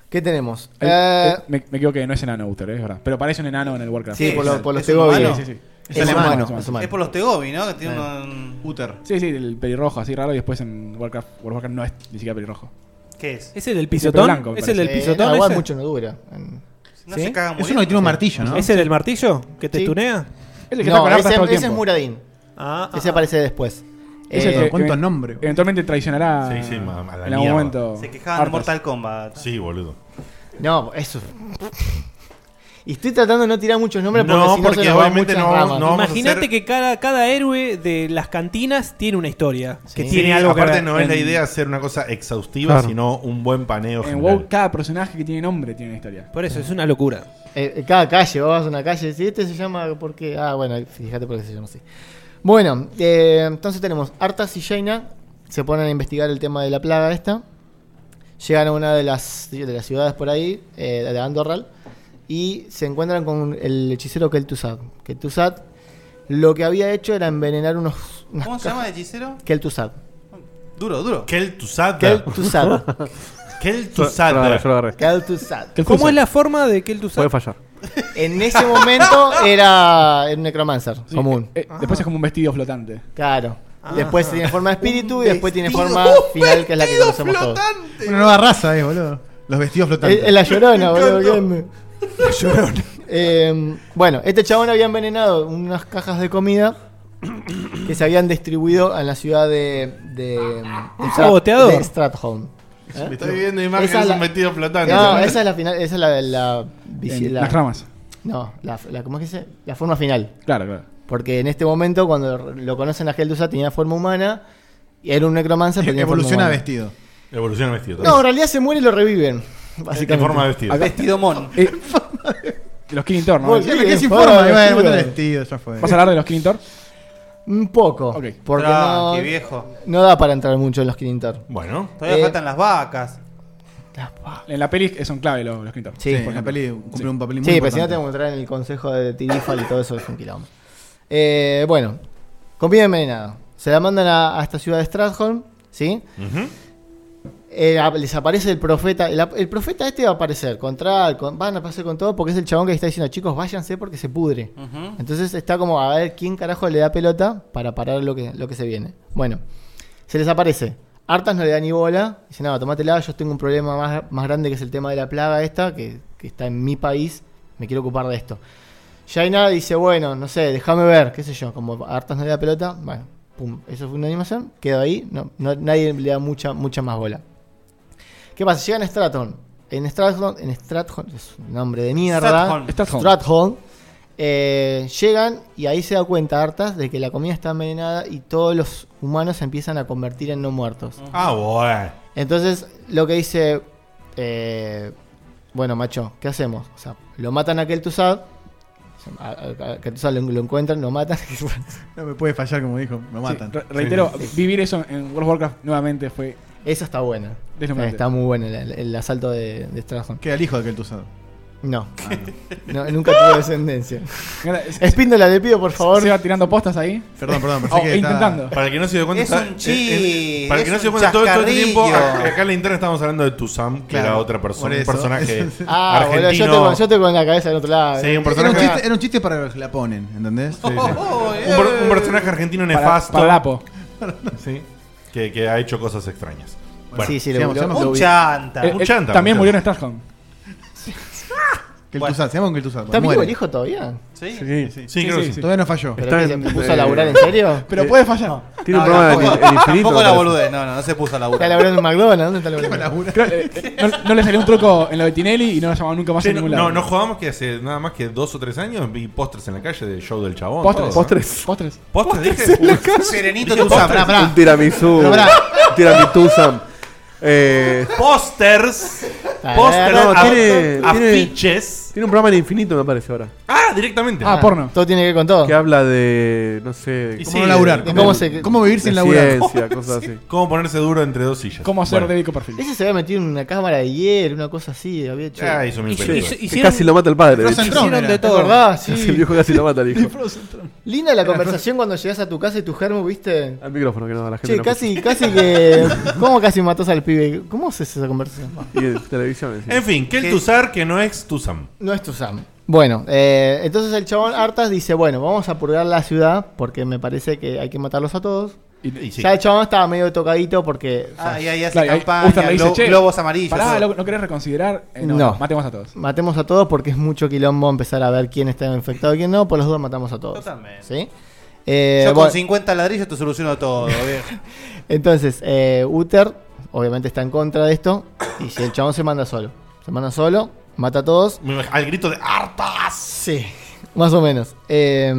S9: ¿Qué tenemos?
S4: El-
S9: Eh,
S4: el- me, me equivoqué, no es enano Uther, es verdad. Pero parece un enano en el Warcraft.
S9: Sí, por lo- por los
S4: un
S9: Tegobi.
S4: humano. Sí, sí, sí.
S9: Es Es humano, humano, es humano.
S5: Es por los Tegobi, ¿no? Que tiene un.
S8: Uther.
S4: Sí, sí, el pelirrojo, así raro. Y después en Warcraft, World of Warcraft no es ni siquiera pelirrojo.
S5: ¿Qué es?
S7: ¿Ese del
S4: pisotón?
S7: pisotón?
S4: blanco, me
S7: ¿Es el del
S4: parece.
S7: pisotón?
S9: Eh, no, igual
S7: ese?
S9: mucho no dura.
S5: No se caga
S8: Es uno que tiene un martillo, ¿no?
S7: ¿Es el del martillo? ¿Que te
S9: Sí.
S7: tunea?
S9: no, ese, ese es Muradín.
S7: Ah,
S9: ese aparece después.
S4: Ese
S9: Eh,
S4: que- que Eventualmente traicionará
S3: Sí, sí, ma- ma- la
S4: en algún
S3: mierda.
S4: momento.
S5: Se quejaban de
S4: Arthas.
S5: Mortal Kombat.
S3: Sí, boludo.
S9: No, eso. Y estoy tratando de no tirar muchos nombres
S3: No,
S9: porque, si
S3: porque
S9: se nos van
S3: obviamente
S9: muchas
S3: no vamos-
S9: ramas.
S3: no vamos a
S7: Imagínate que cada, cada héroe de las cantinas tiene una historia. Que
S3: Sí,
S7: tiene algo que
S3: aparte
S7: ver
S3: no es la
S7: en-
S3: idea hacer una cosa exhaustiva,
S7: Claro.
S3: sino un buen paneo
S4: En
S3: general.
S4: WoW, cada personaje que tiene nombre tiene una historia.
S7: Por eso, es una locura.
S9: Eh, eh, cada calle, vos vas a una calle y decís, este se llama porque. Ah, bueno, fíjate por qué se llama así. Bueno, eh, entonces tenemos Artas y Jaina se ponen a investigar el tema de la plaga esta. Llegan a una de las, de las ciudades por ahí, eh, de Andorral, y se encuentran con el hechicero Kel'Thuzad. Kel'Thuzad lo que había hecho era envenenar unos... unas
S5: ¿Cómo se
S9: cajas-
S5: llama el hechicero?
S9: Kel'Thuzad.
S5: Duro, duro.
S3: Kel'Thuzad.
S9: Kel'Thuzad.
S3: Kel'Thuzad. Yo lo agarré, yo lo agarré.
S9: Kel'Thuzad.
S7: ¿Cómo es la forma de que el
S6: Puede fallar.
S9: En ese momento era era un necromancer
S4: Sí,
S9: común.
S4: eh, eh, después es como un Ah. vestido flotante.
S9: Claro. Después tiene forma de espíritu y
S4: Un
S9: después tiene
S4: vestido-
S9: forma final, que es la que conocemos todos.
S8: Una nueva raza, eh, boludo. Los vestidos flotantes.
S9: Es- es Eh, la llorona, boludo. La llorona. bueno, este chabón había envenenado unas cajas de comida que se habían distribuido en la ciudad de. de
S7: Un
S9: de Strat-
S7: saboteador.
S9: de Stratholme. ¿Eh?
S3: Es un vestido- Estoy viendo imágenes, es un vestido flotante.
S9: No, esa es la final. Esa es la. la, visi-
S4: En
S9: la-
S4: las ramas.
S9: No, la, la- ¿cómo es que se? La forma final.
S4: Claro, claro.
S9: Porque en este momento, cuando lo conocen a Geldusa, tenía forma humana. Y era un necromancer, pero tenía forma
S8: Evoluciona
S9: humana.
S8: vestido.
S3: Evoluciona vestido.
S9: No, en realidad se muere y lo reviven. Básicamente.
S3: forma de vestido?
S5: Vestido mon.
S4: Eh, los Killing Thor, ¿no?
S9: Volví,
S4: Sí,
S9: en
S4: sin
S9: forma
S4: forma,
S9: de
S4: bueno,
S9: vestido.
S4: bueno, vestido, ya fue. ¿Vas a hablar de los Killing Thor?
S9: Un poco. Porque
S5: Ah,
S9: no,
S5: qué viejo.
S9: no da para entrar mucho en los Quinintar.
S3: Bueno.
S5: Todavía
S9: Eh,
S5: faltan las vacas.
S4: En la peli son clave los, los Killing Thor.
S9: Sí,
S4: por
S9: en la
S4: ejemplo.
S8: peli cumple
S4: Sí.
S8: un papel
S9: Sí, pero si no tengo que entrar en el consejo de Tirifal y todo eso es un quilombo. Eh, bueno, comida envenenada. Se la mandan a, a esta ciudad de Stratholm, ¿sí? Eh, ap- les aparece el profeta. El, ap- el profeta este va a aparecer. Contra, con- van a aparecer con todo porque es el chabón que le está diciendo, chicos, váyanse porque se pudre.
S8: Mm.
S5: Ujú.
S9: Entonces está como a ver quién carajo le da pelota para parar lo que, lo que se viene. Bueno, se les aparece. Artas no le da ni bola. Dice, no, tomátela, yo tengo un problema más, más grande que es el tema de la plaga esta, que, que está en mi país. Me quiero ocupar de esto. Jaina dice, bueno, no sé, déjame ver, qué sé yo. Como Artas no le da pelota, bueno, pum, eso fue una animación, quedó ahí. No, no- nadie le da mucha, mucha más bola. ¿Qué pasa? Llegan a Straton. En Straton, en Straton, es un nombre de mierda.
S4: Stratholm. Stratholm.
S9: Stratholm. Eh, llegan y ahí se da cuenta Artas de que la comida está envenenada y todos los humanos se empiezan a convertir en no muertos.
S3: Ah, bueno.
S9: Entonces, lo que dice, eh, bueno, macho, ¿qué hacemos? O sea, lo matan a Kel'Thuzad, a- a- a Kel'Thuzad lo, lo encuentran, lo matan.
S8: No me puede fallar, como dijo. Me matan.
S4: Re- reitero, vivir eso en World of Warcraft nuevamente fue.
S9: Esa está buena. Eh,
S4: Deslumbrante.
S9: Está muy bueno el, el- el asalto de, de Strahd.
S8: Que era el hijo de Ah, Kel'Thuzad.
S9: No. no. nunca tuvo descendencia.
S4: Mira,
S9: Espíndola, le pido por favor.
S4: Se va tirando postas ahí.
S8: Perdón, perdón,
S4: pensé que estaba- intentando.
S3: Para el que no se dio cuenta.
S4: Es
S3: está-
S4: un chis,
S3: eh, eh, para el que
S4: es
S3: no se dio
S4: un
S3: cuenta, todo, todo el tiempo.
S4: chascarrillo.
S3: Acá acá en la interna estamos hablando de Tuzam, que
S8: Claro,
S3: era otra
S8: por
S3: persona. Un
S8: eso.
S3: personaje
S9: Ah, boludo,
S3: argentino.
S9: yo, te, yo te con la cabeza del otro lado. eh.
S3: Sí, un
S8: Era un,
S3: personaje,
S8: chiste, era un chiste para los que la ponen, ¿entendés?
S9: Oh,
S6: oh,
S9: eh.
S3: un per-
S6: eh.
S3: un personaje argentino
S8: Para-
S3: nefasto.
S8: para Lapo.
S3: Sí. Que, que ha hecho cosas extrañas. Bueno,
S9: sí, sí, lo- lo- lo-
S5: Un chanta.
S4: Eh,
S3: Un
S4: eh,
S3: chanta,
S4: También
S3: un
S4: murió en Starhome.
S8: Kel'Thuzad, se llama un Kel'Thuzad.
S9: ¿Está vivo
S8: pues muere.
S9: el hijo todavía?
S5: Sí.
S6: Sí,
S8: Sí, creo que sí. Todavía no falló.
S9: ¿Pero que se
S8: en-
S9: puso a laburar en serio?
S6: Eh,
S4: Pero puede fallar.
S6: Tiene un
S5: Ah, No,
S6: programa
S5: tampoco-
S6: en, en infinito.
S5: Tampoco
S6: me
S5: la
S6: parece.
S5: boludez. No, no, no se puso a
S9: Está
S5: laburar.
S9: laburando en McDonald's, ¿dónde está laburando?
S4: Creo, eh, eh, no, no le salió un truco en lo de Tinelli y no lo llamaban nunca más
S3: Che,
S4: en
S3: no,
S4: ningún lado.
S3: no, no jodamos que hace nada más que dos o tres años vi postres en la calle del show del chabón.
S4: Postres.
S3: todo, ¿no?
S4: Postres. Postres.
S3: Postres,
S4: Postres
S3: dije.
S4: en la calle.
S5: Serenito
S3: Dije
S5: Tuzam.
S3: postres.
S6: Un tiramisú.
S3: Pero pará.
S6: Un tiramisú-sam. Eh,
S3: Posters.
S6: Posters,
S3: Posters.
S6: no, tiene-
S3: af-
S6: tiene-
S3: Afiches.
S6: Tiene un programa en infinito, me parece ahora.
S3: Ah, directamente.
S6: Ah, porno.
S9: Todo tiene que ver con todo.
S6: Que habla de, no sé, de
S8: Y sí, de cómo se- cómo vivir sin
S6: de
S8: laburar.
S6: Ciencia, cosas así.
S3: Cómo ponerse duro entre dos sillas.
S4: Cómo hacer de Vico Perfil.
S9: Ese se había metido en una cámara de hielo, una cosa así. Había hecho.
S3: Ah, hizo mil
S9: Hizo-
S3: películas.
S9: hizo-
S6: Que casi lo mata el padre. de
S9: Frozen
S6: hecho.
S9: Throne Hicieron era. de todo. ¿Verdad? Sí.
S6: El viejo casi lo mata al hijo.
S9: Linda la conversación cuando llegas a tu casa y tu germo, viste.
S6: Al micrófono que no, la gente
S9: Che,
S6: no
S9: casi,
S6: escucha.
S9: casi que. ¿Cómo casi matás al pibe? ¿Cómo haces esa conversación?
S6: Y de televisión. encima.
S3: En fin, que el Tuzar que no es Tuzam.
S9: No es Tuzam. Bueno, eh, entonces el chabón Artas dice, bueno, vamos a purgar la ciudad porque me parece que hay que matarlos a todos. Ya el chabón estaba medio tocadito porque... o sea,
S5: Ah, y ahí hace
S4: Claro, ahí
S5: campaña,
S4: Ustar le dice,
S5: glo-
S4: "Che,
S5: globos amarillos.
S4: Pará,
S5: todo.
S4: lo- ¿no querés reconsiderar? Eh, no,
S9: No.
S4: matemos a todos.
S9: Matemos a todos porque es mucho quilombo empezar a ver quién está infectado y quién no, por los dos matamos a todos.
S5: Totalmente.
S9: ¿Sí? Eh,
S5: Yo
S9: bueno,
S5: con 50 ladrillos te soluciono todo, viejo.
S9: Entonces, eh, Uther obviamente está en contra de esto y si el chabón se manda solo. Se manda solo, mata a todos.
S3: Me imag- Al grito de hartas.
S9: Sí, más o menos. Eh,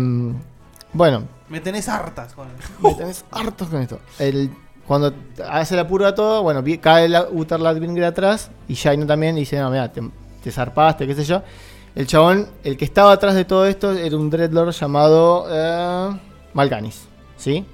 S9: bueno,
S5: Me tenés hartas, Juan.
S9: Me tenés hartos con esto. El- cuando hace la purga todo, bueno, vi- cae la Uther Ladvinger atrás y Shaino también dice, no, mira, te, te zarpaste, qué sé yo. El chabón, el que estaba atrás de todo esto era un Dreadlord llamado eh, Malcanis, ¿sí?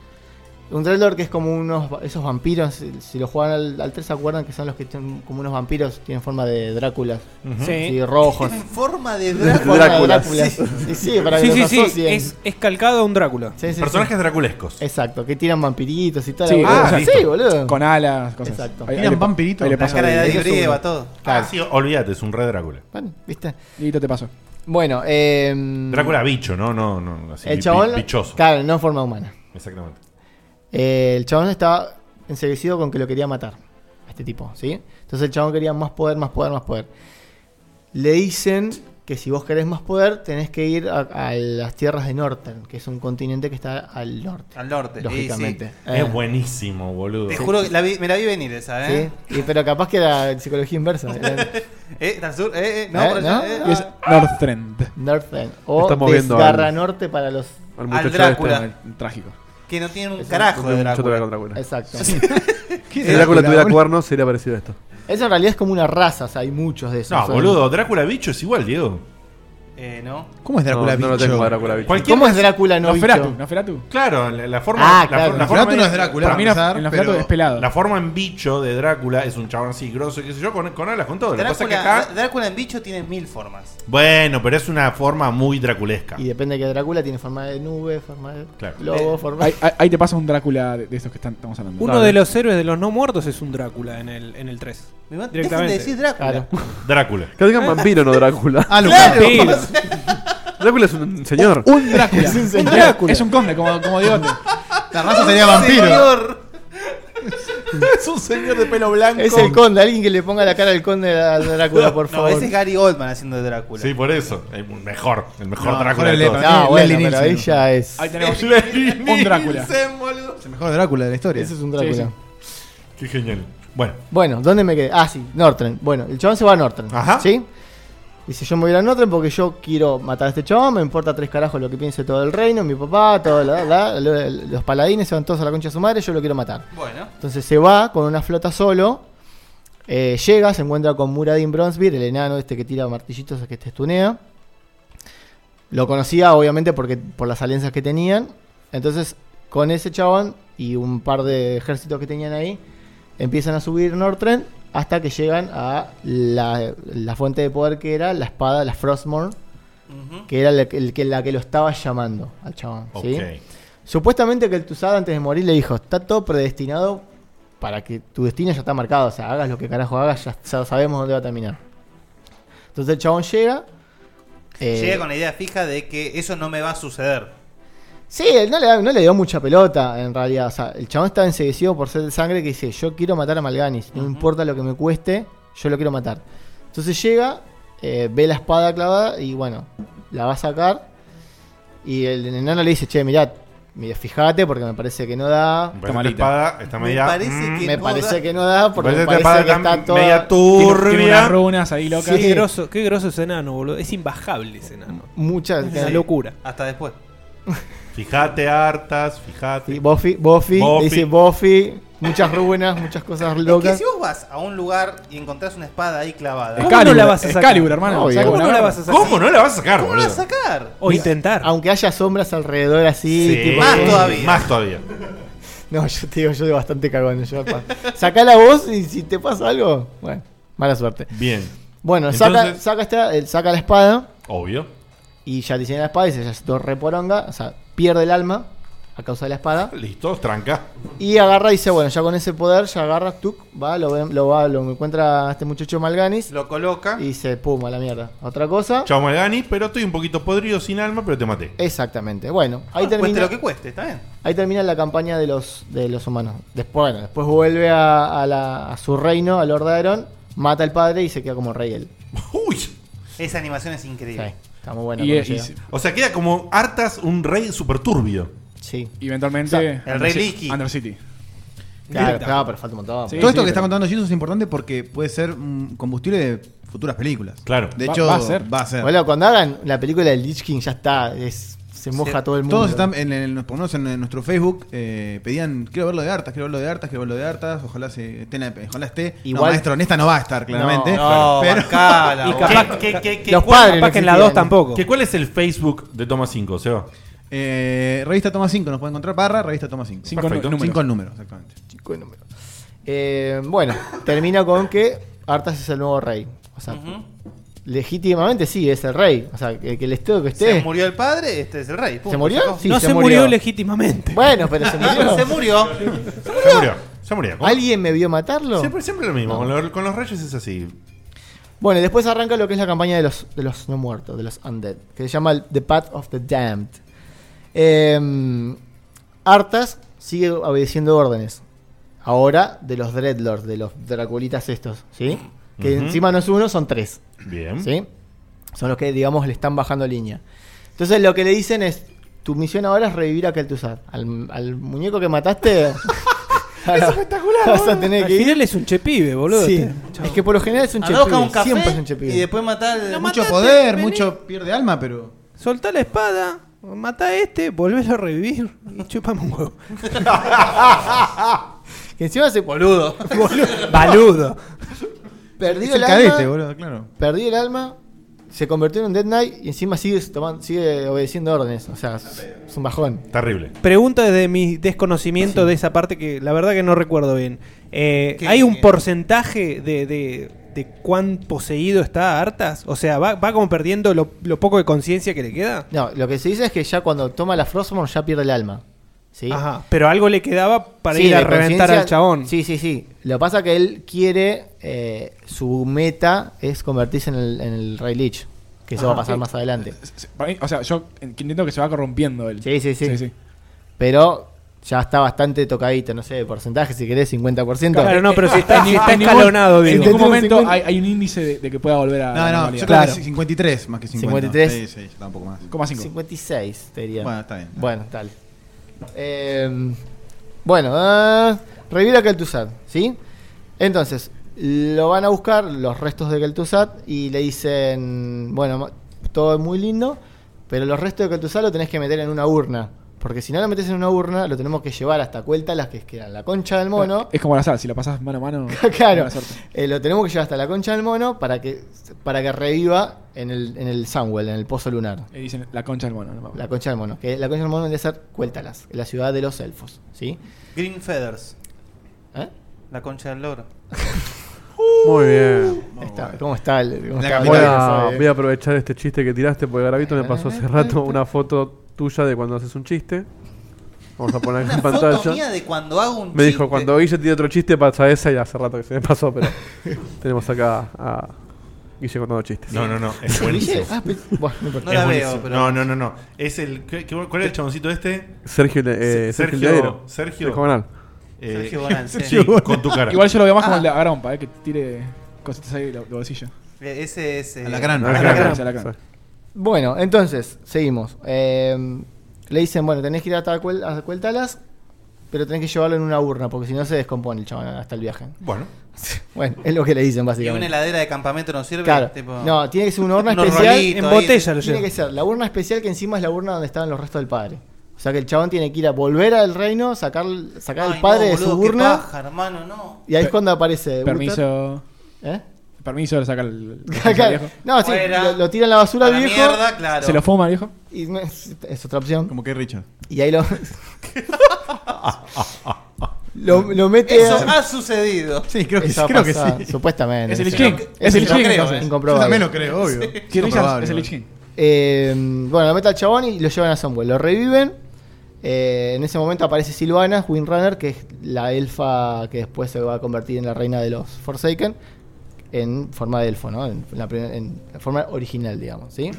S9: Un Dreadlord que es como unos, va- esos vampiros, si, si lo juegan al, al 3 se acuerdan que son los que tienen como unos vampiros, tienen forma de Dráculas,
S5: Ujú.
S9: sí.
S5: Sí.
S9: rojos.
S5: Tienen forma de
S9: Forma de
S5: Dráculas.
S9: Dráculas.
S5: Sí.
S9: Sí, sí, para que
S7: Sí,
S9: los
S7: sí, sí.
S9: asocien.
S7: Es, es calcado a un Drácula.
S9: Sí, sí, sí.
S3: Personajes draculescos.
S9: Exacto, que tiran vampiritos y tal.
S4: Sí, ah,
S9: sí, boludo.
S4: Con alas, cosas.
S9: Exacto.
S4: Ahí- ahí le- ahí le pasa el- eso es uno.
S3: Ah, sí, olvídate, es un re Drácula.
S9: Bueno, ¿viste?
S4: Lito, te pasó.
S9: Bueno, eh,
S3: Drácula bicho, no, no, no. Así,
S9: el
S3: bi-
S9: chabón,
S3: bi- bichoso.
S9: Claro, no en forma humana.
S3: Exactamente.
S9: Eh, el chabón estaba enseguecido con que lo quería matar. A este tipo, ¿sí? Entonces el chabón quería más poder, más poder, más poder. Le dicen que si vos querés más poder, tenés que ir a, a las tierras de Norten, que es un continente que está al norte.
S5: Al norte, y
S9: Lógicamente.
S5: sí.
S9: Eh,
S3: Es buenísimo, boludo.
S5: Te juro que la vi- me la vi venir esa, ¿eh?
S9: ¿sí? Y- pero capaz que era psicología inversa. era-
S5: Eh, al sur, eh, eh, no,
S9: ¿Eh?
S5: por allá,
S9: ¿No?
S5: eh,
S4: Y es
S5: ah.
S4: Northrend.
S9: Northrend. O
S4: Estamos viendo
S9: Desgarra
S4: al-
S9: Norte para los.
S4: al
S5: muchacho Al Drácula. este,
S4: trágico.
S5: Que no tiene un
S9: Es
S5: carajo de
S6: Yo
S5: Drácula.
S6: todavía con Drácula.
S9: Exacto.
S6: Si Drácula tuviera cuernos, sería parecido a esto.
S9: Eso en realidad es como una raza, o sea, hay muchos de esos.
S3: No,
S9: Son-
S3: boludo, Drácula bicho es igual, Diego.
S5: Eh, no.
S9: ¿Cómo es
S6: Drácula No, no lo bicho? tengo a Drácula bicho.
S3: Cualquier-
S9: ¿Cómo es Drácula no
S4: Nosferatu,
S9: bicho?
S4: Nosferatu.
S3: Claro, la, la forma.
S9: Ah,
S3: la,
S9: claro.
S3: la
S9: Nosferatu
S3: forma
S9: no es Drácula,
S3: para
S9: para
S3: mí la-
S9: empezar,
S3: en Nosferatu
S9: pero-
S3: es pelado. La forma en bicho de Drácula es un chabón así grosso, qué sé yo, con, con alas, con todo. Lo que pasa es que
S5: Drácula,
S3: acá.
S5: Drácula en bicho tiene mil formas.
S3: Bueno, pero es una forma muy draculesca.
S9: Y depende de que Drácula tiene forma de nube, forma de
S3: Claro.
S4: Eh,
S9: lobo, forma
S4: Ahí, ahí- ahí te pasa un Drácula de, de esos que están- estamos hablando.
S7: Uno de los héroes de los no muertos es un Drácula en el, en el 3.
S5: Me va- dejen de decir Drácula.
S3: Drácula.
S6: Que digan vampiro, no Drácula.
S7: Ah, lo-
S6: Claro.
S7: Vampiro.
S6: Drácula es un señor.
S4: Un Drácula.
S6: Es un
S4: Un
S6: señor.
S4: Drácula. Es un conde, como, como Diego.
S8: La raza sería vampiro.
S3: es un señor de pelo blanco.
S9: Es el conde, alguien que le ponga la cara al conde a Drácula, por
S5: No,
S9: favor.
S5: ese es Gary Oldman haciendo de Drácula.
S3: Sí, por eso. El mejor, el mejor
S9: No,
S3: Drácula
S9: mejor
S3: de
S9: el
S3: todos.
S9: Ep- Ah, bueno, Leslie pero Nielsen. ahí ya es- Ahí
S4: tenemos
S3: un
S4: Drácula.
S8: Es el mejor Drácula de la historia.
S9: Ese es un Drácula. Sí, sí.
S3: Qué genial. Bueno.
S9: Bueno, ¿dónde me quedé? Ah, sí, Nortren. Bueno, el chabón se va a Nortren. ¿Sí? Dice, yo me voy a ir a Nortren porque yo quiero matar a este chabón, me importa tres carajos lo que piense todo el reino, mi papá, todo la- la- la- los paladines se van todos a la concha de su madre, yo lo quiero matar.
S5: Bueno.
S9: Entonces se va con una flota solo, eh, llega, se encuentra con Muradin Bronsbeer, el enano este que tira martillitos a que te estunea. Lo conocía obviamente porque por las alianzas que tenían. Entonces, con ese chabón y un par de ejércitos que tenían ahí, empiezan a subir Northren hasta que llegan a la, la fuente de poder que era la espada, la Frostmore, que era la, que- el que- la que lo estaba llamando al chabón. ¿sí?
S3: Ok.
S9: Supuestamente que el Tusada antes de morir le dijo, está todo predestinado para que tu destino ya está marcado, o sea, hagas lo que carajo hagas, ya, ya sabemos dónde va a terminar. Entonces el chabón llega... eh,
S5: Llega con la idea fija de que eso no me va a suceder.
S9: Sí, él no le, da- no le dio mucha pelota en realidad. O sea, el chabón estaba enseguecido por ser de sangre que dice, yo quiero matar a Malganis, no importa lo que me cueste, yo lo quiero matar. Entonces llega, eh, ve la espada clavada y bueno, la va a sacar. Y el enano le dice, che, mirá, mirá, fijate porque me parece que no da.
S3: Me parece que esta espada está media. mm,
S9: me parece que no da porque
S3: Me
S9: me
S3: parece que
S9: parece que
S3: está
S9: está toda...
S3: media
S7: turbia.
S4: Tiene unas runas ahí locas.
S7: Qué, grosso, qué groso ese enano, boludo. Es imbajable ese enano.
S9: Muchas
S7: Es una locura.
S5: Hasta después.
S3: Fijate hartas, fijate.
S9: Buffy, Buffy,
S3: Buffy.
S9: dice Buffy, muchas ruinas, muchas cosas
S5: que
S9: locas.
S5: si vos vas a un lugar y encontrás una espada ahí clavada.
S9: ¿Cómo Excalibur, no la vas a sacar? Excalibur, hermano.
S5: Obvio.
S9: ¿Cómo no la vas a sacar? ¿Cómo no la vas a sacar,
S5: ¿Cómo la vas a
S9: boludo?
S5: sacar?
S9: O intentar. Aunque haya sombras alrededor así. eh,
S5: Sí, más todavía.
S3: Más todavía.
S9: No, yo te digo, yo soy bastante cagón. Yo, pa- sacá la voz y si te pasa algo, bueno, mala suerte.
S3: Bien.
S9: Bueno, saca,
S3: Entonces-
S9: saca, esta- él saca la espada.
S3: Obvio.
S9: Y ya tiene la espada y se ya es todo reporonga. O sea, pierde el alma a causa de la espada.
S3: Listo, tranca.
S9: Y agarra y dice, bueno, ya con ese poder, ya agarra, tuk, va, lo, ven- lo va, lo encuentra a este muchacho Malganis.
S5: Lo coloca.
S9: Y se pum, a la mierda. Otra cosa.
S3: Chao Malgani, pero estoy un poquito podrido sin alma, pero te maté. Ah,
S9: Exactamente. Bueno, ahí
S5: Bueno,
S9: termina.
S5: Cueste lo que cueste, está bien.
S9: Ahí termina la campaña de los, de los humanos. Después, bueno, después vuelve a, a la- a su reino, al Lord Aeron, mata al padre y se queda como rey él.
S5: Esa animación es increíble.
S9: Está muy bueno.
S5: Y-
S9: cuando
S5: y-
S9: llega.
S3: O sea, queda como hartas un rey super turbio.
S9: Sí.
S4: Y eventualmente.
S5: el Rey Licky.
S4: Undercity.
S9: Claro, claro, pero falta un montón.
S4: Sí,
S8: Todo esto
S4: sí,
S8: que está
S4: pero-
S8: contando Jesús es importante porque puede ser un combustible de futuras películas.
S3: Claro.
S8: De hecho, va, a ser.
S9: Bueno, cuando hagan la película de Lich King ya está. es- se moja todo el mundo.
S8: Todos están, en, el- por lo menos en, en nuestro Facebook, eh, pedían, quiero verlo de hartas, quiero verlo de hartas, quiero verlo de hartas, ojalá, se, esté, en la- ojalá esté. Igual,
S9: Igual-
S8: maestro, en esta no va a estar, claramente.
S9: no,
S8: pero,
S9: bancala,
S8: Y
S9: vos.
S8: capaz-
S9: Que- que- que-
S8: los
S9: cuál-
S8: padres
S9: capaz que en la
S8: existían.
S9: dos tampoco.
S3: ¿Que ¿Cuál es el Facebook de Toma 5, Seba?
S8: Eh, revista Toma 5, nos pueden encontrar barra revista Toma 5.
S3: Cinco Perfecto.
S8: números.
S3: números.
S8: Cinco números, exactamente.
S9: Cinco números. Eh, bueno, termina con que Artas es el nuevo rey. O sea, legítimamente sí, es el rey. O sea, que, que el estado que esté.
S5: Se murió el padre, este es el rey. punto.
S9: ¿Se murió?
S5: acabó.
S9: Sí, legítimamente. Bueno, pero se murió.
S5: se murió.
S3: Se murió. Se murió. ¿Cómo?
S9: ¿Alguien me vio matarlo?
S3: Siempre, siempre lo mismo.
S9: No.
S3: Con, lo- con los reyes es así.
S9: Bueno, y después arranca lo que es la campaña de los, de los no muertos, de los undead, que se llama el- The Path of the Damned. Eh, Artas sigue obedeciendo órdenes. Ahora de los Dreadlords, de los Draculitas estos, ¿sí? Que
S3: Ujú.
S9: encima no es uno, son tres.
S3: Bien.
S9: ¿Sí? Son los que, digamos, le están bajando línea. Entonces lo que le dicen es, tu misión ahora es revivir a Kel'Thuzad. Al, al muñeco que mataste... ahora Vas a tener
S7: Al
S9: que ir.
S7: final es un chepibe, boludo.
S9: Sí.
S7: Te-
S9: Es que por lo general es un
S5: Andá a buscar
S9: chepibe.
S5: un café
S9: Siempre es un chepibe.
S5: y después matar al-
S8: mucho
S5: mataste,
S8: poder,
S5: vení.
S8: mucho pierde alma, pero.
S7: Soltá la espada, matá a este, volvés a revivir y chupame un huevo.
S8: Ah,
S9: que encima se... Boludo.
S7: Baludo.
S9: Perdido
S8: Es
S9: el,
S8: el cadete,
S9: alma.
S8: boludo, claro.
S9: Perdido el alma. Se convirtió en un Dead Knight y encima sigue, tomando, sigue obedeciendo órdenes. O sea, es es un bajón.
S3: Terrible.
S7: Pregunta desde mi desconocimiento de esa parte que la verdad que no recuerdo bien. Eh,
S9: ¿Qué?
S7: ¿Hay un porcentaje de, de- de cuán poseído está Artas? O sea, ¿va, va como perdiendo lo, lo poco de conciencia que le queda?
S9: No, lo que se dice es que ya cuando toma la Frostmourne ya pierde el alma. ¿Sí?
S7: Ajá. Pero algo le quedaba para
S9: Sí,
S7: ir a
S9: de
S7: reventar
S9: conciencia-
S7: al chabón.
S9: Sí, sí, sí. Lo que pasa es que él quiere. eh, su meta es convertirse en el, en el Rey Lich. Que eso
S4: Ajá.
S9: va a pasar
S4: Sí.
S9: más adelante.
S4: Eh, Para mí, o sea, yo entiendo que se va corrompiendo él.
S9: Sí, sí, sí. Pero ya está bastante tocadito. No sé, porcentaje, si querés, 50%.
S7: Claro, no, pero si
S4: Eh,
S7: está-
S4: En
S7: si
S4: ni-
S7: está
S4: en ningún-
S7: escalonado,
S4: En
S7: digo.
S4: ningún momento
S7: 50.
S4: hay, hay un índice de, de que pueda volver a. la
S8: No, no,
S4: normalidad.
S8: yo creo que es 53 más que 50.
S9: 53.
S8: Sí, sí, está un poco más.
S4: Coma cinco.
S9: 56, te diría.
S8: Bueno, está bien.
S9: Bueno, tal. Eh, bueno, ah, revira Kel'Thuzad, ¿sí? Entonces, lo van a buscar los restos de Kel'Thuzad y le dicen, bueno, ma- todo es muy lindo, pero los restos de Kel'Thuzad lo tenés que meter en una urna. Porque si no lo metes en una urna, lo tenemos que llevar hasta Cuelta, las que quedan, la concha del mono.
S4: Eh, Es como la sal, si la pasas mano a mano.
S9: claro,
S4: buena suerte.
S9: eh, lo tenemos que llevar hasta la concha del mono para que, para que reviva en el, en el Sunwell, en el pozo lunar.
S4: Le Eh, dicen la concha del mono. no me acuerdo.
S9: La concha del mono. Que la concha del mono debe ser Cueltalas, la ciudad de los elfos. ¿Sí?
S5: Green Feathers.
S9: ¿Eh?
S5: La concha del loro.
S6: Muy bien.
S9: Ahí está, ¿Cómo está? el- cómo está?
S6: Voy a,
S9: Bueno, eh,
S6: voy a aprovechar este chiste que tiraste porque Garavito me pasó hace rato una foto tuya de cuando haces un chiste. Vamos a poner aquí en
S5: Una foto
S6: pantalla.
S5: mía de cuando hago un
S6: Me dijo,
S5: chiste.
S6: cuando Guille tiene otro chiste pasa esa y hace rato que se me pasó, pero tenemos acá a Guille contando chistes.
S3: No, no, no. Es buenísimo.
S9: Ah, pe- bueno, no importa.
S3: Es
S9: No la
S3: buenísimo.
S9: veo, pero-
S3: No, no, no, no. Es el, ¿qué- qué- ¿Cuál es el chaboncito este?
S6: Sergio Le- eh,
S3: Se-
S6: Sergio Leiro.
S3: Sergio.
S6: Sergio Bonal.
S3: Eh,
S5: Sergio Bonal, sí.
S3: sí, con tu cara.
S4: Igual yo lo veo más como
S5: Ah.
S4: el de Agarón, para que tire cositas ahí de la de bolsillo.
S5: Eh, Ese es. eh,
S4: Alacrán.
S5: Alacrán.
S4: Alacrán. Alacrán.
S9: Bueno, entonces, seguimos. Eh, le dicen, bueno, tenés que ir hasta Cuel- hasta Cueltalas, pero tenés que llevarlo en una urna, porque si no se descompone el chabón hasta el viaje.
S3: Bueno.
S9: Bueno, es lo que le dicen,
S5: Y una
S9: básicamente.
S5: heladera de campamento no sirve.
S9: Claro.
S5: Tipo-
S9: No, tiene que ser una urna
S5: Unos
S9: especial.
S5: rolitos ahí.
S9: Tiene que ser la urna especial que encima es la urna donde estaban los restos del padre. O O sea que el chabón tiene que ir a volver al reino, sacar, sacar al padre de su urna. Y ahí es cuando aparece. Uther.
S4: Permiso.
S9: ¿Eh?
S4: Permiso de sacar el.
S9: Claro. No, sí,
S4: Fuera.
S9: lo, lo tira en la basura
S4: A
S9: al
S4: la
S9: viejo.
S4: mierda, claro. ¿Se lo fuma, viejo?
S9: Y no, es, es otra opción. Como
S8: que Richard.
S9: Y ahí lo. lo, lo mete.
S5: Eso
S9: a-
S5: ha sucedido.
S8: ah, Sí, creo que
S9: Eso
S8: sí, creo que
S9: pasa,
S8: sí.
S9: Supuestamente.
S8: Es el
S9: no sé.
S8: Lich King, es el
S9: Eso
S8: Lich King,
S9: creo,
S8: entonces.
S9: incomprobable.
S8: Yo también lo creo, obvio. Sí. Es
S9: Incomprobable.
S8: Richards es el Lich King.
S9: Eh, bueno, lo mete al chabón y lo llevan a Somewhere. Lo reviven. Eh, en ese momento aparece Silvana, Windrunner, que es la elfa que después se va a convertir en la reina de los Forsaken. En forma de elfo, ¿no? En la, primer- en la forma original, digamos, ¿sí?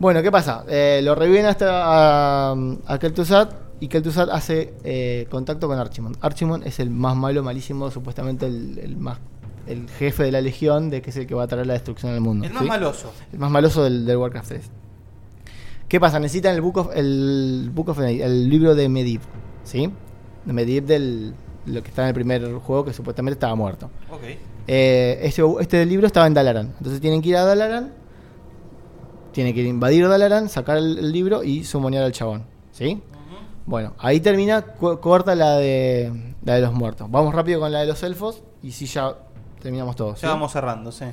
S9: Bueno, ¿qué pasa? Eh, lo reviven hasta a, a Kel'Thuzad y Kel'Thuzad hace eh, contacto con Archimond. Archimond es el más malo, malísimo, supuestamente el, el más el jefe de la legión, de que es el que va a traer la destrucción al mundo.
S5: El más maloso.
S9: El más maloso del, del Warcraft 3. ¿Qué pasa? Necesitan el Book of el Book of Medivh, el libro de Medivh, ¿sí? De Medivh del lo que está en el primer juego que supuestamente estaba muerto.
S5: Ok.
S9: Eh, este, este libro estaba en Dalaran. Entonces tienen que ir a Dalaran. Tienen que invadir Dalaran, sacar el, el libro y sumonear al chabón. ¿Sí? Bueno, ahí termina, cu- corta la de, la de los muertos. Vamos rápido con la de los elfos y si ya terminamos todos. ¿sí?
S5: Ya vamos cerrando, sí.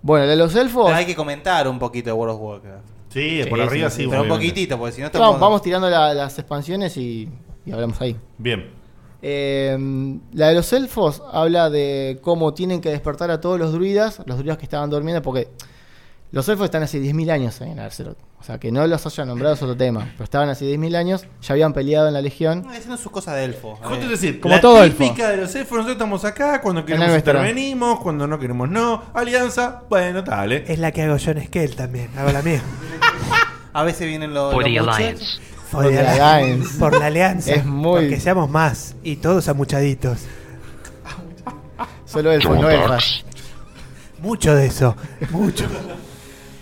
S9: Bueno, la de los elfos.
S5: Pero hay que comentar un poquito de World of Warcraft.
S3: Sí, por arriba sí,
S5: Pero un
S3: obviamente.
S5: poquitito, porque si no
S9: Vamos,
S5: estamos...
S9: vamos tirando la- las expansiones y, y hablamos ahí.
S3: Bien.
S9: Eh, la de los elfos habla de cómo tienen que despertar a todos los druidas, los druidas que estaban durmiendo, porque los elfos están hace 10.000 años eh, en Azeroth. O sea, que no los hayan nombrado es otro tema, pero estaban hace 10.000 años, ya habían peleado en la legión.
S5: No, Haciendo sus cosas de elfo.
S3: Justo
S5: Eh,
S3: es decir,
S9: Como
S3: la
S9: todo elfo.
S3: típica de los elfos, nosotros estamos acá, cuando
S9: la
S3: queremos
S9: nuestra.
S3: intervenimos, cuando no queremos no. Alianza, bueno, dale.
S7: Es la que hago yo en Skell también, hago la mía.
S5: A veces vienen los...
S7: For
S5: los
S7: the
S5: muchachos.
S7: Alliance.
S5: For the Alliance.
S7: Por la alianza.
S5: Es muy-
S7: Porque seamos más y todos amuchaditos.
S9: Solo elfos, no elfas.
S7: Mucho de eso, mucho.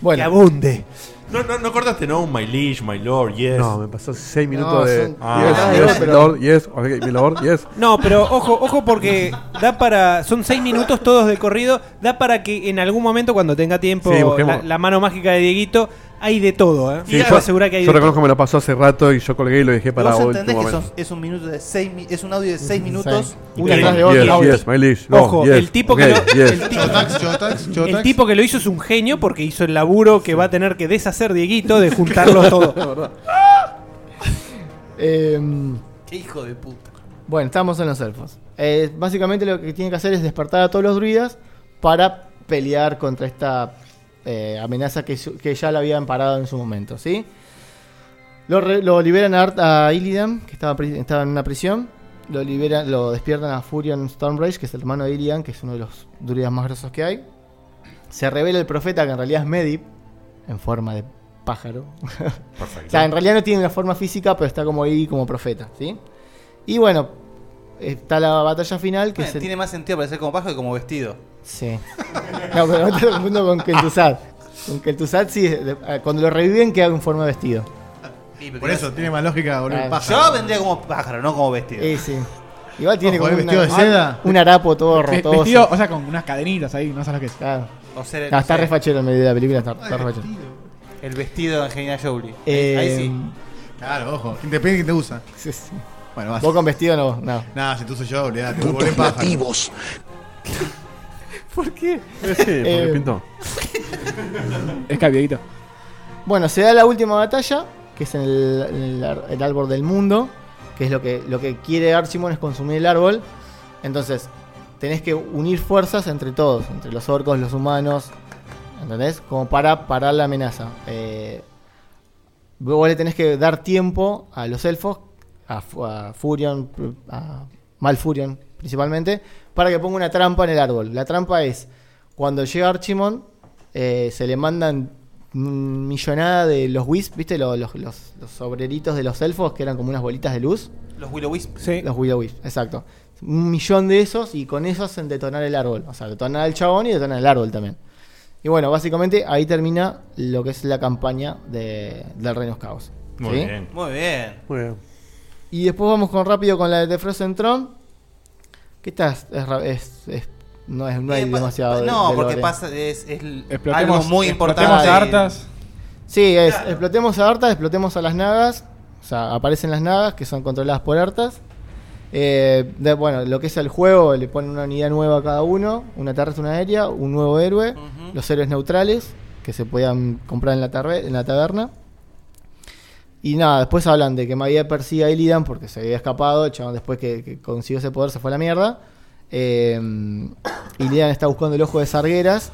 S9: Bueno.
S7: Que abunde.
S3: No, no, no cortaste, no, my liege, my lord, yes.
S6: No, me pasó 6 minutos
S7: No,
S6: de.
S7: son-
S6: yes,
S7: Ah.
S6: yes,
S7: Pero-
S6: lord, yes, ok, mi lord, yes.
S7: No, pero ojo, ojo porque da para. Son seis minutos todos de corrido. Da para que en algún momento, cuando tenga tiempo,
S6: Sí, busquemos.
S7: la, la mano mágica de Dieguito, hay de todo, ¿eh?
S6: Sí,
S7: Y
S6: yo,
S7: puedo asegurar que hay
S6: yo
S7: de
S6: reconozco que
S7: todo.
S6: me lo pasó hace rato y yo colgué y lo dejé
S5: ¿Vos
S6: para último
S5: entendés que
S6: momento.
S5: son- es un minuto de seis mi- es un audio de 6 minutos?
S6: Una atrás de otra. Eh, Yes, yes, my liege, no,
S7: Ojo,
S6: yes,
S7: el tipo
S6: ok,
S7: que lo,
S6: yes.
S7: el, tipo,
S6: Chotax, chotax, chotax.
S7: el tipo que lo hizo es un genio porque hizo el laburo que va a tener que deshacer Dieguito de juntarlo todo.
S9: Em,
S5: Qué hijo de puta.
S9: Bueno, estamos en los elfos. Eh, básicamente lo que tienen que hacer es despertar a todos los druidas para pelear contra esta eh, amenaza que, su- que ya la habían parado en su momento, ¿sí? Lo, re- lo liberan a, Art- a Illidan, que estaba, pri- estaba en una prisión. Lo liberan, lo despiertan a Furion Stormrage, que es el hermano de Illidan, que es uno de los druidas más grosos que hay. Se revela el profeta, que en realidad es Medivh, en forma de pájaro.
S3: Perfecto.
S9: o sea, en realidad no tiene una forma física, pero está como ahí como profeta, ¿sí? Y bueno, está la batalla final, que
S8: Ah,
S5: Bueno,
S9: es el-
S5: Tiene más sentido aparecer como paja que como vestido.
S9: Sí. No, pero no te confundo con Kel'Thuzad. Con Kel'Thuzad sí, de- ah, cuando lo reviven queda en forma de vestido.
S8: Por eso tiene más lógica volver
S9: Claro.
S8: pájaro.
S5: Yo vendría como pájaro, no como vestido.
S9: Sí, sí. Igual tiene
S8: Ojo,
S9: como
S8: ¿eh?
S9: una-
S8: ¿Vestido de seda?
S9: un harapo todo
S4: Ve-
S9: rotoso.
S4: Vestido, o sea, con unas cadenitas ahí, no sabes lo que es.
S9: Claro.
S5: O
S8: Eh,
S5: sea,
S9: No, está
S5: no sé,
S9: refachero en medio de la película, está, está refachero.
S5: el vestido de Angelina Jolie.
S9: Eh,
S5: Ahí sí.
S8: Claro, ojo. Quien te pide, quien te usa. Bueno, vas.
S9: Vos con vestido no, no.
S8: Nah, si Ah, tú uso yo, olvidate. Volé pájaro.
S9: nativos.
S7: ¿Por qué?
S6: Sí, porque
S9: Eh,
S6: pintó.
S4: Es cabidito.
S9: Bueno, se da la última batalla, que es en el, en el ar- el árbol del mundo, que es lo que, lo que quiere Archimon es consumir el árbol. Entonces, tenés que unir fuerzas entre todos, entre los orcos, los humanos, ¿entendés? Como para parar la amenaza. Eh, vos le tenés que dar tiempo a los elfos, a, Fu- a Furion, a Malfurion principalmente, para que ponga una trampa en el árbol. La trampa es, cuando llega Archimon, eh, se le mandan mm, millonada de los wisps, ¿viste? Los, los, los, los obreritos de los elfos, que eran como unas bolitas de luz.
S5: Los Willow Wisp.
S9: Los Willow Wisp, exacto. Un millón de esos y con esos en detonar el árbol. O sea, detonar al chabón y detonar el árbol también. Y bueno, básicamente ahí termina lo que es la campaña de, del Reinos Caos. ¿sí?
S5: Muy bien.
S6: Muy bien.
S9: Y después vamos con rápido con la de The Frozen Throne. Que esta es, es ra- es- es- no, es, no hay demasiado. de-
S5: Eh, No,
S9: de
S5: porque
S9: lore.
S5: pasa, es, es l- algo muy importante.
S9: Sí, es explotemos a hartas, explotemos a las nagas. O sea, aparecen las nagas que son controladas por artas. Eh, de- bueno, lo que es el juego, le ponen una unidad nueva a cada uno, una terrestre, una aérea, un nuevo héroe, los héroes neutrales que se podían comprar en la, tarre- en la taberna. Y nada, después hablan de que Magia persigue a Illidan porque se había escapado, el chabón después que, que consiguió ese poder se fue a la mierda. Eh, Illidan está buscando el ojo de Sargueras,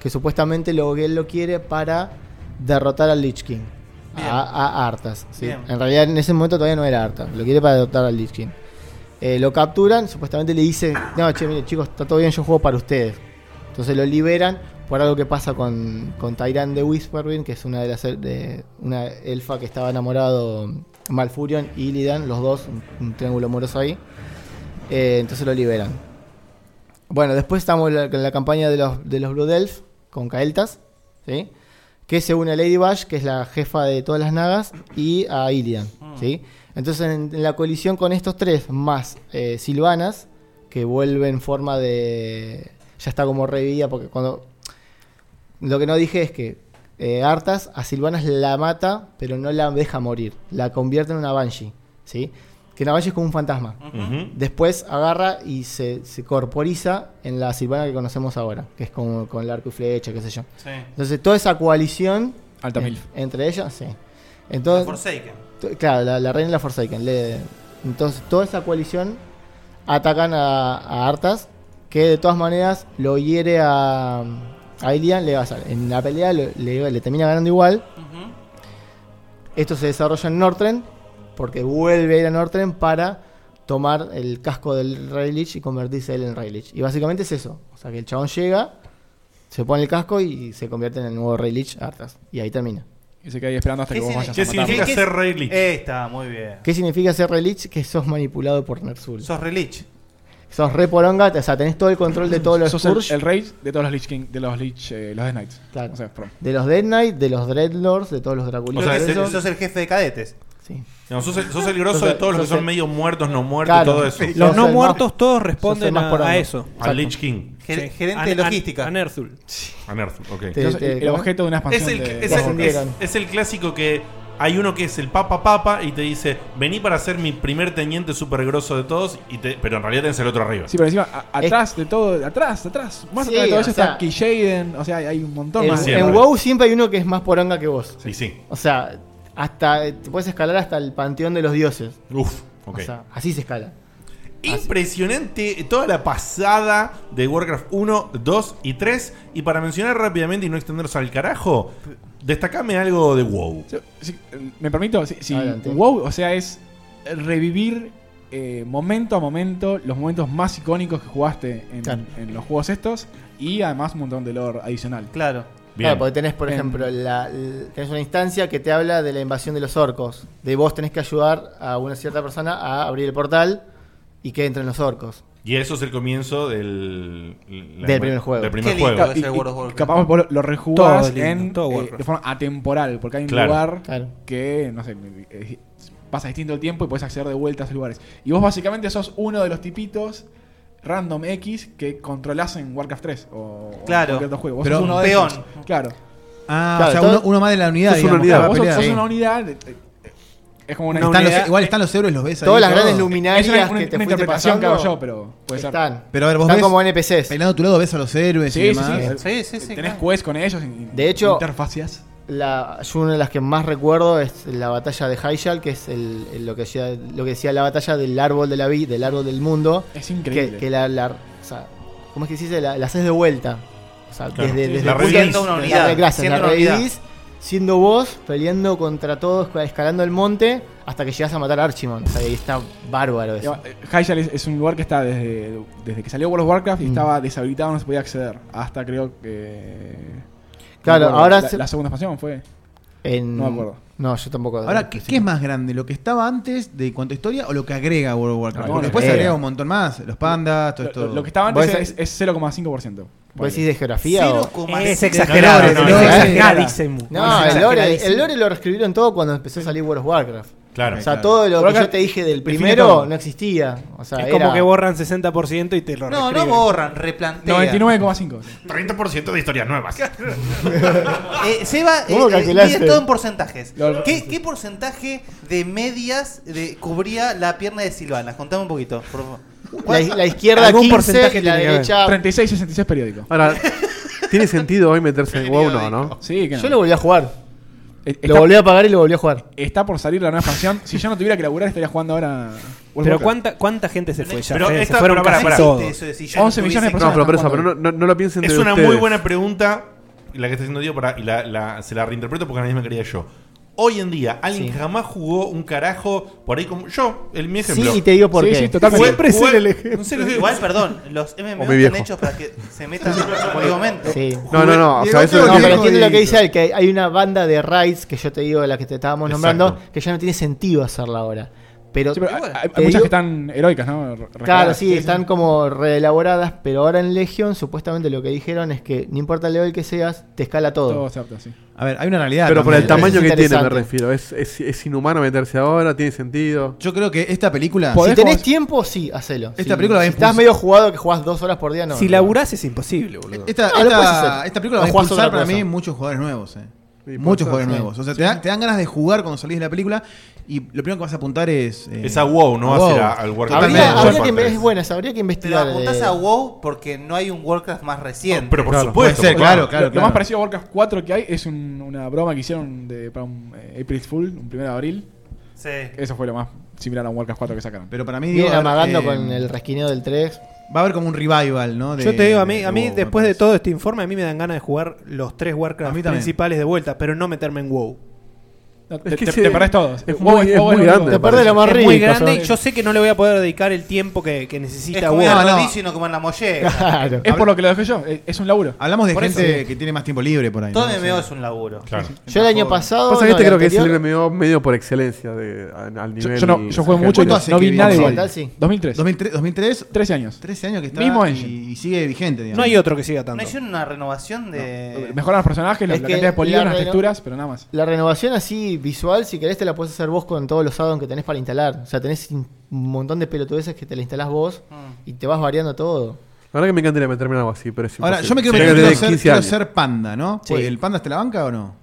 S9: que supuestamente lo que él lo quiere para derrotar al Lich King. A, a Artas. sí.
S5: Bien.
S9: En realidad en ese momento todavía no era Artas, lo quiere para derrotar al Lich King. Eh, lo capturan, supuestamente le dicen, no, che, mire chicos, está todo bien, yo juego para ustedes. Entonces lo liberan por algo que pasa con, con Tyrant de Whisperwind, que es una de las el- de una elfa que estaba enamorado Malfurion y Illidan, los dos, un, un triángulo amoroso ahí. Eh, entonces lo liberan. Bueno, después estamos en la, en la campaña de los, de los Blood Elf con Kael'thas, ¿sí? que se une a Lady Bash, que es la jefa de todas las nagas, y a Illidan. ¿sí? Entonces en, en la colisión con estos tres, más eh, Silvanas, que vuelve en forma de... Ya está como revivida, porque cuando... Lo que no dije es que eh, Artas a Silvanas la mata, pero no la deja morir. La convierte en una Banshee, ¿sí? Que una Banshee es como un fantasma.
S3: Ujú.
S9: Después agarra y se, se corporiza en la Silvana que conocemos ahora, que es como con el arco y flecha, qué sé yo.
S5: Sí.
S9: Entonces toda esa coalición...
S4: Alta
S9: eh,
S4: milf.
S9: Entre ellas, sí. Entonces,
S5: La Forsaken.
S9: T- Claro, la, la reina y la Forsaken. Le- entonces, toda esa coalición atacan a, a Artas, que de todas maneras lo hiere a, a Illidan. Le, va a sal- en la pelea lo- le, le termina ganando igual. Esto se desarrolla en Northren, porque vuelve a ir a Northren para tomar el casco del Rey Lich y convertirse él en Rey Lich. Y básicamente es eso. O sea, que el chabón llega, se pone el casco y se convierte en el nuevo Rey Lich Artas. Y ahí termina.
S4: Y se queda ahí esperando hasta que vos vayas a matarlo.
S5: Eh, está, muy bien.
S9: ¿Qué significa ser relich? Que sos manipulado por Nersul.
S5: Sos relich.
S9: Sos re poronga, o sea, tenés todo el control de todos los
S4: Sos el,
S9: Purge,
S4: el rey de todos los Lich King, de los Lich, eh, los Death Knights.
S9: Claro.
S4: O sea, perdón.
S9: de los Dead Knight, de los Dreadlords, de todos los
S5: O
S9: Draculitos.
S5: sea,
S9: de
S5: sos,
S9: esos.
S5: sos el jefe de cadetes.
S9: Sí.
S3: No, sos el, sos el grosso de todos los que
S9: Sos
S3: son
S9: el-
S3: medio muertos, no muertos,
S9: Claro.
S3: todo eso.
S9: Los Sos no el más- muertos todos responden
S3: sos el más
S9: a-
S3: poronga.
S9: a eso.
S3: Al
S9: Exacto.
S3: Lich King.
S5: Ger-
S7: Sí.
S5: Gerente
S7: A-
S5: de
S7: a-
S5: logística.
S7: a Nerthul.
S3: A Nerf, ok.
S9: Te- Entonces, te- el ¿cómo? objeto de una expansión
S3: Es el,
S9: de-
S3: es el-
S9: Descendieron.
S3: es- es el clásico que hay uno que es el Papa Papa y te dice, vení para ser mi primer teniente súper grosso de todos, y te- pero en realidad tenés el otro arriba.
S4: Sí, pero encima, a- atrás de todo, atrás, atrás. Más
S9: Sí,
S4: atrás de todo eso
S9: o sea,
S4: está Kishaden, o sea, hay, hay un montón
S9: En-
S4: más.
S9: en, WoW siempre hay uno que es más poronga que vos.
S3: Sí, sí.
S9: O sea, hasta eh, te puedes escalar hasta el panteón de los dioses.
S3: Uf, ok.
S9: O sea, así se escala.
S3: Impresionante toda la pasada de Warcraft 1, 2 y 3. Y para mencionar rápidamente y no extendernos al carajo, destacame algo de WoW.
S4: Sí, eh, ¿Me permito? Sí, sí.
S3: Adelante.
S4: WoW, o sea, es revivir eh, momento a momento los momentos más icónicos que jugaste en, en los juegos estos y además un montón de lore adicional.
S5: Claro.
S9: Claro, porque tenés, por ejemplo, la, l- tenés una instancia que te habla de la invasión de los orcos. De vos tenés que ayudar a una cierta persona a abrir el portal y que entren los orcos.
S3: Y eso es el comienzo del, la-
S9: Del primer juego.
S3: Del primer
S9: Qué
S3: juego.
S9: lindo
S4: Y- y- capaz vos lo, lo rejugás en, eh, de forma atemporal, porque hay un
S3: Claro.
S4: lugar que, no sé, eh, pasa distinto el tiempo y puedes acceder de vuelta a esos lugares. Y vos básicamente sos uno de los tipitos random X que controlás en Warcraft 3 o o
S5: Claro.
S4: cualquier otro juego. Vos
S8: Pero
S4: sos uno
S8: un
S4: de
S8: peón.
S4: esos. Claro.
S8: Ah, o sea, uno, uno más de la unidad. digamos,
S4: Claro,
S8: para
S4: vos sos,
S8: pelear.
S4: sos
S8: Sí.
S4: una unidad. de- de- Es como una
S8: Están
S4: unidad.
S8: los- e-, igual están los héroes, los ves ahí.
S9: Todas las grandes
S8: todo.
S9: luminarias
S4: Es una- una-
S9: que te
S4: una
S9: fuiste
S4: interpretación que
S9: pasando,
S4: hago yo, pero puede ser.
S9: están.
S8: Pero a ver, vos
S9: Están
S8: ves-
S9: como NPCs.
S8: Peinado a tu lado ves a los héroes
S4: Sí,
S8: y
S4: sí,
S8: demás.
S4: sí,
S5: sí, sí,
S4: Tenés
S5: claro.
S4: quests con ellos. in-
S9: De hecho-
S4: interfacias.
S9: La, yo una de las que más recuerdo es la batalla de Hyjal, que es el, el- lo, que decía, lo que decía la batalla del árbol de la vida, del árbol del mundo.
S4: Es increíble.
S9: Que, que la, la- o sea, ¿cómo es que se dice? La, la haces de vuelta. O sea,
S5: Claro.
S9: desde,
S5: Sí,
S9: desde
S5: la
S9: el punto-
S5: revivís. Siendo una
S9: la-
S5: unidad,
S9: gracias,
S5: siendo
S9: la
S5: una unidad.
S9: revivís, siendo vos, peleando contra todos, escalando el monte, hasta que llegas a matar a Archimon. O sea, ahí está bárbaro eso.
S4: Hyjal es, es un lugar que está desde, desde que salió World of Warcraft y
S9: Mm.
S4: estaba deshabilitado, no se podía acceder. Hasta creo que.
S9: Claro,
S4: no me acuerdo,
S9: ahora
S4: La,
S9: se-
S4: la segunda expansión fue.
S9: En-
S4: No me acuerdo.
S9: No, yo tampoco.
S8: Ahora, ¿qué, qué es más grande? ¿Lo que estaba antes de cuanto a historia o lo que agrega World of Warcraft?
S4: No,
S8: Porque
S4: lo
S8: después
S4: que
S8: agrega
S4: agrega.
S8: un montón más. Los pandas, todo
S4: Lo,
S8: esto.
S4: lo- lo que estaba antes
S8: Vos-
S4: es, es 0,5%.
S9: ¿Vos decís de geografía? o-
S7: Es exagerado,
S9: No,
S7: no,
S9: no,
S7: no,
S9: no,
S7: es
S9: no,
S7: exageradísimo.
S9: No,
S7: Es
S9: el lore,
S7: exageradísimo.
S9: el lore lo reescribieron todo cuando empezó a salir World of Warcraft.
S3: Claro.
S9: O sea, todo lo
S7: Pero
S9: que
S7: acá
S9: yo te dije del
S7: define
S9: primero
S7: todo.
S9: no existía. O sea,
S7: es
S9: era-
S7: como que borran 60% y te lo
S9: No, no
S7: reescriben.
S9: borran, replantean.
S4: 99,5.
S3: 30% de historias nuevas.
S5: Eh, Seba, eh,
S9: ¿Cómo
S5: eh,
S9: calculaste?
S5: mide todo en porcentajes.
S9: Lo-
S5: ¿Qué, qué porcentaje de medias de- cubría la pierna de Silvana? Contame un poquito, por favor.
S9: La, la izquierda
S5: Algún
S9: 15,
S5: porcentaje tiene
S9: la
S5: que haber.
S9: derecha...
S4: 36, 66 periódicos.
S6: Ahora, ¿tiene sentido hoy meterse en WoW? No, ¿no?
S4: Sí, que no.
S9: Yo lo volví a jugar.
S4: Eh,
S9: Lo volví a pagar y lo volví a jugar.
S4: Está por salir la nueva expansión. Si yo no tuviera que laburar, estaría jugando ahora. World
S7: Pero
S4: of Warcraft.
S7: ¿cuánta, ¿cuánta gente se fue ya?
S3: Pero
S7: Fede? Se
S3: esta-
S7: fueron
S3: pero pará,
S7: casi
S3: pará.
S7: todos.
S3: Eso es, si yo
S4: 11 millones de
S6: No,
S4: personas.
S6: pero por eso,
S4: están
S6: pero no, no- no lo piensen
S3: Es
S6: de
S3: una
S6: ustedes.
S3: muy buena pregunta la que está haciendo Diego para- y la, la- se la reinterpreto porque la misma quería yo. Hoy en día, alguien que jamás jugó un carajo por ahí como yo, el mi ejemplo.
S9: Sí, y te digo por Sí, qué. sí, totalmente. Siempre es él el ejemplo.
S3: No sé, no sé.
S5: Igual, perdón, los
S3: O
S5: MMO
S3: mi
S5: están
S3: viejo.
S5: hechos para que se metan momento.
S9: Sí.
S6: No, no, no, o sea, eso
S9: No,
S6: es-
S9: pero entiendo lo que dice él, que hay- hay una banda de raids que yo te digo, la que te estábamos nombrando, que ya no tiene sentido hacerla ahora. Pero,
S4: Sí, pero hay, hay
S9: te
S4: muchas
S9: digo-
S4: que están heroicas, ¿no? Re-
S9: Claro,
S4: rescatadas.
S9: sí, están como reelaboradas, pero ahora en Legion supuestamente lo que dijeron es que no importa el level que seas, te escala todo.
S4: Todo se adapta, sí.
S8: A ver, hay una realidad.
S6: Pero por el
S8: también.
S6: tamaño
S9: es
S6: que tiene, me
S9: interesante.
S6: refiero. Es, es, es inhumano meterse ahora, tiene sentido.
S8: Yo creo que esta película.
S9: Si tenés tiempo, sí, hacelo.
S8: Esta
S9: Si-
S8: película la
S9: si
S8: impulsa-
S9: estás medio jugado que jugás dos horas por día, no.
S7: Si
S9: no.
S7: laburás es imposible, boludo.
S8: Esta,
S9: No, lo puedes
S8: esta,
S9: hacer.
S8: esta película
S9: O
S8: va a
S9: jugás
S8: impulsar
S9: otra
S8: para
S9: cosa.
S8: mí muchos jugadores nuevos. eh.
S6: puede ser,
S8: Muchos jugadores
S6: sí.
S8: nuevos. O sea, te, da- te dan ganas de jugar cuando salís de la película y lo primero que vas a apuntar es. eh,
S3: Es a WoW, no a ser a- al Warcraft.
S8: Totalmente.
S9: Habría, habría que,
S3: Warcraft.
S9: es buena, esa, habría que
S5: Pero
S9: investigar.
S5: apuntás
S9: eh,
S5: a WoW porque no hay un Warcraft más reciente.
S3: pero por
S8: Claro,
S3: supuesto.
S8: puede ser, claro, claro.
S4: Lo más parecido a Warcraft 4 que hay es un- una broma que hicieron de, para un eh, April Fool, un 1 de abril.
S5: Sí.
S4: Eso fue lo más similar a un Warcraft 4 que sacaron.
S8: Pero para mí.
S9: Vienen
S8: digo, a ver,
S9: amagando
S8: eh,
S9: con el resquineo del 3.
S8: Va a haber como un revival, ¿no? De-
S7: Yo te digo, a mí, a mí
S8: WoW,
S7: después
S8: me
S7: de todo este informe, a mí me dan ganas de jugar los tres
S8: A mí
S7: Warcraft
S8: también.
S7: principales de vuelta, pero no meterme en WoW.
S4: No,
S6: Es
S4: te,
S6: que
S4: te-
S6: sí,
S4: te perdés todos.
S6: es
S4: WoW
S6: muy- es
S4: WoW
S6: muy
S4: lo
S6: grande,
S4: único.
S6: Te perdés
S9: lo más
S7: es
S9: rico.
S7: muy grande y
S9: ¿sabes?
S7: yo sé que no le voy a poder dedicar el tiempo que, que
S5: Es
S7: necesita
S5: como
S7: WoW.
S5: una
S8: no.
S5: rodicia y no comer la molleja.
S9: Claro.
S4: Es por lo que lo dejé yo. eh, Es un laburo.
S8: parece. Hablamos de
S4: Por
S8: gente
S4: eso.
S8: que tiene más tiempo libre por ahí.
S5: Todo
S8: ¿no? Sí.
S5: MMO es un laburo.
S3: Claro.
S9: Yo el año pasado.
S6: Pasa que
S9: no,
S6: este
S9: el
S6: creo que es el MMO
S9: anterior-
S6: medio por excelencia de, a- al
S4: Yo,
S6: nivel.
S4: yo no, yo jugué mucho y
S8: ¿Cuánto
S4: no,
S8: hace
S4: no
S8: que
S4: vi
S8: vivimos
S4: nada
S8: en
S4: igual.
S9: tal, sí?
S4: 2003.
S8: 2003,
S4: 13 años.
S8: 13 años que está
S4: Mismo
S8: y,
S4: engine.
S8: y sigue vigente, digamos.
S7: No hay otro que siga
S5: ¿No
S7: tanto.
S5: hicieron una renovación de...?
S4: Mejoran los personajes, la,
S9: Es
S4: la
S9: que
S4: cantidad de polígonos,
S9: la
S4: las
S9: reno-
S4: texturas, pero nada más.
S9: La renovación así visual, si querés, te la puedes hacer vos con todos los addons que tenés para instalar. O sea, tenés un montón de pelotudeces que te la instalás vos
S8: Ah.
S9: y te vas variando todo.
S6: La verdad que me encantaría meterme en algo así, pero es
S8: Ahora, yo me
S6: imposible.
S8: quiero,
S6: Tengo que
S8: quiero
S6: tener
S8: ser,
S6: 15
S8: quiero
S6: años.
S8: ser panda, ¿no?
S9: Sí.
S8: ¿El panda está en la banca o no?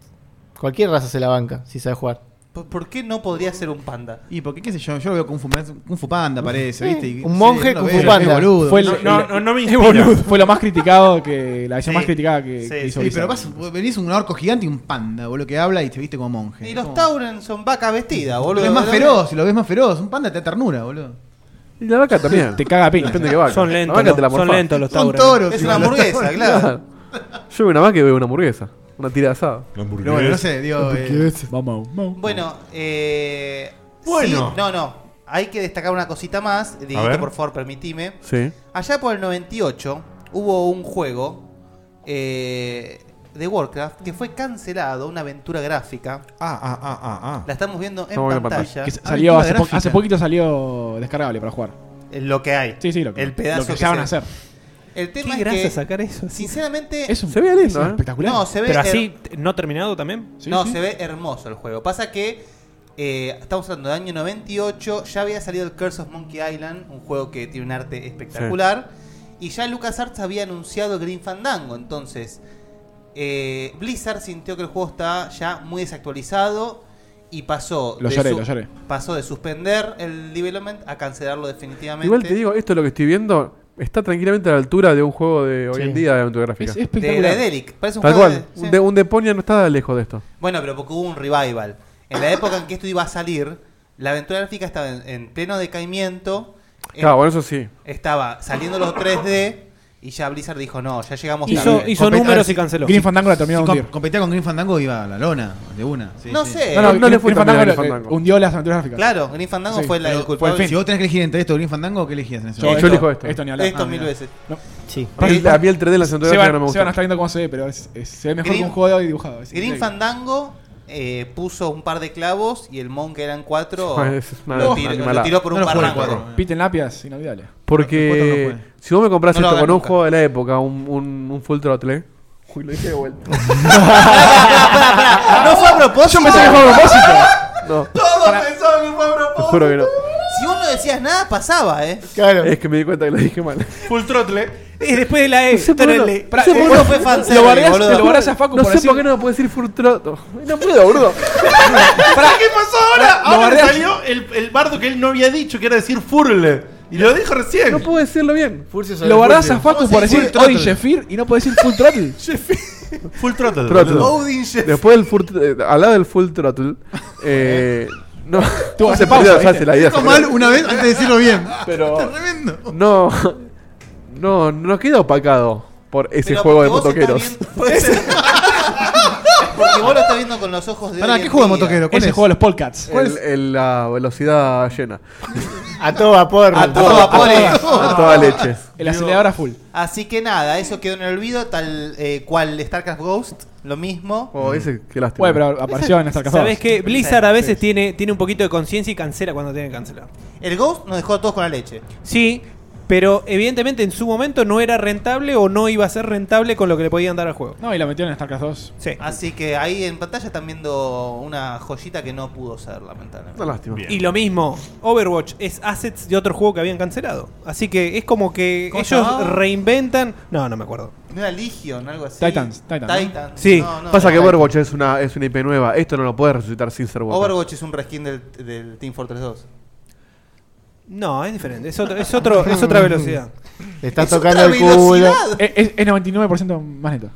S9: Cualquier raza se la banca, si sabe jugar.
S5: ¿Por- ¿Por qué no podría ser un panda?
S8: Y porque qué sé yo, yo lo veo Kung Fu, Kung Fu Panda, parece, ¿viste? Y-
S9: un
S8: sí,
S9: monje
S8: no lo
S9: Kung
S8: veo,
S9: Fu Panda.
S8: es boludo.
S4: Fue el-
S3: No,
S4: el-
S3: no, no, no me
S4: Qué
S3: inspira.
S4: boludo. Fue lo más criticado que. La versión
S5: Sí.
S4: más criticada que,
S5: Sí,
S4: que hizo
S8: Sí, pero
S4: Blizzard.
S8: vas, venís un orco gigante y un panda, boludo, que habla y te viste como monje.
S5: Y
S8: Es
S5: los
S8: como-
S5: Tauren son vacas vestidas,
S8: Lo
S5: boludo.
S8: ves más
S5: ¿no?
S8: feroz, lo ves más feroz. Un panda te da ternura, boludo.
S6: Y la vaca también.
S4: Te caga a piña.
S6: Depende de qué vaca.
S7: Son
S6: La
S7: lentos,
S6: vaca
S7: los-
S6: te la
S7: son
S6: morfás.
S7: lentos los
S8: Son
S7: tauros.
S8: toros.
S5: Es una
S8: igual, los
S5: hamburguesa,
S8: tauros.
S5: claro.
S6: Yo veo una vaca y veo una hamburguesa. Una tira de asado.
S8: Pero bueno, no sé, digo. eh,
S4: Vamos, vamos.
S5: Bueno, eh...
S3: Bueno.
S5: sí, no, no. Hay que destacar una cosita más. Dieguito,
S3: ver.
S5: por favor, permitime.
S6: Sí.
S5: Allá por el 98 hubo un juego eh, de Warcraft que fue cancelado, una aventura gráfica.
S8: Ah, ah, ah, ah, ah.
S5: La estamos viendo en
S6: Estamos viendo
S5: pantalla.
S4: Que s-
S8: Ah,
S4: salió
S8: aventura
S4: hace, po-
S8: gráfica.
S4: hace poquito salió descargable para jugar.
S5: Eh, Lo que hay.
S4: Sí, sí, lo que,
S5: El pedazo
S4: lo que
S5: que
S4: ya van
S5: se-
S4: a hacer.
S5: El tema
S7: ¿Qué grasa
S5: es que,
S7: sacar eso? así?
S5: sinceramente,
S4: Es un-
S6: Se veía lindo,
S4: es
S6: ¿eh?
S4: espectacular.
S5: no, se ve
S7: Pero
S5: her-
S7: así, t- no terminado también.
S4: Sí,
S5: no,
S4: sí.
S5: se ve hermoso el juego. Pasa que eh, estamos hablando del año 98, ya había salido el Curse of Monkey Island, un juego que tiene un arte espectacular, y ya LucasArts había anunciado Green Fandango, entonces eh, Blizzard sintió que el juego está ya muy desactualizado y pasó
S4: Lo
S5: de
S4: lloré,
S5: su-
S4: lo lloré.
S5: pasó de suspender el development a cancelarlo definitivamente.
S6: Igual te digo, esto es lo que estoy viendo. Está tranquilamente a la altura de un juego de hoy en día de aventura gráfica.
S4: Es
S5: de
S4: espectacular.
S5: Daedalic, parece un
S6: Tal
S5: juego
S6: cual.
S5: de-
S6: Un
S5: sí.
S6: de- Un Deponia no está lejos de esto.
S5: Bueno, pero porque hubo un revival. En la época en que esto iba a salir, la aventura gráfica estaba en, en pleno decaimiento. en-
S6: Claro, bueno, eso sí.
S5: Estaba saliendo los 3D y ya Blizzard dijo, no, ya llegamos tarde.
S7: Hizo, hizo
S8: Compet- a ver
S7: números
S8: si-
S7: y canceló.
S4: Green Fandango la terminó
S8: Si
S4: de hundir.
S8: com- competía con Green Fandango iba a la lona, de una. Sí,
S5: no
S8: sí.
S5: sé.
S4: No,
S6: no
S4: no, Green-
S6: le fue tan bien a
S4: Green Fandango
S6: Green
S4: le-
S6: Fandango.
S4: hundió las aventuras gráficas.
S5: Claro, Green Fandango
S4: Sí,
S5: fue la,
S4: pero
S5: el culpable.
S4: fue el
S8: Si
S4: fin.
S8: vos tenés que elegir entre esto o Green Fandango, ¿qué elegías en ese
S6: Yo-
S8: momento?
S4: esto-
S6: elijo esto.
S4: Esto ni hablar.
S5: Esto
S4: Ah,
S5: mil
S4: mira.
S5: veces.
S4: No,
S9: Sí.
S6: A mí- a mí el 3D de la aventura
S4: Seban,
S6: gráfica no me
S4: Seban
S6: gusta.
S4: está viendo cómo se ve, pero es- es- se ve mejor
S5: Green-
S4: que un juego de dibujado. es
S5: Green
S4: increíble.
S5: Fandango eh, puso un par de clavos y el Monk eran cuatro.
S6: Es una-
S5: lo,
S6: una
S5: tiró, lo
S6: animalada.
S5: tiró por
S8: No
S5: un
S8: lo juegues,
S5: barranco.
S8: cuatro.
S4: Piten Lapias, inolvidable.
S6: Porque
S8: No, no puede.
S6: si vos me compras
S5: No lo
S6: esto
S5: hagas
S6: con un
S5: nunca.
S6: juego de la época, un, un, un Full Throttle. Uy, lo dije de vuelta.
S5: Pará, pará, pará, pará. No fue a propósito.
S4: Yo pensé que fue a propósito.
S6: No.
S5: Todos pensaban que
S6: juro que no.
S5: Si vos no decías nada, pasaba, ¿eh?
S6: Es que me di cuenta que lo dije mal.
S3: Full throttle.
S7: Es después de la E.
S6: Throttle.
S5: Pra- Uno fue fanservice,
S6: eh, Lo bardeás-
S5: boludo.
S6: te lo bardeás a Facu
S5: No
S6: por
S5: sé
S6: decir-
S5: por
S6: qué no puedo decir full throttle. No puedo, boludo.
S3: ¿Qué pasó ahora?
S6: Lo
S3: Ahora le
S6: bardeás.
S3: salió el, el bardo que él no había dicho, que era decir furle. Y lo dijo recién. No
S6: pude decirlo bien.
S4: Lo guardás a Facu por decir Odin Shefir y no podés decir Full Throttle.
S3: Full Throttle.
S6: Throttle.
S3: boludo.
S6: Después del full tr- eh, al lado del full throttle, eh, no, no
S8: Tuvo que
S6: se
S8: hacer pausa,
S6: perdió, ya
S8: ¿viste?
S6: se la idea.
S8: Dijo
S6: se
S8: mal
S6: perdió.
S8: una vez antes de decirlo bien.
S6: Pero no, no, no queda opacado por ese juego de motoqueros.
S5: Porque vos lo estás viendo con los ojos de. hoy en día.
S6: ¿Cuál
S4: Ese
S6: es?
S4: juego de los Polcats. ¿Cuál
S6: El, el- la velocidad llena.
S9: A todo vapor.
S6: A todo vapor. A toda leche.
S4: El acelerador a full.
S5: Así que nada, eso quedó en el olvido, tal eh, cual StarCraft Ghost, lo mismo.
S6: Oh, ese, qué lástima.
S4: Bueno, pero apareció en StarCraft
S7: Sabes que Blizzard a veces tiene, tiene un poquito de conciencia y cancela cuando tiene que cancelar.
S5: El Ghost nos dejó a todos con la leche.
S7: Sí, pero evidentemente en su momento no era rentable o no iba a ser rentable con lo que le podían dar al juego.
S4: No, y la metió en StarCraft 2.
S5: Así que ahí en pantalla están viendo una joyita que no pudo ser, lamentablemente.
S6: Una lástima. Bien.
S7: Y lo mismo, Overwatch es assets de otro juego que habían cancelado. Así que es como que
S5: ¿Cómo
S7: ellos
S5: se llamaba?
S7: reinventan. No, no me acuerdo.
S5: No era Legion, algo así.
S7: Titans,
S5: Titans.
S7: Titans. Sí.
S5: No, no,
S6: Pasa
S5: no.
S6: que Overwatch es una, es una IP nueva. Esto no lo puedes resucitar sin ser bueno.
S5: Overwatch es un reskin del, del Team Fortress 2.
S7: No, es diferente. Es, otro, es, otro, es otra velocidad.
S9: Le estás tocando el culo.
S4: velocidad. Eh, Es, es- es 99% más neto.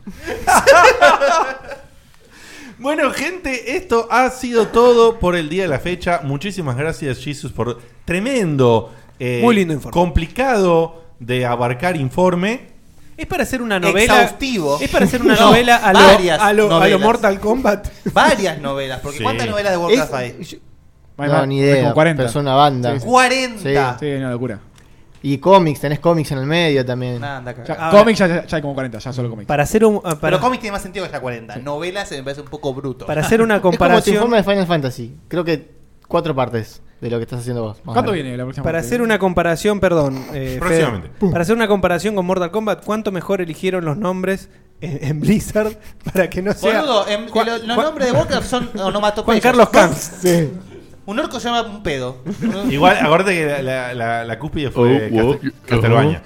S3: Bueno, gente, esto ha sido todo por el día de la fecha. Muchísimas gracias, Jesus, por tremendo, eh,
S7: Muy lindo informe.
S3: complicado de abarcar informe.
S7: Es para hacer una novela.
S5: Exhaustivo.
S7: Es para hacer una
S5: No,
S7: novela a lo,
S5: varias
S7: a lo- a lo
S5: novelas.
S7: Mortal Kombat.
S5: Varias novelas, porque
S7: Sí.
S5: ¿cuántas novelas de
S7: Es-
S5: Warcraft hay?
S9: No, ni idea.
S4: como 40.
S9: Pero es una banda.
S4: Sí, sí.
S5: 40.
S4: Sí, una locura.
S9: Y cómics, tenés cómics en el medio también.
S4: Ya, cómics ya, ya- ya hay como 40, ya solo cómics.
S7: Para hacer un. ah, para-
S5: Pero cómics tiene más sentido que ya 40. Novelas me parece un poco bruto.
S9: Es como tu informe de Final Fantasy. Creo que cuatro partes de lo que estás haciendo vos. más o
S4: ¿Cuánto
S9: menos.
S4: viene Eh, la próxima?
S7: Para hacer una comparación, perdón. eh, Fede.
S9: Próximamente.
S7: Pum. para hacer una comparación con Mortal Kombat, ¿cuánto mejor eligieron los nombres en, en Blizzard para que no sea.
S5: Boludo, em,
S7: Juan-
S5: lo- los
S7: Juan-
S5: nombres de Warcraft son
S7: Juan
S5: onomatopeyas.
S7: Carlos Camps.
S5: Un orco se llama un pedo.
S3: Igual, acuérdate que la, la, la- la cúspide fue eh,
S7: Oh, wow,
S3: Castel- Castelbaña.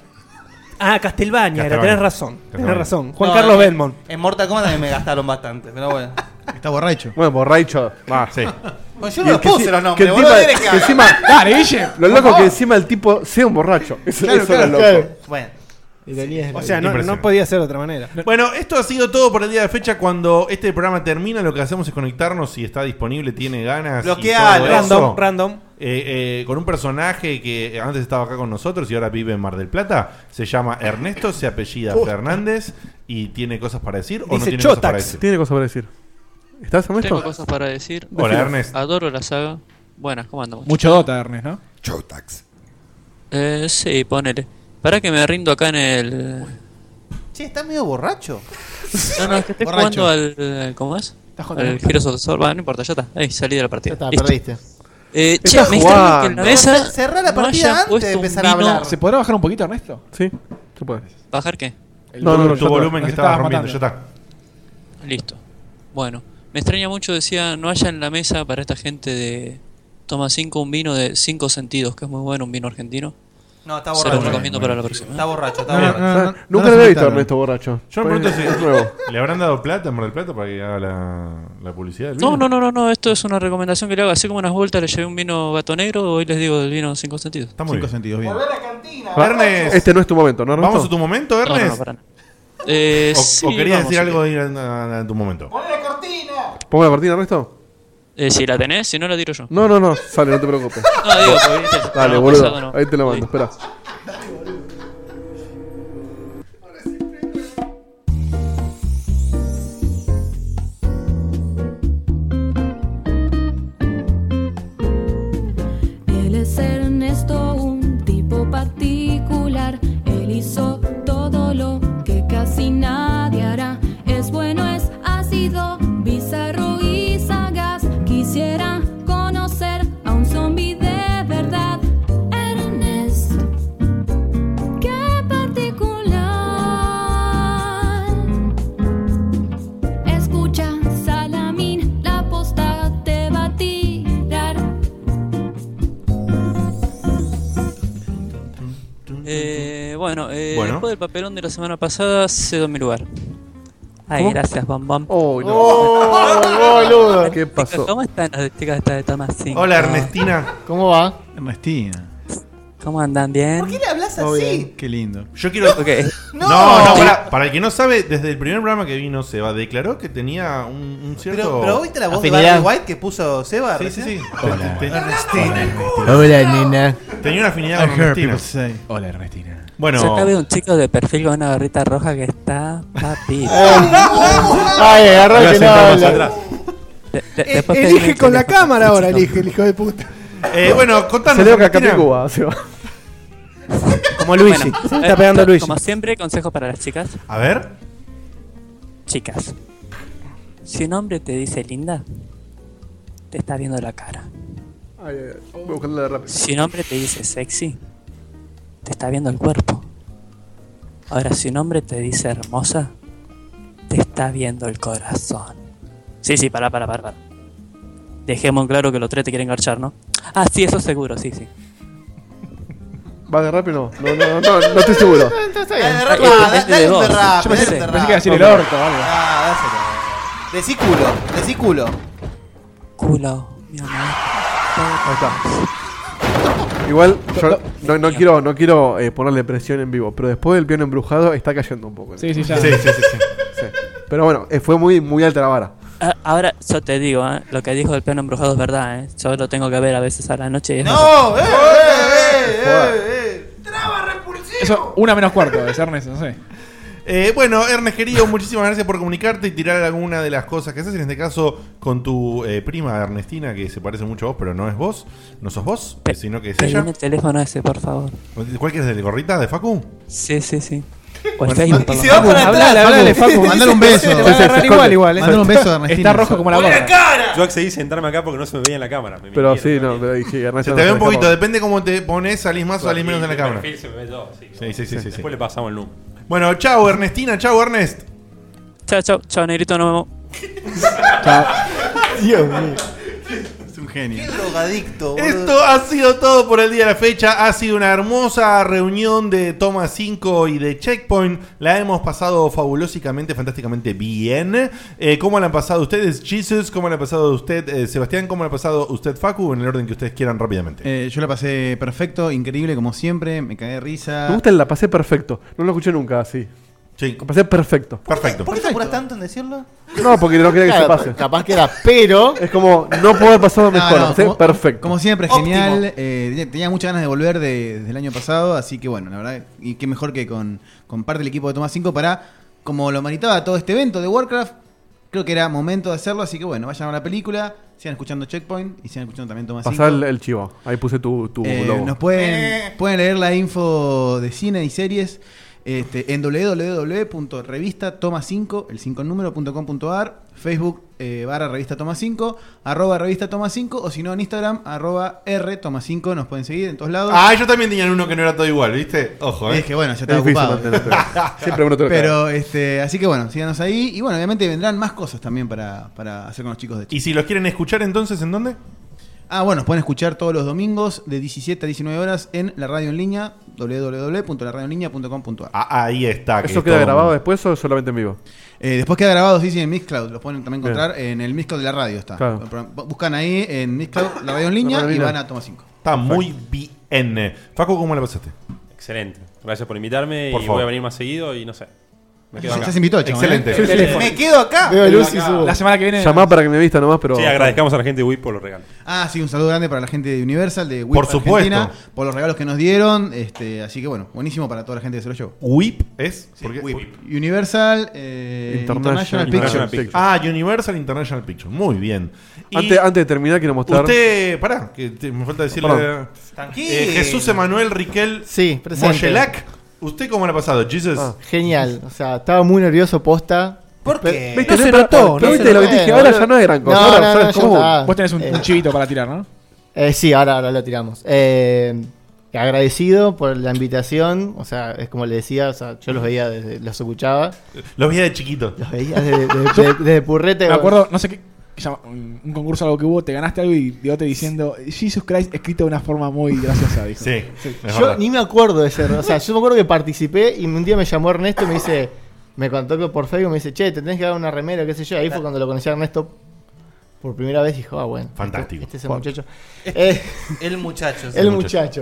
S7: Ah, Castelvania, era,
S3: Castelvania.
S7: tenés razón. Tenés
S3: Castelvania.
S7: razón. Juan
S5: No,
S7: Carlos
S5: en-
S7: Belmont.
S5: En Mortal Kombat también me gastaron bastante, pero bueno.
S8: Está borracho.
S6: Bueno, borracho. Va.
S3: Sí.
S5: Oh, Pues yo
S6: Y
S5: no los
S6: que
S5: puse
S6: si-
S5: los
S6: que
S5: nombres,
S6: encima-
S5: boludo. ¿querés
S6: que
S5: haga?
S6: encima-
S4: Dale, Guille.
S6: Lo
S5: Por
S6: loco
S5: favor.
S6: que encima el tipo sea un borracho. Eso,
S7: Claro,
S6: eso era
S7: claro,
S6: loco.
S7: claro.
S5: Bueno.
S7: O sea, no, no
S3: Impresionante.
S7: podía ser de otra manera.
S3: Bueno, esto ha sido todo por el día de fecha. Cuando este programa termina, lo que hacemos es conectarnos. Si está disponible, tiene ganas.
S7: Bloquealo.
S3: y todo
S7: Random,
S3: eso.
S7: random.
S3: Eh, eh, con un personaje que antes estaba acá con nosotros y ahora vive en Mar del Plata. Se llama Ernesto, se apellida
S6: Oh.
S3: Fernández y tiene cosas para decir o no
S6: Dice
S3: tiene cosas para
S6: Chotax.
S3: decir.
S6: Tiene cosas para decir. ¿Estás, Ernesto?
S14: Tengo cosas para decir.
S3: Hola, Decilo. Ernest.
S14: Adoro la saga. Buenas, ¿cómo andamos?
S4: Mucho Dota, Ernest, ¿no?
S14: Chotax. Eh, sí, ponele. Pará que me rindo acá en el. eh,
S5: Che, está medio borracho.
S14: No, no, es que estoy
S5: Borracho.
S14: jugando al. eh, ¿Cómo es?
S5: Estás jugando
S14: Al
S5: mucho.
S14: Heroes of the Sword. Bueno, no importa, ya está. Ahí salí de la partida.
S9: Ya está,
S14: Listo.
S9: perdiste.
S14: Eh, che,
S9: Está
S14: me extraña que en la
S9: jugando.
S14: mesa.
S5: Cerrá la
S14: no
S5: partida
S14: hayan
S5: antes de
S14: puesto un
S5: empezar a
S14: vino-
S5: hablar.
S4: ¿Se podrá bajar un poquito, Ernesto?
S6: Sí, se puede.
S14: ¿Bajar qué?
S4: El No, no, volumen. no,
S3: tu
S4: ya está.
S3: volumen que
S4: Nos
S3: estabas
S4: estabas
S3: rompiendo, ya
S4: matando.
S3: está.
S14: Listo. Bueno, me extraña mucho, decía, no haya en la mesa para esta gente de Toma 5 un vino de 5 sentidos, que es muy bueno, un vino argentino.
S5: No, está
S14: Se
S5: borracho.
S14: lo recomiendo para la próxima. ¿eh?
S5: Está borracho, está
S6: No,
S5: borracho.
S6: no, no, no. Nunca lo había visto a Ernesto borracho.
S3: Yo me pregunto
S6: Es nuevo.
S3: si le habrán dado plata en Mar del Plata para que haga la, la publicidad del
S14: No,
S3: vino?
S14: no, no, no, no, esto es una recomendación que le hago. Así como unas vueltas le llevé un vino gato negro, hoy les digo del vino 5 sentidos.
S3: Está
S14: muy
S8: Cinco sentidos bien.
S6: Va,
S3: Ernest.
S6: Este no es tu momento, ¿no, Ernesto?
S3: ¿Vamos a tu momento,
S14: No, no,
S3: Ernest?
S14: no, para nada. Eh,
S3: o,
S14: sí,
S3: o querías
S14: vamos,
S3: decir
S14: si
S3: algo de ir a- a- a- en tu momento?
S6: ¿Pongo la cortina, Ernesto?
S14: Eh, si la tenés, si no la tiro
S3: Mm,
S14: yo.
S6: No, no, no. Sale, no te preocupes.
S14: No, digo, porque viste, el
S6: Dale,
S14: programa
S6: boludo.
S14: pasado no.
S6: Ahí te lo mando, espera.
S10: Él es Ernesto, un tipo particular. Él hizo todo lo que casi nadie hará. Es bueno, es ácido, bizarro y sagaz. Quisiera conocer a un zombi de verdad. Ernest, qué particular. Escucha, Salamín, la posta te va a tirar.
S14: Eh, bueno, eh,
S3: mm, Bueno.
S14: después del papelón de la semana pasada, cedo mi lugar. Ay,
S3: ¿Cómo?
S14: gracias, Bam Bam.
S6: ¡Oh,
S3: no. Oh, boludo.
S14: ¿Qué pasó? ¿Cómo están las chicas de Tomás 5?
S3: Hola, Ernestina.
S9: ¿Cómo va?
S14: Ernestina. ¿Cómo andan? ¿Bien?
S13: ¿Por qué le hablas
S14: Todo
S13: así?
S14: bien.
S3: Qué lindo.
S14: Yo quiero.
S3: No, no, para, para el que no sabe, desde el primer programa que vino Seba declaró que tenía un, un cierto.
S5: Pero, pero ¿viste la voz de Barry White que puso Seba?
S3: Sí, sí, sí.
S5: Hola.
S3: Te- te-
S9: Hola, nena.
S3: Tenía una afinidad con Ernestina. Hola, Ernestina. Bueno,
S14: Yo acá veo un chico de perfil con una gorrita roja que está papi.
S9: Ay, agarró
S14: Ahora
S9: que no
S14: sentamos
S9: habla.
S14: atrás. De- de- después te-
S15: Eh, Elige con la
S14: después-
S15: cámara ahora, elige el hijo de puta.
S3: eh, bueno, contanos.
S6: Se leo que acá
S3: Ernestina.
S6: Cuba, se va.
S14: Como
S6: Luigi. Se está pegando
S14: eh,
S6: Luigi.
S14: Como siempre, consejos para las chicas.
S3: A ver.
S14: Chicas, si un hombre te dice linda, te está viendo la cara.
S6: Ay, ay, ay. Voy a buscarla rápido.
S14: Si un hombre te dice sexy, te está viendo el cuerpo. Ahora, si un hombre te dice hermosa, te está viendo el corazón. Sí, sí, para, para, para, para. Dejemos en claro que los tres te quieren garchar, ¿no? Ah, sí, eso seguro, sí, sí.
S6: ¿Va de rápido? No, no, no, no, no estoy seguro.
S5: Dale,
S14: Ah,
S5: rap, ah, da-
S14: depende
S5: dale
S14: de
S5: un
S14: vos.
S5: derrape,
S14: Yo pensé-
S5: dale un
S14: pensé que iba a decir
S5: derrape.
S14: el orto o algo.
S5: Ah, dáselo. Decí culo, decí culo.
S14: Culo, mi amor. Ahí
S6: Igual, yo no, no quiero, no quiero eh, ponerle presión en vivo, pero después del piano embrujado está cayendo un poco.
S14: Sí, sí, ya.
S6: Sí, sí, sí, sí. Sí. Pero bueno, eh, fue muy, muy alta la vara.
S14: Ah, Ahora, yo te digo, ¿eh? lo que dijo el piano embrujado es verdad, ¿eh? Yo lo tengo que ver a veces a la noche. y es
S5: ¡No! ¡Eh,
S14: verdad.
S5: eh, eh, eh, eh!
S4: Eso, una menos cuarto, es Ernest, no sé.
S3: Eh, bueno, Ernest querido, muchísimas gracias por comunicarte y tirar alguna de las cosas que haces. En este caso, con tu eh, prima Ernestina, que se parece mucho a vos, pero no es vos, no sos vos, eh, sino que es ella.
S14: Pedime el teléfono ese, por favor.
S3: ¿Cuál que es el gorrita de Facu?
S14: Sí, sí, sí. O el Facebook, por lo menos.
S21: Está rojo como la
S3: Hola,
S21: boca. Yo accedí a sentarme acá porque no se me veía en la cámara. Me
S6: Pero
S21: mintieron.
S6: sí, no, pero dije,
S3: Se te ve un poquito, depende cómo te pones, salís más o salís menos en la
S21: Mi
S3: cámara.
S21: perfil se me ve todo, sí.
S3: Sí, sí, sí, sí, sí.
S21: Después le pasamos el número.
S3: Bueno, chao Ernestina, chao Ernest.
S14: Chao, chao, chao, negrito, nos vemos.
S3: Dios mío. Es un genio.
S5: Drogadicto, boludo.
S3: Esto ha sido todo por el día de la fecha. Ha sido una hermosa reunión de Toma 5 y de Checkpoint. La hemos pasado fabulosamente, fantásticamente bien. Eh, ¿Cómo la han pasado ustedes, Jesus? ¿Cómo la ha pasado usted, eh, Sebastián? ¿Cómo la ha pasado usted, Facu? En el orden que ustedes quieran rápidamente.
S8: Eh, yo la pasé perfecto, increíble como siempre, me cagué de risa.
S6: Me gusta el la pasé perfecto. No lo escuché nunca así.
S3: Sí.
S6: La pasé perfecto.
S3: Perfecto.
S5: ¿Por qué te apuras tanto en decirlo?
S6: No, porque no quería que
S5: Claro,
S6: se pase.
S9: Capaz que era, pero.
S6: Es como, no puedo haber pasado mejor.
S8: No, no,
S6: la pasé
S8: como-
S6: perfecto.
S8: Como siempre,
S6: Óptimo.
S8: genial. Eh, tenía- tenía muchas ganas de volver de- desde el año pasado, así que bueno, la verdad, y qué mejor que con, con parte del equipo de Tomás 5 para, como lo meritaba todo este evento de Warcraft, creo que era momento de hacerlo, así que bueno, vayan a ver la película, sigan escuchando Checkpoint y sigan escuchando también Tomás 5.
S6: Pasá el, el chivo. Ahí puse tu, tu
S8: Eh,
S6: logo.
S8: nos pueden, pueden leer la info de cine y series este, en www.revistatoma5, el 5 número.com.ar, Facebook eh, barra revista toma 5, arroba revista toma 5 o si no en Instagram arroba r toma 5, nos pueden seguir en todos lados.
S3: Ah, yo también tenía uno que no era todo igual, ¿viste? Ojo, eh.
S8: Es que bueno, ya estaba ocupado. Pero este, así que bueno, síganos ahí y bueno, obviamente vendrán más cosas también para, para hacer con los chicos de
S3: Y si los quieren escuchar entonces, ¿en dónde?
S8: Ah, bueno, nos pueden escuchar todos los domingos de 17 a 19 horas en la radio en línea, www.laradioenlinea.com.ar.
S3: Ah, ahí está.
S6: ¿Eso queda grabado después o solamente en vivo?
S8: Eh, después queda grabado, sí, sí, en Mixcloud. Los pueden también encontrar en el Mixcloud de la radio. está.
S6: Claro.
S8: Buscan ahí en Mixcloud la radio en línea y van a Toma 5.
S3: Está muy bien. Facu, ¿cómo la pasaste?
S21: Excelente. Gracias por invitarme
S3: Por
S21: y
S3: favor.
S21: voy a venir más seguido y no sé. Me
S8: Ya- ya se invitó, chabón, Excelente. ¿eh? Sí, sí, sí.
S5: Me quedo acá.
S8: Veo
S5: Pero
S8: luz y
S5: acá.
S8: subo. La semana que viene-
S6: Llamá para que me vista nomás, pero.
S21: Sí, agradezcamos a la gente de WIP por los regalos.
S8: Ah, sí, un saludo grande para la gente de Universal, de WIP
S3: Por supuesto.
S8: Argentina, por los regalos que nos dieron. Este, así que bueno, buenísimo para toda la gente de Zero Show.
S3: ¿WIP es?
S8: Sí, WIP. Universal eh, International, Pictures.
S3: Ah, Universal International Pictures. Muy bien. Y
S6: Antes, antes de terminar, quiero mostrar.
S3: Usted, pará, que te- me falta decirle.
S6: Perdón.
S5: Tranquilo.
S3: Eh, Jesús Emanuel Riquel
S9: Sí, presente.
S3: Moyelac. ¿Usted cómo le ha pasado, Jesus?
S9: Ah,
S8: Ah.
S9: Genial. O sea, estaba muy nervioso posta.
S5: ¿Por
S9: qué?
S6: Viste, no se notó, no se notó. Bueno, no, no, no, ya está.
S4: Vos tenés un,
S9: Eh.
S4: un chivito para tirar, ¿no?
S9: Eh, sí, ahora, ahora lo tiramos. Eh, agradecido por la invitación. O sea, es como le decía, o sea, yo los veía desde, los escuchaba.
S3: Los veía de chiquito.
S9: Los veía desde, desde- desde- desde Purrete.
S4: Me acuerdo, no sé qué. que llama- un, un concurso algo que hubo, te ganaste algo y te diciendo Jesus Christ escrito de una forma muy graciosa. Dijo.
S3: Sí,
S9: Yo ni me acuerdo de ese. O sea, yo me acuerdo que participé y un día me llamó Ernesto y me dice. Me contó que por Facebook me dice, che, te tenés que dar una remera, qué sé yo. Ahí fue cuando lo conocí a Ernesto por primera vez y dijo, ah, bueno.
S3: Fantástico.
S9: Este, este es el
S5: Fuck.
S9: muchacho.
S5: Eh, el muchacho, sí.
S9: El muchacho.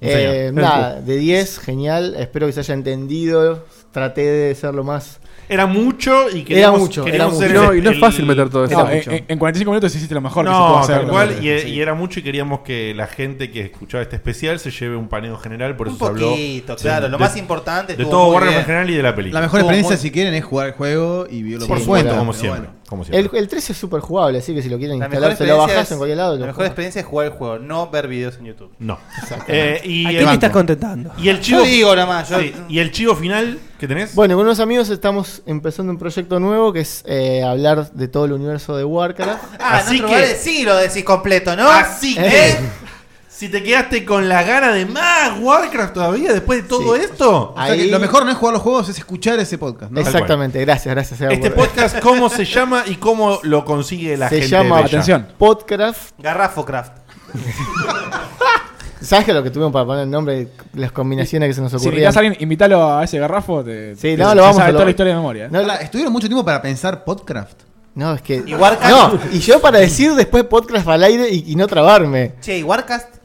S5: Un
S9: Eh,
S5: señor.
S9: nada, de 10, genial. Espero que se haya entendido. Traté de ser lo más.
S3: Era mucho y
S9: Era
S3: queremos-
S9: mucho. Era
S3: queremos
S9: mucho.
S3: ser
S6: No, y no es fácil meter todo eso.
S9: Era
S4: No, en,
S9: mucho.
S4: en- en 45 minutos hiciste lo mejor que se pudo
S3: No,
S4: hacer.
S3: tal cual. Y,
S4: Sí.
S3: y era mucho y queríamos que la gente que escuchaba este especial se lleve un paneo general. Por
S5: Un
S3: eso se habló.
S5: poquito,
S3: de-
S5: claro, lo
S3: de-
S5: más importante
S3: De
S5: estuvo
S3: todo
S5: muy
S3: Warcraft en
S5: bien.
S3: general y de la película.
S8: La mejor
S3: Estuvo
S8: experiencia,
S3: muy-
S8: si quieren, es jugar el juego y vivirlo
S3: Sí,
S8: por
S3: por supuesto,
S8: fuera,
S3: como
S8: pero
S3: siempre,
S8: bueno.
S3: como siempre.
S9: El, el 13 es súper jugable, así que si lo quieren
S5: La mejor,
S9: instalar, se lo
S5: experiencia
S9: bajás
S5: es-
S9: en cualquier lado. y lo
S5: la mejor
S9: jugás.
S5: experiencia es jugar el juego, no ver videos en YouTube.
S3: No.
S9: Exactamente.
S3: Eh, y
S9: ¿A
S3: el
S9: quién
S3: banco.
S9: estás contentando?
S3: Y el chivo.
S5: Yo digo nada más, yo-
S3: Sí, Y el chivo final que tenés.
S9: Bueno, con unos amigos estamos empezando un proyecto nuevo que es eh, hablar de todo el universo de Warcraft.
S5: Ah,
S3: Así
S5: en otro
S3: que-
S5: lugar sí lo decís completo, ¿no?
S3: Así
S5: ¿Eh?
S3: que. Ah, Si te quedaste con la gana de más Warcraft todavía después de todo esto.
S8: O sea que lo mejor no es jugar los juegos, es escuchar ese podcast. ¿no?
S9: Exactamente, gracias, gracias. Evo,
S3: Este
S9: por-
S3: podcast, ¿cómo se llama y cómo lo consigue la
S9: se
S3: gente?
S9: llama
S3: bella?
S9: Podcraft.
S5: Garrafocraft.
S9: ¿Sabes que lo que tuvimos para poner el nombre, las combinaciones que se nos
S4: Si
S9: ocurrían?
S4: necesitas a alguien, invítalo a ese garrafo. Te,
S9: Sí,
S4: te-
S9: no,
S4: se
S9: lo vamos
S4: sabe
S9: a-
S4: toda la historia de memoria.
S9: No, la-
S8: Estuvieron mucho tiempo para pensar podcast.
S9: No, es que.
S5: Y Warcraft.
S9: No, y yo para decir después Podcast al aire y, y no trabarme.
S5: Che, ¿y Warcast?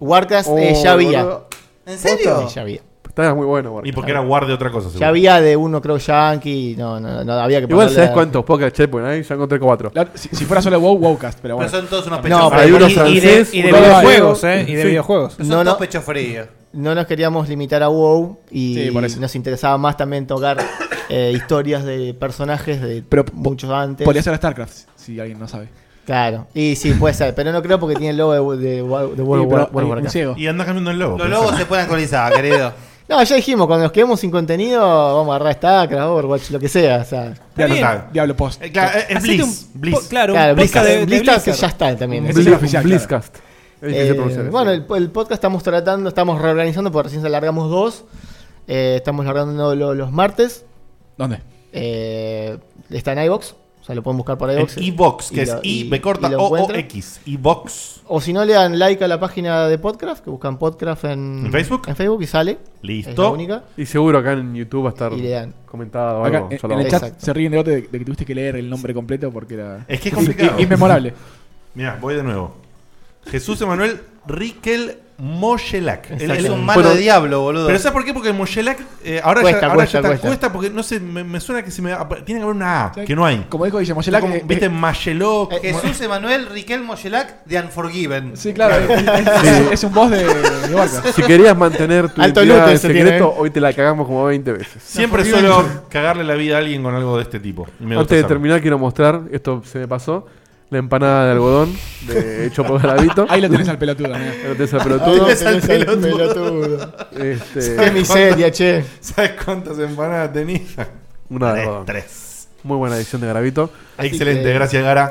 S9: Warcast eh,
S6: Oh,
S9: ya había.
S6: boludo.
S5: ¿En serio?
S9: Sí, ya había.
S6: Estaba muy bueno, Warcraft.
S3: Y porque era guard de otra cosa.
S9: Ya
S3: seguro.
S9: había de uno, creo, Yankee. No, no, no había que
S6: Igual
S9: ponerle
S6: sabes
S9: a-
S6: cuántos podcasts checkpoint hay, ya encontré cuatro.
S4: si, fuera solo WoW, WoWcast, pero
S5: Pero son todos unos pechos
S9: No,
S6: Hay
S9: pero-
S6: unos
S9: y- y de-
S6: francés,
S9: y de
S6: uno
S9: videojuegos,
S6: gallego.
S9: eh, y de
S6: Sí.
S9: videojuegos.
S5: Son
S9: No,
S5: todos
S9: no.
S5: pechos fríos.
S9: no nos queríamos limitar a WoW y
S4: Sí, por eso.
S9: nos interesaba más también tocar eh, historias de personajes de
S4: Pero
S9: muchos antes.
S4: Podría ser StarCraft, si alguien no sabe.
S9: Claro, y sí, puede ser, pero no creo porque tiene el logo de, de, de World of War-
S4: pero
S9: World of
S4: hay un
S9: Warcraft.
S4: ciego.
S3: Y anda cambiando el logo.
S5: Los
S3: pensá.
S5: lobos se pueden actualizar, querido.
S9: No, ya dijimos, cuando nos quedemos sin contenido, vamos a agarrar Starcraft, Overwatch, lo que sea. O sea,
S4: Diablo,
S3: bien.
S4: Tag, Diablo Post.
S3: Eh, claro, eh, eh,
S7: Hacete
S3: Blizz,
S7: un
S3: Blizz.
S7: po- claro, un
S9: claro,
S7: podcast
S9: Blizzcard,
S7: de, de
S9: Blizzcard que
S7: Blizzard.
S9: ya está también.
S6: Un
S4: Ese es el oficial,
S6: Blizz- Blizzcast. Es difícil
S9: Eh,
S6: pronunciar eso.
S9: bueno, el, el podcast estamos tratando, estamos reorganizando, porque recién largamos dos. Eh, estamos largando lo- los martes.
S4: ¿Dónde?
S9: Eh, está en iBox, o sea, lo pueden buscar por
S3: En
S9: iBox.
S3: Evox, que
S9: Y
S3: es
S9: lo- y-
S3: I, B corta,
S9: y lo
S3: O, O,
S9: encuentran.
S3: X. Evox.
S9: O si no, le dan like a la página de Podcraft, que buscan Podcraft en,
S3: ¿En Facebook?
S9: En Facebook y sale. Es la
S3: Listo.
S9: única.
S6: Y seguro acá en YouTube va a estar
S9: Y le dan.
S6: comentado o
S4: Acá,
S6: Ah, algo.
S4: en,
S6: ya lo
S4: en el
S6: vamos.
S4: chat
S9: Exacto.
S4: se ríen de, vos de, de que tuviste que leer el nombre completo porque era.
S3: Es que es complicado.
S4: I- Inmemorable.
S3: Mirá, voy de nuevo. Jesús Emanuel Riquel Mochelak. El- el-
S5: Es un malo
S3: Bueno,
S5: de diablo, boludo.
S3: Pero ¿sabes por qué? Porque el Mochelak eh, ahora,
S9: Cuesta,
S3: ya, ahora
S9: cuesta,
S3: ya está
S9: cuesta.
S3: cuesta. porque no sé, me, me suena que se me. apa- Tiene que haber una A,
S4: ¿Sabes?
S3: que no hay.
S4: Como dijo Guillermo Yelak,
S3: Como,
S4: eh,
S3: Viste,
S4: eh,
S3: Macheló.
S5: Eh, Jesús Emanuel Riquelmo Yelac de Unforgiven.
S4: Sí, claro. es, es un boss de, de Warcraft.
S6: Si querías mantener tu
S9: Alto
S6: identidad
S9: loot
S6: en
S9: ese tiene,
S6: secreto,
S9: ¿eh?
S6: hoy te la cagamos como 20 veces.
S3: Siempre suelo cagarle la vida a alguien con algo de este tipo. Y me gusta
S6: Antes de
S3: hacerlo.
S6: terminar, quiero mostrar, esto se me pasó, la empanada de algodón de hecho por Garavito.
S4: Ahí lo tenés al pelotudo, mirá.
S6: Lo tenés al pelotudo.
S9: Tenés al
S5: pelotudo.
S9: pelotudo. Qué
S6: Este,
S9: miseria, che.
S3: ¿Sabes cuántas empanadas tenía?
S6: una de
S3: Tres,
S6: algodón.
S3: tres.
S6: Muy buena edición de Garavito.
S3: Excelente,
S9: que-
S3: gracias Gara.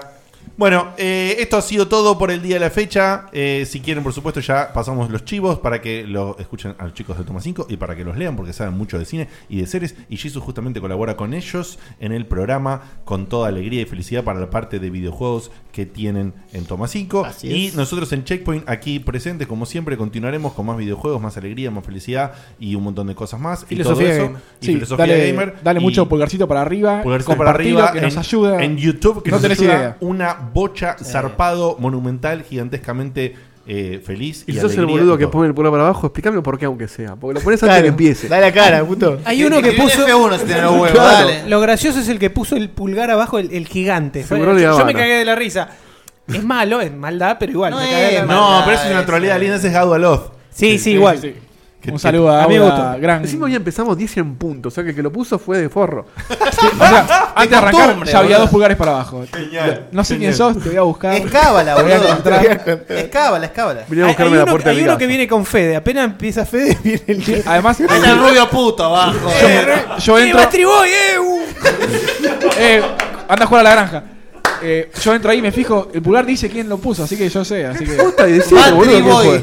S3: Bueno, eh, esto ha sido todo por el día de la fecha. Eh, si quieren, por supuesto, ya pasamos los chivos para que lo escuchen a los chicos de Toma 5 y para que los lean, porque saben mucho de cine y de series. Y Jesus justamente colabora con ellos en el programa con toda alegría y felicidad para la parte de videojuegos que tienen en Toma 5.
S9: Así
S3: Y
S9: es.
S3: nosotros en Checkpoint, aquí presentes, como siempre, continuaremos con más videojuegos, más alegría, más felicidad y un montón de cosas más.
S7: Filosofía
S3: y todo eso.
S7: gamer.
S3: Y
S4: Sí,
S3: filosofía
S4: dale,
S3: gamer.
S4: dale
S3: Y-
S4: mucho pulgarcito para arriba.
S3: Pulgarcito para
S4: compartilo,
S3: arriba
S4: que
S3: en,
S4: nos ayuda.
S3: en YouTube que
S4: No
S3: nos
S4: tenés
S3: ayuda
S4: idea.
S3: una bocha zarpado monumental gigantescamente eh, feliz
S6: Y
S3: y,
S6: si sos el
S3: alegría
S6: boludo
S3: y
S6: que
S3: todo.
S6: pone el pulgar para abajo, explícame por qué, aunque sea. Porque lo pones antes de
S9: Claro,
S6: que empiece.
S9: Da la cara, puto.
S7: Hay uno que
S5: Escribí un
S7: puso.
S5: F1 si tenés los huevos,
S7: Claro.
S5: dale.
S7: Lo gracioso es el que puso el pulgar abajo, el, el gigante. Fue-
S6: Seguro le
S7: yo,
S6: daba
S7: me
S6: gana.
S7: cagué de la risa. Es malo, es maldad, pero igual.
S5: No
S7: me cagué de la
S5: es
S7: risa.
S3: No,
S5: Maldad eh.
S3: pero eso es
S5: esa.
S3: naturalidad linda, ese es Gado Aloz.
S7: Sí, sí, igual.
S4: sí, sí.
S3: Que- que-
S4: Un saludo a
S7: a mí me
S4: Aura,
S7: gustó.
S4: gran.
S6: Decimos ya empezamos 10 en punto, o sea que el que lo puso fue de forro.
S4: O sea, antes de arrancar,
S5: costumbre,
S4: ya había
S5: boludo.
S4: dos pulgares para abajo.
S3: Genial,
S4: No sé quién
S3: genial.
S4: sos, te voy a buscar.
S5: Es cábala,
S4: Te voy a
S5: boludo.
S4: encontrar.
S5: Es cábala, es cábala.
S6: Venía a
S7: Hay, hay
S6: buscarme a
S7: uno,
S6: la puerta
S7: hay
S6: de mi
S7: uno
S6: casa.
S7: que viene con Fede. Apenas empieza Fede, viene el
S4: Sí, Además,
S5: Es el rubio puto abajo.
S4: yo
S7: ¡Eh,
S4: entro.
S7: Backstreet Boy, eh! uh!
S4: Eh, anda a jugar a la granja. eh, yo entro ahí y me fijo, el pulgar dice quién lo puso, así que yo sé. Así que...
S3: Bastry Boy,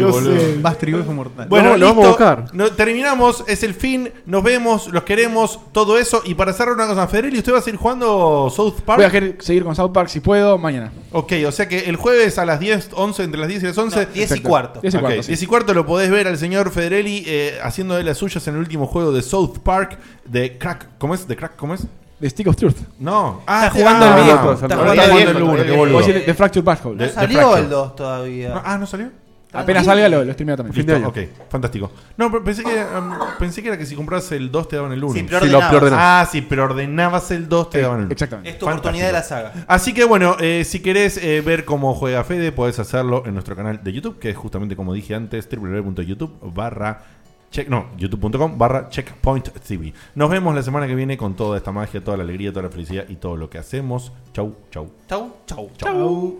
S4: Yo sé.
S3: boludo.
S4: Bastry Boy fue mortal.
S3: Bueno,
S4: No, lo
S3: listo.
S4: vamos a buscar.
S3: No, terminamos, es el fin. Nos vemos, los queremos, todo eso. Y para cerrar una cosa, Federelli, ¿usted va a seguir jugando South Park?
S4: Voy a quer- seguir con South Park si puedo mañana.
S3: Ok, o sea que el jueves a las 10, 11, entre las 10 y las 11.
S4: No, 10 y Perfecto. cuarto. 10 y
S3: Ok,
S4: cuarto, sí.
S3: 10 y cuarto lo podés ver al señor Federelli eh, haciendo de las suyas en el último juego de South Park de Crack. ¿Cómo es? ¿De Crack? ¿Cómo es?
S4: De Stick of Truth.
S3: No. Ah,
S4: Está
S3: sí,
S4: jugando
S3: ah,
S4: el viejo,
S3: no,
S4: está
S3: Está
S4: jugando el
S3: jugando el
S4: viejo,
S3: uno,
S4: el
S3: qué
S4: viejo.
S3: boludo.
S4: Vos decís de Fractured Butthole.
S3: De-
S4: No
S3: de
S4: salió
S3: Fractured.
S4: el dos todavía.
S3: No, ah, ¿no salió?
S4: Apenas salga lo, lo streameo también.
S3: Listo, ok, fantástico. No, pero pensé que, um, pensé que era que si compras el 2 te daban el 1.
S5: Sí, preordenabas. Sí, lo preordenás.
S3: ah, si preordenabas el 2 te daban el 1.
S4: Exactamente.
S5: Es tu oportunidad de la saga.
S3: Así que bueno, eh, si querés eh, ver cómo juega Fede, podés hacerlo en nuestro canal de YouTube, que es justamente como dije antes, www.youtube barra check, no, youtube.com barra checkpoint TV. Nos vemos la semana que viene con toda esta magia, toda la alegría, toda la felicidad y todo lo que hacemos. Chau, chau.
S5: Chau, chau, chau.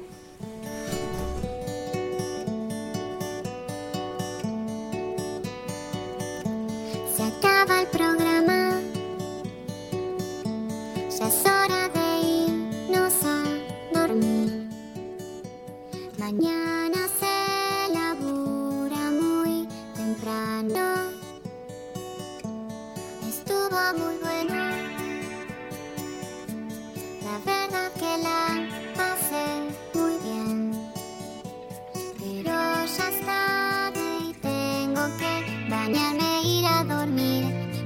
S2: Se acaba el programa. Ya es hora de irnos a dormir. Mañana se labura muy temprano. Estuvo muy bueno. La verdad que la pasé muy bien. Pero ya es tarde y tengo que bañarme e ir a dormir.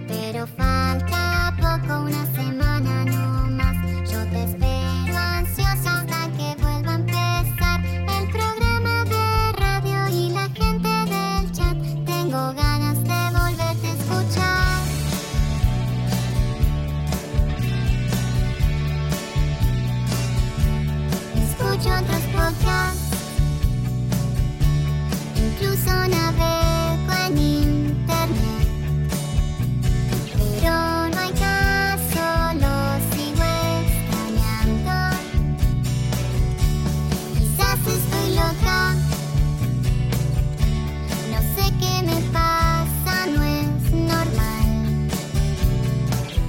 S2: Pero falta poco, una semana no más. Yo te espero ansiosa hasta que vuelva a empezar el programa de radio y la gente del chat. Tengo ganas de volverte a escuchar. Escucho otros podcasts. Incluso navego en internet. Pero no hay caso, lo sigo extrañando. Quizás estoy loca. No sé qué me pasa, no es normal.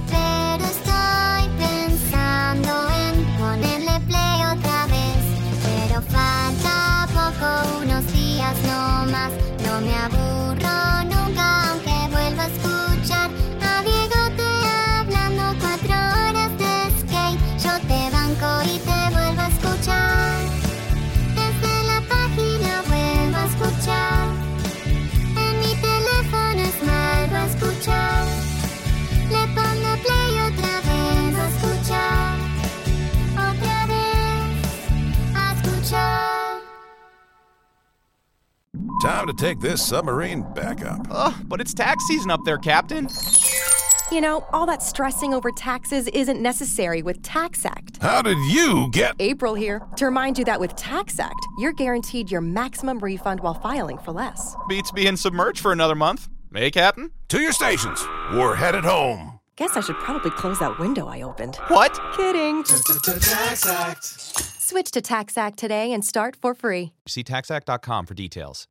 S2: Pero estoy pensando en ponerle play otra vez. Pero falta poco, unos días no más. No me aburro nunca, aunque vuelva a escuchar a Diego te hablando cuatro horas de skate. Yo te banco y te vuelvo a escuchar. Desde la página vuelvo a escuchar. En mi teléfono es vuelvo a escuchar. Le pongo play otra vez a escuchar. Otra vez a escuchar.
S22: Time to take this submarine back up.
S23: Ugh, but it's tax season up there, Captain.
S24: You know, all that stressing over taxes isn't necessary with Tax Act.
S22: How did you get?
S24: April here to remind you that with Tax Act, you're guaranteed your maximum refund while filing for less.
S23: Beats being submerged for another month. Eh, Captain?
S22: To your stations. We're headed home.
S24: Guess I should probably close that window I opened.
S23: What?
S24: Kidding. Tax Act. Switch to Tax Act today and start for free.
S23: See taxact.com for details.